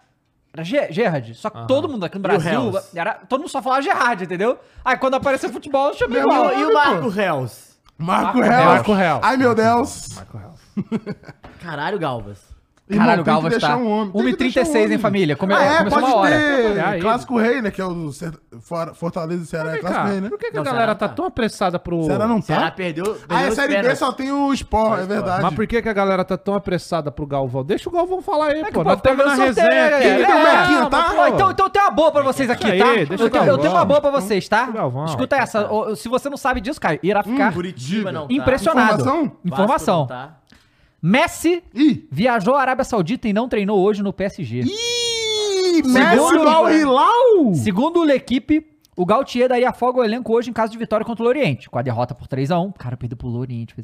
Speaker 2: Era Ge- Gerard. Só que todo mundo aqui no Brasil.
Speaker 5: Hells?
Speaker 2: Era, todo mundo só falava Gerard, entendeu? Aí quando apareceu futebol, eu chamei
Speaker 5: E
Speaker 2: igual.
Speaker 5: o, e o Marco Reus?
Speaker 6: Marco
Speaker 4: Reus.
Speaker 6: Reus.
Speaker 4: Marco Reus.
Speaker 6: Ai, meu Deus.
Speaker 4: Michael Ralph.
Speaker 5: Caralho, Galvas.
Speaker 2: Caralho, o Galvas tá.
Speaker 6: um homem, tem que deixar
Speaker 2: 1h36, hein, família? Come...
Speaker 6: Ah, é,
Speaker 2: começou
Speaker 6: pode
Speaker 2: uma hora.
Speaker 6: ter.
Speaker 4: Olha aí.
Speaker 6: Clássico Rei, né? Que é o Cer- Fora- Fortaleza e Ceará. É
Speaker 4: Vem
Speaker 6: Clássico
Speaker 4: cá,
Speaker 6: Rei, né?
Speaker 4: Por que, que
Speaker 5: Não,
Speaker 4: a galera
Speaker 5: Ceará
Speaker 4: tá
Speaker 5: tá.
Speaker 4: tão apressada pro.
Speaker 6: Ceará não
Speaker 5: Será
Speaker 6: tá?
Speaker 5: perdeu, perdeu
Speaker 6: Ah, é
Speaker 5: os
Speaker 6: Série B
Speaker 5: pênaltis.
Speaker 6: só tem o Sport, é
Speaker 4: Mas
Speaker 6: verdade.
Speaker 4: por que, que a galera tá tão apressada pro Galvão? Deixa o Galvão falar aí,
Speaker 2: É que
Speaker 4: pô.
Speaker 2: o
Speaker 4: Nós
Speaker 2: povo tá
Speaker 4: temos na
Speaker 2: vendo sorteio,
Speaker 4: resenha
Speaker 2: galera.
Speaker 4: aqui.
Speaker 2: É,
Speaker 6: Berquinha,
Speaker 4: não,
Speaker 6: tá?
Speaker 4: mas, pô,
Speaker 2: Ó, então, então eu tenho uma boa pra vocês aqui,
Speaker 4: Aí,
Speaker 2: tá?
Speaker 4: deixa o
Speaker 2: Eu, tenho- eu
Speaker 4: Galvão.
Speaker 2: tenho uma boa pra vocês, tá?
Speaker 4: Deixa o Galvão.
Speaker 2: Escuta essa. ó, Se você não sabe disso, cara, irá
Speaker 6: um
Speaker 2: ficar
Speaker 5: Curitiba não tá.
Speaker 2: impressionado.
Speaker 6: Informação?
Speaker 5: Vasco não
Speaker 2: Hum, Informação.
Speaker 5: tá.
Speaker 2: Messi
Speaker 6: Ih!
Speaker 2: viajou à Arábia Saudita e não treinou hoje no PSG.
Speaker 6: Ih!
Speaker 2: Segundo
Speaker 6: Messi
Speaker 2: lugar.
Speaker 6: Bal Hilal!
Speaker 2: Segundo a equipe, o Gautier daria afoga ao elenco hoje em caso de vitória contra o um. Loriente. Com a derrota por 3x1. Cara, perdeu pro Loriente.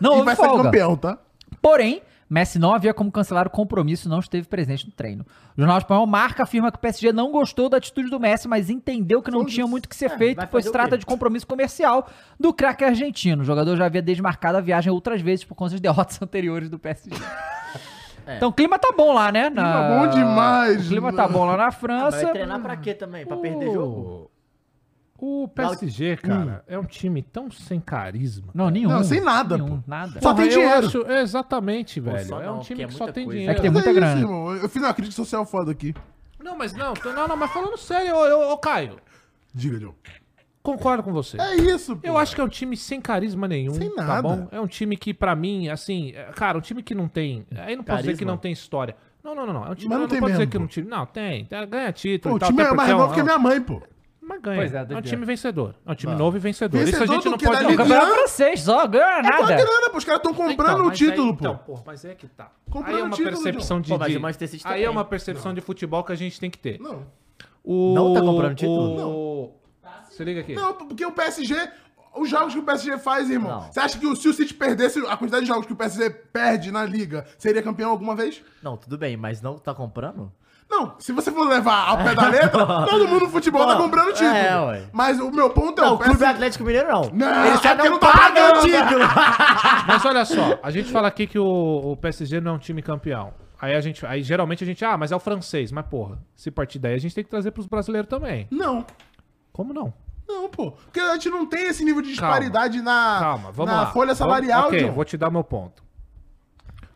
Speaker 2: Não
Speaker 6: E
Speaker 2: houve
Speaker 6: vai ser
Speaker 2: folga.
Speaker 6: campeão, tá?
Speaker 2: Porém, Messi não havia como cancelar o compromisso e não esteve presente no treino. O Jornal Espanhol marca afirma que o PSG não gostou da atitude do Messi, mas entendeu que não tinha muito o que ser
Speaker 5: É,
Speaker 2: feito,
Speaker 5: vai
Speaker 2: pois
Speaker 5: fazer o
Speaker 2: trata
Speaker 5: quê?
Speaker 2: de compromisso comercial do craque argentino. O jogador já havia desmarcado a viagem outras vezes por conta de derrotas anteriores do PSG. Então o clima tá bom lá, né?
Speaker 6: É. Clima bom demais. Ah,
Speaker 2: O clima tá bom lá na França.
Speaker 5: Vai treinar pra quê também? Pra perder jogo?
Speaker 4: O PSG, cara, é um time tão sem carisma.
Speaker 2: Não, nenhum.
Speaker 6: Não, sem nada,
Speaker 2: Nenhum,
Speaker 6: pô.
Speaker 2: nada.
Speaker 6: Só
Speaker 4: Porra,
Speaker 6: tem
Speaker 4: eu
Speaker 6: dinheiro.
Speaker 4: acho- é, exatamente, velho.
Speaker 5: só
Speaker 4: é um
Speaker 5: não,
Speaker 4: time
Speaker 5: porque é
Speaker 4: que só
Speaker 5: muita
Speaker 4: tem
Speaker 5: coisa.
Speaker 4: dinheiro.
Speaker 2: É que tem
Speaker 6: Mas
Speaker 2: muita grana.
Speaker 6: irmão. Eu fiz uma crítica social foda aqui.
Speaker 4: Não, mas não, tô- não, não, mas falando sério, ô, ô, ô, Caio,
Speaker 6: Diga, João.
Speaker 4: concordo com você.
Speaker 6: É isso, pô.
Speaker 4: Eu acho que é um time sem carisma nenhum,
Speaker 6: Sem
Speaker 4: tá
Speaker 6: nada.
Speaker 4: bom? É um time que, pra mim, assim, é- cara, um time que não tem... Aí não posso dizer que
Speaker 5: Carisma.
Speaker 4: não tem história. Não, não, não, não. É um time
Speaker 6: Mas não
Speaker 4: não,
Speaker 6: tem
Speaker 4: pode dizer
Speaker 6: mesmo,
Speaker 4: que
Speaker 6: pô.
Speaker 4: não time. Não, tem. tem- Ganha título
Speaker 6: Pô, o
Speaker 4: e tal.
Speaker 6: time
Speaker 4: até
Speaker 6: é mais
Speaker 4: porque um-
Speaker 6: novo que a minha mãe, pô.
Speaker 4: Mas ganha.
Speaker 2: Pois é,
Speaker 4: é, um
Speaker 2: doideira.
Speaker 4: time vencedor. É um time novo e vencedor. Isso
Speaker 6: Vencedor
Speaker 4: a gente
Speaker 6: do
Speaker 4: não
Speaker 6: que
Speaker 4: pode...
Speaker 6: da
Speaker 2: Não, o
Speaker 4: Não,
Speaker 6: Liga-
Speaker 2: campeonato é francês, só ganha
Speaker 6: É com a
Speaker 2: nada.
Speaker 6: grana, pô. Os caras estão comprando
Speaker 4: Então,
Speaker 6: o
Speaker 4: mas aí-
Speaker 6: título, pô.
Speaker 4: Então, porra, mas é que tá.
Speaker 6: Comprando
Speaker 4: Aí é
Speaker 6: o
Speaker 4: uma
Speaker 6: título,
Speaker 4: percepção de...
Speaker 5: Pô, mas
Speaker 4: de-
Speaker 5: o Manchester City
Speaker 4: Aí
Speaker 5: também.
Speaker 4: é uma percepção de futebol que a gente tem que ter.
Speaker 6: Não.
Speaker 4: O...
Speaker 5: Não tá comprando título?
Speaker 4: O... Se liga aqui.
Speaker 6: Não, porque o PSG. Os jogos que o PSG faz, irmão.
Speaker 5: Não.
Speaker 6: Você acha que o- se o City perdesse a quantidade de jogos que o PSG perde na liga, seria campeão alguma vez?
Speaker 5: Não, tudo bem, mas não tá comprando?
Speaker 6: Não, se você for levar ao pé da letra, todo mundo no futebol tá
Speaker 5: Pô,
Speaker 6: comprando título.
Speaker 5: é, ué.
Speaker 6: Mas o meu ponto é
Speaker 5: Não,
Speaker 6: o
Speaker 5: o Clube
Speaker 6: PSG.
Speaker 5: Atlético Mineiro não.
Speaker 6: Não,
Speaker 5: Ele
Speaker 6: é
Speaker 5: só
Speaker 6: porque
Speaker 5: não
Speaker 6: não tá
Speaker 5: paga o
Speaker 6: pagando.
Speaker 5: título.
Speaker 4: Mas olha só, a gente fala aqui que o, o PSG não é um time campeão. Aí a gente, aí geralmente a gente, ah, mas é o francês, mas porra, se partir daí a gente tem que trazer pros brasileiros também.
Speaker 6: Não,
Speaker 4: Como não?
Speaker 6: não, pô. Porque a gente não tem esse nível de
Speaker 4: Calma,
Speaker 6: disparidade na,
Speaker 4: Calma, vamos
Speaker 6: Ah, na
Speaker 4: lá.
Speaker 6: folha
Speaker 4: Vamos-
Speaker 6: salarial,
Speaker 4: Ok,
Speaker 6: John.
Speaker 4: vou te dar meu ponto.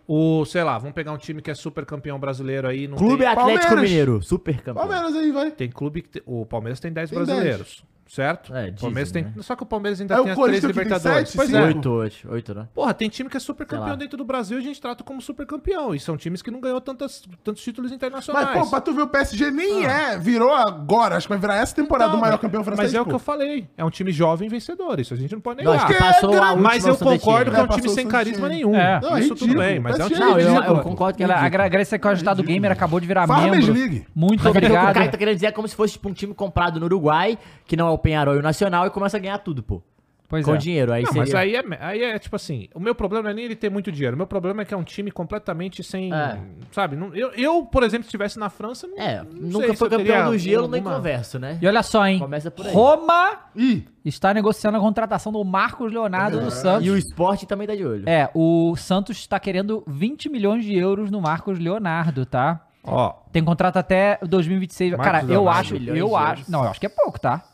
Speaker 4: O, sei lá, vamos pegar um time que é super campeão brasileiro aí, não
Speaker 5: Clube
Speaker 4: tem,
Speaker 5: Atlético
Speaker 6: Palmeiras.
Speaker 5: Mineiro, super campeão.
Speaker 6: Palmeiras aí, vai.
Speaker 4: tem clube que te- o Palmeiras tem 10
Speaker 6: Tem
Speaker 4: brasileiros, certo?
Speaker 5: É,
Speaker 4: O Palmeiras
Speaker 5: dizem,
Speaker 4: tem, só que o Palmeiras ainda
Speaker 6: É o
Speaker 4: tem as três
Speaker 6: Corinthians que tem
Speaker 4: Libertadores.
Speaker 6: sete,
Speaker 4: pois
Speaker 6: cinco.
Speaker 4: é.
Speaker 5: Oito hoje, oito, né?
Speaker 4: Porra, tem time que é super
Speaker 5: lá.
Speaker 4: campeão dentro do Brasil e a gente trata como super campeão. E são times que não ganhou tantas, tantos títulos internacionais.
Speaker 6: Mas, pô, pra tu ver, o PSG
Speaker 4: Ah.
Speaker 6: nem é, virou agora. Acho que vai virar essa temporada
Speaker 4: Não,
Speaker 6: o maior
Speaker 4: mas-
Speaker 6: campeão francês.
Speaker 4: Mas é o
Speaker 6: pô.
Speaker 4: que eu falei. É um time jovem vencedor. Isso a gente não pode
Speaker 5: Não, acho
Speaker 4: negar.
Speaker 5: que
Speaker 6: é
Speaker 5: passou a
Speaker 6: grande,
Speaker 5: última
Speaker 4: mas eu concordo
Speaker 5: né?
Speaker 4: que é um
Speaker 6: Passou
Speaker 4: time
Speaker 6: o
Speaker 4: sem
Speaker 6: Santinho.
Speaker 4: carisma nenhum.
Speaker 2: É.
Speaker 6: Não, é
Speaker 4: Isso tudo
Speaker 6: ridículo.
Speaker 4: bem, mas é um
Speaker 6: Parece
Speaker 4: time
Speaker 2: Não, eu, eu
Speaker 4: ridículo.
Speaker 2: concordo que ela agradece que o Agitado Gamer acabou de virar
Speaker 6: Farmers
Speaker 2: membro.
Speaker 6: League.
Speaker 2: Muito
Speaker 5: Mas é porque o
Speaker 2: obrigado.
Speaker 5: Caio tá querendo dizer é como se fosse tipo, um time comprado no Uruguai, que não é o Penharol e o Nacional, e começa a ganhar tudo, pô.
Speaker 2: Pois
Speaker 5: com
Speaker 2: é.
Speaker 5: dinheiro. Aí
Speaker 4: Não,
Speaker 5: seria...
Speaker 4: mas aí é, aí é tipo assim, o meu problema não é nem ele ter muito dinheiro, o meu problema é que é um time completamente sem,
Speaker 5: É.
Speaker 4: sabe, não- eu, eu, por exemplo, se estivesse na França, não,
Speaker 5: É,
Speaker 4: não
Speaker 5: nunca
Speaker 4: sei se
Speaker 5: foi
Speaker 4: eu teria
Speaker 5: campeão do gelo, nem
Speaker 4: alguma-
Speaker 5: converso, né?
Speaker 2: E olha só, hein?
Speaker 5: Começa por aí.
Speaker 2: Roma
Speaker 6: Ih,
Speaker 2: está negociando a contratação do Marcos Leonardo do Santos.
Speaker 5: E o esporte também tá de olho.
Speaker 2: É, o Santos está querendo 20 milhões de euros no Marcos Leonardo, tá?
Speaker 4: Ó,
Speaker 2: Tem contrato até 2026.
Speaker 4: Marcos
Speaker 2: Cara, eu
Speaker 4: Leonardo.
Speaker 2: acho,
Speaker 5: Milhões de
Speaker 2: eu acho.
Speaker 5: euros.
Speaker 2: Não, eu acho que é pouco, tá?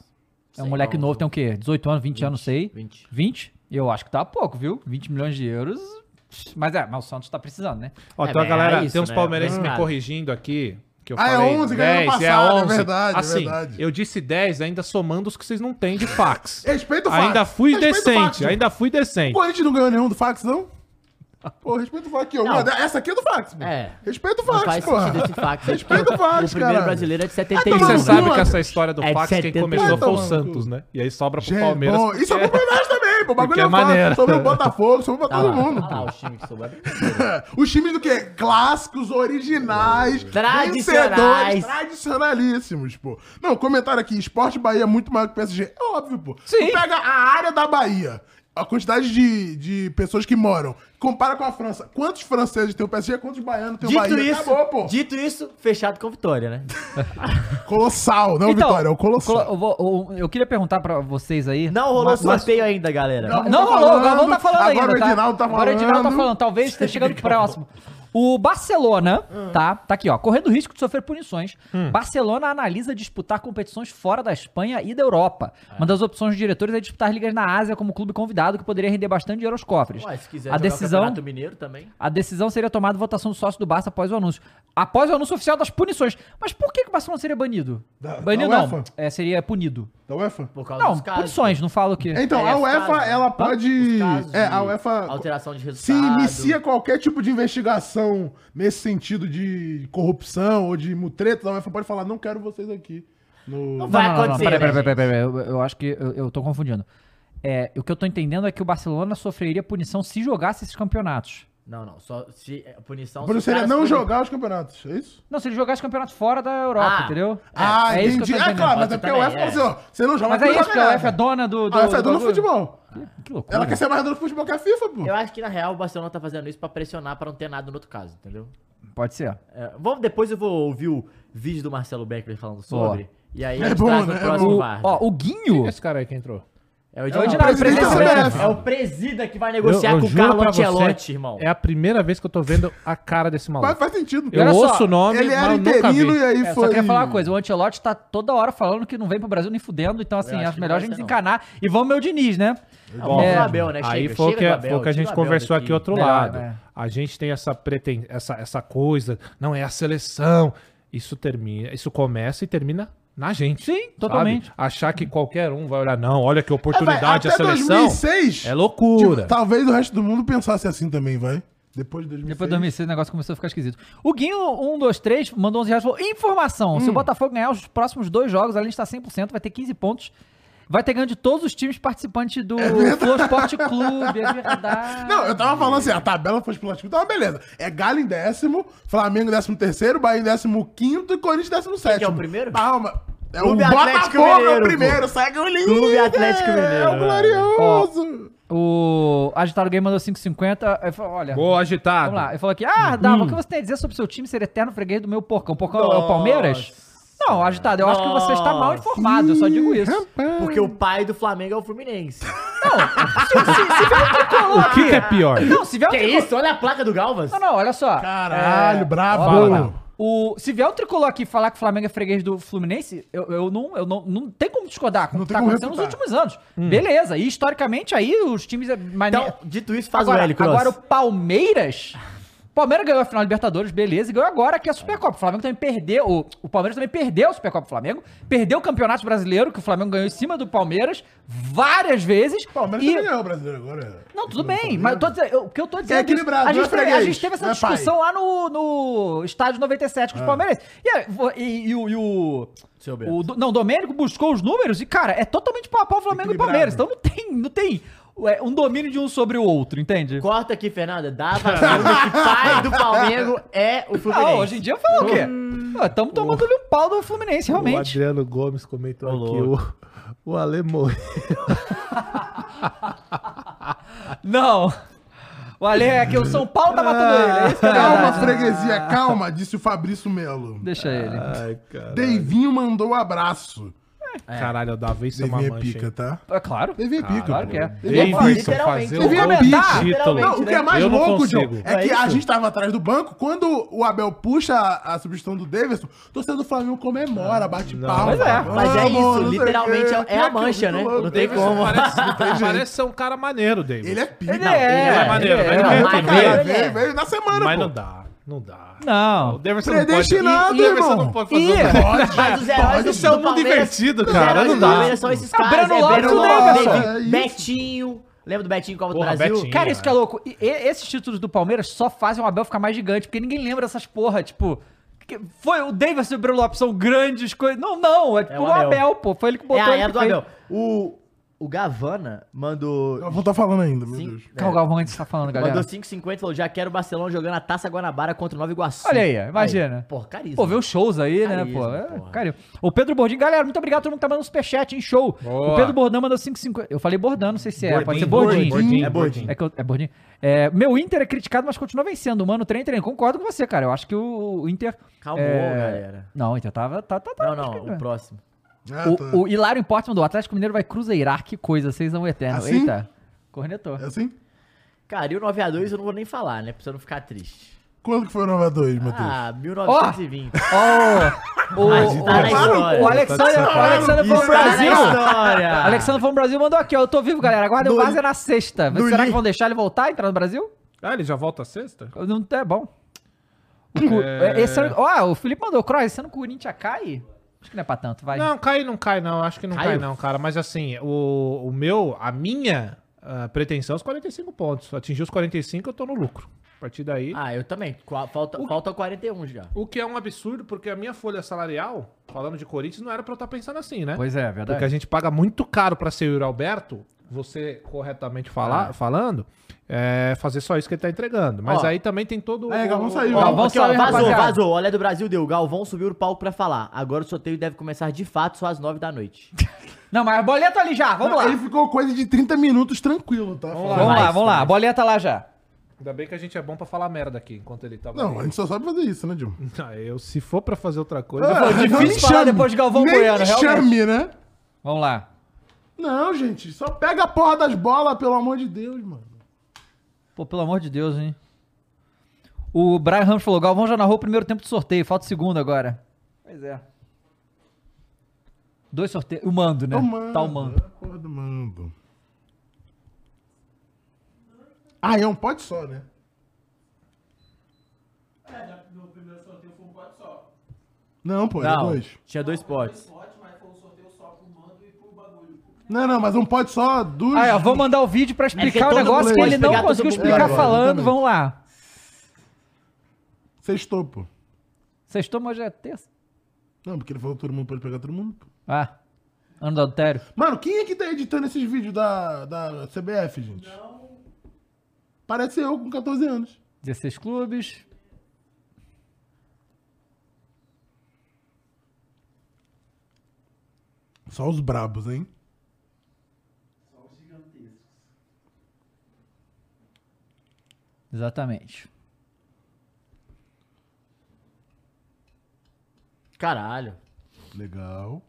Speaker 2: É um
Speaker 5: Sei
Speaker 2: moleque
Speaker 5: não,
Speaker 2: novo,
Speaker 5: viu?
Speaker 2: tem o quê? 18 anos, 20 anos, não sei.
Speaker 5: 20.
Speaker 2: 20? Eu acho que tá pouco, viu? 20 milhões de euros. Mas é, mas o Santos tá precisando, né?
Speaker 4: Ó,
Speaker 5: É,
Speaker 4: então a
Speaker 5: mas
Speaker 4: galera,
Speaker 5: é isso,
Speaker 4: tem uns
Speaker 5: né?
Speaker 4: palmeirenses
Speaker 5: Hum.
Speaker 4: me corrigindo aqui. Que eu
Speaker 6: Ah, é
Speaker 4: falei,
Speaker 6: 11, ganhou no
Speaker 4: 10,
Speaker 6: passado, é verdade, é
Speaker 4: assim,
Speaker 6: verdade.
Speaker 4: Eu disse 10, ainda somando os que vocês não têm de fax.
Speaker 6: Respeita o fax.
Speaker 4: Ainda fui
Speaker 6: Respeita o fax,
Speaker 4: decente,
Speaker 6: gente.
Speaker 4: ainda fui decente.
Speaker 6: o Corinthians não ganhou nenhum do fax, não? Pô, respeita o fax aqui, ó.
Speaker 5: Não.
Speaker 6: Mano, Essa aqui é do fax, mano.
Speaker 5: É.
Speaker 6: Respeita o
Speaker 5: Não
Speaker 6: fax,
Speaker 5: faz
Speaker 6: porra.
Speaker 5: sentido esse fax. aí,
Speaker 6: Respeita
Speaker 5: porque
Speaker 6: o fax,
Speaker 5: O primeiro
Speaker 6: cara.
Speaker 5: brasileiro é
Speaker 2: Ah, tá
Speaker 5: de
Speaker 4: E
Speaker 6: tomar
Speaker 5: 71.
Speaker 4: você
Speaker 6: no cu,
Speaker 4: sabe
Speaker 6: mano.
Speaker 4: que essa história do
Speaker 5: É de
Speaker 4: fax, quem
Speaker 5: 70.
Speaker 4: começou
Speaker 6: Vai
Speaker 4: foi o
Speaker 6: tomar no
Speaker 4: Santos, né? E aí sobra pro
Speaker 6: Gente,
Speaker 4: Palmeiras.
Speaker 6: bom,
Speaker 4: porque
Speaker 6: isso é bom pra nós também, pô. O
Speaker 4: Porque
Speaker 6: bagulho
Speaker 4: é
Speaker 6: é, é
Speaker 4: maneiro.
Speaker 6: fácil. Sobre o Botafogo, sobre pra
Speaker 5: Tá
Speaker 6: todo
Speaker 5: lá,
Speaker 6: mundo.
Speaker 5: tá
Speaker 6: pô.
Speaker 5: lá os times que souberam.
Speaker 6: Os times do quê? Clássicos, originais,
Speaker 5: Tradicionais.
Speaker 6: vencedores, tradicionalíssimos, pô. Não, comentário aqui, Esporte Bahia é muito maior que o PSG. É óbvio, pô.
Speaker 2: Sim.
Speaker 6: Tu pega a área da Bahia, a quantidade de, de pessoas que moram, compara com a França. Quantos franceses tem o PSG, quantos baianos tem o
Speaker 5: Dito
Speaker 6: Bahia?
Speaker 5: isso,
Speaker 6: Acabou, pô.
Speaker 5: dito isso, fechado com vitória, né?
Speaker 6: Colossal, não Vitória, é o Colossal.
Speaker 2: Então, colo- eu vou- eu- eu queria perguntar pra vocês aí.
Speaker 5: Não rolou
Speaker 2: mas- mas-
Speaker 5: sorteio ainda, galera.
Speaker 6: Não.
Speaker 2: Não
Speaker 6: Tá
Speaker 2: rolou, o
Speaker 6: falando,
Speaker 2: Galvão tá falando
Speaker 6: agora
Speaker 2: ainda,
Speaker 6: o Edinaldo tá
Speaker 2: Agora o Edinaldo tá
Speaker 6: falando.
Speaker 2: falando, talvez esteja chegando pro próximo. O Barcelona,
Speaker 5: Hum.
Speaker 2: tá? Tá aqui, ó. Correndo o risco de sofrer punições, Barcelona analisa disputar competições fora da Espanha e da Europa.
Speaker 5: É.
Speaker 2: Uma das opções dos diretores é disputar ligas na Ásia como clube convidado, que poderia render bastante dinheiro aos cofres.
Speaker 5: Ué, se quiser
Speaker 2: a
Speaker 5: jogar o
Speaker 2: decisão
Speaker 5: Campeonato Mineiro também.
Speaker 2: a decisão seria tomada em votação do sócio do Barça após o anúncio. Após o anúncio oficial das punições. Mas por que, que o Barcelona seria banido?
Speaker 6: Da-
Speaker 2: banido
Speaker 6: da
Speaker 2: não.
Speaker 6: UEFA?
Speaker 2: É, seria punido.
Speaker 6: Da UEFA?
Speaker 5: Por causa
Speaker 2: Não,
Speaker 5: dos casos.
Speaker 2: punições, não falo que.
Speaker 6: Então,
Speaker 5: É,
Speaker 6: a
Speaker 5: os
Speaker 6: UEFA,
Speaker 5: casos,
Speaker 6: ela
Speaker 5: né?
Speaker 6: pode...
Speaker 5: Os casos
Speaker 6: É,
Speaker 5: de
Speaker 6: a UEFA...
Speaker 5: Alteração de
Speaker 6: Se
Speaker 5: resultado.
Speaker 6: inicia qualquer tipo de investigação nesse sentido de corrupção ou de mutreta, a UEFA pode falar, não quero vocês aqui. No...
Speaker 5: Não vai acontecer,
Speaker 2: Peraí,
Speaker 5: né,
Speaker 2: peraí, peraí, peraí, eu, eu acho que eu, eu tô confundindo. É, o que eu tô entendendo é que o Barcelona sofreria punição se jogasse esses campeonatos.
Speaker 5: Não, não. Só se é, punição.
Speaker 6: Bruno,
Speaker 5: se
Speaker 6: seria
Speaker 5: caras
Speaker 6: não
Speaker 5: forem-
Speaker 6: jogar os campeonatos, é isso?
Speaker 2: Não, se ele jogasse campeonato fora da Europa,
Speaker 5: Ah.
Speaker 2: entendeu?
Speaker 6: ah,
Speaker 2: é isso que eu
Speaker 6: entendi.
Speaker 2: tô
Speaker 6: Ah,
Speaker 2: entendendo.
Speaker 6: claro, mas
Speaker 5: Pode
Speaker 6: é porque a
Speaker 5: também,
Speaker 6: UEFA fala
Speaker 5: é.
Speaker 6: assim, ó, você não joga
Speaker 2: Mas
Speaker 6: tu
Speaker 2: é
Speaker 6: não
Speaker 2: isso, que
Speaker 6: joga
Speaker 2: a
Speaker 6: nada.
Speaker 2: UEFA é dona do. do
Speaker 6: A UEFA é dona do
Speaker 2: bagulho.
Speaker 6: futebol.
Speaker 2: Que loucura.
Speaker 6: Ela quer ser mais dona do futebol que a FIFA, pô.
Speaker 5: Eu acho que, na real, o Barcelona tá fazendo isso pra pressionar pra não ter nada no outro caso, entendeu?
Speaker 2: Pode ser.
Speaker 5: É, vamos, depois eu vou ouvir o vídeo do Marcelo Beckler falando
Speaker 2: Boa.
Speaker 5: sobre. E aí
Speaker 6: É
Speaker 5: a gente
Speaker 6: bom,
Speaker 5: traz no
Speaker 6: né? É
Speaker 5: próximo
Speaker 2: O,
Speaker 5: VAR.
Speaker 2: ó, o Guinho.
Speaker 4: Esse cara aí que entrou.
Speaker 5: É o
Speaker 2: É o Edinaldo,
Speaker 5: Edinaldo.
Speaker 6: presidente da CBF.
Speaker 5: É o presida que vai negociar com o
Speaker 4: juro
Speaker 5: Carlo
Speaker 4: pra você,
Speaker 5: Ancelotti, irmão.
Speaker 4: É a primeira vez que eu tô vendo a cara desse
Speaker 6: Mas
Speaker 4: maluco.
Speaker 6: faz sentido.
Speaker 4: Eu
Speaker 2: Olha só,
Speaker 4: ouço o nome,
Speaker 6: Ele era
Speaker 4: mas nunca
Speaker 6: interino
Speaker 4: vi.
Speaker 6: e aí
Speaker 2: É,
Speaker 6: foi...
Speaker 2: só queria falar uma coisa, o Ancelotti tá toda hora falando que não vem pro Brasil nem fudendo, então assim,
Speaker 5: acho
Speaker 2: acho
Speaker 5: que
Speaker 2: melhor a
Speaker 5: não
Speaker 2: gente
Speaker 5: vai ser, não.
Speaker 2: desencanar e vamos meu Diniz, né?
Speaker 5: É o
Speaker 2: É,
Speaker 5: do Abel, né?
Speaker 4: Aí
Speaker 5: Chega,
Speaker 4: foi o
Speaker 5: chega
Speaker 4: que, é,
Speaker 5: do Abel,
Speaker 4: foi o que a
Speaker 5: tira
Speaker 4: gente
Speaker 5: o Abel
Speaker 4: conversou
Speaker 5: daqui.
Speaker 4: aqui outro
Speaker 2: Melhor,
Speaker 4: lado.
Speaker 2: né?
Speaker 4: A gente tem essa, preten... essa, essa coisa, não é a seleção. Isso termina, isso começa e termina na gente. Sim,
Speaker 2: totalmente.
Speaker 4: Achar que qualquer um vai olhar, não, olha que
Speaker 6: Ah, vai,
Speaker 4: oportunidade a
Speaker 6: até
Speaker 4: seleção.
Speaker 6: 2006,
Speaker 4: É loucura.
Speaker 6: tipo, talvez o resto do mundo pensasse assim também, vai. Depois de 2006.
Speaker 2: Depois de 2006 o negócio começou a ficar esquisito. O Guinho, 1, 2, 3, mandou 11 reais e falou, informação, se o Botafogo ganhar os próximos dois jogos, além de estar 100%, vai ter 15 pontos, vai ter ganho de todos os times participantes do Flow Sport Clube, é verdade.
Speaker 6: Não, eu tava falando assim, a tabela foi explorativa, então beleza. É Galo em décimo, Flamengo em décimo terceiro, Bahia em décimo quinto e Corinthians em décimo sétimo.
Speaker 5: que é o primeiro?
Speaker 6: Calma. É o
Speaker 5: Clube Atlético
Speaker 6: Botafogo é
Speaker 5: Mineiro,
Speaker 6: o
Speaker 5: pô.
Speaker 6: primeiro, segue o líder.
Speaker 5: Clube Atlético Mineiro,
Speaker 6: É o
Speaker 5: velho.
Speaker 6: glorioso.
Speaker 2: O Agitado Game mandou 5,50, ele falou, olha...
Speaker 4: Boa, agitado.
Speaker 2: Vamos lá, ele falou aqui, ah, Dava, o que você tem a dizer sobre o seu time ser eterno freguês do meu porcão? Porcão
Speaker 4: né?
Speaker 2: é o Palmeiras? Não, agitado, eu acho que você está mal
Speaker 5: Nossa.
Speaker 2: informado, eu só digo isso.
Speaker 5: Porque o pai do Flamengo é o Fluminense.
Speaker 4: O que, que é pior?
Speaker 2: um Não, se vier um
Speaker 5: que
Speaker 2: tricolor...
Speaker 5: isso? Olha a placa do Galvas.
Speaker 2: Não, não, olha só.
Speaker 6: Caralho, bravo.
Speaker 2: Ó, lá. O, se vier o tricolor aqui falar que o Flamengo é freguês do Fluminense, eu, eu não, eu não, não tem como discordar com o
Speaker 6: Não
Speaker 2: que
Speaker 6: tem
Speaker 2: tá
Speaker 6: como
Speaker 2: acontecendo nos
Speaker 6: refutar.
Speaker 2: últimos anos. Beleza, e historicamente aí os times... é mais-
Speaker 5: Hum. Então, dito isso, faz
Speaker 2: agora,
Speaker 5: o L, Cross.
Speaker 2: agora o Palmeiras. O Palmeiras ganhou a final da Libertadores, beleza, e ganhou agora aqui a Supercopa. O Flamengo também perdeu. O, o Palmeiras também perdeu a Supercopa do Flamengo, perdeu o Campeonato Brasileiro, que o Flamengo ganhou em cima do Palmeiras várias vezes.
Speaker 6: O Palmeiras
Speaker 2: e-
Speaker 6: também ganhou o brasileiro agora.
Speaker 2: Não, tudo bem, mas eu tô dizendo- eu- o que eu tô dizendo é que
Speaker 6: equilibrado,
Speaker 2: a, gente
Speaker 6: não é
Speaker 2: teve, a
Speaker 6: freguês,
Speaker 2: gente teve essa
Speaker 6: não é pai. É.
Speaker 2: discussão lá no, no estádio 97 com os palmeirenses. E, a- vo- e- e o- e o.
Speaker 5: Seu Bento.
Speaker 2: o Do- não, o Domênico buscou os números e, cara, é totalmente pau a pau Flamengo e
Speaker 6: Equilibrado.
Speaker 2: Palmeiras. Então não tem, não tem é, um domínio de um sobre o outro, entende?
Speaker 5: Corta aqui, Fernanda. Dava Silva, que pai do Flamengo é o Fluminense.
Speaker 2: Ah, hoje em dia eu falo o quê?
Speaker 5: Hum.
Speaker 2: Estamos tomando-lhe um pau do Fluminense, realmente.
Speaker 4: Adriano Gomes comentou
Speaker 5: louco.
Speaker 4: o, o Ale morreu.
Speaker 2: Não. O Ale é que o São Paulo tá matando ele. É isso que é
Speaker 6: Calma,
Speaker 2: verdade.
Speaker 6: freguesia, calma, disse o Fabrício Melo.
Speaker 2: Deixa ele.
Speaker 4: Ai, cara.
Speaker 6: Deivinho mandou um abraço.
Speaker 4: Caralho, o Davi isso é uma
Speaker 6: Deivinho é
Speaker 4: mancha,
Speaker 6: pica,
Speaker 4: hein?
Speaker 6: tá?
Speaker 2: É claro.
Speaker 6: Deivinho é pica,
Speaker 2: Claro
Speaker 6: pô.
Speaker 2: que é.
Speaker 6: Deivinho
Speaker 5: Ele é
Speaker 6: pica.
Speaker 5: pica. literalmente.
Speaker 4: fazer o
Speaker 6: Ele é
Speaker 4: gol
Speaker 2: pica.
Speaker 4: do título.
Speaker 6: Não, o que é mais
Speaker 4: Eu não
Speaker 6: louco,
Speaker 4: consigo.
Speaker 6: John, é
Speaker 5: né? É
Speaker 6: que a
Speaker 5: isso?
Speaker 6: gente tava atrás do banco, quando o Abel puxa a, a substituição do Davidson, o torcedor do Flamengo comemora, bate palma.
Speaker 2: Mas é,
Speaker 5: Mas é
Speaker 6: vamos,
Speaker 5: isso,
Speaker 6: não sei
Speaker 5: literalmente
Speaker 6: o quê.
Speaker 5: é, é a mancha, né?
Speaker 6: Muito louco.
Speaker 5: Não tem como.
Speaker 4: Parece, parece ser um cara maneiro, David.
Speaker 6: Ele é pica.
Speaker 2: Ele é,
Speaker 4: é maneiro,
Speaker 2: ele
Speaker 4: mas
Speaker 2: é.
Speaker 4: não
Speaker 6: Pra
Speaker 4: Ele
Speaker 6: caralho,
Speaker 5: é.
Speaker 6: veio, veio na semana,
Speaker 4: Mas
Speaker 6: pô.
Speaker 4: não dá, não dá.
Speaker 2: Não.
Speaker 4: Davidson
Speaker 6: Predestinado,
Speaker 4: não pode, e- e o Davidson
Speaker 6: irmão.
Speaker 4: não pode
Speaker 2: Ih,
Speaker 4: fazer o gol.
Speaker 5: Mas os heróis
Speaker 4: Isso é um mundo divertido,
Speaker 5: os
Speaker 4: cara.
Speaker 5: heróis
Speaker 4: Não
Speaker 5: do
Speaker 4: dá.
Speaker 5: Palmeiras são esses
Speaker 2: É o
Speaker 5: caras.
Speaker 2: Breno Lopes,
Speaker 5: Breno
Speaker 2: tudo bem,
Speaker 5: Lopes,
Speaker 2: pessoal?
Speaker 5: Davi-
Speaker 6: É isso.
Speaker 5: Betinho. Lembra do Betinho Copa do
Speaker 4: Porra,
Speaker 5: Brasil?
Speaker 4: Betinho.
Speaker 2: Cara, isso que é louco. E- e- esses títulos do Palmeiras só fazem o Abel ficar mais gigante, porque ninguém lembra dessas porra, tipo... que- Foi o Davis e o Breno Lopes são grandes coisas. Não, não. É, tipo
Speaker 5: o
Speaker 2: o Abel.
Speaker 5: Abel.
Speaker 2: pô. Foi ele que
Speaker 5: É
Speaker 2: botou
Speaker 5: a
Speaker 2: ele
Speaker 5: era
Speaker 2: que
Speaker 5: do
Speaker 2: fez.
Speaker 5: Abel. O, o Gavana mandou.
Speaker 6: Eu vou estar falando ainda, meu
Speaker 5: cinco-
Speaker 6: Deus.
Speaker 2: Calma, o Galvão antes tá falando,
Speaker 5: é,
Speaker 2: galera.
Speaker 5: mandou 5,50 e falou: já quero o Barcelona jogando a taça Guanabara contra o Nova Iguaçu.
Speaker 2: Olha aí, imagina.
Speaker 5: Pô, caríssimo.
Speaker 2: Pô, vê os shows aí, né,
Speaker 5: Carisma,
Speaker 2: pô. É,
Speaker 5: porra.
Speaker 2: Cara, o Pedro Bordinho, galera, muito obrigado a todo mundo que tá mandando superchat, hein, show.
Speaker 4: Boa.
Speaker 2: O Pedro Bordão mandou 5,50. Eu falei Bordão, não sei se é, pode ser Bordinho.
Speaker 4: Bordinho, Bordinho.
Speaker 5: É Bordinho.
Speaker 2: É, que eu- é Bordinho. É, meu Inter é criticado, mas continua vencendo. Mano, trem, trem. Concordo com você, cara. Eu acho que o, o Inter...
Speaker 5: Calmou,
Speaker 2: é,
Speaker 5: Tá um galera.
Speaker 2: Não, o Inter tava... Tá, tá, tá,
Speaker 5: Não, não, o próximo.
Speaker 6: Ah, tá.
Speaker 2: O, o Hilário Importe mandou, o Atlético Mineiro vai cruzeirar, que coisa, vocês são eterno.
Speaker 6: Assim?
Speaker 2: Eita, cornetou.
Speaker 6: É assim?
Speaker 5: Cara, e o 9x2 eu não vou nem falar, né? Pra você não ficar triste.
Speaker 6: Quando que foi o 92, Matheus?
Speaker 5: Ah, 1920.
Speaker 2: Ó, o, o,
Speaker 5: Mas tá na história.
Speaker 2: o Alexander, o Alexander foi
Speaker 5: Isso
Speaker 2: pro
Speaker 5: tá na
Speaker 2: é Brasil.
Speaker 5: história.
Speaker 2: Alexandre foi no Brasil e mandou aqui, ó. Eu tô vivo, galera. Agora o
Speaker 6: No-
Speaker 2: Vaz é na sexta. Mas
Speaker 6: no
Speaker 2: será
Speaker 6: li-
Speaker 2: que vão deixar ele voltar, entrar no Brasil?
Speaker 4: Ah, ele já volta sexta?
Speaker 2: Eu Não é bom. O cu-
Speaker 4: É.
Speaker 2: Esse ano- Ó, o Felipe mandou, Croy, esse ano o Corinthians cai? Acho que não é pra tanto, vai.
Speaker 4: Não, cai não cai, não. Acho que não cai,
Speaker 5: Caiu?
Speaker 4: não, cara. Mas assim, o, o meu, a minha ah, pretensão é os 45 pontos. Atingir os 45, eu tô no lucro. A partir daí.
Speaker 5: Ah, eu também. Qua- Falta, falta 41 já.
Speaker 4: O que é um absurdo, porque a minha folha salarial, falando de Corinthians, não era pra eu estar tá pensando assim, né?
Speaker 2: Pois é,
Speaker 4: Porque a
Speaker 2: verdade.
Speaker 4: gente paga muito caro pra ser o Yuri Alberto você corretamente falar, falando, é fazer só isso que ele tá entregando. Mas
Speaker 5: Ó.
Speaker 4: aí também tem todo
Speaker 6: É,
Speaker 4: o-
Speaker 6: Galvão saiu.
Speaker 2: Ó, Galvão
Speaker 5: Aqui, ó,
Speaker 2: saiu,
Speaker 5: vazou,
Speaker 2: rapaziada.
Speaker 5: vazou. Olha do Brasil deu. Galvão subiu o palco pra falar. Agora o sorteio deve começar de fato só às 9 da noite.
Speaker 2: Não, mas a boleta ali já, vamos lá.
Speaker 6: Ele ficou coisa de 30 minutos tranquilo, tá?
Speaker 4: Vamos lá.
Speaker 2: Vamos
Speaker 5: Vai,
Speaker 2: lá, vamos lá, a boleta lá já.
Speaker 4: Ainda bem que a gente é bom pra falar merda aqui, enquanto ele tava...
Speaker 6: Não, a
Speaker 4: ali.
Speaker 6: gente só sabe fazer isso, né, Dilma?
Speaker 4: Ah, eu, se for pra fazer outra
Speaker 2: É.
Speaker 4: coisa...
Speaker 6: Ah,
Speaker 4: eu
Speaker 6: não
Speaker 2: difícil
Speaker 6: me
Speaker 2: falar depois de Galvão
Speaker 6: nem
Speaker 2: Bueno,
Speaker 6: me
Speaker 2: realmente.
Speaker 6: chame, né?
Speaker 2: Vamos lá.
Speaker 6: Não, gente, só pega a porra das bolas, pelo amor de Deus, mano.
Speaker 2: Pô, pelo amor de Deus, hein? O Brian Ramos falou: Galvão já narrou o primeiro tempo do sorteio, falta o segundo agora. Pois é. Dois sorteios. O mando, né?
Speaker 6: Eu mando,
Speaker 2: Tá o mando.
Speaker 6: é a Porra do mando. Ah, é um pote só, né? Não, pô, é
Speaker 5: Não,
Speaker 6: dois.
Speaker 5: tinha dois potes.
Speaker 6: Não, não, mas um pote só dos.
Speaker 2: Ah, é, vou mandar o vídeo pra
Speaker 5: porque
Speaker 2: explicar o
Speaker 5: todo
Speaker 2: negócio
Speaker 5: mundo
Speaker 2: que
Speaker 5: pode
Speaker 2: ele não
Speaker 5: pegar todo
Speaker 2: conseguiu
Speaker 5: mundo.
Speaker 2: explicar
Speaker 6: Agora,
Speaker 2: falando.
Speaker 6: exatamente.
Speaker 2: Vamos lá.
Speaker 6: Sextou, pô.
Speaker 2: Vocês tomam hoje é terça?
Speaker 6: Não, porque ele falou que todo mundo pode pegar todo mundo. pô.
Speaker 2: Ah, ano do adultério.
Speaker 6: Mano, quem é que tá editando esses vídeos da, da CBF, gente? Não. Parece eu com 14 anos.
Speaker 2: 16 clubes.
Speaker 6: Só os brabos, hein?
Speaker 2: Exatamente.
Speaker 5: Caralho.
Speaker 6: Legal.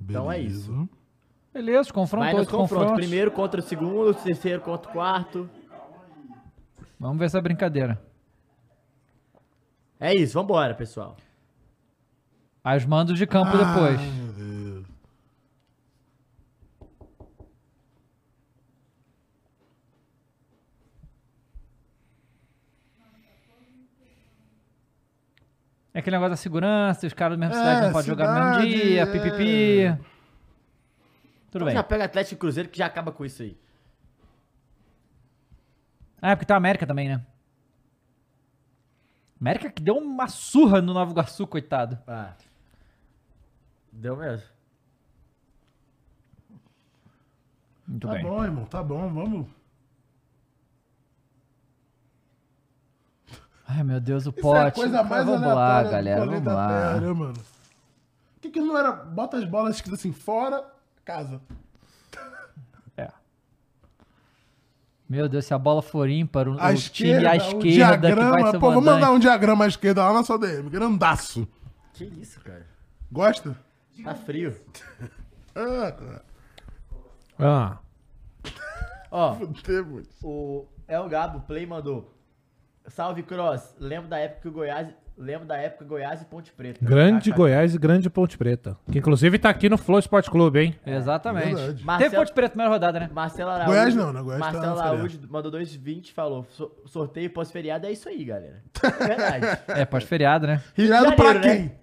Speaker 5: Então é
Speaker 6: Beleza.
Speaker 2: Beleza, confronto,
Speaker 5: Vai nos
Speaker 2: outro
Speaker 5: confrontos.
Speaker 2: confronto.
Speaker 5: Primeiro contra o segundo, terceiro contra o quarto.
Speaker 2: Vamos ver essa brincadeira.
Speaker 5: É isso, vambora, pessoal.
Speaker 2: Aí os mandos de campo depois.
Speaker 6: Meu Deus.
Speaker 2: É aquele negócio da segurança, os caras da mesma cidade
Speaker 6: É,
Speaker 2: não podem jogar no mesmo
Speaker 6: cidade,
Speaker 2: dia,
Speaker 6: é.
Speaker 2: pipipi. Tudo
Speaker 5: Então
Speaker 2: bem.
Speaker 5: já pega Atlético e Cruzeiro que já acaba com isso aí.
Speaker 2: Ah, é porque tem a América também, né? América que deu uma surra no Nova Iguaçu, coitado.
Speaker 5: Ah. Deu mesmo.
Speaker 2: Muito
Speaker 6: Tá
Speaker 2: bem.
Speaker 6: bom, irmão, tá bom, vamos.
Speaker 2: Ai, meu Deus, o
Speaker 6: Isso
Speaker 2: pote.
Speaker 6: é a coisa mais
Speaker 2: vamos lá,
Speaker 6: aleatória do
Speaker 2: galera,
Speaker 6: planeta
Speaker 2: vamos lá.
Speaker 6: Terra, né, mano? Por que, que não era. Bota as bolas escritas assim, fora, casa.
Speaker 2: É. Meu Deus, se a bola for ímpar, o,
Speaker 6: À
Speaker 2: o time à
Speaker 6: o
Speaker 2: esquerda que vai ser o
Speaker 6: Pô, vou mandar
Speaker 2: mandante.
Speaker 6: um diagrama à esquerda lá na sua DM, grandaço.
Speaker 5: Que isso, cara?
Speaker 6: Gosta?
Speaker 5: Tá frio.
Speaker 6: Ah, tá.
Speaker 4: Ah,
Speaker 5: Ó,
Speaker 6: Fudeu, mano.
Speaker 5: o El Gabo Play mandou. Salve Cross, lembro da época que o Goiás, lembro da época Goiás e Ponte Preta.
Speaker 4: grande
Speaker 2: Ah,
Speaker 5: Goiás.
Speaker 4: Goiás e grande Ponte Preta. Que inclusive tá aqui no Flow Esporte Clube, hein?
Speaker 2: Exatamente.
Speaker 6: um- Verdade.
Speaker 2: Teve
Speaker 5: Marcelo-
Speaker 2: Ponte Preta na primeira rodada, né?
Speaker 5: Marcelo Araújo.
Speaker 6: Goiás não, né? Goiás tá
Speaker 5: Marcelo
Speaker 6: na
Speaker 5: Araújo mandou 2,20 e falou: "So- sorteio pós-feriado é isso aí, galera. Verdade.
Speaker 2: É, pós-feriado, né?
Speaker 6: Feriado
Speaker 5: de
Speaker 6: pra
Speaker 5: Janeiro,
Speaker 6: quem?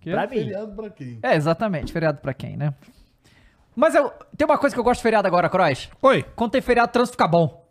Speaker 2: Que-
Speaker 5: pra mim.
Speaker 6: Feriado pra quem?
Speaker 2: É, exatamente. Feriado pra quem, né? Mas eu, tem uma coisa que eu gosto de feriado agora, Croz.
Speaker 4: Oi.
Speaker 2: Quando tem feriado, o trânsito fica bom.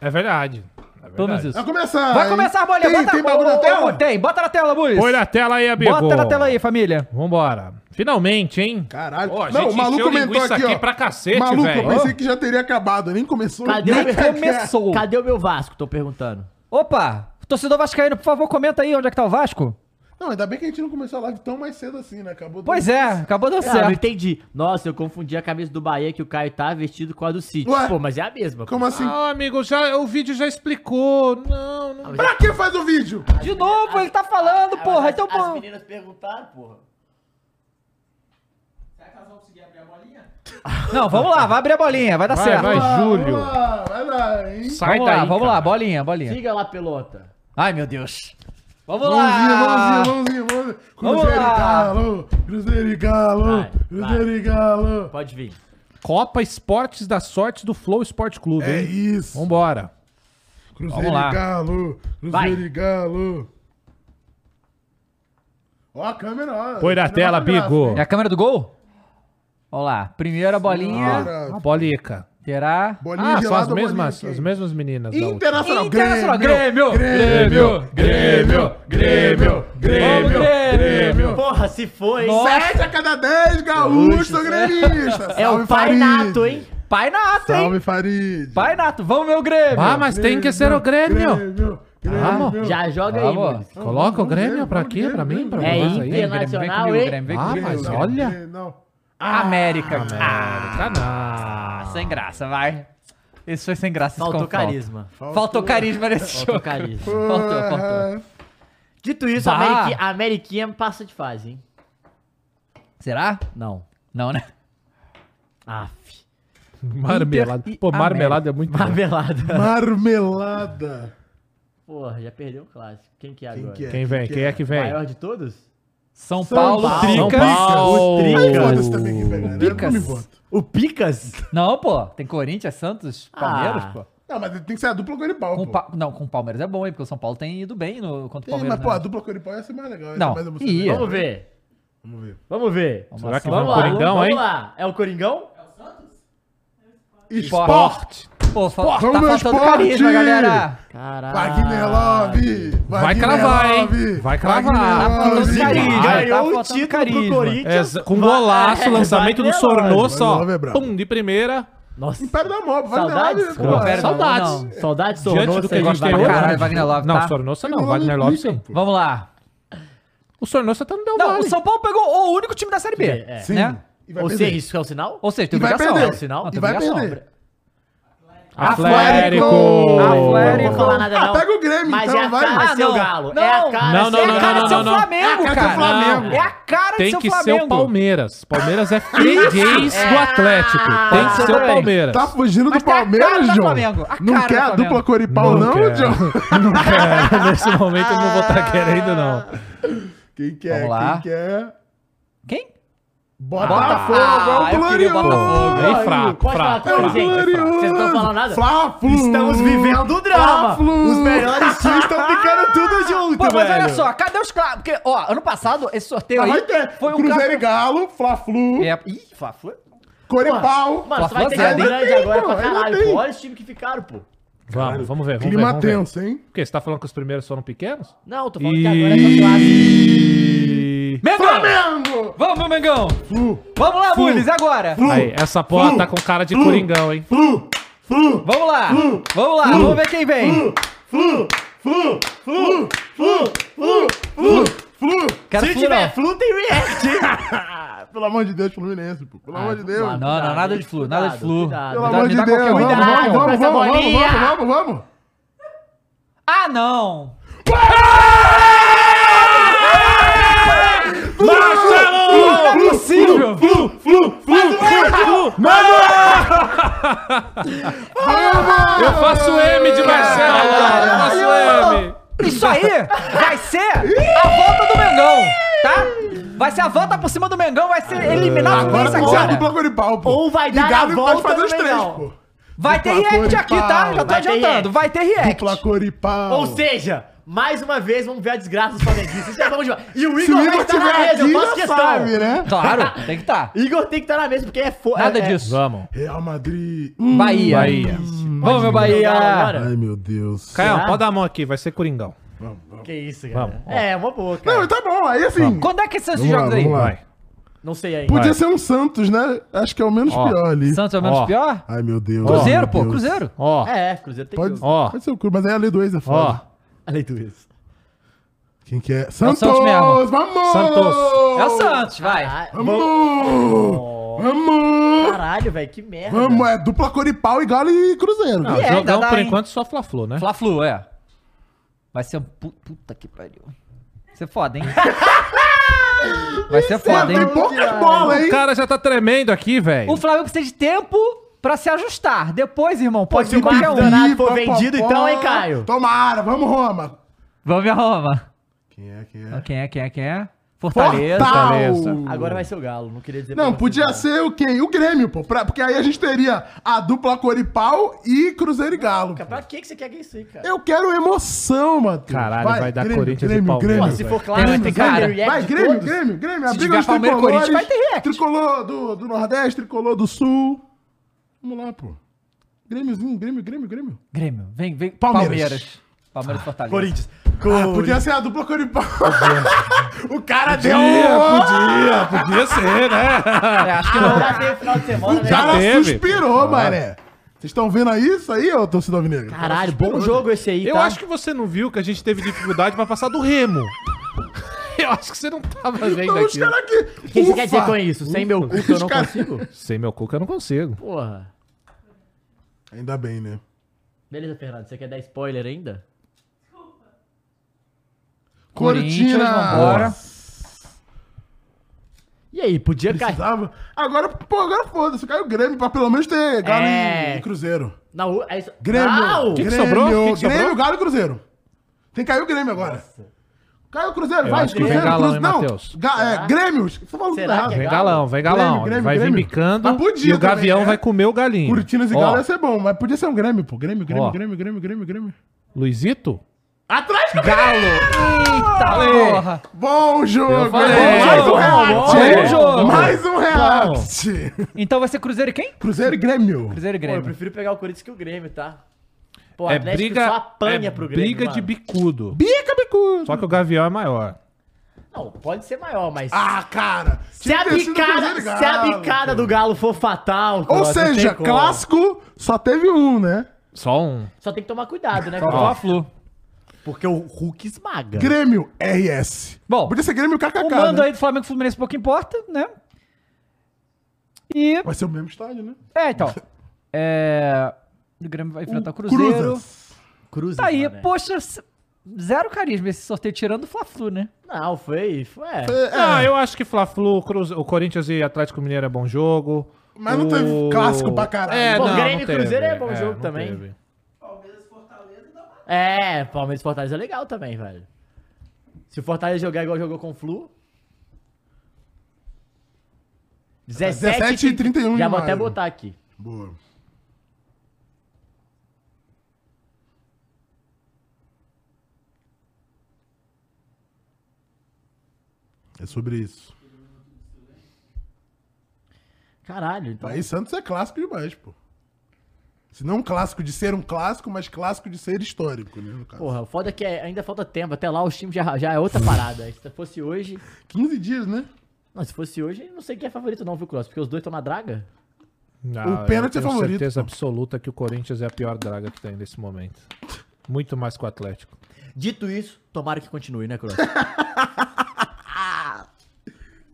Speaker 4: É verdade. É
Speaker 2: Pelo menos
Speaker 4: verdade.
Speaker 2: isso.
Speaker 6: Vai começar!
Speaker 2: Vai
Speaker 6: hein?
Speaker 2: começar a bolinha.
Speaker 6: Tem,
Speaker 2: bota,
Speaker 6: tem bagulho
Speaker 2: ô,
Speaker 6: na
Speaker 2: ô,
Speaker 6: tela?
Speaker 2: ô, Tem, bota na tela, Luiz.
Speaker 4: Põe na tela aí, amigo.
Speaker 2: Bota na tela aí, família.
Speaker 4: Vambora. Finalmente, hein?
Speaker 6: Caralho.
Speaker 4: Ó, a
Speaker 6: não,
Speaker 4: gente
Speaker 6: o maluco
Speaker 4: encheu
Speaker 6: comentou
Speaker 4: linguiça
Speaker 6: aqui,
Speaker 4: aqui
Speaker 6: ó.
Speaker 4: pra cacete,
Speaker 6: maluco,
Speaker 4: velho.
Speaker 6: eu pensei que já teria acabado, nem começou.
Speaker 5: Cadê
Speaker 6: Nem
Speaker 5: o-
Speaker 6: tá-
Speaker 2: Começou.
Speaker 5: Cadê o meu Vasco? Tô perguntando.
Speaker 2: Opa, torcedor vascaíno, por favor, comenta aí onde é que tá o Vasco.
Speaker 6: Não, ainda bem que a gente não começou a live tão mais cedo assim, né? Acabou.
Speaker 2: Pois é, acabou dando
Speaker 5: Ah, não
Speaker 2: certo.
Speaker 5: entendi. Nossa, eu confundi a camisa do Bahia que o Caio tá vestido com a do City.
Speaker 6: Ué?
Speaker 5: Pô, mas é a mesma.
Speaker 6: Como assim?
Speaker 4: Ah, amigo, já, o vídeo já explicou. Não, não.
Speaker 6: pra que faz o vídeo?
Speaker 2: De novo, ele tá falando, porra. Então, pô.
Speaker 5: meninas perguntaram, porra.
Speaker 2: Não, vamos lá, vai abrir a bolinha, vai dar
Speaker 4: Vai,
Speaker 2: Tá certo.
Speaker 4: vai,
Speaker 2: Vamos
Speaker 4: Júlio.
Speaker 6: Vamos lá, vai lá, hein?
Speaker 4: Sai
Speaker 2: lá,
Speaker 4: daí,
Speaker 2: vamos lá,
Speaker 4: cara.
Speaker 2: bolinha, bolinha.
Speaker 5: Siga lá, pelota.
Speaker 2: Ai, meu Deus. Vamos
Speaker 5: Ah.
Speaker 2: lá.
Speaker 6: Mãozinha, mãozinha, mãozinha, mãozinha.
Speaker 2: Vamos
Speaker 6: Cruzeiro e
Speaker 2: lá.
Speaker 6: Galo, Cruzeiro e Galo,
Speaker 5: Vai,
Speaker 6: Cruzeiro e Galo.
Speaker 5: Pode vir.
Speaker 4: Copa Esportes da Sorte do Flow Esporte Clube,
Speaker 6: É
Speaker 4: hein?
Speaker 6: isso.
Speaker 4: Vambora.
Speaker 6: Cruzeiro
Speaker 2: Vamos lá.
Speaker 6: e Galo, Cruzeiro
Speaker 5: Vai.
Speaker 6: e Galo. Ó a câmera, ó.
Speaker 4: Põe na
Speaker 6: Câmera
Speaker 4: tela,
Speaker 6: gráfica,
Speaker 4: Bigo.
Speaker 2: É a câmera do gol? Vamos lá, primeira bolinha.
Speaker 6: Cara,
Speaker 4: A bolica.
Speaker 2: Terá.
Speaker 6: Tá. Bolinha
Speaker 4: Ah, são
Speaker 6: gelada ou
Speaker 4: as
Speaker 6: bolinha
Speaker 4: mesmas,
Speaker 6: quente?
Speaker 4: as mesmas meninas. da outra.
Speaker 6: Internacional.
Speaker 2: Internacional,
Speaker 6: Grêmio. Grêmio. Grêmio.
Speaker 2: Grêmio,
Speaker 6: Grêmio.
Speaker 5: Porra, se foi.
Speaker 6: Sete a cada dez gaúchos são gremistas.
Speaker 5: É o
Speaker 6: Salve,
Speaker 5: pai
Speaker 6: Farid.
Speaker 5: nato, hein?
Speaker 2: Pai Nato, hein?
Speaker 6: Salve, Farid.
Speaker 2: Pai Nato, vamos meu Grêmio.
Speaker 4: Ah, mas tem que ser o Grêmio. Vamos.
Speaker 5: Já joga aí,
Speaker 2: Vamos.
Speaker 5: mano.
Speaker 4: Coloca o Grêmio pra quê? Pra mim? Pra
Speaker 5: É
Speaker 4: nós aí?
Speaker 5: internacional, hein?
Speaker 2: vem
Speaker 4: Ah,
Speaker 2: comigo.
Speaker 4: mas olha.
Speaker 6: Não.
Speaker 2: América. Ah,
Speaker 4: América, não.
Speaker 2: sem graça, vai. Esse foi sem graça. esse
Speaker 5: Faltou
Speaker 2: confronto.
Speaker 5: carisma.
Speaker 2: Faltou carisma nesse
Speaker 5: Faltou
Speaker 2: jogo.
Speaker 5: carisma.
Speaker 2: Faltou, faltou.
Speaker 5: Dito isso, a
Speaker 2: Bah.
Speaker 5: Ameriqui- a Ameriquinha passa de fase, hein?
Speaker 2: Será?
Speaker 5: Não.
Speaker 2: Não, né?
Speaker 5: Aff.
Speaker 4: Marmelada.
Speaker 2: Inter e
Speaker 4: Pô, marmelada é muito bom.
Speaker 5: Marmelada.
Speaker 6: Marmelada.
Speaker 5: Porra, já perdeu o clássico. Quem que é agora?
Speaker 6: que é?
Speaker 4: Quem vem? Quem é que vem?
Speaker 5: Maior de todos?
Speaker 2: São,
Speaker 6: São
Speaker 2: Paulo,
Speaker 6: Paulo,
Speaker 2: Trica.
Speaker 4: São Paulo.
Speaker 6: Mas foda-se também quem vai ganhar, né? Eu Não me
Speaker 2: Picas.
Speaker 6: importa.
Speaker 5: O Picas?
Speaker 2: Não, pô. Tem Corinthians, Santos, Palmeiras, pô.
Speaker 6: Não, mas tem que ser a dupla Coripau,
Speaker 2: Com
Speaker 6: pô.
Speaker 2: Pa- Não, com o Palmeiras é bom, hein? Porque o São Paulo tem ido bem no... contra o
Speaker 6: Tem,
Speaker 2: Palmeiras.
Speaker 6: mas, pô, a
Speaker 2: né?
Speaker 6: dupla Coripau ia ser mais legal. ia ser
Speaker 2: Não,
Speaker 6: mais
Speaker 2: ia.
Speaker 6: legal.
Speaker 5: Vamos ver.
Speaker 6: Vamos ver.
Speaker 5: Vamos ver.
Speaker 2: Vamos
Speaker 4: Será que vai
Speaker 2: Vamos
Speaker 4: o
Speaker 2: lá,
Speaker 4: Coringão,
Speaker 5: vamos
Speaker 4: hein?
Speaker 5: lá. É o Coringão?
Speaker 2: Esporte. Pô, fal... tá
Speaker 6: Vamos, meu
Speaker 2: faltando
Speaker 6: esporte.
Speaker 2: carisma, galera.
Speaker 5: Caralho.
Speaker 6: Wagner Love!
Speaker 4: Vai
Speaker 6: Wagner
Speaker 4: cravar, hein?
Speaker 6: Love,
Speaker 4: Vai cravar.
Speaker 2: Tá
Speaker 6: Wagner
Speaker 2: faltando
Speaker 6: Love.
Speaker 2: carisma.
Speaker 5: Ganhou
Speaker 2: Tá
Speaker 5: o
Speaker 2: faltando
Speaker 5: título pro
Speaker 2: carisma.
Speaker 4: É,
Speaker 5: Corinthians.
Speaker 4: z- com golaço,
Speaker 5: Vai-
Speaker 4: lançamento do
Speaker 5: Vai-
Speaker 4: Sornô, só.
Speaker 6: Love é brabo.
Speaker 4: Pum, de primeira.
Speaker 5: Nossa.
Speaker 6: Império da Mob,
Speaker 5: Saudades,
Speaker 6: Wagner Love.
Speaker 5: pô.
Speaker 6: pô,
Speaker 2: Pera, não,
Speaker 6: é.
Speaker 4: Saudades.
Speaker 2: não.
Speaker 4: Diante
Speaker 5: Saudade,
Speaker 4: do
Speaker 5: Sornosa
Speaker 4: que a
Speaker 5: e
Speaker 4: gente tem
Speaker 2: vai-
Speaker 4: hoje.
Speaker 2: Caralho,
Speaker 5: Wagner.
Speaker 2: Wagner Love,
Speaker 4: Não,
Speaker 2: tá?
Speaker 4: Sornossa não.
Speaker 6: Wagner
Speaker 4: Wagner
Speaker 6: Love
Speaker 4: Love
Speaker 6: pica,
Speaker 4: sim.
Speaker 6: pô.
Speaker 2: Vamos lá.
Speaker 4: O Sornossa tá no Del
Speaker 2: Não, o
Speaker 4: Valle.
Speaker 2: São Paulo pegou o único time da Série B.
Speaker 5: É, é.
Speaker 6: Sim.
Speaker 2: Né?
Speaker 6: E vai
Speaker 5: Ou
Speaker 6: perder.
Speaker 5: seja, isso que é o sinal? um
Speaker 2: Ou seja, tem
Speaker 6: E vai
Speaker 2: obrigação.
Speaker 6: perder.
Speaker 2: É o sinal,
Speaker 5: E
Speaker 2: tem
Speaker 6: vai
Speaker 2: obrigação.
Speaker 6: perder.
Speaker 4: Atlético!
Speaker 5: Eu não
Speaker 2: Atlético.
Speaker 5: vou falar nada,
Speaker 6: Ah,
Speaker 5: não.
Speaker 6: pega o Grêmio,
Speaker 5: Mas
Speaker 6: então,
Speaker 5: é a
Speaker 6: vai.
Speaker 5: cara
Speaker 2: Ah,
Speaker 5: de seu
Speaker 2: não.
Speaker 5: galo.
Speaker 2: Não.
Speaker 5: É a cara
Speaker 4: Não, não,
Speaker 5: de seu
Speaker 2: é
Speaker 4: não,
Speaker 2: a
Speaker 5: galo.
Speaker 2: cara de seu
Speaker 4: não, não.
Speaker 2: Flamengo,
Speaker 6: É a cara do
Speaker 2: cara.
Speaker 6: Flamengo.
Speaker 2: É a cara de
Speaker 4: Tem
Speaker 2: seu
Speaker 4: que
Speaker 2: Flamengo.
Speaker 4: ser o Palmeiras. Palmeiras é freguês
Speaker 2: É.
Speaker 4: do Atlético. Tem que
Speaker 2: Pode
Speaker 4: ser
Speaker 2: ser
Speaker 4: o
Speaker 2: também.
Speaker 4: Palmeiras.
Speaker 6: Tá fugindo
Speaker 2: Mas
Speaker 6: do
Speaker 2: tem a cara
Speaker 6: Palmeiras,
Speaker 2: do
Speaker 6: João?
Speaker 2: Flamengo, a
Speaker 6: Não
Speaker 2: cara
Speaker 6: quer
Speaker 2: do
Speaker 6: a
Speaker 2: Flamengo.
Speaker 6: dupla Coripau, não,
Speaker 4: quero.
Speaker 6: João?
Speaker 4: Não quero. Nesse momento eu não vou estar querendo, não.
Speaker 6: Quem quer?
Speaker 2: Vamos lá.
Speaker 6: Quem quer?
Speaker 2: Quem?
Speaker 6: Botafogo,
Speaker 2: Ah,
Speaker 6: é o
Speaker 2: eu queria o Botafogo,
Speaker 6: glorioso!
Speaker 2: hein?
Speaker 4: Bem fraco,
Speaker 5: Pode falar
Speaker 4: fraco.
Speaker 6: É o
Speaker 5: coisa, gente.
Speaker 6: glorioso!
Speaker 5: Vocês não estão falando nada?
Speaker 6: Fla-Flu!
Speaker 5: Estamos vivendo o drama.
Speaker 6: Fla-Flu!
Speaker 5: Os melhores times estão ficando tudo junto,
Speaker 2: Pô, mas
Speaker 5: velho.
Speaker 2: olha só, cadê os clássicos? Porque, ó, ano passado, esse sorteio
Speaker 6: Ah,
Speaker 2: aí
Speaker 6: Vai ter.
Speaker 2: foi um
Speaker 6: Cruzeiro e
Speaker 2: clássico-
Speaker 6: Galo, Fla-Flu,
Speaker 2: É, Ih, Fla-Flu.
Speaker 6: é Coripau.
Speaker 5: Mano, você vai ter
Speaker 2: Ainda
Speaker 5: que grande
Speaker 6: tem,
Speaker 5: agora
Speaker 6: é pô,
Speaker 5: pra
Speaker 6: ainda
Speaker 5: caralho,
Speaker 6: tem.
Speaker 5: pô. Olha os times que ficaram, pô.
Speaker 4: Vamos, vamos ver. Vamos ver,
Speaker 6: Clima
Speaker 4: vamos ver.
Speaker 6: tenso, hein?
Speaker 4: O quê? Você tá falando que os primeiros foram pequenos?
Speaker 5: Não, tô falando que agora é clássico.
Speaker 4: E...
Speaker 2: Mengão!
Speaker 6: Flamengo!
Speaker 2: Vamos, meu Mengão!
Speaker 6: Flu,
Speaker 2: Vamos lá, Mules, agora!
Speaker 4: Aí, essa porra tá com cara de coringão, hein?
Speaker 6: flu, flu,
Speaker 2: Vamos lá! Vamos lá, vamos ver quem vem!
Speaker 6: flu, flu, flu, flu, flu, flu, flu.
Speaker 2: Quero
Speaker 5: Se
Speaker 2: flu,
Speaker 5: tiver
Speaker 2: não.
Speaker 5: flu, tem react.
Speaker 6: Pelo amor de Deus, Fluminense, pô. Pelo amor de Deus.
Speaker 5: mano,
Speaker 2: Não, não, nada de flu, nada de
Speaker 5: Cuidado,
Speaker 2: flu.
Speaker 5: cuidado.
Speaker 6: Pelo
Speaker 2: Me dá-
Speaker 6: amor
Speaker 2: me
Speaker 6: de
Speaker 2: dá
Speaker 6: Deus.
Speaker 2: qualquer um.
Speaker 6: Vamos,
Speaker 5: Cuidado
Speaker 6: vamos,
Speaker 5: com
Speaker 6: vamos,
Speaker 5: essa
Speaker 6: vamos, vamos,
Speaker 5: bolinha.
Speaker 6: vamos, vamos.
Speaker 2: Ah, não!
Speaker 4: Marcelo!
Speaker 2: Não é possível!
Speaker 6: Flu, flu, flu, flu, Vamos!
Speaker 4: Eu faço M de Marcelo! cara, Eu faço M!
Speaker 2: Isso aí vai ser a volta do Mengão, tá? Vai ser a volta por cima do Mengão, vai ser eliminar o
Speaker 6: Agora
Speaker 2: Fluminense
Speaker 6: tem que ser a
Speaker 2: agora.
Speaker 6: dupla Coripau, pô.
Speaker 5: Ou vai dar
Speaker 6: E Galo
Speaker 5: a
Speaker 6: pode
Speaker 5: volta
Speaker 6: fazer
Speaker 5: no
Speaker 6: os três,
Speaker 5: Mengão.
Speaker 6: pô.
Speaker 2: Vai ter
Speaker 6: Dupla
Speaker 2: react aqui, tá? Já tô
Speaker 5: Vai ter
Speaker 2: adiantando, vai ter
Speaker 6: Dupla
Speaker 2: react.
Speaker 6: Coripau.
Speaker 5: Ou seja, mais uma vez vamos ver a desgraça dos flamenguistas. Já vamos de volta. E o
Speaker 6: se
Speaker 5: Igor
Speaker 6: o
Speaker 5: vai
Speaker 6: Igor
Speaker 5: estar na
Speaker 6: tiver
Speaker 5: mesa, eu
Speaker 6: aqui,
Speaker 5: faço
Speaker 6: já
Speaker 5: questão.
Speaker 6: sabe, né?
Speaker 2: Claro, tem que tá. estar.
Speaker 5: Igor tem que estar na mesa porque é foda.
Speaker 2: Nada disso.
Speaker 4: Vamos.
Speaker 6: Real Madrid. Hum,
Speaker 2: Bahia.
Speaker 4: Bahia.
Speaker 2: Vamos, meu Bahia!
Speaker 6: Ai, meu Deus.
Speaker 4: Caio,
Speaker 5: Será?
Speaker 4: pode dar a mão aqui, vai ser Coringão.
Speaker 5: Que isso, cara.
Speaker 4: Vamos, ó.
Speaker 5: é, uma boa, cara.
Speaker 6: Não, tá bom. Aí assim,
Speaker 2: Quando é que são esses
Speaker 6: Vamos lá,
Speaker 2: jogos aí?
Speaker 6: vamos lá.
Speaker 4: Vai.
Speaker 5: Não sei ainda.
Speaker 6: podia
Speaker 4: vai.
Speaker 6: ser um Santos, né? Acho que é o menos
Speaker 4: Ó,
Speaker 6: pior ali.
Speaker 2: Santos é o menos
Speaker 4: Ó.
Speaker 2: pior?
Speaker 6: Ai, meu Deus.
Speaker 2: Cruzeiro,
Speaker 6: Ai,
Speaker 2: pô,
Speaker 6: meu Deus.
Speaker 2: Cruzeiro.
Speaker 4: Ó,
Speaker 5: É, Cruzeiro tem
Speaker 6: Pode,
Speaker 5: que...
Speaker 4: Ó.
Speaker 6: pode ser o Cruzeiro, mas aí a lei do ex é
Speaker 4: ó.
Speaker 6: foda.
Speaker 5: Além do isso.
Speaker 6: Quem que é? Santos!
Speaker 2: Santos mesmo.
Speaker 6: Vamos!
Speaker 4: Santos.
Speaker 2: É o Santos, vai.
Speaker 5: Caralho,
Speaker 6: Vamos! Vamos!
Speaker 5: Caralho, velho, que merda.
Speaker 6: Vamos, é dupla Coripau e Galo e é Cruzeiro.
Speaker 4: Não, é
Speaker 2: E ainda
Speaker 4: jogão
Speaker 2: dá,
Speaker 4: por
Speaker 2: hein?
Speaker 4: enquanto só Fla-Flu, né?
Speaker 2: Fla-Flu, é. Vai ser um pu- puta que pariu. Vai ser foda, hein? Vai ser foda, hein?
Speaker 6: Tem poucas bolas, hein?
Speaker 4: O cara já tá tremendo aqui, velho.
Speaker 2: O Flamengo precisa de tempo pra se ajustar. Depois, irmão,
Speaker 5: Pô,
Speaker 2: pode
Speaker 5: se o
Speaker 2: vir qualquer
Speaker 5: Marcos
Speaker 2: um.
Speaker 5: Leonardo
Speaker 6: Ih,
Speaker 5: for
Speaker 6: pá, pá,
Speaker 5: vendido,
Speaker 6: pá.
Speaker 5: então, hein, Caio?
Speaker 6: Tomara, vamos, Roma.
Speaker 2: Vamos a Roma.
Speaker 6: Quem é, quem
Speaker 2: Então,
Speaker 6: é?
Speaker 2: Quem é, quem é, quem é? Fortaleza.
Speaker 6: Portal!
Speaker 5: Agora vai ser o Galo, não queria dizer... pra
Speaker 6: Não,
Speaker 5: vocês,
Speaker 6: podia ser o quem? O Grêmio, pô. pra- porque aí a gente teria a dupla Coripau e Cruzeiro e Galo. pô.
Speaker 5: Pra que que você quer que isso aí, cara?
Speaker 6: Eu quero emoção, Matheus.
Speaker 4: Caralho, vai dar Corinthians e
Speaker 6: Grêmio,
Speaker 4: Palmeiras,
Speaker 5: Pô,
Speaker 6: Grêmio,
Speaker 5: se
Speaker 6: vai.
Speaker 5: for claro,
Speaker 2: Tem,
Speaker 5: vai ter
Speaker 2: cara.
Speaker 5: cara. react
Speaker 6: Vai,
Speaker 5: de
Speaker 6: Grêmio,
Speaker 5: todos.
Speaker 6: Grêmio, Grêmio. A
Speaker 2: Se
Speaker 6: briga
Speaker 2: tiver
Speaker 6: dos
Speaker 2: Palmeiras e
Speaker 6: tricolores.
Speaker 2: Corinthians, vai ter react.
Speaker 6: Tricolor do, do Nordeste, tricolor do Sul. Vamos lá, pô. Grêmiozinho, Grêmio, Grêmio, Grêmio.
Speaker 2: Grêmio, vem, vem.
Speaker 6: Palmeiras.
Speaker 2: Palmeiras. Palmeiras e Fortaleza.
Speaker 6: Corinthians.
Speaker 3: Ah, podia ser a dupla Coripau. o cara deu.
Speaker 6: um-
Speaker 4: Podia, podia, podia ser, né?
Speaker 5: É, acho que não já teve final de semana,
Speaker 6: O
Speaker 5: né?
Speaker 6: cara
Speaker 4: teve.
Speaker 6: suspirou, mané. Vocês estão vendo aí isso aí, ô torcida alvinegra?
Speaker 5: Caralho, bom jogo esse aí,
Speaker 4: Eu
Speaker 5: tá?
Speaker 4: acho que você não viu que a gente teve dificuldade pra passar do Remo. Eu acho que você não tava vendo
Speaker 6: Então, os
Speaker 4: aqui.
Speaker 6: caras aqui.
Speaker 5: O que você quer dizer com isso? Sem meu cu que eu não
Speaker 6: Os cara-
Speaker 5: consigo?
Speaker 4: Sem meu cuca eu não consigo.
Speaker 5: Porra.
Speaker 6: Ainda bem, né?
Speaker 5: Beleza, Fernando, você quer dar spoiler ainda?
Speaker 2: Corinthians,
Speaker 6: Cortina.
Speaker 2: vambora.
Speaker 5: E aí, podia cair.
Speaker 6: Precisava. Agora, pô, agora foda-se. Caiu o Grêmio pra pelo menos ter Galo
Speaker 5: É.
Speaker 6: e- e Cruzeiro.
Speaker 5: Na U- é isso-
Speaker 6: Grêmio.
Speaker 5: Não!
Speaker 4: Ah, que
Speaker 6: Grêmio,
Speaker 4: sobrou? Que que sobrou?
Speaker 6: Grêmio, Galo e Cruzeiro. Tem que cair o Grêmio agora. Caiu o Cruzeiro,
Speaker 4: Eu
Speaker 6: vai,
Speaker 4: acho que
Speaker 6: Cruzeiro,
Speaker 4: vem Galão,
Speaker 6: Cruzeiro.
Speaker 4: hein,
Speaker 6: Não,
Speaker 4: Matheus?
Speaker 6: Ga- é,
Speaker 5: Será?
Speaker 6: Grêmios. Você tá falando tudo
Speaker 5: Será
Speaker 6: errado.
Speaker 5: que é
Speaker 4: Vem
Speaker 5: Grêmio,
Speaker 4: galão, vem galão.
Speaker 6: Grêmio, Grêmio,
Speaker 4: vai
Speaker 6: Grêmio.
Speaker 4: vir bicando
Speaker 6: Mas podia
Speaker 4: e o
Speaker 6: também,
Speaker 4: Gavião
Speaker 6: é.
Speaker 4: vai comer o galinho.
Speaker 6: Cortinas e
Speaker 4: Ó,
Speaker 6: Galo é ia ser bom, mas podia ser um Grêmio, pô. Grêmio, Grêmio,
Speaker 4: Ó.
Speaker 6: Grêmio, Grêmio, Grêmio, Grêmio.
Speaker 4: Luizito?
Speaker 6: Atrás do
Speaker 2: Eita porra.
Speaker 6: Bom jogo,
Speaker 4: falei.
Speaker 6: hein? Mais um
Speaker 4: Bom,
Speaker 6: react.
Speaker 2: bom
Speaker 6: hein?
Speaker 2: jogo.
Speaker 6: Mais um react.
Speaker 2: Então vai ser Cruzeiro e quem?
Speaker 6: Cruzeiro e Grêmio.
Speaker 2: Cruzeiro e
Speaker 5: Pô, eu
Speaker 2: Grêmio.
Speaker 5: prefiro pegar o Corinthians que o Grêmio, tá? Pô, o
Speaker 4: É
Speaker 5: Atlético
Speaker 4: briga,
Speaker 5: só apanha
Speaker 4: é
Speaker 5: pro Grêmio,
Speaker 4: briga de
Speaker 5: mano.
Speaker 4: bicudo. Bica bicudo. Só que o Gavião é maior.
Speaker 5: Não, pode ser maior, mas...
Speaker 6: Ah, cara.
Speaker 5: se, a
Speaker 6: Tinha que ter sido
Speaker 5: bicada,
Speaker 6: Cruzeiro e
Speaker 5: se a
Speaker 6: Galo,
Speaker 5: bicada
Speaker 6: pô.
Speaker 5: do Galo for fatal...
Speaker 6: Ou
Speaker 5: Cross, não tem
Speaker 6: seja,
Speaker 5: como.
Speaker 6: clássico só teve um, né?
Speaker 4: Só um.
Speaker 5: Só tem que tomar cuidado, né?
Speaker 2: Ó, a
Speaker 5: Cross?
Speaker 2: Flu.
Speaker 5: Porque o Hulk esmaga.
Speaker 6: Grêmio RS.
Speaker 2: Bom,
Speaker 6: Podia ser Grêmio KKK.
Speaker 2: O mando
Speaker 6: né?
Speaker 2: aí do Flamengo e Fluminense pouco importa, né? E.
Speaker 6: Vai ser o mesmo estádio, né?
Speaker 2: É, então. É. O Grêmio vai enfrentar o tá Cruzeiro.
Speaker 6: Cruzas.
Speaker 5: Cruz
Speaker 2: Tá aí,
Speaker 5: mano, né?
Speaker 2: poxa, c- zero carisma esse sorteio, tirando o Fla-Flu, né?
Speaker 5: Não, foi... foi é.
Speaker 4: Ah, eu acho que Fla-Flu, Cruz- o Corinthians e Atlético Mineiro é bom jogo.
Speaker 6: Mas não teve clássico pra caralho.
Speaker 4: É,
Speaker 5: Pô,
Speaker 4: não,
Speaker 5: Grêmio
Speaker 4: não
Speaker 5: e Cruzeiro
Speaker 4: teve.
Speaker 5: é bom jogo
Speaker 4: não
Speaker 5: também.
Speaker 4: teve.
Speaker 5: É, Palmeiras e Fortaleza é legal também, velho. Se o Fortaleza jogar igual jogou com o Flu. 17,
Speaker 6: 17 e 31
Speaker 5: Já
Speaker 6: de
Speaker 5: vou até
Speaker 6: maio.
Speaker 5: botar aqui.
Speaker 6: Boa. É sobre isso.
Speaker 5: Caralho, então.
Speaker 6: Aí Santos é clássico demais, pô. Se não um clássico de ser um clássico, mas clássico de ser histórico, né? No caso.
Speaker 5: Porra, o foda é que é- ainda falta tempo. Até lá o time já, já é outra parada. Se fosse hoje.
Speaker 6: 15 dias, né?
Speaker 5: Não, se fosse hoje, não sei quem é favorito, não, viu, Cross? Porque os dois estão na draga.
Speaker 4: Não,
Speaker 6: O pênalti
Speaker 4: eu
Speaker 6: é
Speaker 4: tenho
Speaker 6: favorito,
Speaker 4: certeza
Speaker 6: pô.
Speaker 4: absoluta que o Corinthians é a pior draga que tem nesse momento. Muito mais que o Atlético.
Speaker 5: Dito isso, tomara que continue, né, Cross?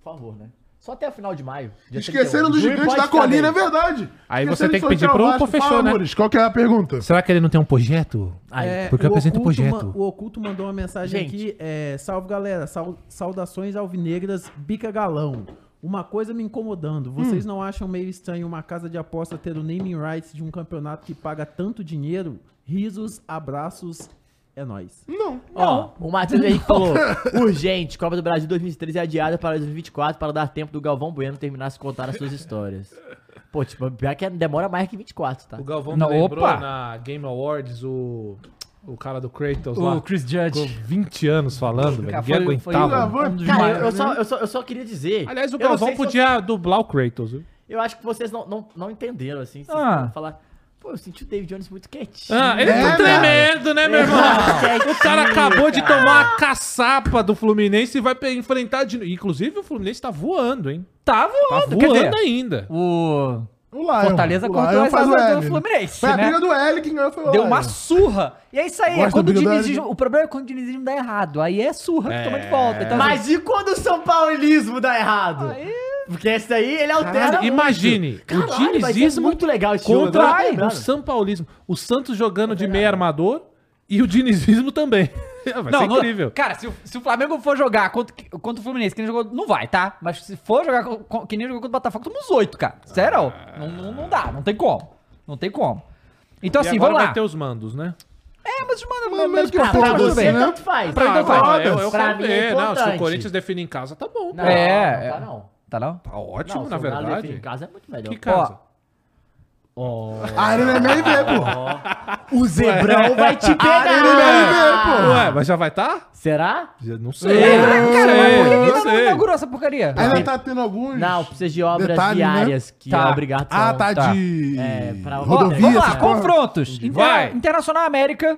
Speaker 5: Por favor, né? Só até o final de maio. dia 31.
Speaker 6: Esqueceram do
Speaker 5: Juiz
Speaker 6: gigante
Speaker 5: pode
Speaker 6: da
Speaker 5: ficar
Speaker 6: colina, é
Speaker 5: bem.
Speaker 6: verdade.
Speaker 4: Aí
Speaker 6: Esqueceram
Speaker 4: você
Speaker 6: de
Speaker 4: tem que
Speaker 6: sortear
Speaker 4: pedir
Speaker 6: o
Speaker 4: pro
Speaker 6: Vasco.
Speaker 4: Pofechô,
Speaker 6: Fala,
Speaker 4: né?
Speaker 6: Amores, qual que é a pergunta?
Speaker 4: Será que ele não tem um projeto?
Speaker 5: Aí,
Speaker 7: É,
Speaker 4: Porque eu apresento o
Speaker 7: Oculto
Speaker 4: projeto.
Speaker 7: ma- O Oculto mandou uma mensagem
Speaker 5: Gente.
Speaker 7: aqui. É, Salve, galera. Sal- saudações alvinegras, bica galão. Uma coisa me incomodando. Vocês não acham meio estranho uma casa de aposta ter o naming rights de um campeonato que paga tanto dinheiro? Risos, abraços, é nóis.
Speaker 5: Ó, o Matheus Henrique falou: urgente, Copa do Brasil 2013 é adiada para 2024 para dar tempo do Galvão Bueno terminar se contar as suas histórias. Pô, tipo, pior que demora mais que 24, tá?
Speaker 4: O Galvão
Speaker 2: Não,
Speaker 4: me lembrou
Speaker 2: opa.
Speaker 4: na Game Awards o, o cara do Kratos
Speaker 2: O
Speaker 4: lá.
Speaker 2: Chris
Speaker 4: Ficou
Speaker 2: Judge.
Speaker 4: 20 anos falando, velho.
Speaker 2: Cara,
Speaker 4: Ninguém
Speaker 2: foi- foi-
Speaker 4: aguentava.
Speaker 6: Gravou?
Speaker 2: Um dos
Speaker 5: Cara,
Speaker 2: maiores,
Speaker 5: eu, eu
Speaker 2: né?
Speaker 5: só, eu, só, eu só queria dizer.
Speaker 4: Aliás, o
Speaker 5: eu não sei
Speaker 4: Galvão
Speaker 5: se eu-
Speaker 4: podia dublar o Kratos, viu?
Speaker 5: Eu acho que vocês não, não, não entenderam, assim. Vocês
Speaker 2: Ah.
Speaker 5: vão falar. Pô, eu senti o David Jones muito quietinho.
Speaker 4: Ah, ele
Speaker 6: É,
Speaker 4: tá
Speaker 6: cara.
Speaker 4: tremendo, né, meu irmão?
Speaker 5: Quietinho,
Speaker 4: O cara acabou de tomar uma caçapa do Fluminense e vai pe- enfrentar de novo. Inclusive, o Fluminense tá voando, hein?
Speaker 2: Tá voando,
Speaker 4: Tá
Speaker 2: quer
Speaker 4: voando
Speaker 2: dizer,
Speaker 4: ainda.
Speaker 2: o
Speaker 6: O Lion.
Speaker 2: Fortaleza
Speaker 6: o
Speaker 2: cortou
Speaker 6: Lion
Speaker 2: essa
Speaker 6: faz o
Speaker 2: do
Speaker 6: L.
Speaker 2: Fluminense,
Speaker 6: Foi a
Speaker 2: né?
Speaker 6: briga do L, quem ganhou foi o
Speaker 2: Deu
Speaker 6: Lion.
Speaker 2: uma surra. E é isso aí, é
Speaker 6: Gosto
Speaker 2: quando o
Speaker 6: do Big
Speaker 2: dinizismo...
Speaker 6: Daddy.
Speaker 2: O problema é quando o dinizismo dá errado. Aí é surra que toma de volta. Então, assim,
Speaker 5: Mas e quando o São Paulismo dá errado?
Speaker 2: Aí-
Speaker 5: Porque esse daí ele altera.
Speaker 4: Cara,
Speaker 5: muito.
Speaker 4: imagine, o
Speaker 5: Caralho, vai ser
Speaker 4: dinizismo
Speaker 5: muito legal esse jogo, né? agora eu tô
Speaker 4: contra o
Speaker 5: lembrando.
Speaker 4: São Paulismo. O Santos jogando de meia armador e o dinizismo também. Vai ser
Speaker 2: não,
Speaker 4: incrível.
Speaker 2: Não, cara, se, o- se o Flamengo for jogar contra, contra o Fluminense, que nem jogou, não vai, tá? Mas se for jogar co- co- que nem jogou contra o Botafogo, toma uns oito, cara. Sério? Não, não, não dá, não tem como. Não tem como. Então,
Speaker 4: E
Speaker 2: assim,
Speaker 4: agora
Speaker 2: vamos lá.
Speaker 4: vai ter os mandos, né?
Speaker 2: É, mas manda
Speaker 6: Mas meio que
Speaker 5: Ah,
Speaker 6: Pô,
Speaker 5: pra
Speaker 6: tudo
Speaker 5: você
Speaker 6: bem, né?
Speaker 5: tanto faz.
Speaker 4: Pra,
Speaker 5: Tanto faz.
Speaker 4: agora, eu, eu
Speaker 5: então Pra
Speaker 4: quero
Speaker 5: mim é
Speaker 4: ver. Não, se o
Speaker 5: importante.
Speaker 4: Corinthians definir em casa, tá bom.
Speaker 5: Não,
Speaker 4: pô.
Speaker 2: É,
Speaker 5: não tá
Speaker 2: é.
Speaker 5: não.
Speaker 2: Tá não?
Speaker 4: Tá ótimo,
Speaker 5: Não, se
Speaker 4: na
Speaker 5: o Galo defende
Speaker 4: verdade.
Speaker 5: em casa é muito melhor.
Speaker 6: Ah,
Speaker 4: Que casa?
Speaker 5: Ó,
Speaker 6: A Arena é meio B, pô.
Speaker 5: ó. O Zebrão vai te
Speaker 4: é,
Speaker 2: É,
Speaker 5: pegar.
Speaker 4: Ué, mas já vai tá?
Speaker 5: Será?
Speaker 4: Já Não sei.
Speaker 2: Cara,
Speaker 4: Não
Speaker 2: mas né? por
Speaker 4: sei,
Speaker 2: que
Speaker 4: não
Speaker 2: que não
Speaker 4: sei.
Speaker 2: inaugurou essa porcaria?
Speaker 6: Ainda tá tendo alguns.
Speaker 5: Não, precisa de obras
Speaker 6: Detalhe, né?
Speaker 5: viárias que
Speaker 2: Tá.
Speaker 5: é obrigado.
Speaker 6: Ah, tá,
Speaker 2: Tá.
Speaker 6: de.
Speaker 5: É, pra-
Speaker 2: Ó,
Speaker 6: rodovia.
Speaker 2: vamos lá,
Speaker 6: essas porra.
Speaker 2: confrontos. Inter-
Speaker 4: Vai.
Speaker 2: Internacional América.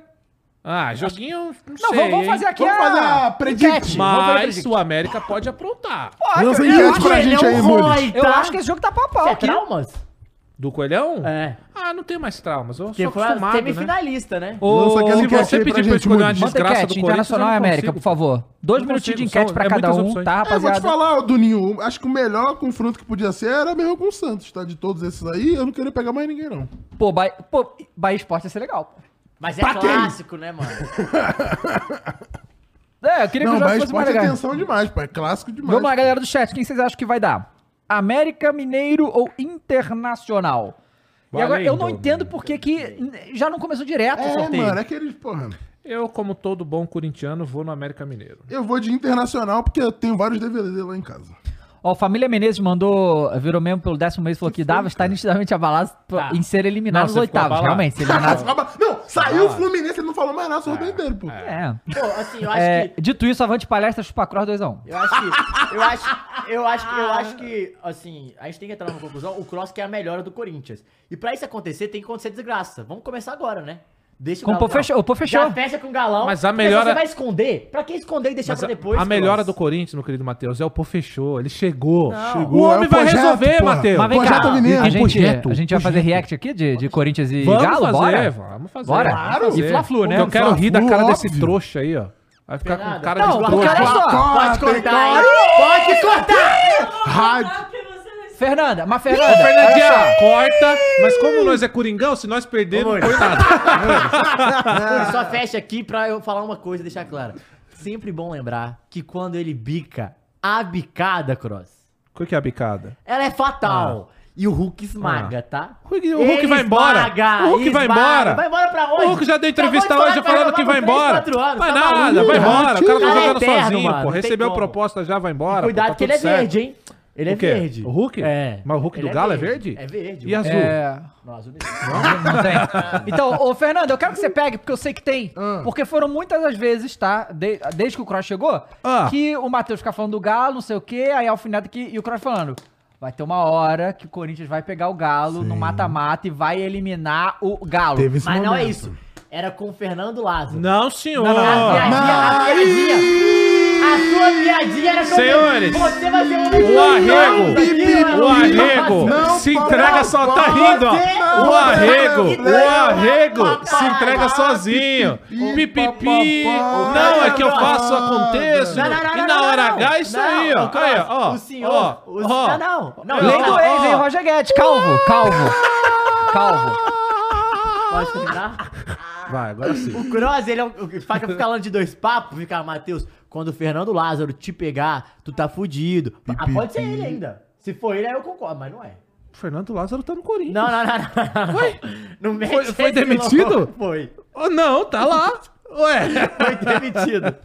Speaker 4: Ah, joguinho, não,
Speaker 2: Não,
Speaker 4: sei.
Speaker 2: vamos, vamos
Speaker 4: hein?
Speaker 2: fazer aqui ah,
Speaker 6: Vamos
Speaker 2: a...
Speaker 6: fazer a predict.
Speaker 2: Vamos fazer a
Speaker 4: Mas
Speaker 2: predict.
Speaker 4: o América pode aprontar.
Speaker 2: Pô, eu-
Speaker 6: Lança
Speaker 2: eu
Speaker 6: enquete
Speaker 2: acho-
Speaker 6: pra gente
Speaker 5: um
Speaker 6: aí, Mules.
Speaker 2: Eu acho que esse jogo tá pau a pau
Speaker 5: é
Speaker 2: aqui.
Speaker 5: traumas?
Speaker 4: Do Coelhão?
Speaker 5: É.
Speaker 4: Ah, não tem mais traumas. Eu
Speaker 5: Porque
Speaker 4: sou
Speaker 5: foi a
Speaker 4: acostumado, né?
Speaker 5: semifinalista, né?
Speaker 2: Ô,
Speaker 6: Lança aquela
Speaker 4: Se
Speaker 6: enquete
Speaker 4: você
Speaker 6: aí pra
Speaker 4: pedir pra eu
Speaker 6: gente,
Speaker 4: escolher uma
Speaker 6: Mules.
Speaker 2: Manda
Speaker 4: desgraça do
Speaker 2: enquete,
Speaker 4: Corinthians,
Speaker 2: Internacional
Speaker 4: eu
Speaker 2: e
Speaker 4: não
Speaker 2: América,
Speaker 4: consigo.
Speaker 2: por favor. Dois
Speaker 4: Não
Speaker 2: minutinhos de
Speaker 4: consigo, são-
Speaker 2: enquete pra
Speaker 4: é
Speaker 2: cada
Speaker 4: muitas
Speaker 2: um,
Speaker 4: opções.
Speaker 2: tá,
Speaker 6: É, eu vou te
Speaker 2: rapaziada?
Speaker 6: falar, ô, Duninho, acho que o melhor confronto que podia ser era mesmo com o Santos, tá? De todos esses aí, eu não queria pegar mais ninguém, não.
Speaker 2: Pô, Bahia, pô, Bahia Esporte ia ser legal.
Speaker 5: Mas é
Speaker 6: Pra quem?
Speaker 5: clássico, né, mano?
Speaker 2: É, eu queria que
Speaker 6: Não,
Speaker 2: o jogo
Speaker 6: mas
Speaker 2: fosse mais
Speaker 6: esporte é
Speaker 2: legal.
Speaker 6: tensão demais, pô. É clássico demais.
Speaker 2: Vamos lá, galera do chat. Quem vocês acham que vai dar? América, Mineiro ou Internacional? E agora, eu não
Speaker 4: Valendo.
Speaker 2: entendo por que que já não começou direto o
Speaker 6: É,
Speaker 2: sorteio.
Speaker 6: mano, é aqueles, porra.
Speaker 4: Eu, como todo bom corintiano, vou no América Mineiro.
Speaker 2: Tá
Speaker 6: Eu vou de internacional porque eu tenho vários DVD lá em casa.
Speaker 2: Ó, Família Menezes mandou, virou mesmo pelo décimo mês, falou que, dava, está nitidamente abalado pra-
Speaker 5: Tá.
Speaker 2: em ser eliminado
Speaker 4: Não,
Speaker 2: nos
Speaker 4: você ficou
Speaker 2: oitavos.
Speaker 4: abalado.
Speaker 2: Realmente, ser eliminado.
Speaker 6: não, saiu o Fluminense, ele não falou mais nada sobre o inteiro, pô.
Speaker 2: Ah. é.
Speaker 5: Pô, assim, eu acho
Speaker 2: É,
Speaker 5: que.
Speaker 2: Dito isso, avante palestra, chupacross 2x1.
Speaker 5: Eu acho que. Eu acho, eu acho que. Eu acho que.
Speaker 4: Ah.
Speaker 5: Assim, a gente tem que entrar numa conclusão. O Cross que é a melhora do Corinthians. E pra isso acontecer, tem que acontecer desgraça. Vamos começar agora, né? Deixa
Speaker 2: Com o Pô
Speaker 5: não.
Speaker 2: fechou, o Pô fechou.
Speaker 5: Já fecha com o galão.
Speaker 4: Mas a
Speaker 5: porque
Speaker 4: melhora-
Speaker 5: se Você vai esconder? Pra que esconder e deixar
Speaker 4: Mas
Speaker 5: pra
Speaker 4: a,
Speaker 5: depois?
Speaker 4: a melhora
Speaker 5: Cross?
Speaker 4: do Corinthians, meu querido Matheus, é o Pô fechou. Ele chegou.
Speaker 6: Chegou,
Speaker 4: O
Speaker 6: é
Speaker 4: homem vai
Speaker 6: projeto,
Speaker 4: resolver,
Speaker 6: porra.
Speaker 4: Matheus.
Speaker 2: Mas vem
Speaker 6: Projeto
Speaker 2: cá,
Speaker 6: Mineiro.
Speaker 2: a gente,
Speaker 4: Projeto,
Speaker 2: a gente vai fazer react aqui de, de Corinthians e
Speaker 4: Vamos
Speaker 2: Galo,
Speaker 4: fazer,
Speaker 2: bora?
Speaker 4: vamos fazer.
Speaker 2: Bora.
Speaker 4: Claro.
Speaker 2: E Fla-Flu, né?
Speaker 4: Eu quero rir da
Speaker 6: Fla-Flu,
Speaker 4: cara desse
Speaker 6: óbvio.
Speaker 4: trouxa aí, ó. Vai ficar
Speaker 5: Tem nada.
Speaker 4: com cara
Speaker 2: Não,
Speaker 4: de
Speaker 2: o
Speaker 4: trouxa.
Speaker 2: cara é só-
Speaker 5: Pode cortar, hein? Pode cortar!
Speaker 6: Rádio.
Speaker 2: Fernanda, mas
Speaker 4: Ô,
Speaker 2: Fernanda,
Speaker 4: Fernandinha, corta. Mas como nós é coringão, se nós perdermos, não foi nada.
Speaker 5: Pô,
Speaker 4: Ah.
Speaker 5: Só fecha aqui pra eu falar uma coisa e deixar claro. Sempre bom lembrar que quando ele bica, a bicada, Cross,
Speaker 4: O que é a bicada?
Speaker 5: ela é fatal. E o Hulk esmaga, tá?
Speaker 4: Ah. O Hulk- o Hulk vai embora.
Speaker 5: esmaga,
Speaker 4: O Hulk vai embora.
Speaker 5: Vai embora pra onde?
Speaker 4: O Hulk já deu entrevista
Speaker 5: Acabou de
Speaker 4: hoje
Speaker 5: falar
Speaker 4: falando que vai
Speaker 5: renovar por três,
Speaker 4: embora.
Speaker 5: quatro anos,
Speaker 4: vai
Speaker 5: tá
Speaker 4: nada,
Speaker 5: maluco?
Speaker 4: vai embora. O cara tá
Speaker 5: Cara, é
Speaker 4: jogando
Speaker 5: eterno,
Speaker 4: sozinho,
Speaker 5: mano,
Speaker 4: pô.
Speaker 5: não tem
Speaker 4: Recebeu a
Speaker 5: como.
Speaker 4: proposta já, vai embora.
Speaker 5: Cuidado
Speaker 4: pô, tá
Speaker 5: que ele
Speaker 4: tudo
Speaker 5: é verde,
Speaker 4: certo.
Speaker 5: hein? Ele é
Speaker 4: O quê?
Speaker 5: verde.
Speaker 4: O Hulk?
Speaker 5: É.
Speaker 4: Mas o Hulk do
Speaker 5: Ele
Speaker 4: Galo é verde?
Speaker 5: É verde.
Speaker 4: E azul?
Speaker 2: É,
Speaker 5: Não, azul
Speaker 2: não tem. Então, ô Fernanda, eu quero que você pegue, porque eu sei que tem. Porque foram muitas as vezes, tá? De- desde que o Cross chegou,
Speaker 4: Ah.
Speaker 2: que o Matheus fica falando do Galo, não sei o quê, aí a alfineta que. E o Cross falando. Vai ter uma hora que o Corinthians vai pegar o Galo no mata-mata e vai eliminar o Galo.
Speaker 6: Teve esse
Speaker 5: Mas não é
Speaker 6: momento.
Speaker 5: isso. Era com o Fernando Lázaro.
Speaker 4: Não, senhor.
Speaker 5: A piadinha, a piadinha. A sua piadinha era com
Speaker 4: Senhores,
Speaker 5: Você um vai ser o
Speaker 4: O arrego,
Speaker 5: arrego.
Speaker 4: o arrego se entrega só, tá rindo, ó. O arrego, o arrego se entrega sozinho. Pipipi, não, é que eu faço, acontece. E na hora H é isso aí, ó. Aí, ó.
Speaker 5: O senhor. o-
Speaker 4: ó,
Speaker 5: Não, não. Não,
Speaker 4: Lei
Speaker 2: Lei do
Speaker 5: não.
Speaker 2: ex, hein, Roger Guedes. Calvo, calvo. Calvo.
Speaker 5: Pode terminar?
Speaker 4: Vai, agora sim.
Speaker 5: O Cross, ele é um. o- Fica fica falando de dois papos, fica, Matheus. Quando o Fernando Lázaro te pegar, tu tá fudido. Ah, pode ser ele ainda. Se for ele, aí eu concordo, mas não é.
Speaker 4: O Fernando Lázaro tá no Corinthians.
Speaker 5: Não, não, não, não. não. Foi? Não mexe
Speaker 4: Foi- foi
Speaker 5: esse
Speaker 4: demitido?
Speaker 5: louco. Foi.
Speaker 4: Oh, não, tá lá. Ué.
Speaker 5: Foi demitido.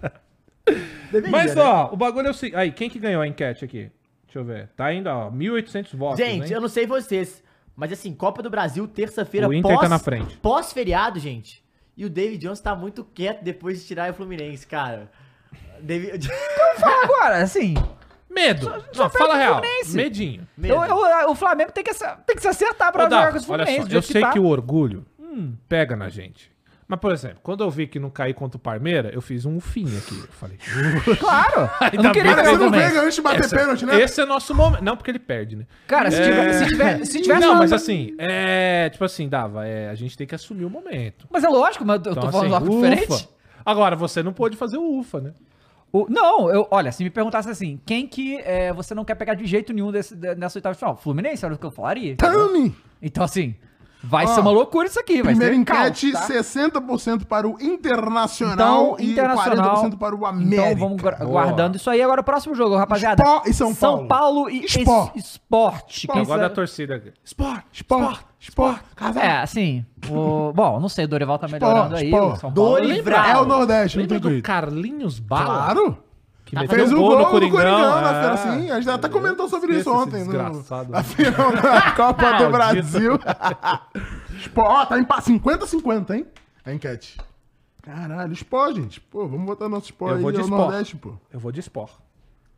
Speaker 5: Deveria,
Speaker 4: Mas,
Speaker 5: né?
Speaker 4: ó, o bagulho é o seguinte. Aí, quem que ganhou a enquete aqui? Deixa eu ver. Tá ainda, ó, 1.800 votos,
Speaker 5: Gente, eu
Speaker 4: hein?
Speaker 5: não sei vocês, mas assim, Copa do Brasil, terça-feira,
Speaker 4: O Inter tá na frente.
Speaker 5: Pós-feriado, gente. E o David Jones tá muito quieto depois de tirar o Fluminense, cara. David...
Speaker 2: Fala agora, assim.
Speaker 4: Medo. Não,
Speaker 2: perde
Speaker 4: fala
Speaker 2: pro
Speaker 4: real.
Speaker 2: Fluminense.
Speaker 4: Medinho.
Speaker 5: Mesmo.
Speaker 2: Então, Eu- eu- o Flamengo tem que, se- tem que se acertar pra
Speaker 4: Ô,
Speaker 2: jogar
Speaker 4: Davi,
Speaker 2: com o
Speaker 4: olha
Speaker 2: Fluminense.
Speaker 4: só,
Speaker 2: do
Speaker 4: eu
Speaker 2: jeito que
Speaker 4: sei
Speaker 2: tá.
Speaker 4: que o orgulho
Speaker 6: Hum.
Speaker 4: pega na gente. Mas, por exemplo, quando eu vi que não caí contra o Parmeira, eu fiz um fim aqui. Eu falei,
Speaker 2: Claro. Eu não queria
Speaker 4: tá bem,
Speaker 2: que
Speaker 6: Cara,
Speaker 2: o
Speaker 6: você não
Speaker 2: Fluminense.
Speaker 6: vê antes de bater pênalti, né?
Speaker 4: esse é nosso momento. Não, porque ele perde, né?
Speaker 2: Cara, se tiver, se tiver, se tiver
Speaker 4: não,
Speaker 2: chance-
Speaker 4: mas assim, é. Tipo assim, Dava, é, a gente tem que assumir o momento.
Speaker 2: Mas é lógico, mas eu tô
Speaker 4: Então,
Speaker 2: falando
Speaker 4: assim,
Speaker 2: algo
Speaker 4: ufa.
Speaker 2: diferente.
Speaker 4: Agora, você não pôde fazer o UFA, né?
Speaker 2: O- não, eu, olha, se me perguntasse assim, quem que é, você não quer pegar de jeito nenhum desse, de- nessa oitava de final? Fluminense, era o que eu falaria. entendeu?
Speaker 6: Tami!
Speaker 2: Então, assim, vai
Speaker 6: Ó,
Speaker 2: ser uma loucura isso aqui, vai ser
Speaker 6: Primeira
Speaker 2: caos,
Speaker 6: enquete,
Speaker 2: tá?
Speaker 6: 60% para o Internacional
Speaker 2: Então,
Speaker 6: e
Speaker 2: internacional.
Speaker 6: 40% para o América.
Speaker 2: Então, vamos gra-
Speaker 4: Boa.
Speaker 2: guardando isso aí. Agora, o próximo jogo, rapaziada.
Speaker 6: Spó e São
Speaker 2: São
Speaker 6: Paulo.
Speaker 2: Paulo e
Speaker 6: Spó.
Speaker 2: es- Esporte. Quem
Speaker 4: Eu gosto da
Speaker 6: é.
Speaker 2: sabe-
Speaker 4: torcida.
Speaker 6: Sport, Sport, Sport, casal.
Speaker 2: É, assim, o... bom, não sei, o Dorival tá
Speaker 6: Sport,
Speaker 2: melhorando aí.
Speaker 6: Sport.
Speaker 2: o São Paulo.
Speaker 5: Dori
Speaker 4: lembra-
Speaker 5: Brau.
Speaker 6: É o Nordeste, não
Speaker 4: Lembra
Speaker 6: tem
Speaker 4: do
Speaker 6: jeito.
Speaker 4: Carlinhos Bala?
Speaker 6: Claro!
Speaker 4: Que
Speaker 2: Tá
Speaker 4: meteu um
Speaker 6: Fez o gol, do Coringão, na
Speaker 4: Ah,
Speaker 2: é.
Speaker 6: feira, assim. A gente até comentou sobre
Speaker 4: esqueça
Speaker 6: isso
Speaker 4: esse
Speaker 6: ontem. No,
Speaker 4: desgraçado.
Speaker 6: na final da Copa do Brasil. Spo- Ó, tá em 50-50, hein? A enquete. Caralho, Spó, gente. Pô, vamos votar nosso Spó
Speaker 4: Eu
Speaker 6: aí
Speaker 4: vou de
Speaker 6: ao
Speaker 4: Spó.
Speaker 6: Nordeste, pô.
Speaker 4: Eu vou de Sport.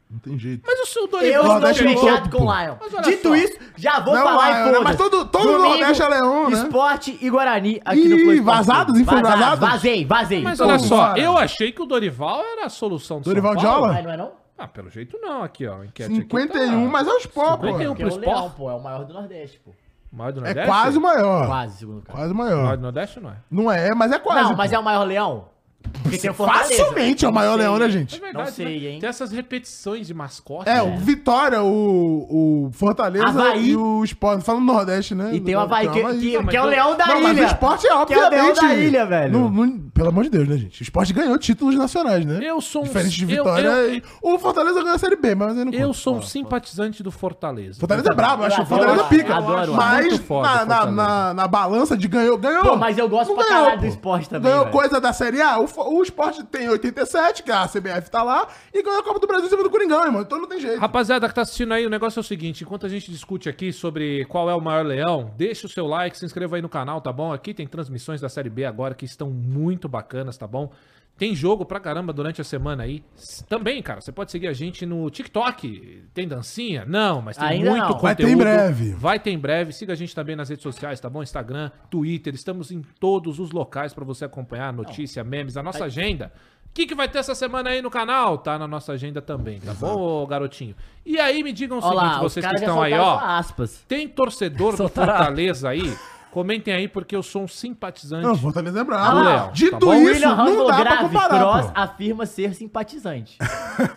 Speaker 6: Não tem jeito.
Speaker 4: Mas o seu
Speaker 5: Eu
Speaker 4: Dorival
Speaker 5: estou
Speaker 6: Nordeste
Speaker 4: também.
Speaker 6: não todo,
Speaker 5: fechado com
Speaker 6: pô.
Speaker 5: o Lion.
Speaker 4: né, Mas olha
Speaker 5: Dito
Speaker 4: só.
Speaker 5: isso, já vou
Speaker 6: Não, Lion,
Speaker 5: falar
Speaker 6: né?
Speaker 5: e foda
Speaker 6: Mas todo- todo Nordeste é Leão, né?
Speaker 5: Esporte e Guarani aqui
Speaker 6: Ih,
Speaker 5: no Flow Esporte
Speaker 6: vazados?
Speaker 5: Clube.
Speaker 6: Info
Speaker 5: Vazado,
Speaker 6: vazados?
Speaker 5: Vazei, vazei.
Speaker 4: Mas
Speaker 6: Então,
Speaker 4: olha só,
Speaker 6: bora.
Speaker 4: eu achei que o Dorival era a solução do
Speaker 6: Dorival
Speaker 4: São Paulo.
Speaker 6: Diola?
Speaker 5: Mas não é não?
Speaker 4: Ah, pelo jeito não, aqui ó, a enquete
Speaker 6: 51,
Speaker 4: aqui tá...
Speaker 6: mas é o Spó, pô.
Speaker 4: 51.
Speaker 5: Porque é o
Speaker 4: Pro
Speaker 5: Leão,
Speaker 4: Sport?
Speaker 5: pô. É o maior do Nordeste, pô.
Speaker 4: Maior do
Speaker 6: É
Speaker 4: Nordeste?
Speaker 6: quase o maior.
Speaker 5: Quase, segundo cara.
Speaker 6: Quase o
Speaker 4: Maior
Speaker 6: maior.
Speaker 4: do Nordeste não é?
Speaker 6: Não é, mas é quase.
Speaker 5: não, mas é o maior leão. Porque tem o Fortaleza.
Speaker 6: Facilmente é o maior
Speaker 5: Não sei.
Speaker 6: leão, né, gente?
Speaker 4: É verdade,
Speaker 5: Não sei,
Speaker 4: né?
Speaker 5: hein.
Speaker 4: Tem essas repetições de mascote.
Speaker 6: É,
Speaker 4: né?
Speaker 6: o Vitória, o, o Fortaleza
Speaker 5: Havaí.
Speaker 6: e o Sport. Fala no Nordeste, né?
Speaker 5: E tem o Havaí, que, que- que é o
Speaker 4: Não,
Speaker 5: leão da
Speaker 6: Não,
Speaker 5: ilha.
Speaker 6: mas o Sport é
Speaker 5: Que é o
Speaker 6: obviamente...
Speaker 5: leão da ilha, velho.
Speaker 6: Não- não- pelo amor de Deus, né, gente? O Sport ganhou títulos nacionais, né?
Speaker 4: Eu sou um-
Speaker 6: Diferente de
Speaker 4: eu-
Speaker 6: Vitória.
Speaker 4: eu-
Speaker 6: e- O Fortaleza ganhou a Série B, mas eu não
Speaker 4: Eu
Speaker 6: conto.
Speaker 4: sou um simpatizante do Fortaleza.
Speaker 6: Fortaleza é brabo, eu acho.
Speaker 5: Eu
Speaker 6: O Fortaleza
Speaker 5: adoro,
Speaker 6: pica.
Speaker 5: eu adoro,
Speaker 6: mas
Speaker 4: muito foda
Speaker 6: na,
Speaker 4: o
Speaker 6: na,
Speaker 4: Fortaleza.
Speaker 6: na, na balança de ganhou, ganhou.
Speaker 5: Pô, mas eu gosto
Speaker 6: Não
Speaker 5: pra
Speaker 6: ganhou,
Speaker 5: caralho
Speaker 6: pô.
Speaker 5: do esporte também,
Speaker 6: Ganhou
Speaker 5: velho.
Speaker 6: coisa da Série A. O, fo- o esporte tem 87, que a CBF tá lá, e ganhou a Copa do Brasil em cima do Coringão, irmão. Então não tem jeito.
Speaker 4: Rapaziada que tá assistindo aí, o negócio é o seguinte: enquanto a gente discute aqui sobre qual é o maior leão, deixa o seu like, se inscreva aí no canal, tá bom? Aqui tem transmissões da Série B agora que estão muito bacanas, tá bom? Tem jogo pra caramba durante a semana aí. S- Também, cara, você pode seguir a gente no TikTok. Tem dancinha? Não, mas tem
Speaker 5: Ainda
Speaker 4: muito
Speaker 5: não.
Speaker 4: conteúdo.
Speaker 6: Vai ter em breve.
Speaker 4: Vai ter em breve. Siga a gente também nas redes sociais, tá bom? Instagram, Twitter. Estamos em todos os locais pra você acompanhar a notícia, memes, a nossa agenda. O que, que vai ter essa semana aí no canal? Tá na nossa agenda também, tá bom, ô, garotinho? E aí, me digam o
Speaker 5: Olha
Speaker 4: seguinte,
Speaker 5: lá, os
Speaker 4: vocês que
Speaker 5: caras já
Speaker 4: estão aí,
Speaker 5: soltaram
Speaker 4: ó.
Speaker 5: só aspas.
Speaker 4: Tem torcedor do
Speaker 2: Soltaram.
Speaker 4: Fortaleza aí? Comentem aí, porque eu sou um simpatizante.
Speaker 6: Não, o Fortaleza é
Speaker 5: Ah,
Speaker 6: brabo.
Speaker 5: lá,
Speaker 4: Léo, tá
Speaker 6: Dito
Speaker 4: bom?
Speaker 6: isso,
Speaker 5: William
Speaker 6: não
Speaker 5: Randall
Speaker 6: dá pra
Speaker 5: grave,
Speaker 6: comparar.
Speaker 5: Cross ah,
Speaker 6: pô.
Speaker 5: afirma ser simpatizante.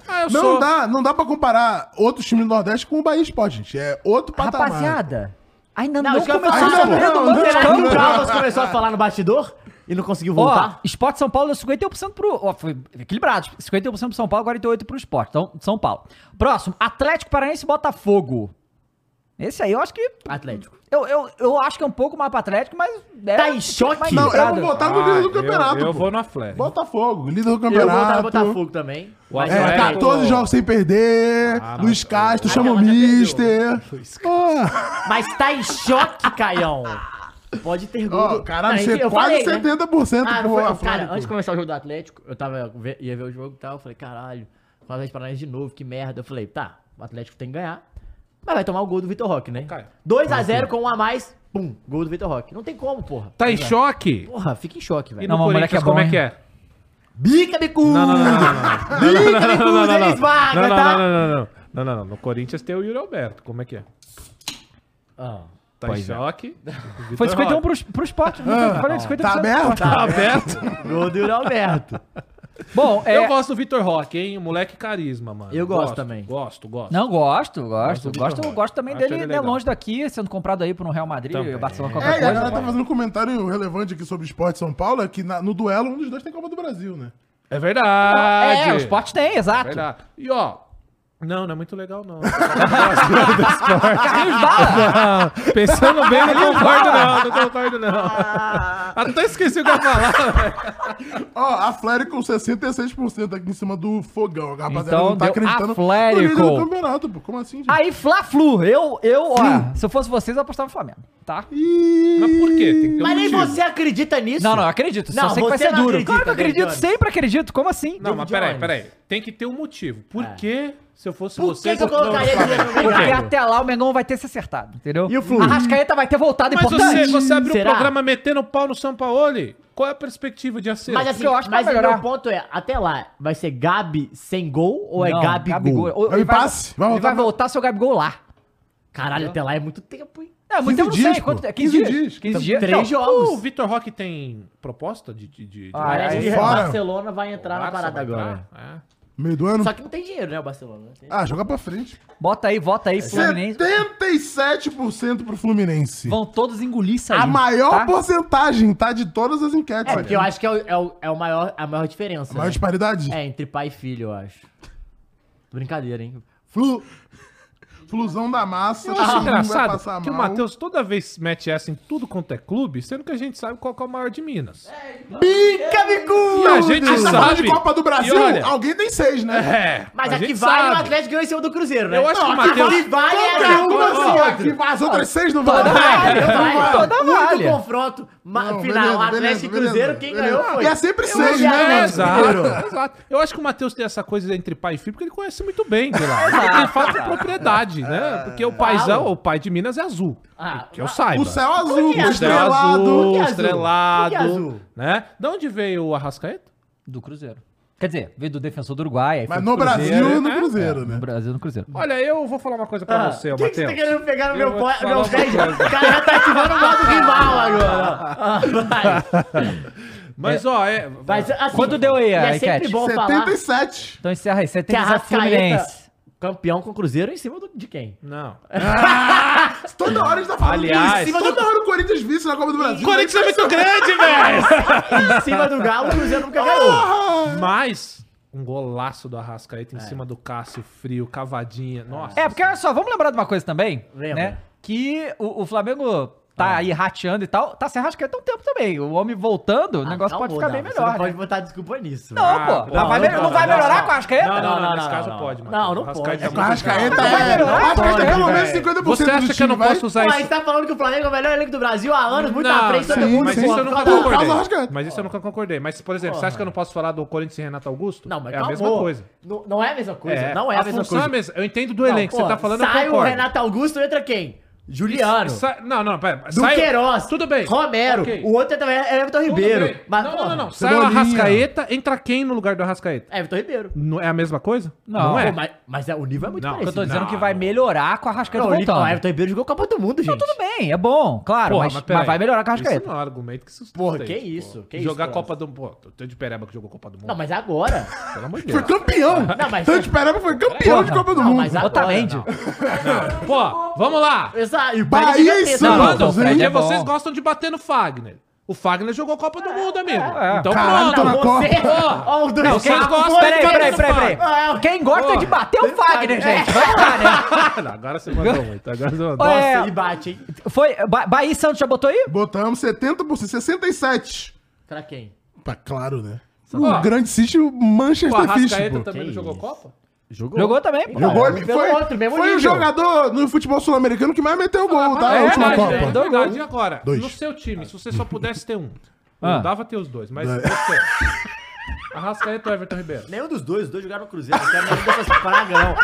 Speaker 4: Ah, eu
Speaker 6: Não
Speaker 4: sou-
Speaker 6: dá, não dá pra comparar outros times do Nordeste com o Bahia Sport, gente. É outro patamar.
Speaker 2: Rapaziada, ainda
Speaker 5: Não,
Speaker 2: não,
Speaker 5: isso que eu ia
Speaker 2: começou a
Speaker 5: falar, pô.
Speaker 2: correr do
Speaker 6: Não,
Speaker 2: banco de
Speaker 5: Será que o
Speaker 2: campo.
Speaker 5: Calvas começou a falar no bastidor e não conseguiu
Speaker 2: Ó,
Speaker 5: voltar?
Speaker 2: Sport São Paulo é deu 51% pro. Ó, foi equilibrado. 51% pro São Paulo, 48% pro Sport. Então, São Paulo. Próximo, Atlético Paranaense e Botafogo. Esse aí eu acho que.
Speaker 5: Atlético.
Speaker 2: Eu, eu, eu acho que é um pouco mais pro Atlético, mas. é
Speaker 5: Tá em
Speaker 2: um
Speaker 5: choque?
Speaker 2: mais
Speaker 6: Não, eu
Speaker 2: equilibrado.
Speaker 6: vou votar tá no
Speaker 4: Ah,
Speaker 6: líder do
Speaker 4: eu-
Speaker 6: campeonato.
Speaker 4: Eu,
Speaker 6: pô.
Speaker 4: vou na Flair.
Speaker 6: Botafogo, líder do
Speaker 5: Eu vou
Speaker 6: campeonato.
Speaker 5: botar o Botafogo também. mas tá-
Speaker 4: É,
Speaker 5: eu
Speaker 6: É,
Speaker 5: acho que-
Speaker 6: 14 jogos sem perder. Luiz Castro,
Speaker 5: Ah,
Speaker 6: chama o
Speaker 5: mas já perdeu.
Speaker 6: Mister. Ah,
Speaker 5: Mas tá em choque, Caião. Pode ter
Speaker 6: ó,
Speaker 5: gol.
Speaker 6: caralho,
Speaker 5: Não,
Speaker 6: você
Speaker 5: eu
Speaker 6: é quase
Speaker 5: falei, né?
Speaker 6: 70%
Speaker 5: Ah, não
Speaker 6: pro
Speaker 5: foi, não,
Speaker 6: Atlético.
Speaker 5: cara, antes de começar o jogo do Atlético, eu tava, ve- ia ver o jogo e tal, eu falei, caralho, o Atlético Paranaense de novo, que merda. Eu falei, tá, o Atlético tem que ganhar, mas vai tomar o gol do Vitor Roque, né?
Speaker 4: Cara,
Speaker 5: 2x0 com um a mais, pum, gol do Vitor Roque. Não tem como, porra.
Speaker 4: Tá em choque?
Speaker 5: Porra, fica em choque,
Speaker 4: E
Speaker 5: velho.
Speaker 4: no
Speaker 2: Não, mas o moleque
Speaker 4: Corinthians,
Speaker 2: é bom,
Speaker 4: como é
Speaker 2: hein?
Speaker 4: que é?
Speaker 5: Bica, bicudo!
Speaker 4: Não, não, não, não, não, não.
Speaker 5: Bica, bicudo,
Speaker 4: não.
Speaker 5: eles vagam,
Speaker 4: não, não,
Speaker 5: tá?
Speaker 4: não, não, não. Não, não, não. No Corinthians tem o Yuri Alberto. Como é que é?
Speaker 5: Ah,
Speaker 4: Tá em choque.
Speaker 2: Foi 51
Speaker 4: pro
Speaker 2: pro, pro Sport. Não foi- falei, 51
Speaker 6: Tá aberto?
Speaker 4: aberto.
Speaker 5: Gol do Yuri Alberto.
Speaker 2: Tá Bom, é.
Speaker 4: Eu gosto do Vitor Roque, hein? O moleque carisma, mano.
Speaker 5: Eu gosto também.
Speaker 4: Gosto, gosto.
Speaker 2: Não, gosto,
Speaker 4: Gosto
Speaker 2: gosto.
Speaker 4: do
Speaker 2: Gosto,
Speaker 4: Vitor
Speaker 2: gosto também
Speaker 4: Roque. Acho
Speaker 2: dele,
Speaker 4: ele
Speaker 2: né?
Speaker 4: legal.
Speaker 2: Longe daqui, sendo comprado aí por um Real Madrid,
Speaker 4: Também.
Speaker 2: Barcelona, qualquer
Speaker 6: É, e a
Speaker 2: coisa.
Speaker 6: galera
Speaker 5: né?
Speaker 6: tá fazendo um comentário relevante aqui sobre o esporte São Paulo, é que na- no duelo um dos dois tem Copa do Brasil, né?
Speaker 4: É verdade.
Speaker 2: É, o Sport tem,
Speaker 4: É
Speaker 2: exato.
Speaker 4: verdade. E ó. Não, não é muito legal, não.
Speaker 2: Eles bala.
Speaker 4: Não, Pensando bem, não concordo, não. Não concordo, não.
Speaker 5: Ah.
Speaker 4: Até esqueci o que eu ia falar.
Speaker 6: Ó, a Flérico com 66% aqui em cima do fogão. A rapaziada
Speaker 2: Então,
Speaker 6: não tá
Speaker 2: deu
Speaker 6: acreditando
Speaker 2: Atlético.
Speaker 6: no líder do campeonato, pô. Como assim, gente?
Speaker 2: Aí, Fla-Flu. Eu, eu, ó, se eu fosse vocês, eu apostava no Flamengo, tá?
Speaker 6: Ih,
Speaker 4: Mas por quê? Tem que ter um
Speaker 5: Mas nem
Speaker 4: motivo.
Speaker 5: você acredita nisso?
Speaker 2: Não, não, eu acredito.
Speaker 5: Não,
Speaker 2: só sei que vai
Speaker 5: você
Speaker 2: ser
Speaker 5: não
Speaker 2: duro.
Speaker 5: acredita, tá
Speaker 2: claro que eu acredito,
Speaker 5: David Jones.
Speaker 2: sempre acredito. Como assim?
Speaker 4: Não, mas
Speaker 5: David
Speaker 4: peraí,
Speaker 5: Jones. É.
Speaker 4: peraí. Tem que ter um motivo. Por que, se eu fosse
Speaker 5: Por
Speaker 4: você...
Speaker 5: que, que eu
Speaker 4: votava no
Speaker 5: colocaria
Speaker 4: Flamengo?
Speaker 5: ele no
Speaker 2: Porque
Speaker 5: lugar?
Speaker 2: até lá o Mengão vai ter se acertado, entendeu?
Speaker 5: E o Flu?
Speaker 2: A Rascaeta vai ter voltado
Speaker 4: Mas você,
Speaker 2: importante.
Speaker 4: você abriu
Speaker 5: Será?
Speaker 4: um programa metendo pau no Sampaoli. Qual é a perspectiva de acerto?
Speaker 5: Mas assim,
Speaker 2: que eu acho que
Speaker 5: mas
Speaker 2: vai
Speaker 5: o
Speaker 2: melhorar.
Speaker 5: meu ponto é, até lá, vai ser Gabi sem gol ou é
Speaker 2: Não,
Speaker 5: Gabi, gol?
Speaker 2: Ou-
Speaker 6: É um
Speaker 2: ele vai-
Speaker 6: impasse. Vai
Speaker 2: ele
Speaker 6: voltar
Speaker 2: vai
Speaker 6: pra-
Speaker 2: voltar se o Gabigol lá.
Speaker 5: Caralho, até lá é muito tempo, hein?
Speaker 2: É, muito
Speaker 6: 15
Speaker 2: eu não
Speaker 6: dias,
Speaker 2: sei.
Speaker 6: pô.
Speaker 2: Quanto, é 15,
Speaker 6: 15
Speaker 2: dias.
Speaker 6: dias.
Speaker 2: 15 dias.
Speaker 5: Três
Speaker 2: Não,
Speaker 4: O
Speaker 5: jogos.
Speaker 4: Vitor Roque tem proposta de... de, de- de-
Speaker 2: Ah,
Speaker 5: Parece
Speaker 2: aí
Speaker 5: que o
Speaker 6: fora.
Speaker 5: Barcelona vai é. entrar na
Speaker 4: Barça,
Speaker 5: parada
Speaker 4: vai
Speaker 5: agora.
Speaker 4: entrar? é.
Speaker 6: Meio do ano.
Speaker 5: Só que não tem dinheiro, né, o Barcelona?
Speaker 6: Ah, joga pra frente.
Speaker 2: Bota aí, vota aí, Fluminense.
Speaker 6: 77% pro Fluminense.
Speaker 2: Vão todos engolir isso aí.
Speaker 6: A maior
Speaker 2: tá?
Speaker 6: porcentagem, tá? De todas as enquetes.
Speaker 5: É, porque eu acho que é, o, é, o, é o maior, a maior diferença.
Speaker 6: A maior
Speaker 5: né?
Speaker 4: É.
Speaker 6: disparidade?
Speaker 5: É, entre pai e filho, eu acho. Brincadeira, hein?
Speaker 6: Flu. Flusão da massa,
Speaker 4: Eu
Speaker 6: todo
Speaker 4: acho
Speaker 6: mundo Ah, vai
Speaker 4: engraçado que o
Speaker 6: mal.
Speaker 4: Matheus toda vez mete essa em tudo quanto é clube, sendo que a gente sabe qual que é o maior de Minas.
Speaker 6: Bica de cu!
Speaker 4: E a gente
Speaker 6: tá falando
Speaker 4: sabe.
Speaker 6: de Copa do Brasil,
Speaker 4: E olha-
Speaker 6: alguém tem seis, né?
Speaker 4: É,
Speaker 5: Mas
Speaker 4: a
Speaker 5: aqui
Speaker 4: gente
Speaker 5: vale, o
Speaker 4: sabe.
Speaker 5: Atlético ganhou em cima do Cruzeiro, né?
Speaker 4: Eu acho que o
Speaker 5: aqui
Speaker 4: Matheus-
Speaker 5: vale é
Speaker 6: Qualquer uma,
Speaker 5: contra
Speaker 6: assim,
Speaker 5: o outro.
Speaker 6: aqui, as outras seis não vão.
Speaker 5: Vale, vale.
Speaker 2: Toda
Speaker 5: Único
Speaker 2: vale.
Speaker 5: confronto ma-
Speaker 6: Não,
Speaker 5: final,
Speaker 6: beleza,
Speaker 5: Atlético e
Speaker 6: beleza,
Speaker 5: Cruzeiro,
Speaker 6: beleza.
Speaker 5: quem
Speaker 6: Beleza.
Speaker 5: ganhou foi.
Speaker 6: E é sempre seis,
Speaker 5: acho que
Speaker 6: né,
Speaker 5: é
Speaker 6: mano?
Speaker 4: exato, exato. Eu acho que o Matheus tem essa coisa entre pai e filho, porque ele conhece muito bem de lá. Ele tem fato de propriedade,
Speaker 6: É.
Speaker 4: né? Porque o paizão, o pai de Minas é azul.
Speaker 5: Ah,
Speaker 4: que eu
Speaker 5: mas-
Speaker 4: saiba.
Speaker 6: O céu azul,
Speaker 5: que é azul?
Speaker 6: estrelado.
Speaker 5: Por que é
Speaker 4: azul,
Speaker 5: azul?
Speaker 4: estrelado.
Speaker 5: Por que é azul?
Speaker 4: Né? De onde veio o Arrascaeta?
Speaker 2: Do Cruzeiro. Quer dizer, veio do defensor do Uruguai. Aí
Speaker 6: Mas
Speaker 2: foi
Speaker 6: no
Speaker 2: pro Cruzeiro,
Speaker 6: Brasil, no
Speaker 4: né?
Speaker 6: Cruzeiro,
Speaker 2: No
Speaker 6: né?
Speaker 2: Brasil, no Cruzeiro.
Speaker 4: Olha, eu vou falar uma coisa pra
Speaker 5: Ah,
Speaker 4: você, ô
Speaker 5: que que você tá
Speaker 4: Matheus.
Speaker 5: querendo pegar no
Speaker 4: Eu
Speaker 5: meu
Speaker 4: vou
Speaker 5: pó?
Speaker 4: te falar
Speaker 5: Meu
Speaker 4: uma
Speaker 5: 10
Speaker 4: coisa.
Speaker 5: O cara já tá ativando o modo rival agora. Ah, vai.
Speaker 4: Mas, ó, é.
Speaker 5: Mas, assim,
Speaker 2: Quanto deu aí
Speaker 5: e
Speaker 2: a
Speaker 5: É sempre
Speaker 2: enquete?
Speaker 5: bom falar
Speaker 6: 77.
Speaker 2: Então encerra aí.
Speaker 5: que a
Speaker 2: 77
Speaker 5: Rascaeta,
Speaker 2: Fluminense.
Speaker 5: campeão com o Cruzeiro, em cima do- de quem?
Speaker 4: Não.
Speaker 5: É
Speaker 6: Toda hora a gente tá falando
Speaker 4: Aliás,
Speaker 6: disso. Toda hora o Corinthians vice na Copa do Brasil.
Speaker 4: Corinthians é muito grande, velho!
Speaker 5: em cima do Galo, o Cruzeiro nunca ganhou.
Speaker 4: Mas um golaço do Arrascaeta em
Speaker 5: É.
Speaker 4: cima do Cássio Frio, cavadinha. Nossa.
Speaker 2: É, porque olha só, vamos lembrar de uma coisa também,
Speaker 5: Lembra.
Speaker 2: né? Que o, o Flamengo tá aí rateando e tal, tá sem rascaeta há um tempo também. O homem voltando, o negócio
Speaker 5: um
Speaker 2: pode ficar bem melhor,
Speaker 5: Ah, tá Não
Speaker 2: né?
Speaker 5: pode botar desculpa nisso.
Speaker 2: Não,
Speaker 5: velho.
Speaker 2: pô. Não,
Speaker 4: não,
Speaker 2: vai,
Speaker 5: não
Speaker 2: me- não
Speaker 5: pode,
Speaker 2: vai
Speaker 5: não,
Speaker 2: melhorar
Speaker 5: não.
Speaker 2: com a rascaeta?
Speaker 4: Não, não,
Speaker 5: Não,
Speaker 4: não,
Speaker 5: não,
Speaker 4: nesse
Speaker 5: não,
Speaker 4: caso
Speaker 5: não.
Speaker 4: pode, mano. é
Speaker 5: Não, não pode.
Speaker 6: Com a Arrascaeta
Speaker 2: Mas vai
Speaker 6: é.
Speaker 2: melhorar,
Speaker 6: Arrascaeta é
Speaker 2: pode,
Speaker 6: pelo menos
Speaker 4: velho.
Speaker 6: 50%
Speaker 4: Você acha
Speaker 6: do
Speaker 4: que eu não
Speaker 6: time, vai?
Speaker 4: posso usar
Speaker 5: Pô, a
Speaker 4: isso?
Speaker 5: gente tá falando que o Flamengo é o melhor elenco do Brasil há anos, muito
Speaker 4: Não,
Speaker 5: à frente de todo
Speaker 6: sim,
Speaker 5: mundo. tá,
Speaker 4: Mas
Speaker 6: sim.
Speaker 5: pô.
Speaker 4: isso eu nunca
Speaker 6: Por causa do
Speaker 4: concordei.
Speaker 6: Arrascaeta.
Speaker 4: Mas isso eu nunca concordei. Mas, por exemplo, você acha que eu não posso falar do Corinthians e Renato Augusto?
Speaker 5: Não, mas
Speaker 4: é a
Speaker 5: calma.
Speaker 4: mesma coisa.
Speaker 5: Não, não é a mesma coisa. Não é a,
Speaker 4: a
Speaker 5: mesma
Speaker 4: função
Speaker 5: coisa.
Speaker 4: é a mesma. Eu entendo do
Speaker 5: Não,
Speaker 4: elenco.
Speaker 5: pô,
Speaker 4: você tá falando, eu
Speaker 5: Sai
Speaker 4: concordo.
Speaker 5: o Renato Augusto, entra quem? Juliano.
Speaker 4: Sa- é- Não, não, pera.
Speaker 5: do
Speaker 4: sai o-
Speaker 5: Queiroz.
Speaker 4: Tudo bem.
Speaker 5: Romero.
Speaker 4: Ok.
Speaker 5: O outro é também é Everton
Speaker 4: Tudo
Speaker 5: Ribeiro.
Speaker 4: bem.
Speaker 5: Mas,
Speaker 4: não,
Speaker 5: pô,
Speaker 4: não, não, não. Sai o
Speaker 6: Cebolinha.
Speaker 4: Arrascaeta, entra quem no lugar do Arrascaeta?
Speaker 5: Everton Ribeiro.
Speaker 4: Não é a mesma coisa?
Speaker 2: Não.
Speaker 4: é.
Speaker 5: Pô, mas, mas é- o nível é muito
Speaker 4: Não,
Speaker 2: Eu
Speaker 5: parecido.
Speaker 2: tô dizendo é
Speaker 4: Não,
Speaker 2: que vai
Speaker 4: não.
Speaker 2: melhorar com a rascaeta
Speaker 5: Não, o Nico- o
Speaker 2: voltando.
Speaker 5: Everton Ribeiro jogou Copa do Mundo, gente.
Speaker 2: Tudo bem, é bom, claro,
Speaker 4: Porra,
Speaker 2: mas, mas,
Speaker 4: peraí.
Speaker 2: vai melhorar com a rascaeta.
Speaker 4: Isso não é um argumento que sustenta.
Speaker 5: Porra, que isso, que isso,
Speaker 4: Jogar
Speaker 5: Cross.
Speaker 4: Copa do Mundo. Pô, tô de pereba que jogou Copa do Mundo.
Speaker 5: Não, mas agora.
Speaker 4: Pelo amor de
Speaker 6: Foi
Speaker 4: Deus.
Speaker 6: campeão.
Speaker 5: Não, mas-
Speaker 6: Tanto Pereba foi campeão de Copa do
Speaker 5: não,
Speaker 6: Mundo.
Speaker 5: mas agora.
Speaker 2: Otamendi.
Speaker 5: não.
Speaker 4: Pô, vamos lá.
Speaker 5: Exato. E o
Speaker 6: Bahia
Speaker 5: Bahia
Speaker 6: e
Speaker 5: e
Speaker 6: Santos.
Speaker 5: Santos.
Speaker 4: Mano,
Speaker 6: Fred
Speaker 4: porque
Speaker 2: é bom.
Speaker 4: vocês gostam de bater no Fagner. O Fagner jogou Copa do Mundo, amigo.
Speaker 5: É,
Speaker 4: Então
Speaker 6: Caralho,
Speaker 4: pronto.
Speaker 6: tô na Copa.
Speaker 5: Ó, o do
Speaker 4: Não,
Speaker 5: Ricardo
Speaker 4: vocês gostam-
Speaker 5: foi-
Speaker 2: Peraí, peraí,
Speaker 4: Não,
Speaker 2: peraí,
Speaker 5: não,
Speaker 2: peraí. Quem gosta
Speaker 4: Porra.
Speaker 2: de bater é o Fagner,
Speaker 5: Fagner.
Speaker 2: gente. Vai lá, né?
Speaker 4: Não, agora você mandou muito. Agora você mandou.
Speaker 2: Olha,
Speaker 5: Nossa,
Speaker 2: É.
Speaker 5: e bate, hein?
Speaker 2: Foi. Ba Bahia e Santos já botou aí?
Speaker 6: Botamos 70%, 67%.
Speaker 5: Pra quem?
Speaker 6: Pá, claro, né?
Speaker 4: Ó.
Speaker 6: O grande City, o
Speaker 4: Pô,
Speaker 6: Manchester Fish,
Speaker 4: Arrascaeta
Speaker 6: pô.
Speaker 4: também
Speaker 5: é Que
Speaker 4: não jogou
Speaker 5: isso.
Speaker 4: Copa?
Speaker 2: Jogou também, pô.
Speaker 5: Jogou,
Speaker 6: Gol,
Speaker 5: pelo
Speaker 6: foi
Speaker 5: outro, mesmo
Speaker 6: foi o
Speaker 5: nível.
Speaker 6: jogador no futebol sul-americano que mais meteu gol, tá?
Speaker 4: É
Speaker 6: Na última
Speaker 4: verdade, é
Speaker 6: Copa.
Speaker 4: verdade. E agora?
Speaker 6: Dois.
Speaker 4: No seu time, se você só pudesse ter um,
Speaker 2: Ah.
Speaker 4: não dava ter os dois, mas
Speaker 6: É.
Speaker 4: você. Arrascaeta ou Everton Ribeiro?
Speaker 5: Nenhum dos dois, os dois jogaram no Cruzeiro. Não quero nenhum dessas pragas, não.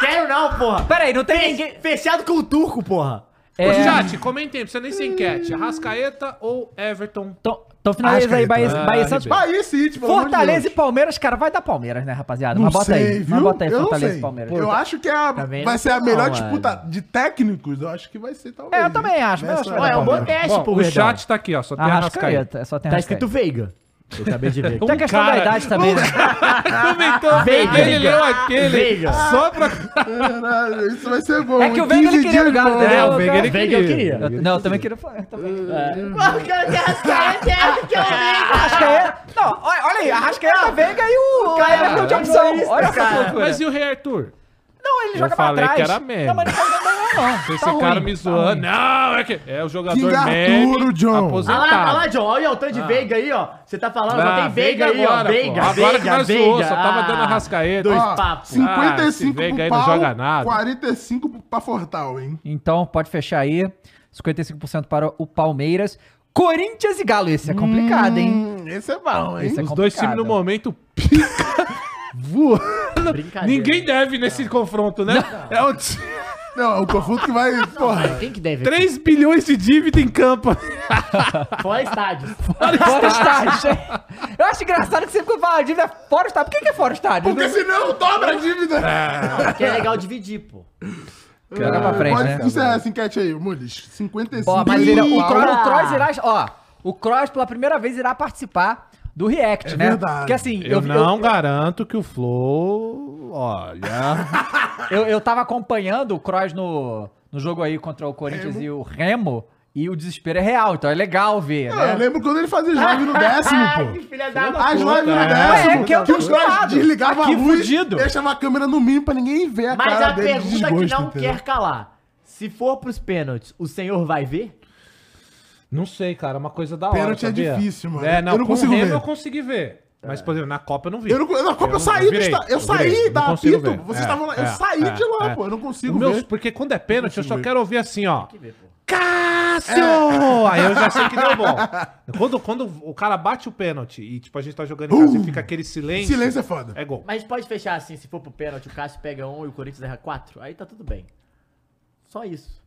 Speaker 5: Quero não, porra.
Speaker 2: Peraí, não tem ninguém.
Speaker 5: Fe- Fechado com o turco, porra.
Speaker 4: Ô,
Speaker 2: É,
Speaker 4: Chat, comentem, precisa nem ser enquete. Arrascaeta ou Everton?
Speaker 2: então, então finaliza aí, Bahia,
Speaker 4: Ah,
Speaker 2: Bahia e Santos.
Speaker 4: Ribeiro.
Speaker 6: Bahia e City, tipo, pelo amor de
Speaker 2: Fortaleza e
Speaker 6: Deus.
Speaker 2: Palmeiras, cara, vai dar Palmeiras, né, rapaziada?
Speaker 6: Não
Speaker 2: mas bota
Speaker 6: sei,
Speaker 2: aí.
Speaker 6: viu?
Speaker 2: Mas bota aí
Speaker 6: Eu não
Speaker 2: Fortaleza
Speaker 6: sei.
Speaker 2: e Palmeiras.
Speaker 6: Eu acho que é a-
Speaker 4: Tá
Speaker 5: Também
Speaker 6: vai
Speaker 5: não
Speaker 6: ser a
Speaker 5: sei
Speaker 6: melhor
Speaker 5: não,
Speaker 6: disputa de técnicos, eu acho que vai ser, talvez.
Speaker 2: É, eu também
Speaker 6: né?
Speaker 2: acho, mas eu acho
Speaker 6: Nessa-
Speaker 2: que vai
Speaker 5: Ué, é um bom teste,
Speaker 4: Bom,
Speaker 5: pô,
Speaker 4: o
Speaker 5: Verdão.
Speaker 4: chat tá aqui, ó. Só tem Arrascaeta.
Speaker 2: Arrascaeta, é só tem
Speaker 5: Tá
Speaker 2: Arrascaeta.
Speaker 5: escrito um Veiga. Eu acabei de ver.
Speaker 2: Tem a questão da
Speaker 4: cara.
Speaker 2: idade também, né?
Speaker 4: Comentou
Speaker 5: Ah, Veiga.
Speaker 4: aquele, leu aquele.
Speaker 5: Veiga.
Speaker 4: Só pra.
Speaker 6: Caralho, isso vai ser bom.
Speaker 2: É que
Speaker 6: hein?
Speaker 2: o Veiga, ele
Speaker 6: 15
Speaker 2: queria
Speaker 6: dias
Speaker 2: jogar,
Speaker 6: de
Speaker 4: Ah,
Speaker 2: né?
Speaker 6: bola.
Speaker 2: o Veiga, ele
Speaker 5: Veiga eu queria.
Speaker 2: Eu- não, eu também queria falar. É. eu Também...
Speaker 5: O cara tem as caras, tem as é que é eu vi.
Speaker 2: Arrascaeta. Não, olha, olha aí, Arrascaeta, Veiga e o
Speaker 5: cara é
Speaker 2: Everton de opção.
Speaker 5: egoísta,
Speaker 2: Olha essa
Speaker 5: cara.
Speaker 2: loucura.
Speaker 4: Mas e o Rei Arthur?
Speaker 2: Não, ele
Speaker 4: Eu
Speaker 2: joga pra
Speaker 4: falei
Speaker 2: trás.
Speaker 4: que era meme.
Speaker 2: Não, mas ele joga pra trás, não.
Speaker 4: Esse
Speaker 2: Tá ruim,
Speaker 4: cara me
Speaker 2: tá
Speaker 4: zoando.
Speaker 2: ruim.
Speaker 4: Não, é que. É o jogador
Speaker 6: Que
Speaker 4: meme.
Speaker 6: gaturo, John.
Speaker 5: Olha lá, olha lá,
Speaker 4: Aposentado.
Speaker 5: John. Olha o tanto de Veiga aí, ó. Você tá falando, só
Speaker 4: Tá. Ah,
Speaker 5: tem Veiga, aí, ó.
Speaker 4: agora, pô.
Speaker 5: Veiga,
Speaker 4: Agora
Speaker 5: Veiga,
Speaker 4: que nós
Speaker 5: Veiga.
Speaker 4: zoou, só tava dando
Speaker 5: Ah,
Speaker 4: Arrascaeta.
Speaker 5: Dois
Speaker 6: Ó,
Speaker 5: papos.
Speaker 4: Ah, esse
Speaker 6: 55
Speaker 4: Veiga
Speaker 6: pro
Speaker 4: aí não
Speaker 6: pau,
Speaker 4: joga nada.
Speaker 6: 45 pro- pra Fortal, hein?
Speaker 2: Então, pode fechar aí. 55% para o Palmeiras. Corinthians e Galo. Esse é complicado, hein?
Speaker 6: Hum, esse é bom, hein?
Speaker 2: Esse é
Speaker 4: Os dois times no
Speaker 2: complicado.
Speaker 4: momento pica voando.
Speaker 5: Brincadeira.
Speaker 4: Ninguém deve nesse confronto, né? É um time.
Speaker 6: Não, é o confronto que vai, porra.
Speaker 5: Quem que deve?
Speaker 4: 3 bilhões de dívida em campo.
Speaker 5: Fora estádio.
Speaker 2: Fora estádio. Eu acho engraçado que sempre quando fala dívida é fora estádio. Por que, que é fora estádio?
Speaker 6: Porque senão dobra a É dívida.
Speaker 5: Que é legal dividir, pô.
Speaker 2: Joga pra frente,
Speaker 6: Pode
Speaker 2: né?
Speaker 6: encerrar essa enquete aí, Mules. 55
Speaker 2: Ó, mas ele- o,
Speaker 6: pro pau.
Speaker 2: Cross, o Cross irá. Ó, o Cross pela primeira vez irá participar do React,
Speaker 6: É
Speaker 2: né?
Speaker 6: verdade.
Speaker 2: Porque assim,
Speaker 4: Eu,
Speaker 2: eu, eu,
Speaker 4: não garanto que o Flow. Olha.
Speaker 2: eu, eu tava acompanhando o Cross no, no jogo aí contra o Corinthians e o Remo. E o desespero é real, então é legal ver,
Speaker 6: Ah,
Speaker 2: né?
Speaker 6: eu lembro quando ele fazia as lives no décimo, pô.
Speaker 5: filha da
Speaker 6: As lives no
Speaker 2: É,
Speaker 6: décimo,
Speaker 2: que eu tô
Speaker 6: que os caras
Speaker 2: acostumado.
Speaker 6: desligavam a
Speaker 2: Aqui,
Speaker 6: luz,
Speaker 2: fudido.
Speaker 6: deixava a câmera no mínimo pra ninguém ver a
Speaker 5: Mas
Speaker 6: cara
Speaker 5: a
Speaker 6: dele de
Speaker 5: pergunta que
Speaker 6: desgosto,
Speaker 5: não
Speaker 6: entendeu?
Speaker 5: quer calar. Se for pros pênaltis, o senhor vai ver?
Speaker 4: Não sei, cara, é uma coisa da hora.
Speaker 6: Pênalti é
Speaker 4: sabia?
Speaker 6: difícil, mano.
Speaker 4: É, não,
Speaker 6: Eu não
Speaker 4: com
Speaker 6: consigo
Speaker 4: o Remo
Speaker 6: ver.
Speaker 4: eu consegui ver. Mas, por exemplo, na Copa eu não vi.
Speaker 6: Eu não, na Copa eu,
Speaker 4: Eu-
Speaker 6: saí,
Speaker 4: eu
Speaker 6: do
Speaker 4: virei,
Speaker 6: esta- eu
Speaker 4: eu
Speaker 6: saí
Speaker 4: virei,
Speaker 6: da
Speaker 4: não consigo
Speaker 6: apito,
Speaker 4: ver.
Speaker 6: vocês
Speaker 4: É,
Speaker 6: estavam lá, eu
Speaker 4: é,
Speaker 6: saí de
Speaker 4: é,
Speaker 6: lá,
Speaker 4: é.
Speaker 6: pô, eu não consigo
Speaker 4: O meu,
Speaker 6: ver.
Speaker 4: porque quando é pênalti, eu só
Speaker 6: ver.
Speaker 4: quero ouvir assim, ó. Cássio! Aí eu já sei que deu bom. Quando, quando o cara bate o pênalti e, tipo, a gente tá jogando em casa
Speaker 6: Uh!
Speaker 4: e fica aquele silêncio.
Speaker 6: Silêncio é foda.
Speaker 4: É gol.
Speaker 5: Mas pode fechar assim, se for pro pênalti, o Cássio pega um e o Corinthians erra quatro. Aí tá tudo bem. Só isso.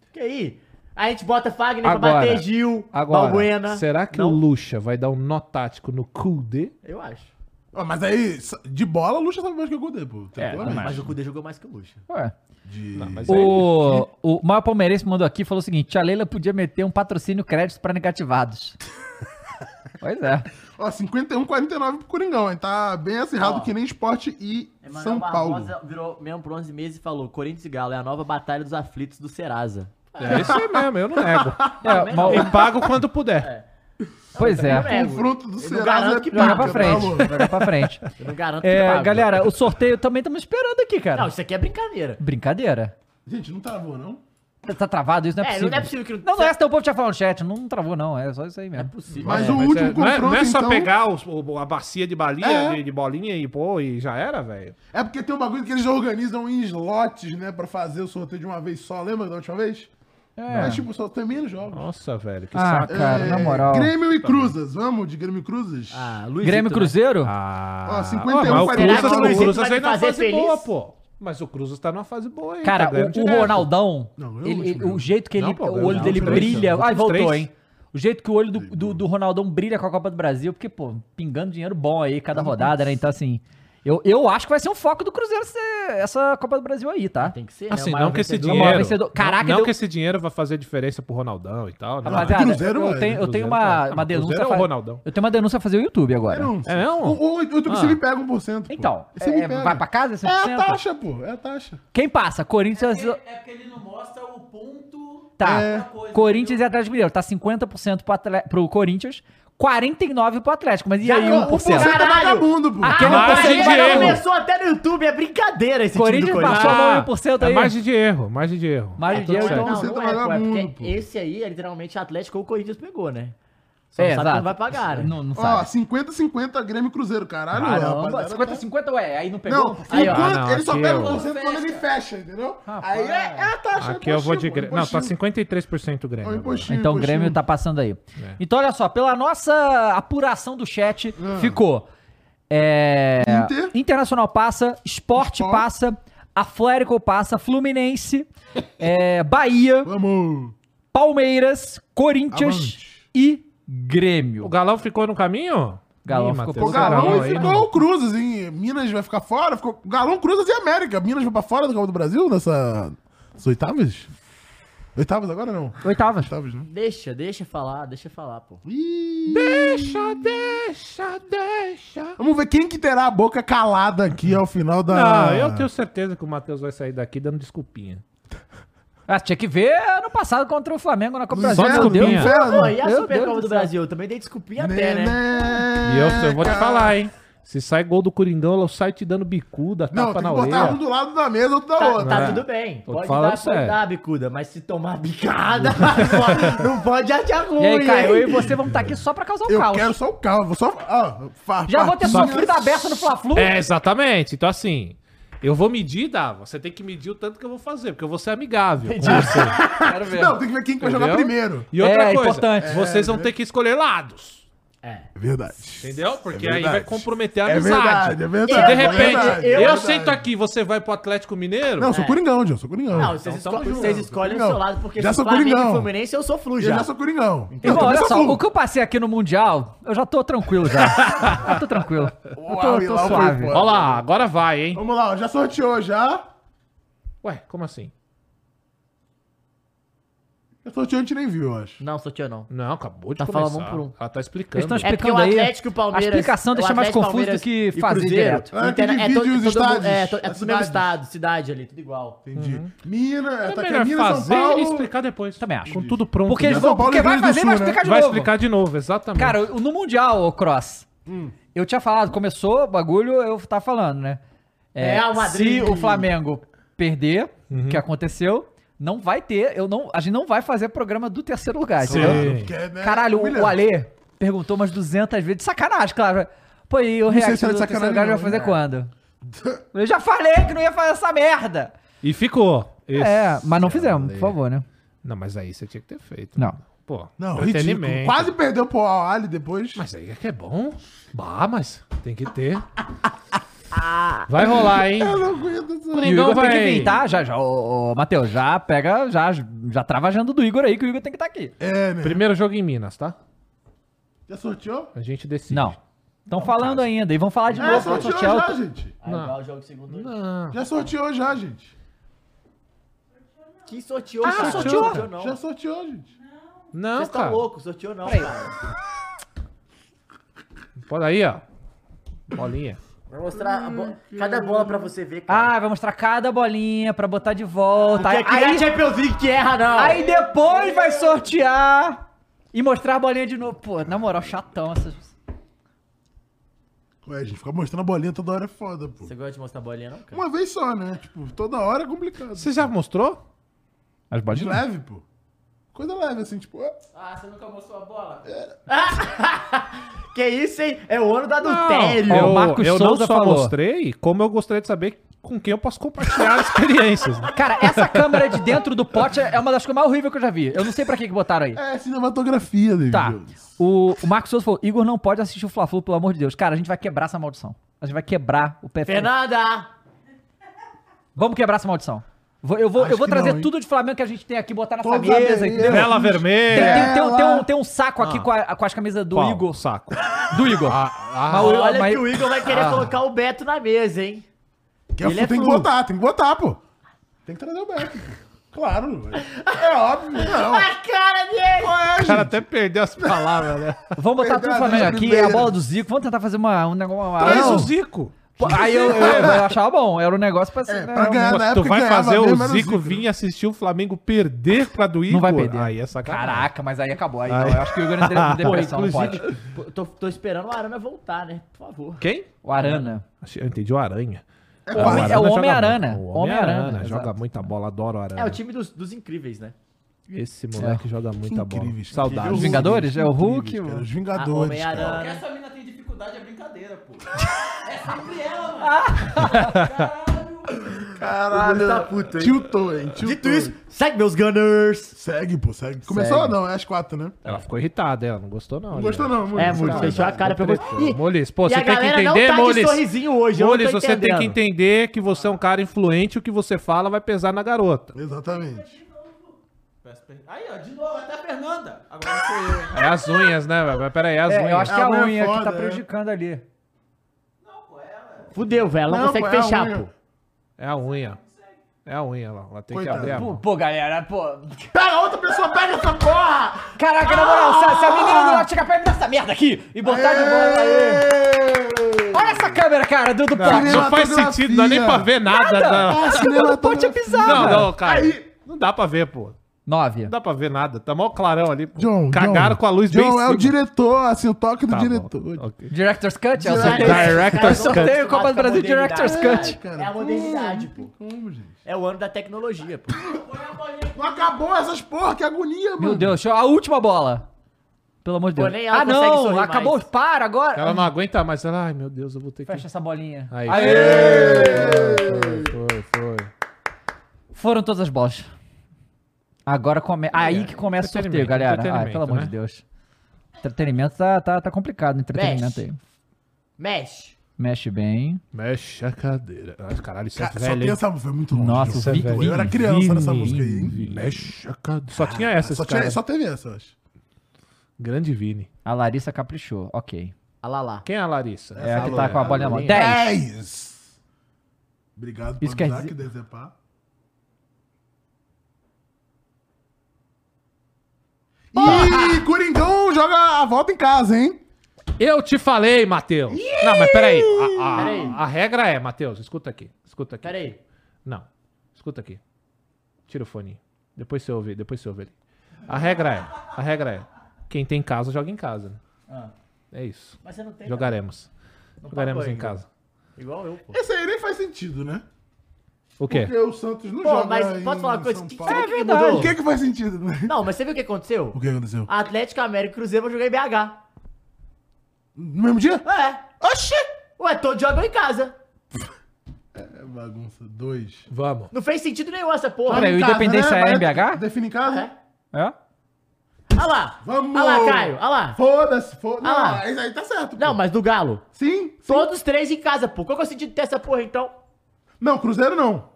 Speaker 5: Porque aí, a gente bota Fagner pra
Speaker 4: Agora,
Speaker 5: bater Gil,
Speaker 4: Agora,
Speaker 5: Balbuena.
Speaker 4: será que o
Speaker 5: Não?
Speaker 4: Lucha vai dar um nó tático no Kudê?
Speaker 5: Eu acho.
Speaker 6: Ah, Mas aí, de bola, o Lucha sabe mais que eu Godê, pô. Tá né? tranquilamente.
Speaker 5: Mas o Cudê jogou É, tá mais que o Lucha.
Speaker 2: Ué.
Speaker 6: De-
Speaker 2: é O, o maior palmeirense mandou aqui e falou o seguinte: a Leila podia meter um patrocínio crédito pra negativados. pois é.
Speaker 6: Ó, 51, 49 pro Coringão, hein? Tá bem acirrado
Speaker 5: Ó.
Speaker 6: que nem esporte e
Speaker 5: Emanuel
Speaker 6: São Paulo.
Speaker 5: Barbosa virou mesmo por 11 meses e falou: Corinthians e Galo é a nova batalha dos aflitos do Serasa.
Speaker 4: É isso aí mesmo, eu não nego.
Speaker 2: É, mal-
Speaker 4: Eu pago quando puder.
Speaker 2: pois
Speaker 5: Eu
Speaker 2: é.
Speaker 5: nego.
Speaker 6: Confronto do
Speaker 5: Eu não
Speaker 6: Serasa
Speaker 5: garanto
Speaker 6: é
Speaker 5: que
Speaker 2: Joga
Speaker 5: paga,
Speaker 2: pra
Speaker 6: pica,
Speaker 2: frente.
Speaker 6: tá louco?
Speaker 2: Joga pra frente.
Speaker 5: Eu não garanto
Speaker 2: É,
Speaker 5: pago.
Speaker 2: galera, o sorteio também estamos esperando aqui, cara.
Speaker 5: Não, isso aqui é brincadeira.
Speaker 2: Brincadeira.
Speaker 6: Gente, não travou, não?
Speaker 2: Tá, tá travado isso? Não é,
Speaker 5: É,
Speaker 2: possível.
Speaker 5: não é possível que não-
Speaker 2: Não, não é essa, o povo tinha falado no chat. Não, não travou, não. É só isso aí
Speaker 5: É
Speaker 2: mesmo.
Speaker 5: possível.
Speaker 6: Mas
Speaker 5: É.
Speaker 6: o
Speaker 4: Mas
Speaker 6: último
Speaker 4: é- não é-
Speaker 6: confronto,
Speaker 4: Não é só
Speaker 6: então,
Speaker 4: pegar os- o- a bacia de balinha,
Speaker 6: É.
Speaker 4: de, de bolinha e pô, e já era, velho.
Speaker 6: É porque tem um bagulho que eles organizam em slots, né? Pra fazer o sorteio de uma vez só. Lembra da última vez?
Speaker 2: É.
Speaker 6: Mas, tipo, só tem menos jogos.
Speaker 4: Nossa, velho, que
Speaker 2: Ah,
Speaker 4: saco.
Speaker 2: cara, na moral.
Speaker 6: Grêmio e Cruzas. Vamos de Grêmio e Cruzas?
Speaker 5: Ah, Luizito,
Speaker 2: Grêmio
Speaker 5: né?
Speaker 2: Cruzeiro?
Speaker 4: Ah,
Speaker 6: Ó, 51,
Speaker 4: mas
Speaker 6: 49.
Speaker 4: o Cruzas,
Speaker 5: Será que
Speaker 4: o
Speaker 5: o
Speaker 4: Cruzas
Speaker 5: Luizito
Speaker 4: aí
Speaker 5: vai
Speaker 4: na
Speaker 5: me
Speaker 4: fase
Speaker 5: fazer
Speaker 4: boa,
Speaker 5: feliz?
Speaker 4: pô. Mas o Cruzas tá numa fase boa aí.
Speaker 2: Cara,
Speaker 4: tá ganhando
Speaker 2: o, né? o
Speaker 4: direto.
Speaker 2: Ronaldão,
Speaker 6: Não, eu
Speaker 2: ele-
Speaker 6: não
Speaker 2: ele-
Speaker 6: acho
Speaker 2: o jeito que ele,
Speaker 4: Não, pô,
Speaker 2: o olho
Speaker 4: não,
Speaker 2: dele
Speaker 4: os três,
Speaker 2: brilha.
Speaker 4: os
Speaker 2: Ai, voltou,
Speaker 4: três.
Speaker 2: hein? O jeito que o olho do, do, do Ronaldão brilha com a Copa do Brasil, porque, pô, pingando dinheiro bom aí cada
Speaker 4: um
Speaker 2: rodada, né? Então, assim, eu, eu acho que vai ser um foco do Cruzeiro ser essa Copa do Brasil aí, tá?
Speaker 5: Tem que ser,
Speaker 4: Assim,
Speaker 5: né?
Speaker 4: não que esse
Speaker 2: maior
Speaker 4: dinheiro.
Speaker 2: vencedor. Caraca,
Speaker 4: não
Speaker 2: deu- Tá,
Speaker 4: que esse dinheiro vai fazer diferença pro Ronaldão e tal. né?
Speaker 2: Rapaziada,
Speaker 6: Cruzeiro,
Speaker 2: eu
Speaker 6: mano,
Speaker 2: tenho, eu tenho
Speaker 4: Cruzeiro,
Speaker 2: uma,
Speaker 4: cara.
Speaker 2: uma denúncia.
Speaker 4: Cruzeiro é
Speaker 2: a
Speaker 4: o
Speaker 2: fa-
Speaker 4: Ronaldão.
Speaker 2: Eu tenho uma denúncia a fazer o YouTube agora.
Speaker 4: É mesmo?
Speaker 6: O, o, o YouTube se
Speaker 4: Ah.
Speaker 6: me pega 1%. Pô.
Speaker 2: Então,
Speaker 6: Você
Speaker 2: é-
Speaker 6: me
Speaker 2: é-
Speaker 6: pega.
Speaker 2: vai pra
Speaker 4: tá
Speaker 2: casa
Speaker 6: É a
Speaker 2: 100%?
Speaker 6: taxa, pô. É a taxa.
Speaker 2: Quem passa? Corinthians.
Speaker 7: É porque ele não mostra o ponto.
Speaker 2: Tá.
Speaker 6: É.
Speaker 7: coisa,
Speaker 2: Corinthians e Atlético Mineiro. Tá 50% pro, atle... pro Corinthians, 49% pro Atlético. Mas e aí,
Speaker 5: ganhou
Speaker 2: 1%?
Speaker 5: porcento.
Speaker 6: é
Speaker 5: Caralho.
Speaker 6: vagabundo, pô.
Speaker 2: Aquele
Speaker 5: Ah,
Speaker 4: porcento
Speaker 5: ele
Speaker 4: de erro.
Speaker 5: começou até no YouTube, é brincadeira esse time do
Speaker 2: Corinthians
Speaker 5: Corinthians.
Speaker 2: passou a mão 1% aí.
Speaker 4: Ah, é margem de erro, margem de erro.
Speaker 2: Mas
Speaker 5: É,
Speaker 2: o Diego,
Speaker 5: tudo
Speaker 2: então,
Speaker 5: certo.
Speaker 6: você
Speaker 5: não,
Speaker 6: tá
Speaker 5: não é, pô, é
Speaker 6: vagabundo,
Speaker 5: porque
Speaker 6: pô.
Speaker 5: esse aí é literalmente Atlético ou Corinthians pegou, né? Só
Speaker 2: É,
Speaker 5: não sabe
Speaker 2: exato.
Speaker 5: quando vai pagar, né?
Speaker 2: Não, não
Speaker 6: Ó,
Speaker 2: sabe. Ah,
Speaker 6: 50-50 Grêmio e Cruzeiro. Caralho,
Speaker 2: Caramba,
Speaker 6: rapaziada,
Speaker 5: tá-
Speaker 2: 50-50, ué, é? aí não pegou?
Speaker 6: Não,
Speaker 5: Aí, ó.
Speaker 6: enquanto
Speaker 4: Ah, não,
Speaker 6: ele só
Speaker 4: aqui
Speaker 6: pega
Speaker 4: eu-
Speaker 6: 1% quando ele fecha, entendeu? Aí é, é a taxa. é
Speaker 4: Aqui eu vou de
Speaker 6: impossível,
Speaker 4: Grêmio. Não, tá
Speaker 6: impossível.
Speaker 4: 53%
Speaker 6: É um
Speaker 4: Grêmio. agora.
Speaker 6: impostinho,
Speaker 2: então o
Speaker 6: impostinho.
Speaker 2: Grêmio tá passando aí.
Speaker 5: É.
Speaker 2: Então, olha só, pela nossa apuração do chat,
Speaker 5: Ah.
Speaker 2: ficou. É,
Speaker 6: Inter.
Speaker 2: Internacional passa, Sport
Speaker 6: Sport.
Speaker 2: passa, Atlético passa, Fluminense, é, Bahia,
Speaker 6: Vamos.
Speaker 2: Palmeiras, Corinthians e Grêmio.
Speaker 4: O Galão ficou no caminho?
Speaker 2: Galão
Speaker 4: Ih,
Speaker 2: ficou
Speaker 4: Matheus,
Speaker 2: pro
Speaker 6: O Galão
Speaker 4: Galão
Speaker 6: e
Speaker 4: aí,
Speaker 6: ficou o Cruzes, hein? Minas vai ficar fora. Ficou Galão, Cruzes e América. Minas vai pra fora da Copa do Brasil nessa... Nas oitavas? Oitavas agora não?
Speaker 2: Oitavas.
Speaker 6: Oitavas, né?
Speaker 5: Deixa, deixa falar, deixa falar, pô.
Speaker 6: Ih,
Speaker 4: Deixa, deixa, deixa.
Speaker 6: Vamos ver quem que terá a boca calada aqui ao final da...
Speaker 4: Não, eu tenho certeza que o Matheus vai sair daqui dando desculpinha.
Speaker 2: Ah, tinha que ver ano passado contra o Flamengo na Copa do
Speaker 6: Só
Speaker 2: Brasil.
Speaker 4: desculpinha.
Speaker 2: deu.
Speaker 6: desculpinha. Inferno.
Speaker 5: Pô, e a
Speaker 2: Meu Deus
Speaker 5: Supercopa
Speaker 2: do
Speaker 5: do
Speaker 2: céu.
Speaker 5: Brasil? Eu também dei desculpinha até, né?
Speaker 4: E eu, eu vou te falar, hein? Se sai gol do Coringão, eu saio te dando bicuda,
Speaker 6: Não,
Speaker 4: tapa
Speaker 6: tem que
Speaker 4: na
Speaker 6: botar um
Speaker 4: orelha.
Speaker 6: do lado da mesa, outro da
Speaker 5: Tá,
Speaker 6: outra.
Speaker 5: tá
Speaker 4: né?
Speaker 5: tudo bem.
Speaker 4: Tô
Speaker 5: Pode
Speaker 4: falando
Speaker 5: dar, pode
Speaker 4: sério.
Speaker 5: dar a bicuda, mas se tomar bicada, não- não pode achar ruim.
Speaker 2: E aí, Caio, eu
Speaker 5: hein?
Speaker 2: e você vamos estar aqui só pra causar o
Speaker 6: Eu
Speaker 2: caos.
Speaker 6: quero só o carro, vou só. Ah, fa-
Speaker 2: Já vou ter
Speaker 6: farpinha.
Speaker 2: sofrido a beça no Fla-Flu.
Speaker 4: É, exatamente. Então, assim, eu vou medir, Dava. Você tem que medir o tanto que eu vou fazer, porque eu vou ser amigável. com você.
Speaker 2: Quero ver.
Speaker 6: Não, tem que ver quem que vai jogar
Speaker 4: Entendeu?
Speaker 6: primeiro.
Speaker 4: E outra
Speaker 2: É,
Speaker 4: coisa,
Speaker 2: importante.
Speaker 4: vocês vão ter que escolher lados.
Speaker 5: É.
Speaker 6: É verdade.
Speaker 4: Entendeu? Porque
Speaker 6: É
Speaker 4: aí
Speaker 6: verdade.
Speaker 4: vai comprometer a
Speaker 6: É
Speaker 4: amizade.
Speaker 6: verdade, é verdade.
Speaker 4: de
Speaker 5: é
Speaker 4: repente,
Speaker 5: verdade, é
Speaker 4: eu
Speaker 5: verdade.
Speaker 4: sento aqui, você vai pro Atlético Mineiro.
Speaker 6: Não, eu sou
Speaker 5: É.
Speaker 6: Coringão, John, sou Coringão.
Speaker 5: Não,
Speaker 6: eu
Speaker 5: vocês,
Speaker 4: Então tamo
Speaker 5: esco-
Speaker 4: junto.
Speaker 5: vocês escolhem o
Speaker 6: Coringão.
Speaker 5: seu lado, porque
Speaker 6: Já
Speaker 5: se
Speaker 6: sou
Speaker 5: Flamengo
Speaker 6: Coringão.
Speaker 5: e Fluminense, eu sou flu já.
Speaker 6: já sou Coringão. Eu
Speaker 2: Irmão,
Speaker 6: também
Speaker 2: olha
Speaker 6: sou
Speaker 2: só,
Speaker 6: flu.
Speaker 2: o que eu passei aqui no Mundial, eu já tô tranquilo já. eu tô tranquilo. Eu tô,
Speaker 6: Uau,
Speaker 2: eu tô
Speaker 6: e lá foi
Speaker 2: suave.
Speaker 6: fora.
Speaker 4: Olha lá, agora vai, hein?
Speaker 6: Vamos lá, ó, já sorteou já.
Speaker 4: Ué, como assim?
Speaker 6: Eu só tinha, a gente nem viu, eu acho.
Speaker 5: Não, sorteio não.
Speaker 4: Não, acabou de
Speaker 5: Tá
Speaker 4: começar.
Speaker 5: falando um por um.
Speaker 4: Ela tá explicando.
Speaker 2: Eles estão
Speaker 5: É porque o
Speaker 2: explicando aí. né?
Speaker 5: Atlético e o Palmeiras-
Speaker 2: A explicação
Speaker 5: o
Speaker 2: deixa mais
Speaker 5: Atlético,
Speaker 2: confuso
Speaker 5: Palmeiras
Speaker 2: do que
Speaker 5: e
Speaker 2: fazer
Speaker 5: Cruzeiro.
Speaker 2: direto.
Speaker 6: Ah, que
Speaker 5: Interna- é
Speaker 6: divide
Speaker 5: todo,
Speaker 6: os
Speaker 5: todo mundo-
Speaker 6: estádios,
Speaker 5: é, to- é
Speaker 6: as
Speaker 5: tudo mesmo
Speaker 6: cidades.
Speaker 5: estado, cidade ali, tudo igual.
Speaker 6: Entendi. Minas,
Speaker 4: É
Speaker 6: ataque
Speaker 4: melhor
Speaker 6: é Minas, São
Speaker 4: fazer
Speaker 6: Paulo.
Speaker 4: e explicar depois.
Speaker 2: Também acho.
Speaker 4: Com tudo pronto.
Speaker 2: Porque eles
Speaker 4: né?
Speaker 6: São
Speaker 2: vão.
Speaker 6: Paulo e
Speaker 2: Porque
Speaker 6: Rio
Speaker 2: vai
Speaker 6: Grande do
Speaker 2: fazer,
Speaker 6: Sul,
Speaker 2: vai
Speaker 6: né?
Speaker 2: explicar de
Speaker 4: Vai
Speaker 2: novo.
Speaker 4: explicar de novo, exatamente.
Speaker 2: Cara, o- no Mundial, ô Cross, eu tinha falado, começou o bagulho, eu tava falando, né?
Speaker 5: Real Madrid.
Speaker 2: Se o Flamengo perder,
Speaker 6: Uhum.
Speaker 2: o que aconteceu, não vai ter, eu não, a gente não vai fazer programa do terceiro lugar, entendeu?
Speaker 4: Sim.
Speaker 6: porque, né,
Speaker 2: Caralho, o,
Speaker 6: humilhante.
Speaker 2: o Alê perguntou umas 200 vezes, de sacanagem, claro. Pô, e o
Speaker 6: sei
Speaker 2: react
Speaker 6: se era
Speaker 2: do terceiro
Speaker 6: de sacanagem
Speaker 2: lugar
Speaker 6: não,
Speaker 2: vai fazer
Speaker 6: né?
Speaker 2: quando? Eu já falei que não ia fazer essa merda!
Speaker 4: E ficou. Esse-
Speaker 2: É, mas não fizemos, por favor, né?
Speaker 4: Não, mas aí você tinha que ter feito.
Speaker 2: Não.
Speaker 4: Pô,
Speaker 6: Não, ridículo.
Speaker 4: entretenimento.
Speaker 6: Quase perdeu pro Ali depois.
Speaker 4: Mas aí é que é bom. Bah, mas tem que ter. Vai rolar, hein?
Speaker 6: Eu não aguento essa-
Speaker 2: E o
Speaker 4: Coringão
Speaker 2: Igor
Speaker 4: Então vai...
Speaker 2: tem que vir, tá? Já, já, ô, ô, Matheus, já pega, já, já trava a agenda do Igor aí, que o Igor tem que estar aqui.
Speaker 6: É, né?
Speaker 4: Primeiro jogo em Minas, tá?
Speaker 6: Já sorteou?
Speaker 4: A gente decide.
Speaker 2: Não. Estão falando ainda. E vão falar de
Speaker 6: É,
Speaker 2: novo quando
Speaker 6: sorteou
Speaker 2: sortear
Speaker 6: já,
Speaker 2: o.
Speaker 6: gente.
Speaker 5: Aí
Speaker 4: Não.
Speaker 5: vai o jogo segundo.
Speaker 4: Não.
Speaker 6: Já sorteou já, gente.
Speaker 5: Que sorteou?
Speaker 4: Ah,
Speaker 5: cara?
Speaker 4: sorteou.
Speaker 5: não.
Speaker 6: Já sorteou, gente.
Speaker 4: Não,
Speaker 5: Vocês
Speaker 2: tá
Speaker 4: cara.
Speaker 5: estão loucos, sorteou não, cara.
Speaker 4: Pode aí, ó. Bolinha.
Speaker 5: Vai mostrar a bo- cada bola pra você ver, cara.
Speaker 2: Ah, vai mostrar cada bolinha pra botar de volta. Aí,
Speaker 5: Porque aqui não é Champions League que erra, não.
Speaker 2: aí depois vai sortear e mostrar a bolinha de novo. Pô, na moral, chatão essas.
Speaker 6: Ué, gente, ficar mostrando a bolinha toda hora é foda, pô.
Speaker 5: Você gosta de mostrar a bolinha, não, cara?
Speaker 6: Uma vez só, né? Tipo, toda hora é complicado.
Speaker 4: Você já mostrou? é
Speaker 2: As
Speaker 6: De leve, pô. Coisa leve, assim, tipo... é.
Speaker 5: Ah, você nunca mostrou a bola? que isso, hein? É o ano do
Speaker 4: Não, É
Speaker 5: adultério.
Speaker 4: eu,
Speaker 2: Ó, o Marcos
Speaker 4: eu
Speaker 2: Souza
Speaker 4: não só
Speaker 2: falou.
Speaker 4: mostrei, como eu gostaria de saber com quem eu posso compartilhar as experiências. né?
Speaker 2: Cara, essa câmera de dentro do pote é uma das coisas mais horríveis que eu já vi. Eu não sei pra que, que botaram aí.
Speaker 6: É, cinematografia, David.
Speaker 2: Tá.
Speaker 6: Jones.
Speaker 2: O, o Marcos Souza falou: Igor não pode assistir o Fla-Flu, pelo amor de Deus. Cara, a gente vai quebrar essa maldição. A gente vai quebrar o pé.
Speaker 5: Fernanda!
Speaker 2: Vamos quebrar essa maldição. Vou- eu vou, eu
Speaker 6: Acho
Speaker 2: vou
Speaker 6: que
Speaker 2: trazer
Speaker 6: não, hein?
Speaker 2: tudo de Flamengo que a gente tem aqui, botar nessa
Speaker 6: Toda
Speaker 2: mesa,
Speaker 6: beleza.
Speaker 2: entendeu?
Speaker 4: Vela
Speaker 2: Tem,
Speaker 4: vermelha.
Speaker 2: tem- tem um, tem um- tem um saco aqui com, a- com as camisas do
Speaker 4: Qual?
Speaker 2: Igor.
Speaker 4: Saco.
Speaker 2: Do Igor.
Speaker 4: ah,
Speaker 2: Mas o-
Speaker 5: Olha
Speaker 2: mas-
Speaker 5: que o Igor vai querer colocar o Beto na mesa, hein?
Speaker 6: Que é
Speaker 5: Ele é
Speaker 6: fu- tem que
Speaker 5: flu.
Speaker 6: botar, tem que botar, pô. Tem que trazer o Beck. pô. Claro. ué. É óbvio. Não.
Speaker 5: A cara dele!
Speaker 4: O cara até perdeu as palavras, né?
Speaker 2: Vamos botar tudo
Speaker 6: Verdade,
Speaker 2: o Flamengo aqui,
Speaker 6: primeiro.
Speaker 2: a bola do Zico. Vamos tentar fazer uma, um negócio. uma-
Speaker 4: Traz
Speaker 2: Não.
Speaker 4: o Zico.
Speaker 2: Pô, Aí eu, eu, eu achava bom, era um negócio pra ser. né,
Speaker 6: pra
Speaker 2: um-
Speaker 6: ganhar.
Speaker 4: Pô,
Speaker 6: na
Speaker 4: tu
Speaker 6: época
Speaker 4: vai
Speaker 6: ganhava
Speaker 4: fazer o
Speaker 6: bem, mas o
Speaker 4: Zico
Speaker 6: Zico-
Speaker 4: vir assistir o Flamengo perder pra do Igor.
Speaker 2: Não vai perder.
Speaker 4: Aí é sacanagem.
Speaker 2: Caraca, mas aí acabou. Aí,
Speaker 4: Aí-
Speaker 2: não, eu acho que o Igor entra em
Speaker 4: Pô,
Speaker 2: depressão, não pode.
Speaker 5: Pô, Tô, tô esperando o Arana voltar, né? Por favor.
Speaker 4: Quem?
Speaker 2: O Arana.
Speaker 4: Achei- Eu entendi o Aranha.
Speaker 2: o Homem-
Speaker 4: Arana
Speaker 2: é o
Speaker 4: joga
Speaker 2: Homem-Arana.
Speaker 4: muito. O
Speaker 2: Homem-Arana,
Speaker 4: Homem-Arana. Joga
Speaker 2: exato.
Speaker 4: muita bola, adoro o Arana.
Speaker 5: É o time dos, dos incríveis, né?
Speaker 4: Esse moleque joga muita bola.
Speaker 6: Incríveis, cara.
Speaker 4: Saudades.
Speaker 2: Os Vingadores? É o Hulk?
Speaker 6: Incríveis, cara,
Speaker 2: o-
Speaker 6: Os Vingadores, cara.
Speaker 5: Homem-Arana.
Speaker 8: Essa mina tem dificuldade é brincadeira, pô.
Speaker 6: Caralho.
Speaker 5: Tá puto, hein?
Speaker 6: Tiltou, hein? Tiltou.
Speaker 5: Dito isso, segue meus Gunners!
Speaker 6: Segue, pô, segue. Começou não, é às quatro, né?
Speaker 4: Ela ficou irritada, ela não gostou não.
Speaker 6: Não gostou não,
Speaker 5: É, Mules,
Speaker 6: cara.
Speaker 5: fechou a cara pra você.
Speaker 4: Ih, Molis, pô,
Speaker 5: e a
Speaker 4: você tem que
Speaker 5: galera não
Speaker 4: entender,
Speaker 5: tá de
Speaker 4: Molis.
Speaker 5: sorrisinho hoje, eu não
Speaker 4: Molis,
Speaker 5: tô
Speaker 4: você tem que
Speaker 5: entendendo.
Speaker 4: entender que você é um cara influente, o que você fala vai pesar na garota.
Speaker 6: Exatamente.
Speaker 8: Aí, ó, de novo, até a Fernanda. Agora sou eu, hein?
Speaker 4: É as unhas, né, velho? Mas Peraí, é as
Speaker 2: É, eu
Speaker 4: unhas.
Speaker 2: acho que é a
Speaker 6: A unha é
Speaker 2: unha que tá
Speaker 6: foda, é.
Speaker 2: prejudicando ali.
Speaker 5: Fudeu, velho. Ela não, um
Speaker 6: Não,
Speaker 5: consegue
Speaker 6: pô, é a
Speaker 5: fechar,
Speaker 6: unha.
Speaker 5: pô.
Speaker 4: É a unha. É a unha lá. Ela tem
Speaker 6: Coitado.
Speaker 4: que abrir a
Speaker 2: Pô,
Speaker 4: mão.
Speaker 2: pô, galera, pô.
Speaker 6: Pega, outra pessoa pega essa porra!
Speaker 2: Caraca, na moral, se, a- se a menina do lado chegar perto dessa merda aqui e
Speaker 6: É,
Speaker 2: botar
Speaker 5: É.
Speaker 2: de volta aí. Olha essa câmera, cara, do, do
Speaker 4: Não,
Speaker 2: pote.
Speaker 4: não faz
Speaker 6: Cinematografia.
Speaker 4: sentido, não dá nem pra ver nada. Não,
Speaker 6: Ah,
Speaker 2: O pote é
Speaker 6: cinematografia.
Speaker 2: bizarro.
Speaker 4: não, não, cara. Não dá pra ver, pô.
Speaker 2: Nove.
Speaker 4: Não dá pra ver nada. Tá mó clarão ali. pô.
Speaker 6: John,
Speaker 4: Cagaram
Speaker 6: John.
Speaker 4: com a luz
Speaker 6: John
Speaker 4: bem em
Speaker 6: é
Speaker 4: cima.
Speaker 6: o diretor, assim, o toque do
Speaker 4: Tá bom,
Speaker 6: diretor.
Speaker 4: ok.
Speaker 2: Director's Cut? É o
Speaker 5: Cara,
Speaker 2: sorteio.
Speaker 4: Director's
Speaker 5: os
Speaker 2: Cut.
Speaker 5: caras são
Speaker 2: Copa
Speaker 5: acostumados
Speaker 2: do
Speaker 5: com a
Speaker 2: Brasil,
Speaker 5: modernidade.
Speaker 2: Director's Cut.
Speaker 5: É a modernidade, pô. É o ano da tecnologia, pô.
Speaker 6: Não acabou essas porra, que agonia, mano.
Speaker 2: Meu Deus, deixa eu- a última bola. Pelo amor de
Speaker 5: É. Pô,
Speaker 2: Deus.
Speaker 5: nem ela
Speaker 2: ah,
Speaker 5: consegue
Speaker 2: não,
Speaker 5: sorrir
Speaker 2: acabou,
Speaker 5: mais.
Speaker 2: para agora.
Speaker 4: Ela não aguenta mais. Ela, ai, meu Deus, eu vou ter que...
Speaker 2: Fecha essa bolinha.
Speaker 4: Aí. Foi, foi.
Speaker 2: Foram todas as bolas. Agora come... aí que começa o sorteio,
Speaker 4: entretenimento,
Speaker 2: galera. Ah,
Speaker 4: entretenimento,
Speaker 2: pelo amor
Speaker 4: né?
Speaker 2: de Deus. Entretenimento tá, tá, tá complicado, entretenimento
Speaker 5: Mexe.
Speaker 2: aí.
Speaker 5: Mexe.
Speaker 2: Mexe bem.
Speaker 4: Mexe a cadeira. Ai, caralho, isso
Speaker 6: Cara,
Speaker 4: é
Speaker 6: só
Speaker 4: velho,
Speaker 6: que
Speaker 4: hein?
Speaker 6: essa foi muito longe.
Speaker 2: Nossa,
Speaker 6: John.
Speaker 2: isso é
Speaker 6: Muito longe.
Speaker 2: velho.
Speaker 6: Eu era criança nessa
Speaker 2: Vini,
Speaker 6: música aí, hein?
Speaker 4: Mexe a cadeira. Só tinha essa,
Speaker 6: Só,
Speaker 4: esse
Speaker 6: tinha,
Speaker 4: cara.
Speaker 6: só teve essa, eu acho.
Speaker 4: Grande Vini.
Speaker 2: A Larissa caprichou, ok.
Speaker 5: Olha lá, lá.
Speaker 4: Quem é a Larissa?
Speaker 2: É a que tá com a bolinha na mão.
Speaker 5: bolinha.
Speaker 2: 10.
Speaker 6: 10. Obrigado por
Speaker 2: Isso quer
Speaker 6: ajudar
Speaker 2: dizer-
Speaker 6: que decepar. E Coringão joga a volta em casa, hein?
Speaker 4: Eu te falei, Matheus. Não, mas peraí. A, a-
Speaker 5: Peraí.
Speaker 4: a regra é, Matheus, escuta aqui. Escuta aqui.
Speaker 5: Pera aí.
Speaker 4: Não. Escuta aqui. Tira o fone. Depois você ouve, depois você ouve ali. A regra é, a regra é. Quem tem casa, joga em casa. né?
Speaker 2: Ah.
Speaker 4: É isso.
Speaker 5: Mas você não tem.
Speaker 4: Jogaremos. Jogaremos em casa.
Speaker 5: Igual eu, pô.
Speaker 6: Esse aí nem faz sentido, né?
Speaker 4: O quê?
Speaker 6: Porque o Santos não
Speaker 5: Pô,
Speaker 6: joga
Speaker 5: mas
Speaker 6: em
Speaker 5: posso falar uma coisa?
Speaker 6: São
Speaker 5: Que,
Speaker 6: Paulo.
Speaker 5: sabe o que que
Speaker 2: verdade.
Speaker 5: mudou?
Speaker 6: O que que faz sentido, né?
Speaker 5: Não, mas você viu o que aconteceu?
Speaker 6: O que aconteceu?
Speaker 5: Atlético, América e Cruzeiro vão jogar em BH.
Speaker 6: No mesmo dia?
Speaker 5: É. Oxi! Ué, todos jogam em casa.
Speaker 6: É bagunça. Dois.
Speaker 4: Vamos.
Speaker 5: Não fez sentido nenhum essa porra.
Speaker 2: Olha aí, o
Speaker 6: Em casa,
Speaker 2: Independência
Speaker 6: né?
Speaker 2: é
Speaker 6: Vai-
Speaker 2: MBH?
Speaker 6: Define em casa?
Speaker 5: É.
Speaker 2: É?
Speaker 5: Olha lá.
Speaker 6: Vamos!
Speaker 5: Olha lá, Caio. Olha lá.
Speaker 6: Foda-se, foda-se.
Speaker 5: É. Ah lá.
Speaker 6: Não, esse aí tá certo.
Speaker 5: Não,
Speaker 6: pô.
Speaker 5: mas do Galo.
Speaker 6: Sim, sim.
Speaker 5: Todos três em casa, pô. Qual que é o sentido de ter essa porra, então?
Speaker 6: Não, Cruzeiro não.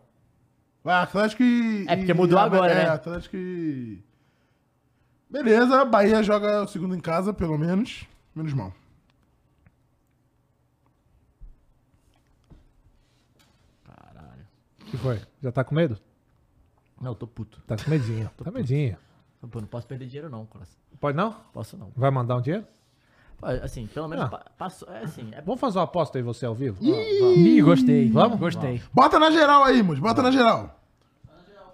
Speaker 6: Ah, Atlético e.
Speaker 5: É, porque
Speaker 6: e-
Speaker 5: mudou agora,
Speaker 6: é,
Speaker 5: né?
Speaker 6: Atlético e. Beleza, Bahia joga o segundo em casa, pelo menos. Menos mal.
Speaker 4: O que foi? Já tá com medo?
Speaker 5: Não, eu tô puto.
Speaker 4: Tá com medinho. tá medinho.
Speaker 5: Pô, não posso perder dinheiro, não, Cross.
Speaker 4: Pode não?
Speaker 5: Posso não.
Speaker 4: Vai mandar um dinheiro?
Speaker 5: Pô, Assim, pelo menos
Speaker 4: Ah.
Speaker 5: pa- passou. É assim, é bom.
Speaker 4: Vamos fazer uma aposta aí, você ao vivo?
Speaker 2: Ih, gostei.
Speaker 4: Vamos?
Speaker 2: Gostei.
Speaker 6: Bota na geral aí, moço. Bota na geral.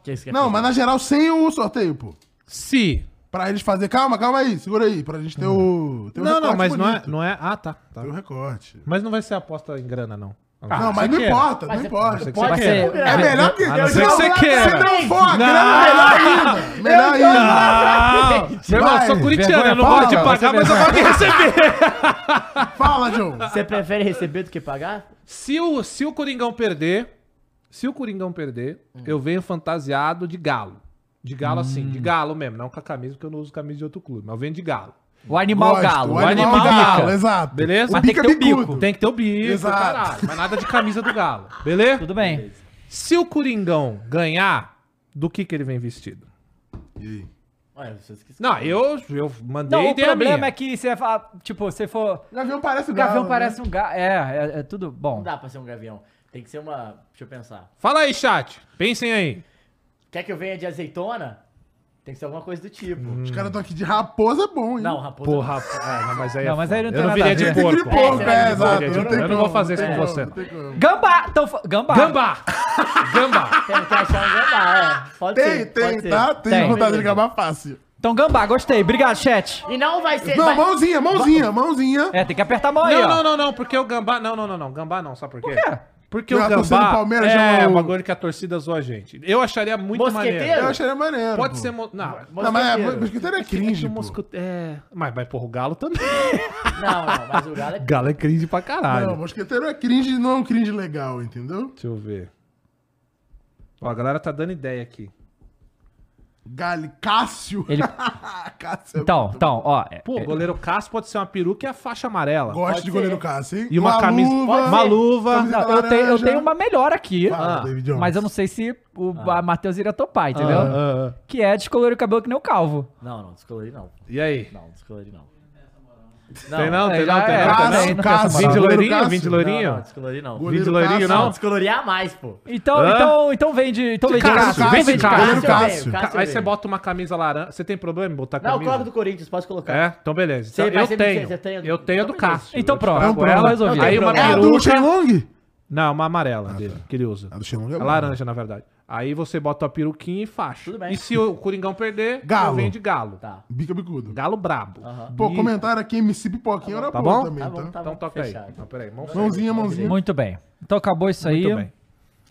Speaker 5: Que isso que é
Speaker 6: Não,
Speaker 5: fazer?
Speaker 6: mas na geral sem o sorteio, pô.
Speaker 4: Se.
Speaker 6: Pra eles fazer. Calma, calma aí. Segura aí. Pra gente ter o. Ter o
Speaker 4: Não, não,
Speaker 6: um recorte
Speaker 4: mas não é,
Speaker 6: bonito.
Speaker 4: não é. Ah, tá. tá.
Speaker 6: Ter o recorte.
Speaker 4: Mas não vai ser aposta em grana, não.
Speaker 6: não, mas não importa, não
Speaker 5: Mas é-
Speaker 6: importa.
Speaker 4: Vai
Speaker 5: Pode
Speaker 4: ser.
Speaker 5: ser. por grana.
Speaker 6: É melhor que.
Speaker 4: A não ser que você
Speaker 6: Se
Speaker 4: queira.
Speaker 6: não for a
Speaker 4: é
Speaker 6: grana, melhor ainda. Melhor ainda.
Speaker 4: Ah, meu irmão, eu
Speaker 6: Vai.
Speaker 4: sou corintiano,
Speaker 2: Vergonha
Speaker 4: eu não gosto de
Speaker 6: fala,
Speaker 4: pagar, mas eu gosto de receber.
Speaker 6: Fala, John.
Speaker 5: Você prefere receber do que pagar?
Speaker 4: Se o, se o Coringão perder, se o Coringão perder, eu venho fantasiado de galo. De galo assim, de galo mesmo, não com a camisa, porque eu não uso camisa de outro clube, mas eu venho de galo.
Speaker 2: O animal galo.
Speaker 6: o
Speaker 2: O
Speaker 6: animal,
Speaker 2: animal
Speaker 6: galo,
Speaker 2: bica.
Speaker 6: exato.
Speaker 4: Beleza? é
Speaker 6: O
Speaker 4: Mas
Speaker 2: tem
Speaker 6: bica
Speaker 2: que ter o
Speaker 6: bicudo.
Speaker 4: Tem que ter o bico,
Speaker 6: Exato.
Speaker 4: caralho, mas nada de camisa do galo, beleza?
Speaker 2: Tudo bem.
Speaker 4: Se o Coringão ganhar, do que que ele vem vestido?
Speaker 5: Ué, vocês que
Speaker 4: Não, eu, eu mandei
Speaker 2: Não, o
Speaker 4: ideia minha.
Speaker 2: problema é que você fala, tipo, você for...
Speaker 6: Gavião um parece
Speaker 2: O
Speaker 6: o
Speaker 2: gavião
Speaker 6: galo,
Speaker 2: parece
Speaker 6: né?
Speaker 2: um galo. É, é, é tudo bom.
Speaker 5: Não dá pra ser um gavião. Tem que ser uma. Deixa eu pensar.
Speaker 4: Fala aí, chat. Pensem aí.
Speaker 5: Quer que eu venha de azeitona? Tem que ser alguma coisa do tipo.
Speaker 6: Os caras estão aqui de raposa, é bom, hein?
Speaker 5: Não, raposa.
Speaker 4: Porra, é, não, mas aí
Speaker 2: Não,
Speaker 4: é
Speaker 2: mas
Speaker 4: foda.
Speaker 2: aí não tem
Speaker 4: Eu não
Speaker 2: nada a
Speaker 4: viria de
Speaker 2: ver.
Speaker 6: Tem que ir de
Speaker 4: porco.
Speaker 6: porco,
Speaker 5: É,
Speaker 6: é,
Speaker 5: não
Speaker 6: exato.
Speaker 4: tem
Speaker 6: Não tem
Speaker 4: como, eu não
Speaker 6: como,
Speaker 4: vou fazer isso
Speaker 6: tem
Speaker 4: com
Speaker 6: como,
Speaker 4: você.
Speaker 6: não tem como.
Speaker 2: Gambá! Então, fa- gambá.
Speaker 4: Gambá! Gambá!
Speaker 5: Tem que achar um gambá, é. Pode
Speaker 6: Tem,
Speaker 5: ser. pode
Speaker 6: tem,
Speaker 5: ser.
Speaker 6: tá? Tem,
Speaker 2: Tem.
Speaker 6: vontade de acabar fácil.
Speaker 2: Então, gambá, gostei. Obrigado, chat.
Speaker 5: E não vai ser.
Speaker 6: Não,
Speaker 5: vai-
Speaker 6: mãozinha, mãozinha, mãozinha.
Speaker 2: É, tem que apertar a mão aí,
Speaker 4: Não,
Speaker 2: ó.
Speaker 4: não, não, não, porque o gambá. Não, não, não, não. Gambá não, sabe por quê?
Speaker 2: Por quê?
Speaker 4: Porque
Speaker 6: Não,
Speaker 4: o
Speaker 6: a torcida
Speaker 4: gambá
Speaker 6: do Palmeiras
Speaker 4: é
Speaker 6: chama o-
Speaker 4: o bagulho que a torcida zoa a gente. Eu acharia muito maneiro.
Speaker 5: Mosqueteiro?
Speaker 6: Eu acharia maneiro.
Speaker 4: Pode
Speaker 6: pô.
Speaker 4: ser. mo- Não,
Speaker 6: Não, mas é,
Speaker 5: mosqueteiro.
Speaker 6: mosquiteiro é
Speaker 4: É que
Speaker 6: cringe,
Speaker 4: o
Speaker 6: pô.
Speaker 4: mosquete- é... Mas, mas, porra, o galo também.
Speaker 5: Não, não, mas o galo é.
Speaker 4: galo é cringe pra caralho.
Speaker 6: Não, mosqueteiro é cringe, não é um cringe legal, entendeu?
Speaker 4: Deixa eu ver. Ó, a galera tá dando ideia aqui.
Speaker 6: Galho, Cássio.
Speaker 2: Ele-
Speaker 6: Cássio é
Speaker 2: Então,
Speaker 6: muito
Speaker 2: então, ó. é-
Speaker 4: Pô,
Speaker 2: é-
Speaker 4: goleiro Cássio pode ser uma peruca e a faixa amarela.
Speaker 6: bom. Gosto
Speaker 5: Pode
Speaker 6: de goleiro
Speaker 5: ser.
Speaker 6: Cássio, hein?
Speaker 4: E uma camisa. Uma luva.
Speaker 6: camisa-
Speaker 2: Não, eu, tenho, eu
Speaker 6: laranja.
Speaker 2: tenho uma melhor aqui,
Speaker 6: Fala, David Jones.
Speaker 2: mas eu não sei se o a Matheus iria topar, entendeu?
Speaker 4: Ah, ah, ah.
Speaker 2: Que é descolorir o cabelo que nem o calvo.
Speaker 5: Não, não, descolori não.
Speaker 4: E aí?
Speaker 5: Não, descolori não.
Speaker 4: Tem não, tem não,
Speaker 2: já
Speaker 4: tem
Speaker 2: é.
Speaker 4: não, tem não.
Speaker 2: Também
Speaker 6: Cássio,
Speaker 2: não
Speaker 6: Cássio.
Speaker 4: Vim de
Speaker 6: goleiro
Speaker 4: loirinho?
Speaker 6: Cássio.
Speaker 4: Vim de
Speaker 5: Não, não,
Speaker 4: loirinho?
Speaker 5: descolori não.
Speaker 4: Vim de
Speaker 6: Goleiro
Speaker 4: loirinho,
Speaker 6: Cássio.
Speaker 5: Não,
Speaker 4: não?
Speaker 5: descolori a mais, pô.
Speaker 2: Então,
Speaker 4: Hã?
Speaker 2: então, então vem de. Então vem de
Speaker 4: Cássio,
Speaker 2: Cássio.
Speaker 4: vem
Speaker 2: Vem
Speaker 4: Ah.
Speaker 2: de
Speaker 4: de Cássio.
Speaker 2: Cássio.
Speaker 6: Goleiro Cássio.
Speaker 5: Cássio
Speaker 4: Aí você
Speaker 5: veio.
Speaker 4: bota uma camisa laranja. Você tem problema em botar
Speaker 5: Não,
Speaker 4: camisa?
Speaker 5: coloca do Corinthians, pode colocar.
Speaker 4: Tá É, então beleza.
Speaker 5: Você-
Speaker 4: Então,
Speaker 5: mas
Speaker 4: eu
Speaker 5: você-
Speaker 4: tenho.
Speaker 5: você tem-
Speaker 4: eu tenho a do
Speaker 5: então beleza.
Speaker 4: Cássio.
Speaker 2: Então
Speaker 4: Eu te trago
Speaker 2: pronto,
Speaker 4: ela.
Speaker 2: ela resolveu.
Speaker 4: Aí uma
Speaker 5: Não, tem
Speaker 6: É a do
Speaker 4: peruca.
Speaker 6: Shenlong?
Speaker 4: Não, é uma amarela dele, que ele usa.
Speaker 6: Ah, A do Shenlong é
Speaker 4: A
Speaker 6: boa.
Speaker 4: laranja, na verdade. Aí você bota a peruquinha e faixa.
Speaker 5: Tudo bem.
Speaker 4: E se o Coringão perder,
Speaker 6: Galo.
Speaker 4: eu venho de galo.
Speaker 5: Tá.
Speaker 6: Bica bicudo.
Speaker 4: Galo brabo.
Speaker 6: Pô, é-
Speaker 4: Ih,
Speaker 6: comentário aqui, MC Pipoquinha era
Speaker 4: Tá
Speaker 6: boa
Speaker 4: bom?
Speaker 6: também,
Speaker 5: Tá
Speaker 6: tá?
Speaker 5: bom, tá bom.
Speaker 4: Então toca aí.
Speaker 5: fechado.
Speaker 4: Não, peraí. Mão
Speaker 6: Mãozinha, mãozinha.
Speaker 2: Tá Muito bem. Então acabou isso aí.
Speaker 4: Muito bem.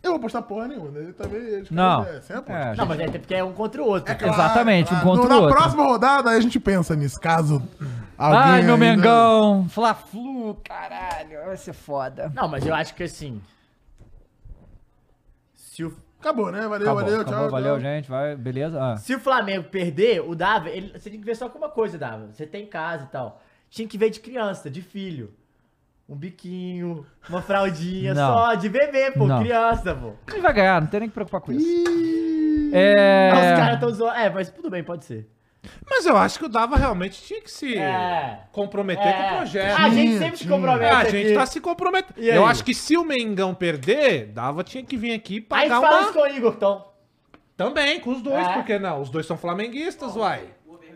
Speaker 6: Eu vou postar porra nenhuma, né? Ele também. eles
Speaker 2: Não.
Speaker 6: querem- É, sem aposta.
Speaker 2: É,
Speaker 5: Não, mas é até porque é um contra o outro.
Speaker 6: Claro,
Speaker 2: exatamente, um contra
Speaker 6: No-
Speaker 2: o
Speaker 6: Na
Speaker 2: outro.
Speaker 6: próxima rodada, aí a gente pensa nisso, caso alguém
Speaker 2: Ai, meu
Speaker 6: ainda-
Speaker 2: Mengão. Fla-Flu, caralho. Vai ser foda.
Speaker 5: Não, mas eu acho que assim. Se o,
Speaker 6: Acabou, né? Valeu,
Speaker 2: Acabou,
Speaker 6: valeu,
Speaker 2: acabou,
Speaker 6: tchau.
Speaker 2: valeu,
Speaker 6: tchau.
Speaker 2: gente. Vai, beleza? Ah.
Speaker 5: se o Flamengo perder, o Dava, ele- você tem que ver só com uma coisa, Dava. Você tem casa e tal. Tinha que ver de criança, de filho. Um biquinho, uma fraldinha,
Speaker 2: Não.
Speaker 5: só de bebê, pô,
Speaker 2: Não.
Speaker 5: criança, pô.
Speaker 2: A gente vai ganhar, não tem nem que preocupar com isso. É.
Speaker 5: Ah, Os caras tão zoando. É, mas tudo bem, pode ser.
Speaker 4: Mas eu acho que o Dava realmente tinha que se
Speaker 5: É.
Speaker 4: comprometer com
Speaker 5: É. Ah,
Speaker 4: o projeto.
Speaker 5: A gente
Speaker 6: Tinha,
Speaker 5: sempre se
Speaker 6: tinha.
Speaker 5: compromete.
Speaker 4: É, a gente
Speaker 5: aqui.
Speaker 4: tá se comprometendo.
Speaker 5: E aí?
Speaker 4: Eu acho que se o Mengão perder, Dava tinha que vir aqui e
Speaker 5: Aí
Speaker 4: pagar
Speaker 5: fala
Speaker 4: uma...
Speaker 5: isso com o Igor, então.
Speaker 4: Também, com os dois,
Speaker 5: É.
Speaker 4: porque não? Os dois são flamenguistas, uai.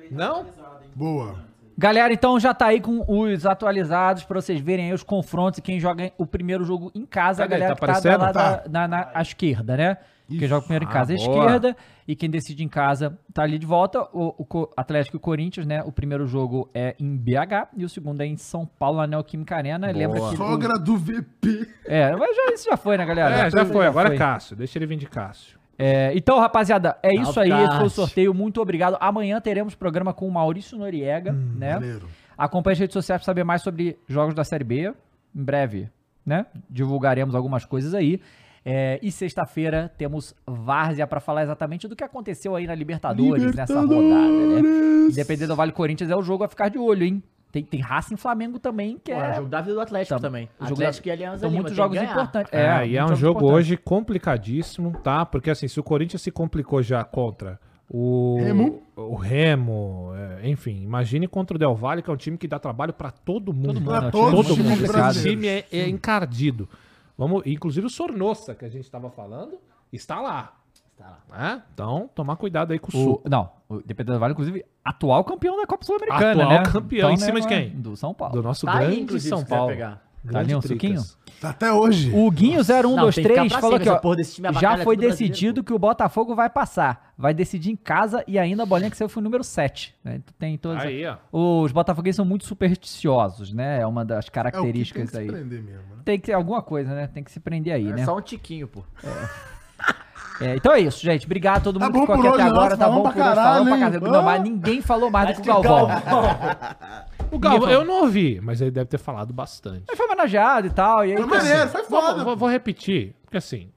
Speaker 4: Não?
Speaker 8: Pesado, hein?
Speaker 6: Boa.
Speaker 2: Galera, então já tá aí com os atualizados pra vocês verem aí os confrontos e quem joga o primeiro jogo em casa,
Speaker 4: Cadê?
Speaker 2: a galera
Speaker 4: Tá
Speaker 2: que tá,
Speaker 4: aparecendo?
Speaker 2: da- da-
Speaker 6: Tá.
Speaker 2: na, na- à esquerda, né? Quem joga primeiro em casa é à
Speaker 4: ah, boa.
Speaker 2: esquerda e quem decide em casa tá ali de volta. O, o Co- Atlético e Corinthians, né? O primeiro jogo é em BH e o segundo é em São Paulo, na Neoquímica Arena. Lembra que.
Speaker 6: Sogra do VP.
Speaker 2: É, mas já, isso já foi, né, galera?
Speaker 4: É, já foi. Agora é Cássio. Deixa ele vir de Cássio.
Speaker 2: É, então, rapaziada, é isso aí. Esse foi o
Speaker 5: Cássio.
Speaker 2: sorteio. Muito obrigado. Amanhã teremos programa com o Maurício Noriega,
Speaker 4: Hum,
Speaker 2: né? Acompanhe as redes sociais para saber mais sobre jogos da Série B. Em breve, né? Divulgaremos algumas coisas aí. É, e sexta-feira temos Várzea para falar exatamente do que aconteceu aí na Libertadores, Tá nessa rodada, né? E dependendo do Vale Corinthians, é o jogo a ficar de olho, hein? Tem, tem Racing e Flamengo também, que
Speaker 5: Pô, é o
Speaker 2: é.
Speaker 5: jogo da vida do Atlético também.
Speaker 2: o jogo da-
Speaker 5: Atlético e Aliança
Speaker 2: São
Speaker 5: Lima,
Speaker 2: muitos
Speaker 5: tem
Speaker 2: jogos
Speaker 5: que ganhar.
Speaker 2: importantes.
Speaker 4: É, e é um
Speaker 2: muitos jogos
Speaker 4: jogo
Speaker 2: importantes.
Speaker 4: hoje complicadíssimo, tá? Porque assim, se o Corinthians se complicou já contra o
Speaker 6: Remo.
Speaker 4: o Remo, é, enfim, imagine contra o Del Valle, que é um time que dá trabalho pra todo mundo.
Speaker 2: mundo,
Speaker 4: Pra
Speaker 2: né?
Speaker 4: todo,
Speaker 6: Todos os
Speaker 4: mundo.
Speaker 6: times
Speaker 4: Esse
Speaker 6: brasileiros.
Speaker 4: time é, é encardido. Vamos, inclusive o Sornossa, que a gente tava falando, está lá. Está lá. Então, tomar cuidado aí com o,
Speaker 2: O-
Speaker 4: Sul.
Speaker 2: não, o Independente do Vale, inclusive, atual campeão da Copa Sul-Americana, né?
Speaker 4: Atual campeão. Em cima de
Speaker 2: né,
Speaker 4: quem?
Speaker 2: Do São Paulo.
Speaker 4: Do nosso
Speaker 5: Tá aí,
Speaker 4: grande
Speaker 5: inclusive,
Speaker 4: São
Speaker 5: se quiser
Speaker 4: Paulo.
Speaker 5: pegar.
Speaker 2: Tá ali um
Speaker 4: Tricas.
Speaker 2: suquinho?
Speaker 6: Tá até hoje.
Speaker 2: O Guinho
Speaker 5: Não, tem que ficar
Speaker 2: 0123
Speaker 5: pra
Speaker 2: falou
Speaker 5: cima
Speaker 2: aqui,
Speaker 5: essa
Speaker 2: ó.
Speaker 5: porra desse time,
Speaker 2: Já
Speaker 5: abacalha
Speaker 2: foi
Speaker 5: tudo é brasileiro,
Speaker 2: decidido que o Botafogo vai passar. Vai decidir em casa e ainda a bolinha que saiu foi o número 7. Né? Então Tem todas
Speaker 4: Aí, ó.
Speaker 2: Os botafoguenses são muito supersticiosos, né? É uma das
Speaker 6: É o que tem
Speaker 2: características
Speaker 6: que se
Speaker 2: aí.
Speaker 6: prender mesmo, né?
Speaker 2: Tem que ter alguma coisa, né? Tem que se prender aí, né?
Speaker 5: É só um tiquinho, pô.
Speaker 2: É, então é isso, gente. Obrigado a todo
Speaker 6: Tá
Speaker 2: mundo que ficou
Speaker 6: bom
Speaker 2: aqui
Speaker 6: por
Speaker 2: até
Speaker 6: hoje,
Speaker 2: agora.
Speaker 6: nossa,
Speaker 2: Tá bom por
Speaker 6: falamos pra
Speaker 2: hoje. Falamos pra
Speaker 6: caralho,
Speaker 2: caralho.
Speaker 6: hein?
Speaker 2: Não,
Speaker 6: Ah.
Speaker 2: mas ninguém falou mais do que o Galvão.
Speaker 4: O Galvão, eu não ouvi, mas ele deve ter falado bastante.
Speaker 2: Ele foi homenageado e tal. E aí, então,
Speaker 6: Foi maneiro, foi
Speaker 4: Vou,
Speaker 6: foda.
Speaker 4: vou- vou repetir, porque assim,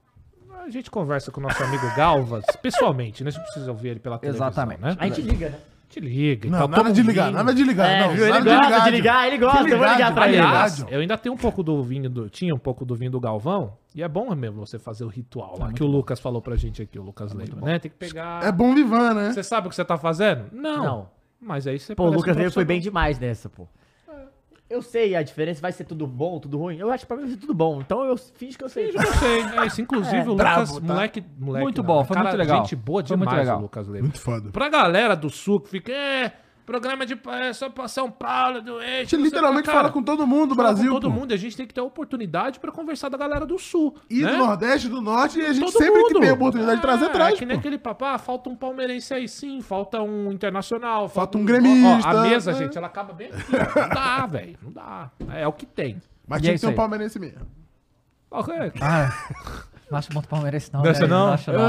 Speaker 4: a gente conversa com o nosso amigo Galvas pessoalmente, né? Você precisa ouvir ele pela televisão,
Speaker 2: Exatamente.
Speaker 4: né?
Speaker 5: A gente liga, né?
Speaker 4: Te liga e
Speaker 6: Não,
Speaker 2: Tá
Speaker 4: tal.
Speaker 6: nada
Speaker 4: toma
Speaker 6: de
Speaker 4: um
Speaker 6: ligar,
Speaker 4: vinho.
Speaker 6: nada de ligar.
Speaker 5: É,
Speaker 6: não,
Speaker 5: viu? Ele
Speaker 6: nada
Speaker 5: gosta de
Speaker 6: de
Speaker 5: ligar, ele gosta,
Speaker 6: Que
Speaker 5: eu vou ligar
Speaker 6: ligado,
Speaker 5: pra ele.
Speaker 4: Aliás,
Speaker 6: Rádio.
Speaker 4: eu ainda tenho um pouco do vinho do. Tinha um pouco do vinho do Galvão. E é bom mesmo você fazer o ritual lá que o Lucas falou pra gente aqui, o Lucas Leiva, né? Tem que pegar.
Speaker 6: É bom vivan, né?
Speaker 4: Você sabe o que você tá fazendo? Não.
Speaker 5: Não.
Speaker 4: Mas aí você
Speaker 5: Pô, o
Speaker 4: parece
Speaker 5: Lucas
Speaker 4: um
Speaker 5: Leiva foi bem
Speaker 4: profissional.
Speaker 5: demais nessa, pô. É. Eu sei a diferença, vai ser tudo bom, tudo ruim. Eu acho que pra mim vai ser tudo bom, então eu finge que eu sei.
Speaker 4: Eu não sei. É isso, inclusive o Lucas,
Speaker 6: Bravo, tá?
Speaker 4: moleque, moleque.
Speaker 2: Muito
Speaker 4: não,
Speaker 2: bom,
Speaker 4: é
Speaker 2: foi
Speaker 4: cara,
Speaker 2: muito legal.
Speaker 4: Gente boa
Speaker 2: Foi muito
Speaker 4: demais,
Speaker 2: legal.
Speaker 4: o Lucas Leiva.
Speaker 6: Muito foda.
Speaker 4: Pra galera do Sul que fica, é, programa de é, só pra São Paulo, do
Speaker 6: A gente literalmente fala com todo mundo do Brasil.
Speaker 4: todo
Speaker 6: pô.
Speaker 4: mundo, a gente tem que ter a oportunidade pra conversar da galera do Sul.
Speaker 6: E
Speaker 4: né?
Speaker 6: do Nordeste, do Norte, e a gente
Speaker 4: Todo
Speaker 6: sempre que
Speaker 4: mundo.
Speaker 6: tem a oportunidade de trazer,
Speaker 4: É,
Speaker 6: traz.
Speaker 4: que nem
Speaker 6: pô.
Speaker 4: aquele papá, falta um palmeirense aí sim, falta um internacional.
Speaker 6: Falta um
Speaker 4: Ó, ó,
Speaker 6: gremista,
Speaker 4: a mesa,
Speaker 6: né?
Speaker 4: gente, ela acaba bem aqui. Não dá, velho. Não dá. É, o que tem. é,
Speaker 6: Mas
Speaker 2: E
Speaker 6: tinha
Speaker 2: é
Speaker 6: que ter
Speaker 2: isso aí.
Speaker 6: um palmeirense mesmo.
Speaker 4: Ok.
Speaker 2: Não acho muito Ah. palmeirense, não.
Speaker 4: Não acha
Speaker 2: velho.
Speaker 4: não? Ah.
Speaker 2: acho não.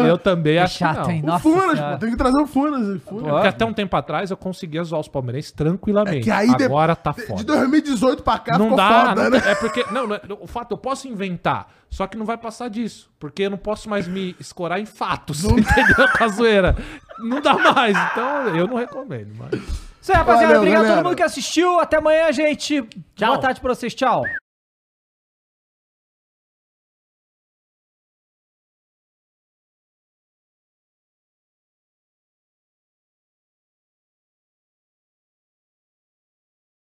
Speaker 4: Olha, eu também
Speaker 2: Que
Speaker 4: acho
Speaker 2: chato,
Speaker 4: não.
Speaker 2: hein?
Speaker 6: O
Speaker 2: Nossa
Speaker 6: Funas,
Speaker 2: Senhora.
Speaker 6: pô. Tem que trazer o Funas. o Funas.
Speaker 4: Porque até um tempo atrás eu conseguia zoar os palmeirenses tranquilamente.
Speaker 6: É que aí de-
Speaker 4: Agora tá
Speaker 6: de-
Speaker 4: foda.
Speaker 6: De 2018 pra cá
Speaker 4: não
Speaker 6: ficou
Speaker 4: dá,
Speaker 6: foda,
Speaker 4: não
Speaker 6: né?
Speaker 4: dá- é porque não, não, o fato eu posso inventar, só que não vai passar disso, porque eu não posso mais me escorar em fatos, entendeu? Com a zoeira. Não dá mais, então eu não recomendo, mas
Speaker 2: Isso aí, rapaziada.
Speaker 6: Valeu,
Speaker 2: Obrigado a
Speaker 6: galera.
Speaker 2: todo mundo que assistiu. Até amanhã, gente.
Speaker 5: Tchau.
Speaker 2: Boa tarde pra vocês. Tchau.